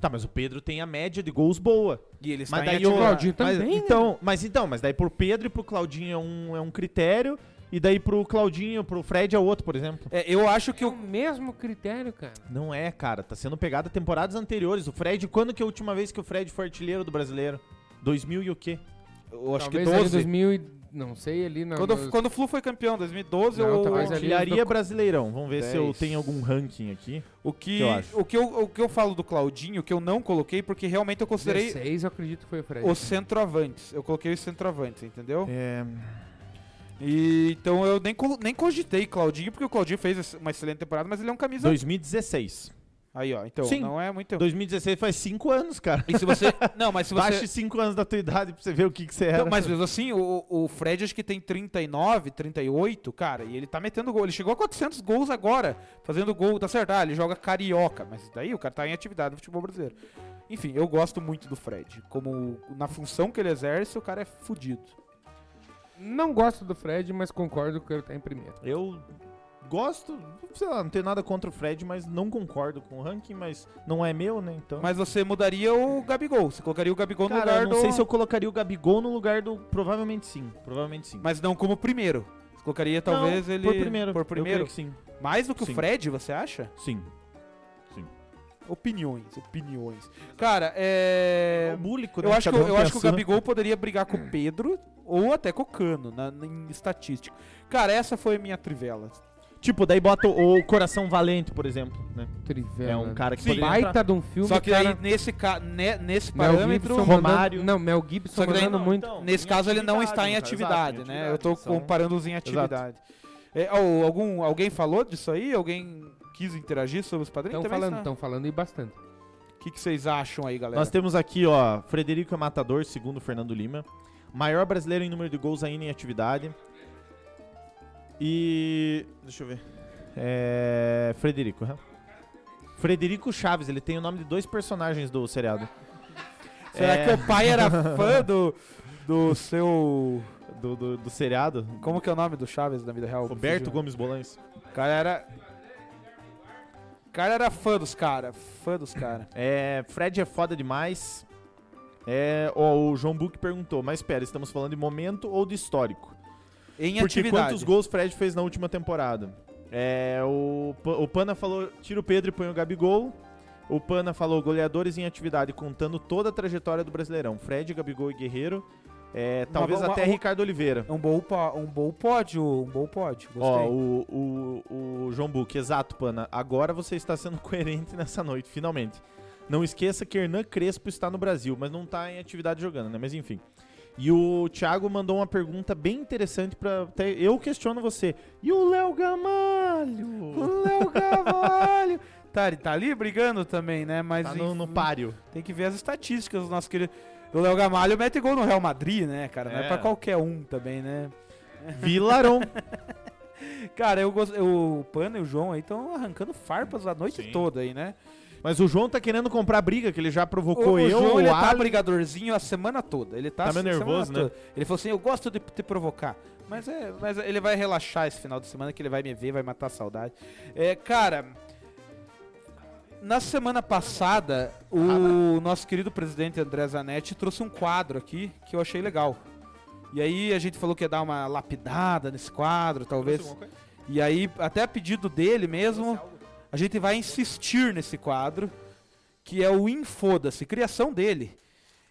Speaker 3: Tá, mas o Pedro tem a média de gols boa.
Speaker 2: E ele está
Speaker 3: Mas
Speaker 2: em
Speaker 3: daí o
Speaker 2: atividade.
Speaker 4: Claudinho
Speaker 3: mas-
Speaker 4: também, né?
Speaker 3: então, Mas então, mas daí pro Pedro e pro Claudinho é um, é um critério, e daí pro Claudinho, pro Fred é outro, por exemplo.
Speaker 2: É, eu acho que
Speaker 4: É o
Speaker 2: o.
Speaker 4: mesmo critério, cara.
Speaker 3: Não é, cara, tá sendo pegado temporadas anteriores. O Fred, quando que é a última vez que o Fred foi artilheiro do brasileiro? 2000 e o quê?
Speaker 2: Eu acho
Speaker 4: Talvez é
Speaker 2: que
Speaker 4: ali
Speaker 2: 12.
Speaker 4: 2000 e... Não sei, ali não.
Speaker 2: Quando, quando o Flu foi campeão, 2012,
Speaker 4: Não,
Speaker 2: eu-
Speaker 4: talvez Mas ali-
Speaker 3: Então, Artilharia
Speaker 4: eles do-
Speaker 3: brasileirão. Vamos ver se eu
Speaker 2: Dez.
Speaker 3: tenho algum ranking aqui.
Speaker 2: o que,
Speaker 3: que eu acho.
Speaker 2: o, que eu, o que eu falo do Claudinho, que eu não coloquei, porque realmente eu considerei
Speaker 4: 16, eu acredito que foi o Fred.
Speaker 2: os centroavantes. Eu coloquei os centroavantes, entendeu?
Speaker 3: É,
Speaker 2: E, então eu nem, co- nem cogitei Claudinho, porque o Claudinho fez ex- uma excelente temporada, mas ele é um camisa.
Speaker 3: 2016.
Speaker 2: Aí, ó, então
Speaker 3: Sim.
Speaker 2: não é muito.
Speaker 3: 2016 faz 5 anos, cara.
Speaker 2: E se você. Não, mas se
Speaker 3: Baixe
Speaker 2: você.
Speaker 3: 5 anos da tua idade pra você ver o que, que você era.
Speaker 2: Então, mas mesmo assim, o, o Fred acho que tem 39, 38, cara, e ele tá metendo gol. Ele chegou a 400 gols agora, fazendo gol, tá certo? Ah, ele joga carioca, mas daí o cara tá em atividade no futebol brasileiro. Enfim, eu gosto muito do Fred. Como na função que ele exerce, o cara é fudido.
Speaker 4: Não gosto do Fred, mas concordo que ele tá em primeiro.
Speaker 3: Eu gosto, sei lá, não tenho nada contra o Fred, mas não concordo com o ranking, mas não é meu, né? Então.
Speaker 2: Mas você mudaria o Gabigol, você colocaria o Gabigol no
Speaker 3: Cara,
Speaker 2: lugar
Speaker 3: eu não
Speaker 2: do...
Speaker 3: sei se eu colocaria o Gabigol no lugar do. Provavelmente sim. Provavelmente sim.
Speaker 2: Mas não como primeiro. Você colocaria
Speaker 3: Não,
Speaker 2: talvez ele...
Speaker 3: Por primeiro.
Speaker 2: Por
Speaker 3: Eu creio
Speaker 2: primeiro.
Speaker 3: que sim.
Speaker 2: Mais do que
Speaker 3: Sim.
Speaker 2: o Fred, você acha?
Speaker 3: Sim.
Speaker 2: Opiniões, opiniões. Cara, é...
Speaker 3: É o búlico, né?
Speaker 2: Eu acho, que,
Speaker 3: Cada um
Speaker 2: eu
Speaker 3: tem
Speaker 2: acho que
Speaker 3: a
Speaker 2: o
Speaker 3: sua.
Speaker 2: Gabigol poderia brigar com o Pedro ou até com o Cano, na, na- em estatística. Cara, essa foi a minha trivela.
Speaker 3: Tipo, daí bota o, o Coração Valente, por exemplo, né?
Speaker 4: Trivela.
Speaker 3: É um cara que
Speaker 2: Sim.
Speaker 3: poderia
Speaker 4: Baita
Speaker 3: entrar.
Speaker 4: de um filme,
Speaker 2: Só que
Speaker 4: cara.
Speaker 2: aí, nesse, ca, ne- nesse
Speaker 4: Mel
Speaker 2: parâmetro,
Speaker 4: Gibson
Speaker 3: Romário.
Speaker 4: Mandando, não, Mel Gibson
Speaker 2: Só que daí
Speaker 4: mandando
Speaker 3: não,
Speaker 4: muito.
Speaker 3: então,
Speaker 2: nesse
Speaker 3: em
Speaker 2: caso, ele não
Speaker 3: atividade,
Speaker 2: está em
Speaker 3: no caso,
Speaker 2: atividade,
Speaker 3: exato, em
Speaker 2: né? Eu tô
Speaker 3: atividade, são-
Speaker 2: comparando os em atividade. É, ou algum, alguém falou disso aí? Alguém quis interagir sobre os padrinhos?
Speaker 4: Estão
Speaker 2: Também
Speaker 4: falando,
Speaker 2: está-
Speaker 4: estão falando e bastante.
Speaker 2: O que, que vocês acham aí, galera?
Speaker 3: Nós temos aqui, ó, Frederico é matador, segundo Fernando Lima. Maior brasileiro em número de gols ainda em atividade. E. Deixa eu ver. É. Frederico, né? Frederico Chaves, ele tem o nome de dois personagens do seriado.
Speaker 2: Será
Speaker 3: É.
Speaker 2: que o pai era fã do, do seu...
Speaker 3: Do, do, do seriado?
Speaker 2: Como que é o nome do Chaves na vida real?
Speaker 3: Roberto
Speaker 2: Fugiu.
Speaker 3: Gomes Bolães.
Speaker 2: O cara era. O cara era fã dos caras. Fã dos caras.
Speaker 3: É, Fred é foda demais. É, ó, o João Buck perguntou, mas espera, estamos falando de momento ou de histórico?
Speaker 2: Em
Speaker 3: Porque
Speaker 2: atividade.
Speaker 3: quantos gols Fred fez na última temporada? É, o, Pa- o Pana falou, tira o Pedro e põe o Gabigol. O Pana falou, goleadores em atividade, contando toda a trajetória do Brasileirão. Fred, Gabigol e Guerreiro. É, talvez
Speaker 2: uma-
Speaker 3: até
Speaker 2: uma-
Speaker 3: Ricardo Oliveira.
Speaker 2: Um bom, po- um bom pódio. Um bom pódio. Gostei.
Speaker 3: Ó, o, o, o João Buck, exato, Pana. Agora você está sendo coerente nessa noite, tá finalmente. Não esqueça que Hernan Crespo está no Brasil, mas não está em atividade jogando, né? Mas enfim. E o Thiago mandou uma pergunta bem interessante para até eu questiono você. E o Léo
Speaker 2: O
Speaker 3: Gamalho?
Speaker 2: Léo Gamalho. Tá, ele tá ali brigando também, né? Mas
Speaker 3: Tá no, no
Speaker 2: enfim,
Speaker 3: páreo.
Speaker 2: tem que ver as estatísticas do nosso querido. O Léo Gamalho mete gol no Real Madrid, né, cara? Não é
Speaker 3: É.
Speaker 2: pra qualquer um também, né?
Speaker 3: Vilaron.
Speaker 2: Cara, eu gosto. eu- O Pano e o João aí estão arrancando farpas a noite
Speaker 3: Sim.
Speaker 2: toda aí, né?
Speaker 3: Mas o João tá querendo comprar briga, que ele já
Speaker 2: O,
Speaker 3: provocou
Speaker 2: o
Speaker 3: eu,
Speaker 2: João,
Speaker 3: o
Speaker 2: ele tá
Speaker 3: Ali.
Speaker 2: brigadorzinho a semana toda. Ele tá,
Speaker 3: Tá meio
Speaker 2: a semana
Speaker 3: nervoso, né?
Speaker 2: toda. Ele falou assim: eu gosto de te provocar. Mas, é, mas ele vai relaxar esse final de semana que ele vai me ver, vai matar a saudade. É, cara, na semana passada, o nosso querido presidente André Zanetti trouxe um quadro aqui que eu achei legal. E aí a gente falou que ia dar uma lapidada nesse quadro, talvez. E aí, até a pedido dele mesmo, a gente vai insistir nesse quadro, que é o Infoda-se, criação dele.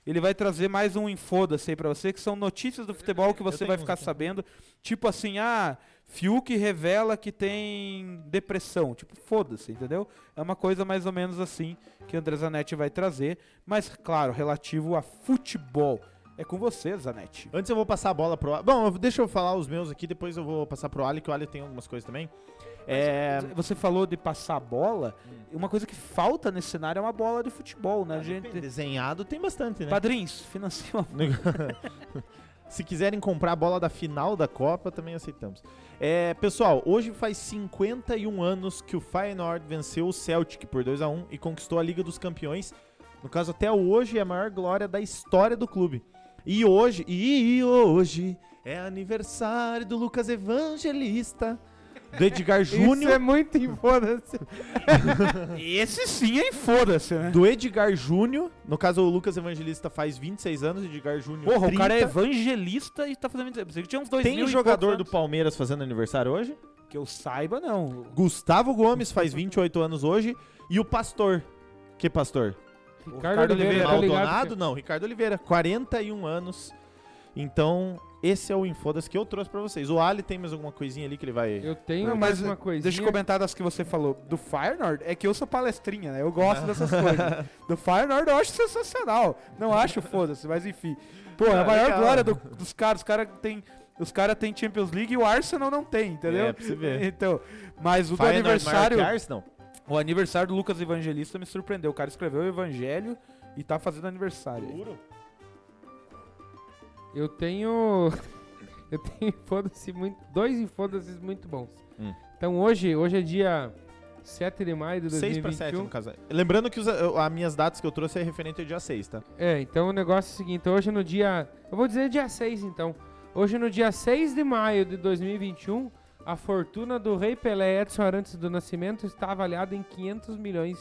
Speaker 2: Ele vai trazer mais um Infoda-se aí pra você, que são notícias do futebol que você
Speaker 3: tenho um.
Speaker 2: vai
Speaker 3: uns
Speaker 2: ficar
Speaker 3: aqui.
Speaker 2: sabendo. Tipo assim, ah, Fiuk revela que tem depressão. Tipo, foda-se, entendeu? É uma coisa mais ou menos assim que André Zanetti vai trazer, mas, claro, relativo a futebol. É com você, Zanetti.
Speaker 3: Antes eu vou passar a bola pro Ali. Bom, eu- deixa eu falar os meus aqui, depois eu vou passar pro Ali, que o Ali tem algumas coisas também. É,
Speaker 2: Você falou de passar a bola. Uma coisa que falta nesse cenário é uma bola de futebol, né, gente?
Speaker 3: desenhado tem bastante, né?
Speaker 2: Padrinhos, financia uma...
Speaker 3: Se quiserem comprar a bola da final da Copa, também aceitamos. É, pessoal, hoje faz 51 anos que o Feyenoord venceu o Celtic por 2 a 1 e conquistou a Liga dos Campeões. No caso, até hoje é a maior glória da história do clube. E hoje, e hoje é aniversário do Lucas Evangelista, do Edgar
Speaker 4: Isso é
Speaker 3: Júnior,
Speaker 4: muito em foda-se.
Speaker 2: Esse sim é em foda-se, né?
Speaker 3: do Edgar Júnior. No caso, o Lucas Evangelista faz 26 anos, o Edgar Júnior
Speaker 2: Porra,
Speaker 3: 30.
Speaker 2: o cara é evangelista e tá fazendo... Você tinha uns dois
Speaker 3: Tem
Speaker 2: mil e
Speaker 3: jogador do
Speaker 2: poucos
Speaker 3: Palmeiras fazendo aniversário hoje?
Speaker 2: anos. Que eu saiba, não.
Speaker 3: Gustavo Gomes faz 28 anos hoje e o Pastor. Que pastor?
Speaker 2: O Ricardo Oliveira,
Speaker 4: tá ligado,
Speaker 3: Maldonado?
Speaker 4: cara?
Speaker 3: Não, Ricardo Oliveira, 41 anos. Então, esse é o Infodas que eu trouxe pra vocês. O Ali tem mais alguma coisinha ali que ele vai.
Speaker 4: Eu tenho mais
Speaker 2: Mas
Speaker 4: uma coisa.
Speaker 2: deixa eu comentar das que você falou. Do Feyenoord, é que eu sou palestrinha, né? Eu gosto dessas coisas. Do Feyenoord eu acho sensacional. Não acho foda-se, mas enfim. Pô, é
Speaker 3: Ah,
Speaker 2: a maior
Speaker 3: legal.
Speaker 2: glória do- dos caras. Os caras têm os cara tem Champions League e o Arsenal não tem, entendeu?
Speaker 3: É, pra você ver.
Speaker 2: Então, mas o do
Speaker 3: Feyenoord
Speaker 2: aniversário...
Speaker 3: maior que Arsenal?
Speaker 2: O aniversário do Lucas Evangelista me surpreendeu. O cara escreveu o Evangelho e tá fazendo aniversário.
Speaker 4: Eu tenho. Eu tenho foda-se muito. Dois em foda-se muito bons.
Speaker 3: Hum.
Speaker 4: Então hoje, hoje é dia 7 de maio de
Speaker 3: 6 pra
Speaker 4: 2021.
Speaker 3: 7, no caso.
Speaker 2: um.
Speaker 3: Lembrando que os, as minhas datas que eu trouxe é referente ao dia 6, tá?
Speaker 4: É, então o negócio é o seguinte, hoje no dia. Eu vou dizer dia 6 então. Hoje no dia 6 de maio de 2021, a fortuna do rei Pelé Edson Arantes do Nascimento está avaliada em 500 milhões.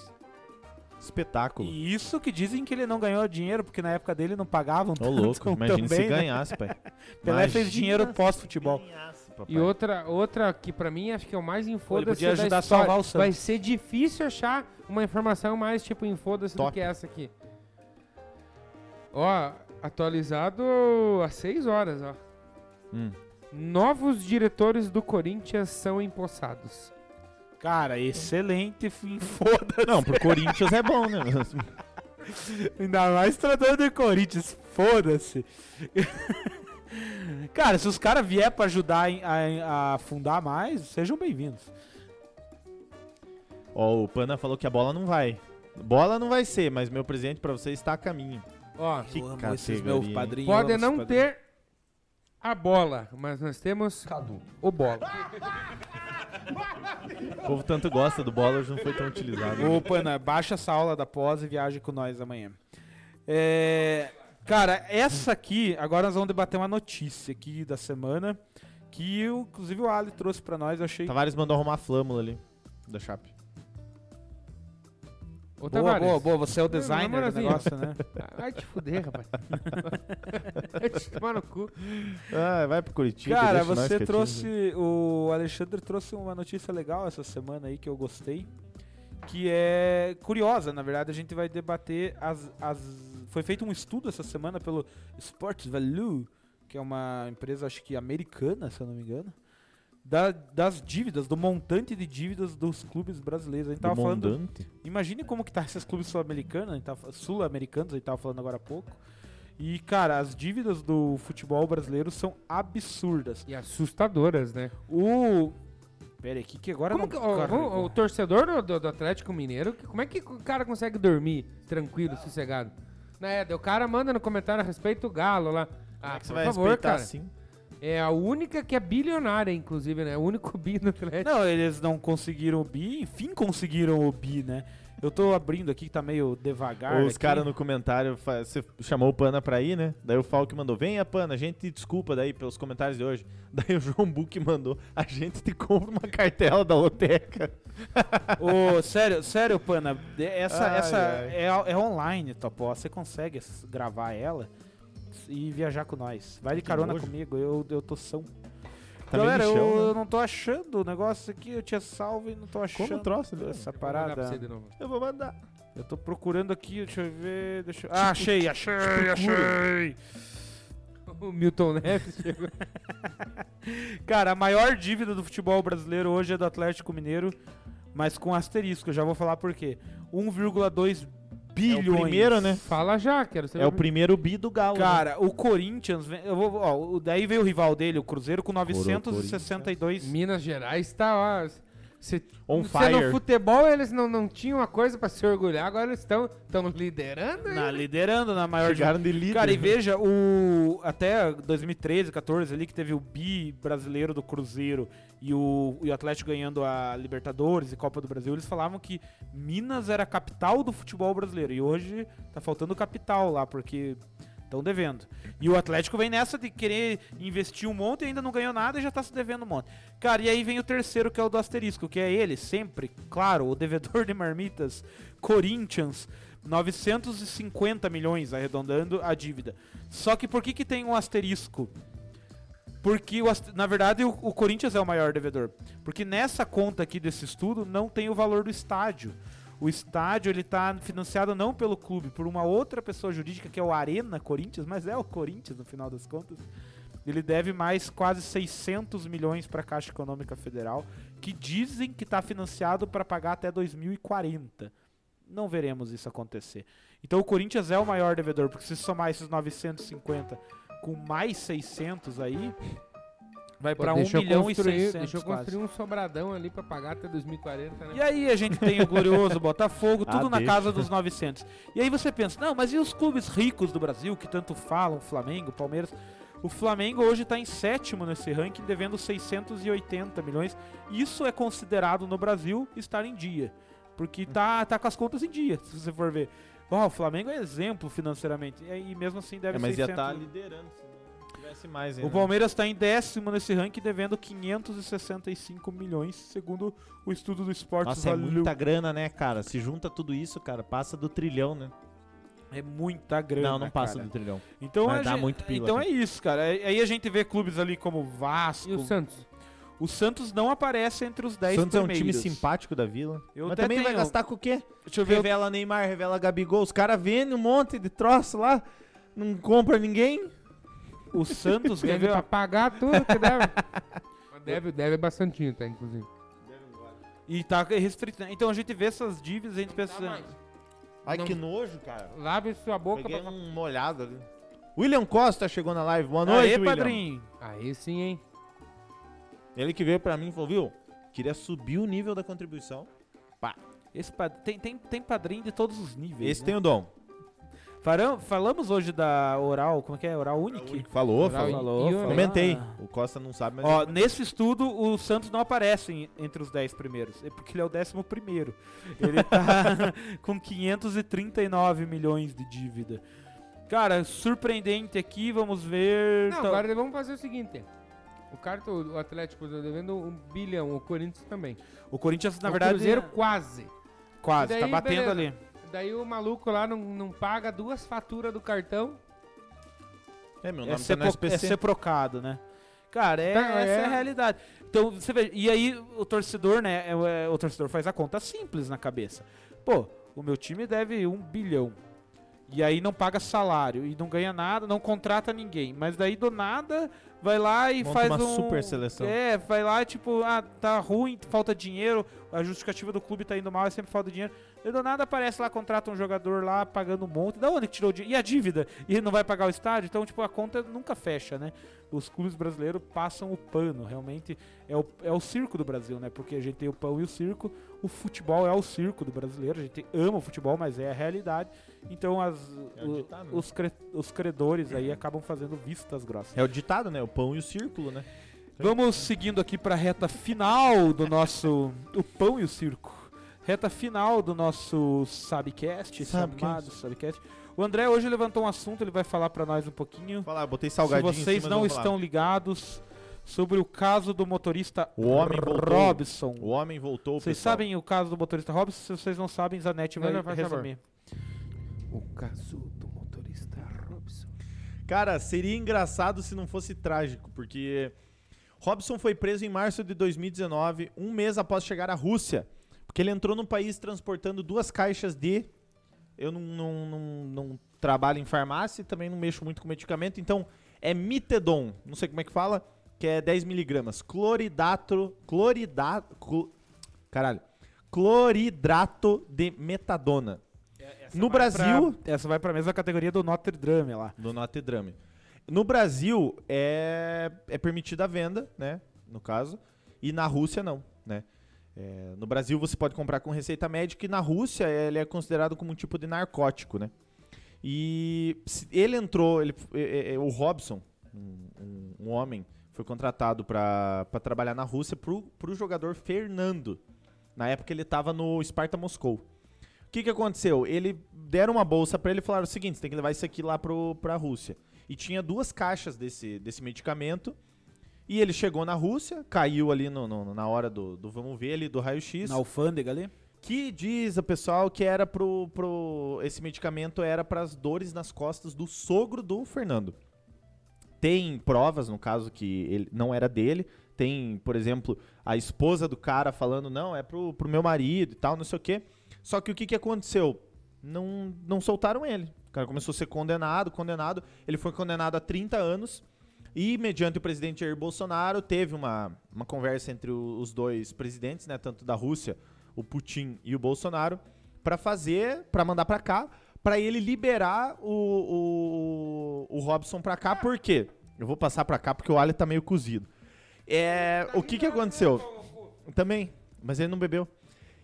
Speaker 3: Espetáculo.
Speaker 2: E isso que dizem que ele não ganhou dinheiro, porque na época dele não pagavam
Speaker 3: Ô, louco, imagina se ganhasse, pai.
Speaker 2: né? Pelé fez
Speaker 3: Imagina
Speaker 2: dinheiro
Speaker 3: se
Speaker 2: pós-futebol.
Speaker 3: ganhasse,
Speaker 4: E
Speaker 3: papai.
Speaker 4: outra, outra que pra mim acho que é o mais em
Speaker 2: Ele
Speaker 4: foda-se
Speaker 2: podia
Speaker 4: da
Speaker 2: ajudar a
Speaker 4: história.
Speaker 2: salvar o Santos.
Speaker 4: Vai ser difícil achar uma informação mais tipo em foda-se do
Speaker 3: Top.
Speaker 4: que essa aqui. Ó, atualizado às 6 horas, ó.
Speaker 3: Hum.
Speaker 4: Novos diretores do Corinthians são empossados.
Speaker 2: Cara, excelente. fim, Foda-se.
Speaker 3: Não, pro Corinthians é bom, né?
Speaker 2: Ainda mais tratando de Corinthians. Foda-se. cara, se os caras vier pra ajudar em- a, a fundar mais, sejam bem-vindos.
Speaker 3: Ó, o Pana falou que a bola não vai. Bola não vai ser, mas meu presente pra você está a caminho.
Speaker 4: Ó,
Speaker 3: Que categoria, hein?
Speaker 2: padrinhos.
Speaker 4: Pode não ter a bola, mas nós temos o bola.
Speaker 3: O povo tanto gosta do bola, hoje não foi tão utilizado.
Speaker 2: Ô, Pana, baixa essa aula da pós e viaja com nós amanhã. É, cara, essa aqui, agora nós vamos debater uma notícia aqui da semana que, o- inclusive, o Ali trouxe pra nós. Eu achei.
Speaker 3: Tavares mandou arrumar a flâmula ali da Chape.
Speaker 4: Ô,
Speaker 2: boa,
Speaker 4: Tavares,
Speaker 2: boa, boa. Você é o
Speaker 4: Não,
Speaker 2: designer do
Speaker 4: namorzinho.
Speaker 2: negócio, né?
Speaker 4: Vai te fuder, rapaz. Vai te tomar no cu.
Speaker 3: Ah, vai pro Curitiba.
Speaker 2: Cara,
Speaker 3: deixa nós
Speaker 2: você
Speaker 3: quietinhos. né?
Speaker 2: trouxe. O Alexandre trouxe uma notícia legal essa semana aí que eu gostei. Que é curiosa, na verdade, a gente vai debater as. as foi feito um estudo essa semana pelo Sports Value, que é uma empresa, acho que americana, se eu não me engano, da- das dívidas, do montante de dívidas dos clubes brasileiros. A gente
Speaker 3: Do
Speaker 2: tava falando
Speaker 3: Mondante.
Speaker 2: tá Imagine como que tá esses clubes sul-americanos, a gente tava- sul-americanos, a gente tava falando agora há pouco. E, cara, as dívidas do futebol brasileiro são absurdas.
Speaker 4: E assustadoras, né?
Speaker 2: O. Pera aí, que, que agora
Speaker 4: Como
Speaker 2: não
Speaker 4: que- ó,
Speaker 2: carregou.
Speaker 4: o, o torcedor do, do- do Atlético Mineiro, que- como é que o cara consegue dormir tranquilo, sossegado? Né, daí o cara manda no comentário a respeito do Galo lá. Ah,
Speaker 3: Como é que você
Speaker 4: por
Speaker 3: vai
Speaker 4: favor,
Speaker 3: respeitar
Speaker 4: cara.
Speaker 3: assim?
Speaker 4: É a única que é bilionária, inclusive, né? O único bi no Atlético.
Speaker 2: Não, eles não conseguiram o bi, enfim conseguiram o bi, né? Eu tô abrindo aqui que tá meio devagar.
Speaker 3: Os
Speaker 2: aqui.
Speaker 3: caras no comentário, fa- você chamou o Pana pra ir, né? Daí o Falk mandou, venha Pana, a gente te desculpa daí pelos comentários de hoje. Daí o João Buck mandou, a gente te compra uma cartela da loteca.
Speaker 2: Ô, sério, sério, Pana, essa,
Speaker 3: Ai,
Speaker 2: essa
Speaker 3: ai.
Speaker 2: É, é online, tua aposta. Você consegue s- gravar ela e viajar com nós. Vai de
Speaker 3: Que
Speaker 2: carona
Speaker 3: nojo.
Speaker 2: comigo, eu, eu tô são.
Speaker 3: Tá meio
Speaker 2: Galera,
Speaker 3: no chão,
Speaker 2: eu,
Speaker 3: né?
Speaker 2: eu não tô achando o negócio aqui, eu tinha salvo e não tô achando.
Speaker 3: Como o troço, né?
Speaker 2: essa
Speaker 4: Vou mandar pra você
Speaker 2: parada.
Speaker 4: de novo.
Speaker 3: Eu vou mandar.
Speaker 2: Eu tô procurando aqui, deixa eu ver. Deixa eu...
Speaker 3: Tipo,
Speaker 2: Ah, achei, achei, achei.
Speaker 4: O Milton Neves chegou.
Speaker 2: Cara, a maior dívida do futebol brasileiro hoje é do Atlético Mineiro, mas com asterisco, eu já vou falar por quê. 1,2 bilhões.
Speaker 3: primeiro, né?
Speaker 4: Fala já, quero saber.
Speaker 3: É o primeiro bi do Galo. né?
Speaker 2: Então Cara, o Corinthians, vem- eu vou, ó, o- daí veio o rival dele, o Cruzeiro com 962.
Speaker 4: Minas Gerais tá, ó. Se,
Speaker 3: On
Speaker 4: se
Speaker 3: fire.
Speaker 4: no futebol eles não, não tinham uma coisa pra se orgulhar, agora eles estão tão liderando. hein?
Speaker 2: Na, liderando na maior dívida.
Speaker 3: Chegaram de líder.
Speaker 2: Cara, e veja, o até 2013, 14 ali que teve o bi brasileiro do Cruzeiro e o, e o Atlético ganhando a Libertadores e Copa do Brasil, eles falavam que Minas era a capital do futebol brasileiro e hoje tá faltando capital lá porque estão devendo. E o Atlético vem nessa de querer investir um monte e ainda não ganhou nada e já tá se devendo um monte. Cara, e aí vem o terceiro que é o do asterisco, que é ele sempre, claro, o devedor de marmitas, Corinthians, 950 milhões arredondando a dívida. Só que por que que tem um asterisco? Porque, o ast- na verdade, o, o Corinthians é o maior devedor. Porque nessa conta aqui desse estudo não tem o valor do estádio. O estádio ele tá financiado não pelo clube, por uma outra pessoa jurídica que é o Arena Corinthians, mas é o Corinthians no final das contas. Ele deve mais quase 600 milhões para a Caixa Econômica Federal, que dizem que está financiado para pagar até 2040. Não veremos isso acontecer. Então o Corinthians é o maior devedor, porque se somar esses 950 com mais 600 aí, vai
Speaker 4: Pô,
Speaker 2: para 1
Speaker 4: deixa eu
Speaker 2: milhão e
Speaker 4: construir-
Speaker 2: 600
Speaker 4: Deixa eu
Speaker 2: quase.
Speaker 4: construir um sobradão ali pra pagar até 2040, né?
Speaker 2: E aí a gente tem o glorioso Botafogo, tudo
Speaker 3: Ah,
Speaker 2: na
Speaker 3: deixa.
Speaker 2: casa dos 900. E aí você pensa, não, mas e os clubes ricos do Brasil que tanto falam, Flamengo, Palmeiras? O Flamengo hoje está em sétimo nesse ranking, devendo 680 milhões. Isso é considerado no Brasil estar em dia, porque tá, tá com as contas em dia, se você for ver. Ó, o Flamengo é exemplo financeiramente, e e mesmo assim deve
Speaker 3: É, mas ia
Speaker 2: 600
Speaker 3: estar liderando se não tivesse mais ainda.
Speaker 2: o Palmeiras está em décimo nesse ranking, devendo 565 milhões, segundo o estudo do Esportes
Speaker 3: Nossa, é
Speaker 2: Value.
Speaker 3: muita grana, né, cara? Se junta tudo isso, cara, passa do trilhão, né?
Speaker 2: É muita grana.
Speaker 3: não, não passa
Speaker 2: cara.
Speaker 3: do trilhão. né,
Speaker 2: Então,
Speaker 3: Vai
Speaker 2: a
Speaker 3: dar
Speaker 2: gente-
Speaker 3: muito pila,
Speaker 2: então é
Speaker 3: cara.
Speaker 2: isso, cara. Aí aí a gente vê clubes ali como Vasco.
Speaker 4: E o Santos?
Speaker 2: O Santos não aparece entre os 10
Speaker 3: Santos é um time
Speaker 2: primeiros.
Speaker 3: simpático da vila.
Speaker 2: Eu
Speaker 3: mas
Speaker 2: até
Speaker 3: também vai
Speaker 2: tenho-
Speaker 3: gastar com o quê?
Speaker 2: Deixa eu ver.
Speaker 3: Revela Neymar, revela Gabigol. Os caras vendem um monte de troço lá, não compra ninguém.
Speaker 2: O Santos quer
Speaker 4: Deve
Speaker 2: ver,
Speaker 4: pra
Speaker 2: ó,
Speaker 4: pagar tudo que deve. Mas deve, deve bastante, tá, inclusive.
Speaker 2: e tá restrito. né? Então a gente vê essas dívidas e a gente pensa.
Speaker 3: Ai,
Speaker 4: Não-
Speaker 3: que nojo, cara.
Speaker 4: Lave sua boca
Speaker 3: Peguei
Speaker 4: pra...
Speaker 3: um molhado ali. William Costa chegou na live. Boa noite,
Speaker 2: Aê,
Speaker 3: William.
Speaker 2: padrinho.
Speaker 4: Aí sim, hein?
Speaker 3: Ele que veio pra mim e falou, viu? Queria subir o nível da contribuição.
Speaker 2: Esse pad- tem, tem, tem padrinho de todos os níveis.
Speaker 3: Esse
Speaker 2: né?
Speaker 3: tem um- o dom.
Speaker 2: Faram- Falamos hoje da Oral. Como é que é? Oral Unique?
Speaker 3: Falou,
Speaker 4: Oral
Speaker 3: falou.
Speaker 4: Unique.
Speaker 2: Falou,
Speaker 4: E o-
Speaker 2: falou.
Speaker 3: Comentei.
Speaker 2: Ah.
Speaker 3: O Costa não sabe, mas...
Speaker 2: Ó,
Speaker 4: então-
Speaker 2: nesse estudo, o Santos não aparece em- entre os 10 primeiros. É porque ele é o décimo primeiro. Ele tá com 539 milhões de dívida. Cara, surpreendente aqui, vamos ver. Tá,
Speaker 4: Não,
Speaker 2: tal-
Speaker 4: agora vamos fazer o seguinte. O cara, o o Atlético tá devendo um bilhão, o Corinthians também.
Speaker 2: O Corinthians, na
Speaker 4: o
Speaker 2: verdade, é.
Speaker 4: Cruzeiro quase.
Speaker 2: quase,
Speaker 4: Daí,
Speaker 2: tá batendo
Speaker 4: beleza.
Speaker 2: ali.
Speaker 4: Daí o maluco lá não, não paga duas faturas do cartão.
Speaker 3: É, meu
Speaker 2: É
Speaker 3: nome tá
Speaker 2: ser,
Speaker 3: no
Speaker 2: pro- é
Speaker 3: SPC.
Speaker 2: ser procado, né? Cara, é,
Speaker 4: Tá,
Speaker 2: essa é
Speaker 4: é.
Speaker 2: a realidade. Então, você vê, e aí o torcedor, né? é- é- o torcedor faz a conta simples na cabeça. Pô, o meu time deve um bilhão. E aí não paga salário e não ganha nada, não contrata ninguém. Mas daí do nada vai lá e
Speaker 3: Monta
Speaker 2: faz
Speaker 3: uma
Speaker 2: um.
Speaker 3: super seleção.
Speaker 2: É, vai lá tipo, ah, tá ruim, falta dinheiro, a justificativa do clube tá indo mal, é sempre falta dinheiro. E do nada aparece lá, contrata um jogador lá, pagando um monte. Da onde que tirou o dinheiro? E a dívida? E ele não vai pagar o estádio? Então, tipo, a conta nunca fecha, né? Os clubes brasileiros passam o pano. Realmente é o, é o circo do Brasil, né? Porque a gente tem o pão e o circo. O futebol é o circo do brasileiro. A gente ama o futebol, mas é a realidade. Então, as,
Speaker 3: É o
Speaker 2: o-
Speaker 3: ditado, né?
Speaker 2: os, cre- os credores aí acabam fazendo vistas grossas.
Speaker 3: É o ditado, né? O pão e o círculo, né?
Speaker 2: Vamos seguindo aqui para a reta final do nosso O Pão e o Circo. Reta final do nosso Sabcast, esse
Speaker 3: Sabcast.
Speaker 2: amado Sabcast. O André hoje levantou um assunto, ele vai falar para nós um pouquinho.
Speaker 3: Fala, eu botei salgadinho
Speaker 2: Se
Speaker 3: em
Speaker 2: vocês
Speaker 3: cima
Speaker 2: não
Speaker 3: do lado.
Speaker 2: estão ligados sobre o caso do motorista
Speaker 3: O homem voltou.
Speaker 2: Robson.
Speaker 3: O homem voltou,
Speaker 2: Vocês
Speaker 3: pessoal.
Speaker 2: sabem o caso do motorista Robson? Se vocês não sabem, Zanetti
Speaker 4: Não,
Speaker 2: vai
Speaker 4: não, faz favor.
Speaker 2: resumir.
Speaker 4: O caso do motorista Robson.
Speaker 3: Cara, seria engraçado se não fosse trágico, porque Robson foi preso em março de 2019, um mês após chegar à Rússia, porque ele entrou no país transportando duas caixas de. Eu não, não, não, não trabalho em farmácia e também não mexo muito com medicamento, então é mitedon, não sei como é que fala, que é 10mg. Cloridato. Cloridato. clo- caralho. Cloridrato de metadona. no Brasil.
Speaker 2: essa vai para a mesma categoria do Notre Dame lá.
Speaker 3: Do Notre Dame. No Brasil, é, é permitida a venda, né? No caso. E na Rússia, não, né? É, no Brasil, você pode comprar com receita médica e na Rússia ele é considerado como um tipo de narcótico, né? E se- ele entrou, ele, é- é- é, o Robson, um, um- um homem, foi contratado para trabalhar na Rússia pro, pro jogador Fernando. Na época ele estava no Sparta Moscou. O que, que aconteceu? Ele deram uma bolsa pra ele e falaram o seguinte: você tem que levar isso aqui lá pro, pra Rússia. E tinha duas caixas desse, desse medicamento. E ele chegou na Rússia, caiu ali no- no- na hora do, do vamos ver ali, do raio-x.
Speaker 2: Na alfândega ali.
Speaker 3: Que diz o pessoal que era pro, pro esse medicamento era para as dores nas costas do sogro do Fernando. Tem provas no caso que ele não era dele. Tem, por exemplo, a esposa do cara falando não é pro, pro meu marido e tal, não sei o quê. Só que o que, que aconteceu? Não, não soltaram ele. O cara começou a ser condenado, condenado. Ele foi condenado a 30 anos. E, mediante o presidente Jair Bolsonaro, teve uma, uma conversa entre o- os dois presidentes, né, tanto da Rússia, o Putin e o Bolsonaro, para fazer, para mandar para cá, para ele liberar o, o, o Robson para cá. Por quê? Eu vou passar para cá porque o alho tá meio cozido. É, o que, que aconteceu? Também, mas ele não bebeu.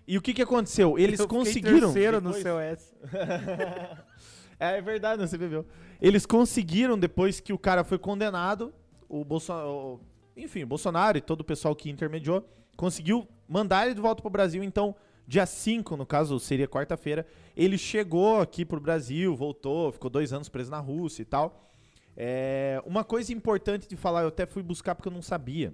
Speaker 3: E o que, que aconteceu? Eles
Speaker 2: Eu fiquei
Speaker 3: conseguiram.
Speaker 2: terceiro no
Speaker 3: Depois-
Speaker 2: seu S.
Speaker 3: é, é verdade, não, você bebeu. Eles conseguiram, depois que o cara foi condenado, o Bolsonaro. Enfim, o Bolsonaro e todo o pessoal que intermediou, conseguiu mandar ele de volta pro Brasil. Então, dia 5, no caso, seria quarta-feira, ele chegou aqui pro Brasil, voltou, ficou dois anos preso na Rússia e tal. É, uma coisa importante de falar, eu até fui buscar porque eu não sabia.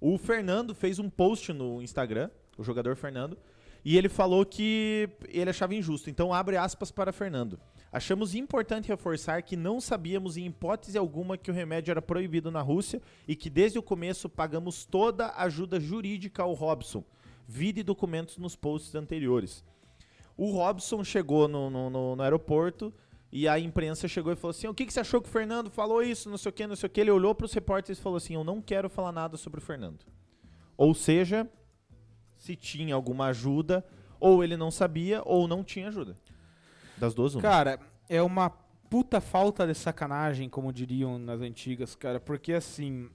Speaker 3: O Fernando fez um post no Instagram, o jogador Fernando, e ele falou que ele achava injusto. Então, abre aspas para Fernando. Achamos importante reforçar que não sabíamos em hipótese alguma que o remédio era proibido na Rússia e que desde o começo pagamos toda a ajuda jurídica ao Robson. Vide documentos nos posts anteriores. O Robson chegou no, no- no- no aeroporto e a imprensa chegou e falou assim: O que, que você achou que o Fernando falou isso? Não sei o que, não sei o que. Ele olhou para os repórteres e falou assim: Eu não quero falar nada sobre o Fernando. Ou seja, se tinha alguma ajuda, ou ele não sabia, ou não tinha ajuda. Das duas, uma.
Speaker 2: Cara, é uma puta falta de sacanagem, como diriam nas antigas, cara, porque assim,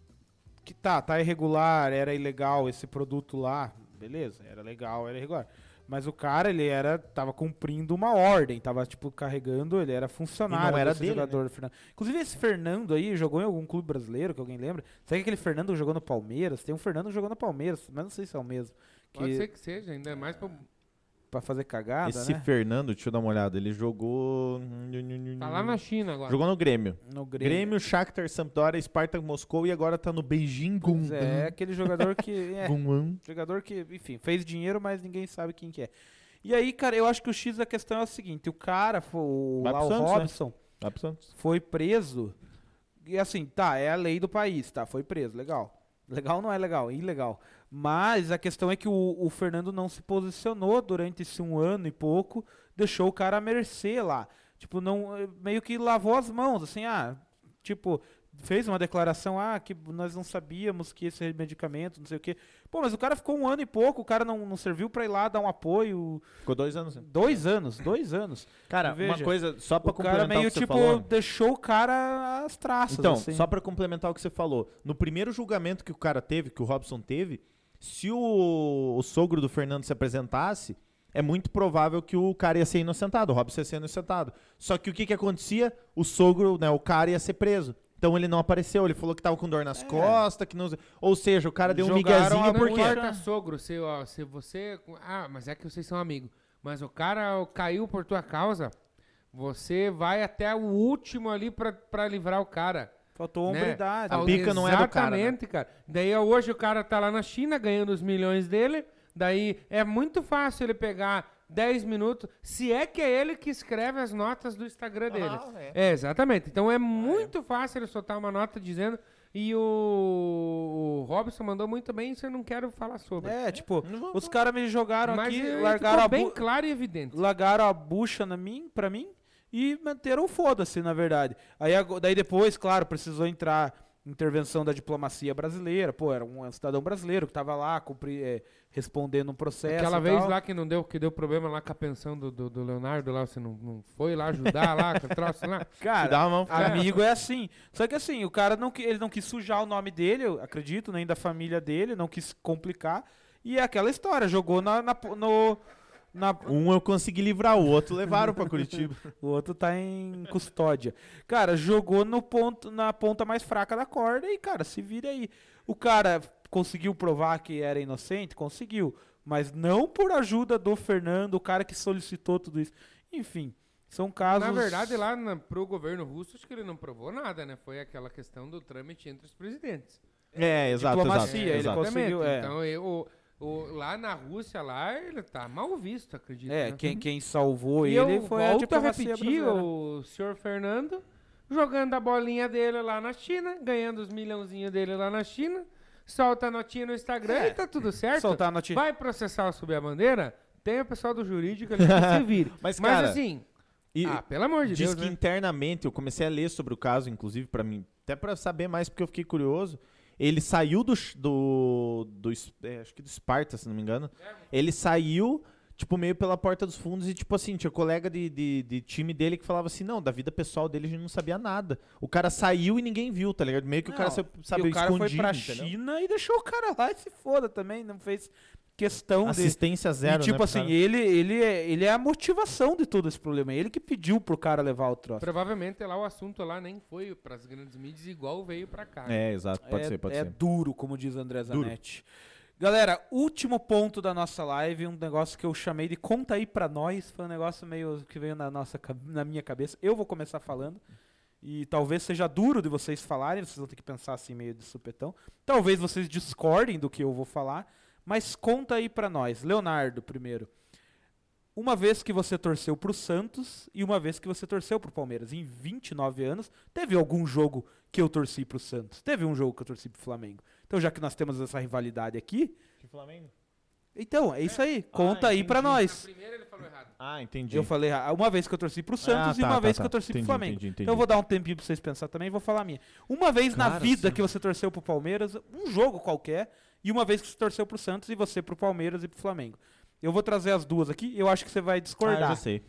Speaker 2: que tá, tá irregular, era ilegal esse produto lá, beleza, era legal, era irregular. Mas o cara, ele era, tava cumprindo uma ordem, tava, tipo, carregando, ele era funcionário
Speaker 3: E não era
Speaker 2: desse
Speaker 3: dele, né?
Speaker 2: jogador. Fernando. Inclusive, esse Fernando aí jogou em algum clube brasileiro, que alguém lembra? Será que aquele Fernando que jogou no Palmeiras? Tem um Fernando que jogou no Palmeiras, mas não sei se é o mesmo.
Speaker 4: Pode ser
Speaker 2: Que,
Speaker 4: que seja, ainda mais pra um-
Speaker 2: pra fazer cagada,
Speaker 3: Esse
Speaker 2: né?
Speaker 3: Fernando, deixa eu dar uma olhada, ele jogou.
Speaker 4: Tá lá na China agora.
Speaker 3: Jogou no Grêmio.
Speaker 2: No
Speaker 3: Grêmio, Shakhtar, Sampdoria, Spartak Moscou e agora tá no Beijing
Speaker 2: Pois
Speaker 3: Gungan.
Speaker 2: É, aquele jogador que... é,
Speaker 3: Gungan.
Speaker 2: Jogador que, enfim, fez dinheiro, mas ninguém sabe quem que é. E aí, cara, eu acho que o X da questão é o seguinte: o cara, fo- o,
Speaker 3: Vai pro
Speaker 2: lá, o
Speaker 3: Santos, né?
Speaker 2: Robson,
Speaker 3: Vai pro Santos.
Speaker 2: foi preso. E assim, tá, é a lei do país, tá? Foi preso, legal. Legal não é legal, é ilegal. Mas a questão é que o, o Fernando não se posicionou durante esse um ano e pouco, deixou o cara à mercê lá. Tipo, não, eh, meio que lavou as mãos, assim, ah, tipo, fez uma declaração, ah, que nós não sabíamos que esse medicamento, não sei o quê. Pô, mas o cara ficou um ano e pouco, o cara não, não serviu pra ir lá dar um apoio.
Speaker 3: Ficou dois anos. né?
Speaker 2: Dois anos, dois anos.
Speaker 3: Cara, uma
Speaker 2: Veja,
Speaker 3: coisa, só pra
Speaker 2: O cara
Speaker 3: complementar o
Speaker 2: meio,
Speaker 3: que você
Speaker 2: tipo,
Speaker 3: falou. né?
Speaker 2: deixou o cara as traças,
Speaker 3: Então,
Speaker 2: assim.
Speaker 3: só pra complementar o que você falou, no primeiro julgamento que o cara teve, que o Robson teve, se o, o sogro do Fernando se apresentasse, é muito provável que o cara ia ser inocentado, o Robson ia ser inocentado. Só que o que que acontecia? O sogro, né, o cara ia ser preso. Então ele não apareceu, ele falou que tava com dor nas costas, que não... Ou seja, o cara deu um
Speaker 2: Jogaram
Speaker 3: miguezinho
Speaker 2: a
Speaker 4: não
Speaker 3: porque...
Speaker 4: importa sogro, se, ó, se você. Ah, mas é que vocês são amigos. Mas o cara ó, caiu por tua causa, você vai até o último ali pra, pra livrar o cara.
Speaker 2: Faltou
Speaker 4: né?
Speaker 2: hombridade.
Speaker 3: A
Speaker 4: Ao-
Speaker 3: bica não é do cara, né?
Speaker 4: Exatamente, cara. Daí ó, hoje o cara tá lá na China ganhando os milhões dele. Daí é muito fácil ele pegar 10 minutos, se é que é ele que escreve as notas do
Speaker 2: Ah,
Speaker 4: Instagram dele. é. exatamente. Então é muito fácil ele soltar uma nota dizendo. E o, o Robson mandou muito bem, isso eu não quero falar sobre.
Speaker 2: É, tipo, os caras me jogaram
Speaker 4: Mas
Speaker 2: aqui,
Speaker 4: eh,
Speaker 2: largaram
Speaker 4: ficou
Speaker 2: a,
Speaker 4: bem
Speaker 2: bu-
Speaker 4: claro e evidente.
Speaker 2: largaram a bucha na mim, pra mim e manteram o foda-se, na verdade. Aí, ago- daí depois, claro, precisou entrar intervenção da diplomacia brasileira. Pô, era um cidadão brasileiro que tava lá cumpri, é, respondendo um processo.
Speaker 4: Aquela
Speaker 2: e
Speaker 4: vez
Speaker 2: tal.
Speaker 4: lá que não deu, que deu problema lá com a pensão do, do, do Leonardo lá, você não, não foi lá ajudar lá, com o troço lá.
Speaker 2: Cara,
Speaker 3: dá uma mão
Speaker 4: Ah,
Speaker 3: pro cara.
Speaker 2: amigo é assim. Só que assim, o cara não, qui- ele não quis sujar o nome dele, eu acredito, nem da família dele, não quis complicar. E é aquela história, jogou na, na, po- no, na,
Speaker 3: Um eu consegui livrar, o outro levaram pra Curitiba.
Speaker 2: O outro tá em custódia. Cara, jogou no ponto, na ponta mais fraca da corda e, cara, se vira aí. O cara conseguiu provar que era inocente? Conseguiu. Mas não por ajuda do Fernando, o cara que solicitou tudo isso. Enfim, são casos.
Speaker 4: Na verdade, lá na, pro governo russo, acho que ele não provou nada, né? Foi aquela questão do trâmite entre os presidentes.
Speaker 3: É, exato, exato.
Speaker 2: Diplomacia, ele
Speaker 3: exato.
Speaker 2: consegue- Conseguiu,
Speaker 4: Exatamente.
Speaker 2: é.
Speaker 4: Então, eu, o- o- lá na Rússia, lá, ele tá mal visto, acredito.
Speaker 2: É,
Speaker 4: né?
Speaker 2: quem, quem salvou
Speaker 4: E
Speaker 2: ele
Speaker 4: eu
Speaker 2: foi a
Speaker 4: volto a
Speaker 2: diplomacia
Speaker 4: repetir
Speaker 2: brasileira.
Speaker 4: o senhor Fernando jogando a bolinha dele lá na China, ganhando os milhãozinhos dele lá na China, solta a notinha no Instagram e tá tudo certo.
Speaker 2: Soltar É. a notinha.
Speaker 4: Vai processar o Subir a Bandeira? Tem o pessoal do jurídico ali que se vire.
Speaker 3: Mas, cara,
Speaker 4: assim,
Speaker 3: E-
Speaker 4: ah, pelo amor de
Speaker 3: Diz
Speaker 4: Deus,
Speaker 3: que
Speaker 4: né?
Speaker 3: internamente, eu comecei a ler sobre o caso, inclusive, pra mim, até pra saber mais, porque eu fiquei curioso. Ele saiu do. ch- do, do es- é, acho que do Esparta, se não me engano. Ele saiu, tipo, meio pela porta dos fundos e, tipo assim, tinha colega de, de, de time dele que falava assim: não, da vida pessoal dele a gente não sabia nada. O cara saiu e ninguém viu, tá ligado? Meio que o cara
Speaker 2: Não,
Speaker 3: saiu,
Speaker 2: e
Speaker 3: sabe,
Speaker 2: o cara foi
Speaker 3: escondido.
Speaker 2: pra
Speaker 3: entendeu?
Speaker 2: China e deixou o cara lá e se foda também. Não fez questão de.
Speaker 3: Assistência
Speaker 2: um e,
Speaker 3: zero.
Speaker 2: tipo
Speaker 3: né, pro
Speaker 2: assim,
Speaker 3: cara?
Speaker 2: ele, ele, é, ele é a motivação de todo esse problema. É ele que pediu pro cara levar o troço.
Speaker 4: Provavelmente lá o assunto lá nem foi pras grandes mídias igual veio pra cá.
Speaker 3: É, exato, pode
Speaker 2: é,
Speaker 3: ser, pode
Speaker 2: é
Speaker 3: ser.
Speaker 2: duro, como diz André Zanetti. Galera, último ponto da nossa live, um negócio que eu chamei de conta aí pra nós, foi um negócio meio que veio na nossa ca- na minha cabeça. Eu vou começar falando e talvez seja duro de vocês falarem, vocês vão ter que pensar assim meio de supetão. Talvez vocês discordem do que eu vou falar, mas conta aí pra nós, Leonardo primeiro. Uma vez que você torceu pro Santos e uma vez que você torceu pro Palmeiras, em 29 anos, teve algum jogo que eu torci pro Santos? Teve um jogo que eu torci pro Flamengo. Então, já que nós temos essa rivalidade aqui, então é isso aí. Conta aí pra
Speaker 3: Ah, entendi.
Speaker 2: nós.
Speaker 4: Primeiro ele falou errado.
Speaker 3: Ah, entendi.
Speaker 2: Eu falei, ah, uma vez que eu torci pro Santos
Speaker 3: Ah,
Speaker 2: e
Speaker 3: tá,
Speaker 2: uma
Speaker 3: tá,
Speaker 2: vez
Speaker 3: tá.
Speaker 2: que eu torci
Speaker 3: Entendi,
Speaker 2: pro Flamengo.
Speaker 3: entendi, Ah,
Speaker 2: Então eu
Speaker 3: entendi.
Speaker 2: vou dar um tempinho pra vocês pensar também e vou falar a minha. Uma vez na
Speaker 3: Cara,
Speaker 2: vida
Speaker 3: sim.
Speaker 2: que você torceu pro Palmeiras, um jogo qualquer, e uma vez que você torceu pro Santos e você pro Palmeiras e pro Flamengo. Eu vou trazer as duas aqui, eu acho que você vai
Speaker 3: ah, eu
Speaker 2: discordar.
Speaker 3: já sei.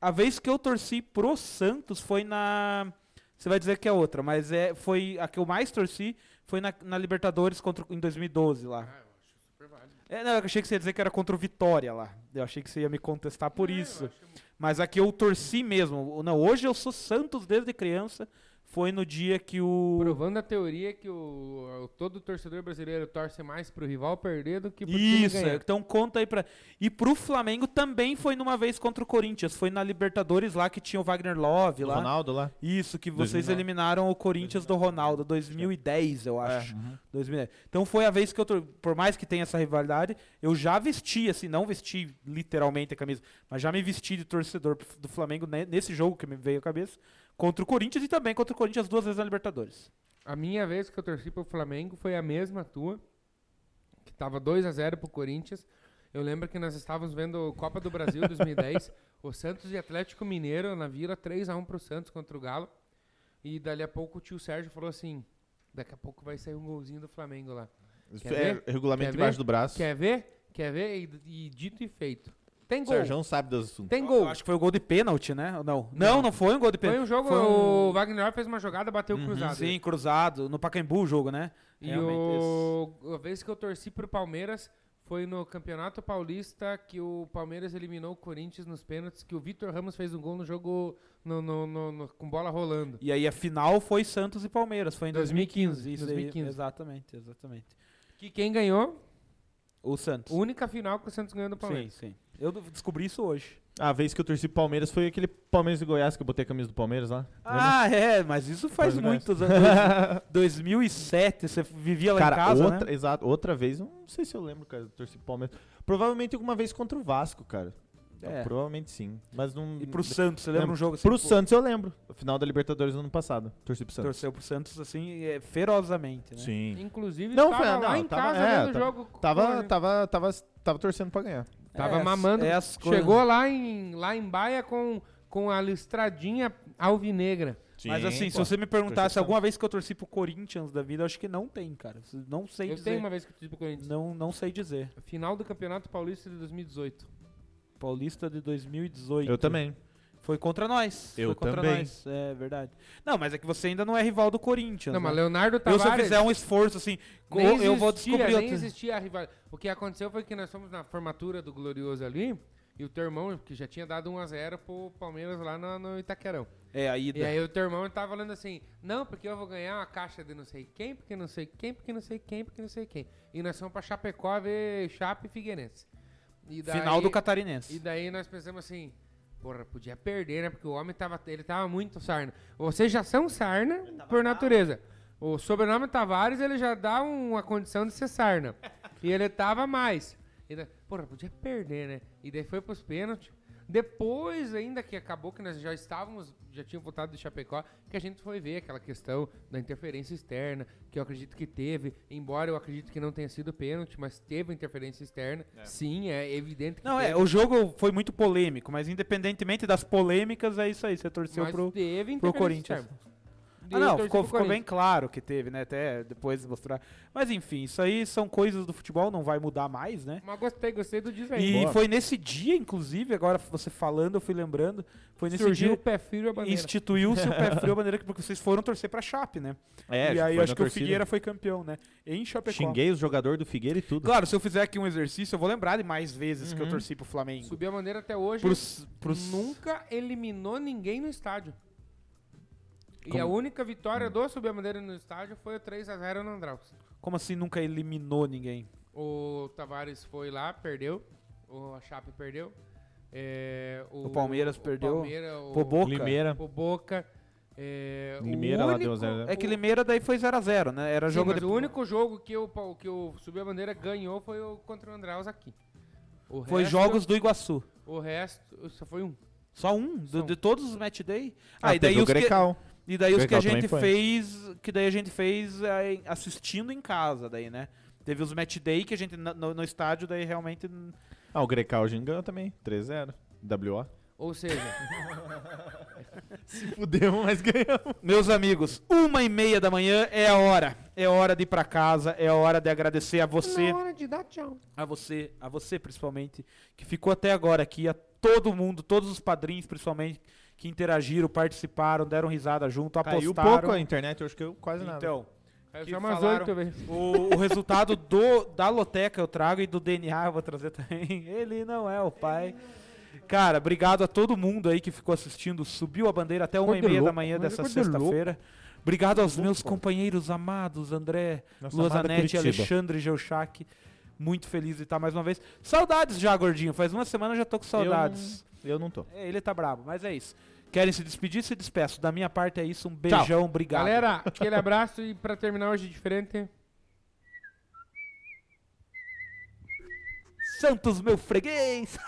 Speaker 2: A vez que eu torci pro Santos foi na. Você vai dizer que é outra, mas é, foi a que eu mais torci foi na, na Libertadores contra, em 2012
Speaker 4: Ah,
Speaker 2: lá.
Speaker 4: eu acho super válido.
Speaker 2: É, não, eu achei que você ia dizer que era contra o Vitória lá. Eu achei que você ia me contestar por
Speaker 4: Não, É, eu
Speaker 2: isso.
Speaker 4: acho
Speaker 2: Mas a que eu torci mesmo. Não, hoje eu sou Santos desde criança. Foi no dia que o.
Speaker 4: Provando a teoria que o, o- todo torcedor brasileiro torce mais pro rival perder do que pro time
Speaker 2: Isso,
Speaker 4: ganhar.
Speaker 2: então conta aí pra. E pro Flamengo também foi numa vez contra o Corinthians. Foi na Libertadores lá que tinha o Wagner Love
Speaker 3: Do
Speaker 2: lá.
Speaker 3: Ronaldo lá?
Speaker 2: Isso, que vocês
Speaker 3: 2009.
Speaker 2: eliminaram o Corinthians do Ronaldo, 2010, eu acho. 2010. Então foi a vez que eu, tor- por mais que tenha essa rivalidade, eu já vesti, assim, não vesti literalmente a camisa, mas já me vesti de torcedor pro- do Flamengo né, nesse jogo que me veio à cabeça, contra o Corinthians e também contra o Corinthians duas vezes na Libertadores.
Speaker 4: A minha vez que eu torci pro Flamengo foi a mesma tua, que tava 2 a 0 pro Corinthians. Eu lembro que nós estávamos vendo Copa do Brasil 2010, o Santos e Atlético Mineiro na Vila, 3 a 1 pro Santos contra o Galo. E dali a pouco o tio Sérgio falou assim: daqui a pouco vai sair um golzinho do Flamengo lá. Quer
Speaker 3: É,
Speaker 4: ver?
Speaker 3: regulamento
Speaker 4: Quer
Speaker 3: debaixo
Speaker 4: ver?
Speaker 3: do braço.
Speaker 4: Quer ver? Quer ver? E, e dito e feito. Tem
Speaker 3: O
Speaker 4: gol.
Speaker 3: Sérgio sabe dos assuntos.
Speaker 4: Tem
Speaker 2: Eu
Speaker 4: gol.
Speaker 2: acho que foi o gol de pênalti, né? Ou Não.
Speaker 4: Não.
Speaker 2: Não, não foi um gol de
Speaker 4: Foi
Speaker 2: pênalti.
Speaker 4: um jogo,
Speaker 2: Foi um-
Speaker 4: o Wagner fez uma jogada, bateu
Speaker 3: Uhum.
Speaker 4: o cruzado.
Speaker 2: Sim, cruzado. No Pacaembu o jogo, né?
Speaker 4: E
Speaker 2: Realmente,
Speaker 4: o... a vez que eu torci pro Palmeiras foi no Campeonato Paulista que o Palmeiras eliminou o Corinthians nos pênaltis, que o Vitor Ramos fez um gol no jogo no- no- no- no- com bola rolando.
Speaker 2: E aí a final foi Santos e Palmeiras, foi em
Speaker 4: 2015,
Speaker 2: 2015. isso aí.
Speaker 4: 2015.
Speaker 2: exatamente, exatamente.
Speaker 4: Que quem ganhou,
Speaker 2: O Santos.
Speaker 4: única final que o Santos ganhou do
Speaker 2: sim,
Speaker 4: Palmeiras.
Speaker 2: sim. Eu do- descobri isso hoje.
Speaker 3: A Ah, vez que eu torci pro Palmeiras foi aquele Palmeiras de Goiás que eu botei a camisa do Palmeiras lá. Lembra?
Speaker 2: Ah, é, mas isso faz
Speaker 3: Faz
Speaker 2: muitos anos. 2007, você vivia lá
Speaker 3: cara,
Speaker 2: em casa,
Speaker 3: outra,
Speaker 2: né?
Speaker 3: exato, outra vez, eu não sei se eu lembro, cara, eu torci pro Palmeiras. Provavelmente alguma vez contra o Vasco, cara.
Speaker 2: É.
Speaker 3: Provavelmente sim. Mas não.
Speaker 2: E pro Santos, você lembra
Speaker 3: Lembro.
Speaker 2: um jogo assim?
Speaker 3: Pro
Speaker 2: pô,
Speaker 3: Santos eu lembro. Final da Libertadores no ano passado. Torci pro Santos.
Speaker 2: Torceu pro Santos, assim, é, ferozamente, né?
Speaker 3: Sim.
Speaker 4: Inclusive,
Speaker 3: Não,
Speaker 4: tava
Speaker 3: foi-
Speaker 4: lá
Speaker 3: não,
Speaker 4: em
Speaker 3: tava-
Speaker 4: casa
Speaker 3: é,
Speaker 4: vendo o
Speaker 3: tava-
Speaker 4: jogo. com-
Speaker 3: Tava,
Speaker 2: né?
Speaker 3: tava, tava, tava torcendo pra ganhar.
Speaker 4: Tava
Speaker 2: É as-
Speaker 4: mamando.
Speaker 2: é as coisas.
Speaker 4: Chegou lá em, lá em Baia com, com a listradinha alvinegra.
Speaker 2: Mas assim, se você me perguntasse alguma vez que eu torci pro Corinthians da vida, eu acho que não tem, cara. Não sei
Speaker 4: Eu
Speaker 2: dizer.
Speaker 4: tenho uma vez que eu torci pro Corinthians.
Speaker 2: Não, não sei dizer.
Speaker 4: Final do Campeonato Paulista de 2018.
Speaker 2: Paulista de 2018.
Speaker 3: Eu também.
Speaker 2: Foi contra nós.
Speaker 3: Eu
Speaker 2: foi contra
Speaker 3: também.
Speaker 2: nós. É verdade. Não, mas é que você ainda não é rival do Corinthians.
Speaker 4: Não,
Speaker 2: né?
Speaker 4: mas Leonardo
Speaker 2: eu
Speaker 4: Tavares...
Speaker 2: se eu fizer um esforço assim, eu,
Speaker 4: nem
Speaker 2: eu vou
Speaker 4: existia,
Speaker 2: descobrir
Speaker 4: Nem
Speaker 2: outro.
Speaker 4: existia a rival... O que aconteceu foi que nós fomos na formatura do Glorioso ali, e o teu irmão, que já tinha dado 1x0 pro Palmeiras lá no, no Itaquerão.
Speaker 2: É, aí
Speaker 4: E aí o teu irmão tava falando assim, não, porque eu vou ganhar uma caixa de não sei quem, porque não sei quem, porque não sei quem, porque não sei quem. E nós fomos pra Chapecó ver Chape e Figueirense. E daí-
Speaker 2: final do
Speaker 4: E
Speaker 2: catarinense.
Speaker 4: daí nós pensamos assim, porra, podia perder, né? Porque o homem tava, ele tava muito sarna. Vocês já são sarna por natureza. O sobrenome Tavares, ele já dá uma condição de ser sarna. e ele tava mais. E daí, porra, podia perder, né? E daí foi pros pênaltis. Depois, ainda que acabou, que nós já estávamos, já tinha votado de Chapecó, que a gente foi ver aquela questão da interferência externa, que eu acredito que teve, embora eu acredito que não tenha sido pênalti, mas teve interferência externa. Sim, é evidente que
Speaker 2: Não,
Speaker 4: teve.
Speaker 2: é, o jogo foi muito polêmico, mas independentemente das polêmicas, é isso aí. Você torceu
Speaker 4: Mas
Speaker 2: pro,
Speaker 4: teve
Speaker 2: pro
Speaker 4: interferência
Speaker 2: Corinthians.
Speaker 4: externa.
Speaker 2: Ah,
Speaker 4: Deu
Speaker 2: não,
Speaker 4: torcida
Speaker 2: ficou,
Speaker 4: pro
Speaker 2: ficou bem
Speaker 4: Corinthians.
Speaker 2: claro que teve, né? Até depois mostrar. Mas enfim, isso aí são coisas do futebol, não vai mudar mais, né?
Speaker 4: Mas gostei, gostei do desenho.
Speaker 2: E
Speaker 3: Boa.
Speaker 2: foi nesse dia, inclusive, agora você falando, eu fui lembrando, foi nesse
Speaker 4: surgiu o
Speaker 2: dia
Speaker 4: pé frio e a bandeira.
Speaker 2: instituiu-se o pé frio a bandeira que- porque vocês foram torcer pra Chape, né?
Speaker 3: É,
Speaker 2: e aí
Speaker 3: foi
Speaker 2: acho
Speaker 3: na
Speaker 2: que o
Speaker 3: torcida.
Speaker 2: Figueira foi campeão, né? Em Chapecó.
Speaker 3: Xinguei os jogadores do Figueira e tudo.
Speaker 2: Claro, se eu fizer aqui um exercício, eu vou lembrar de mais vezes que eu torci pro Flamengo.
Speaker 4: Subiu a bandeira até hoje.
Speaker 2: Pros, pros...
Speaker 4: Uhum. Nunca eliminou ninguém no estádio. E
Speaker 2: Como?
Speaker 4: a única vitória do Subir a Bandeira no estádio foi o 3x0 no Andraus.
Speaker 2: Como assim nunca eliminou ninguém?
Speaker 4: O Tavares foi lá, perdeu. O a Chape perdeu. É, o,
Speaker 2: O Palmeiras perdeu.
Speaker 4: Palmeira, o,
Speaker 2: Pô, Boca.
Speaker 3: Limeira.
Speaker 4: o Boca. É, o
Speaker 3: Limeira lá deu né?
Speaker 4: único-
Speaker 3: 0x0.
Speaker 2: É que Limeira daí foi 0x0, né? Era
Speaker 4: Sim,
Speaker 2: jogo
Speaker 4: mas
Speaker 2: de...
Speaker 4: O único jogo que o pa- que o Subir a Bandeira ganhou foi o contra o Andraus aqui. O
Speaker 2: Foi
Speaker 4: resto-
Speaker 2: jogos do Iguaçu.
Speaker 4: O resto só foi um.
Speaker 2: Só um? do-
Speaker 4: Só um.
Speaker 2: de todos os match day?
Speaker 3: Ah,
Speaker 2: Ah, e daí
Speaker 3: teve o
Speaker 2: os que,
Speaker 3: Grecal.
Speaker 2: e daí os que a
Speaker 3: Grecal também
Speaker 2: gente
Speaker 3: foi.
Speaker 2: fez... Que daí a gente fez eh, assistindo em casa daí, né? Teve os match day que a gente na- no, no estádio daí realmente... n-
Speaker 3: Ah, o Grecal a gente ganhou também. 3-0. WO.
Speaker 4: Ou seja,
Speaker 3: Se fudemos, mas ganhamos.
Speaker 2: Meus amigos, uma e meia da manhã é a hora. É hora de ir pra casa, é hora de agradecer a você...
Speaker 4: É hora de dar tchau.
Speaker 2: a você, a você principalmente, que ficou até agora aqui, a todo mundo, todos os padrinhos principalmente, que interagiram, participaram, deram risada junto,
Speaker 3: Caiu
Speaker 2: apostaram.
Speaker 3: pouco a internet, eu acho que eu quase nada.
Speaker 2: Então,
Speaker 4: É
Speaker 2: Que
Speaker 4: só umas
Speaker 2: falaram-
Speaker 4: oito vezes.
Speaker 2: o, o resultado do, da loteca eu trago e do DNA eu vou trazer também. Ele não é o pai. Cara, obrigado a todo mundo aí que ficou assistindo, subiu a bandeira até uma e
Speaker 4: Coisa de
Speaker 2: meia da
Speaker 4: louco,
Speaker 2: manhã
Speaker 4: coisa-
Speaker 2: dessa
Speaker 4: coisa de louco.
Speaker 2: sexta-feira. Obrigado aos meus companheiros amados, André,
Speaker 3: Nossa amada
Speaker 2: Luazanete,
Speaker 3: É Curitiba.
Speaker 2: Alexandre Geuchac. Muito feliz de estar mais uma vez. Saudades já, gordinho. Faz uma semana eu já tô com saudades.
Speaker 3: Eu não tô.
Speaker 2: É, ele tá brabo, mas é isso. Querem se despedir? Se despeço. Da minha parte é isso. Um beijão, obrigado.
Speaker 4: Galera, aquele abraço e pra terminar hoje diferente.
Speaker 2: Santos, meu freguês!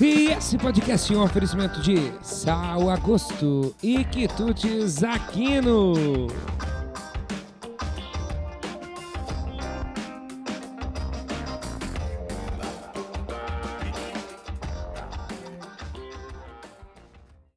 Speaker 5: E esse podcast é um oferecimento de Sal Agosto e Quitutes Aquino.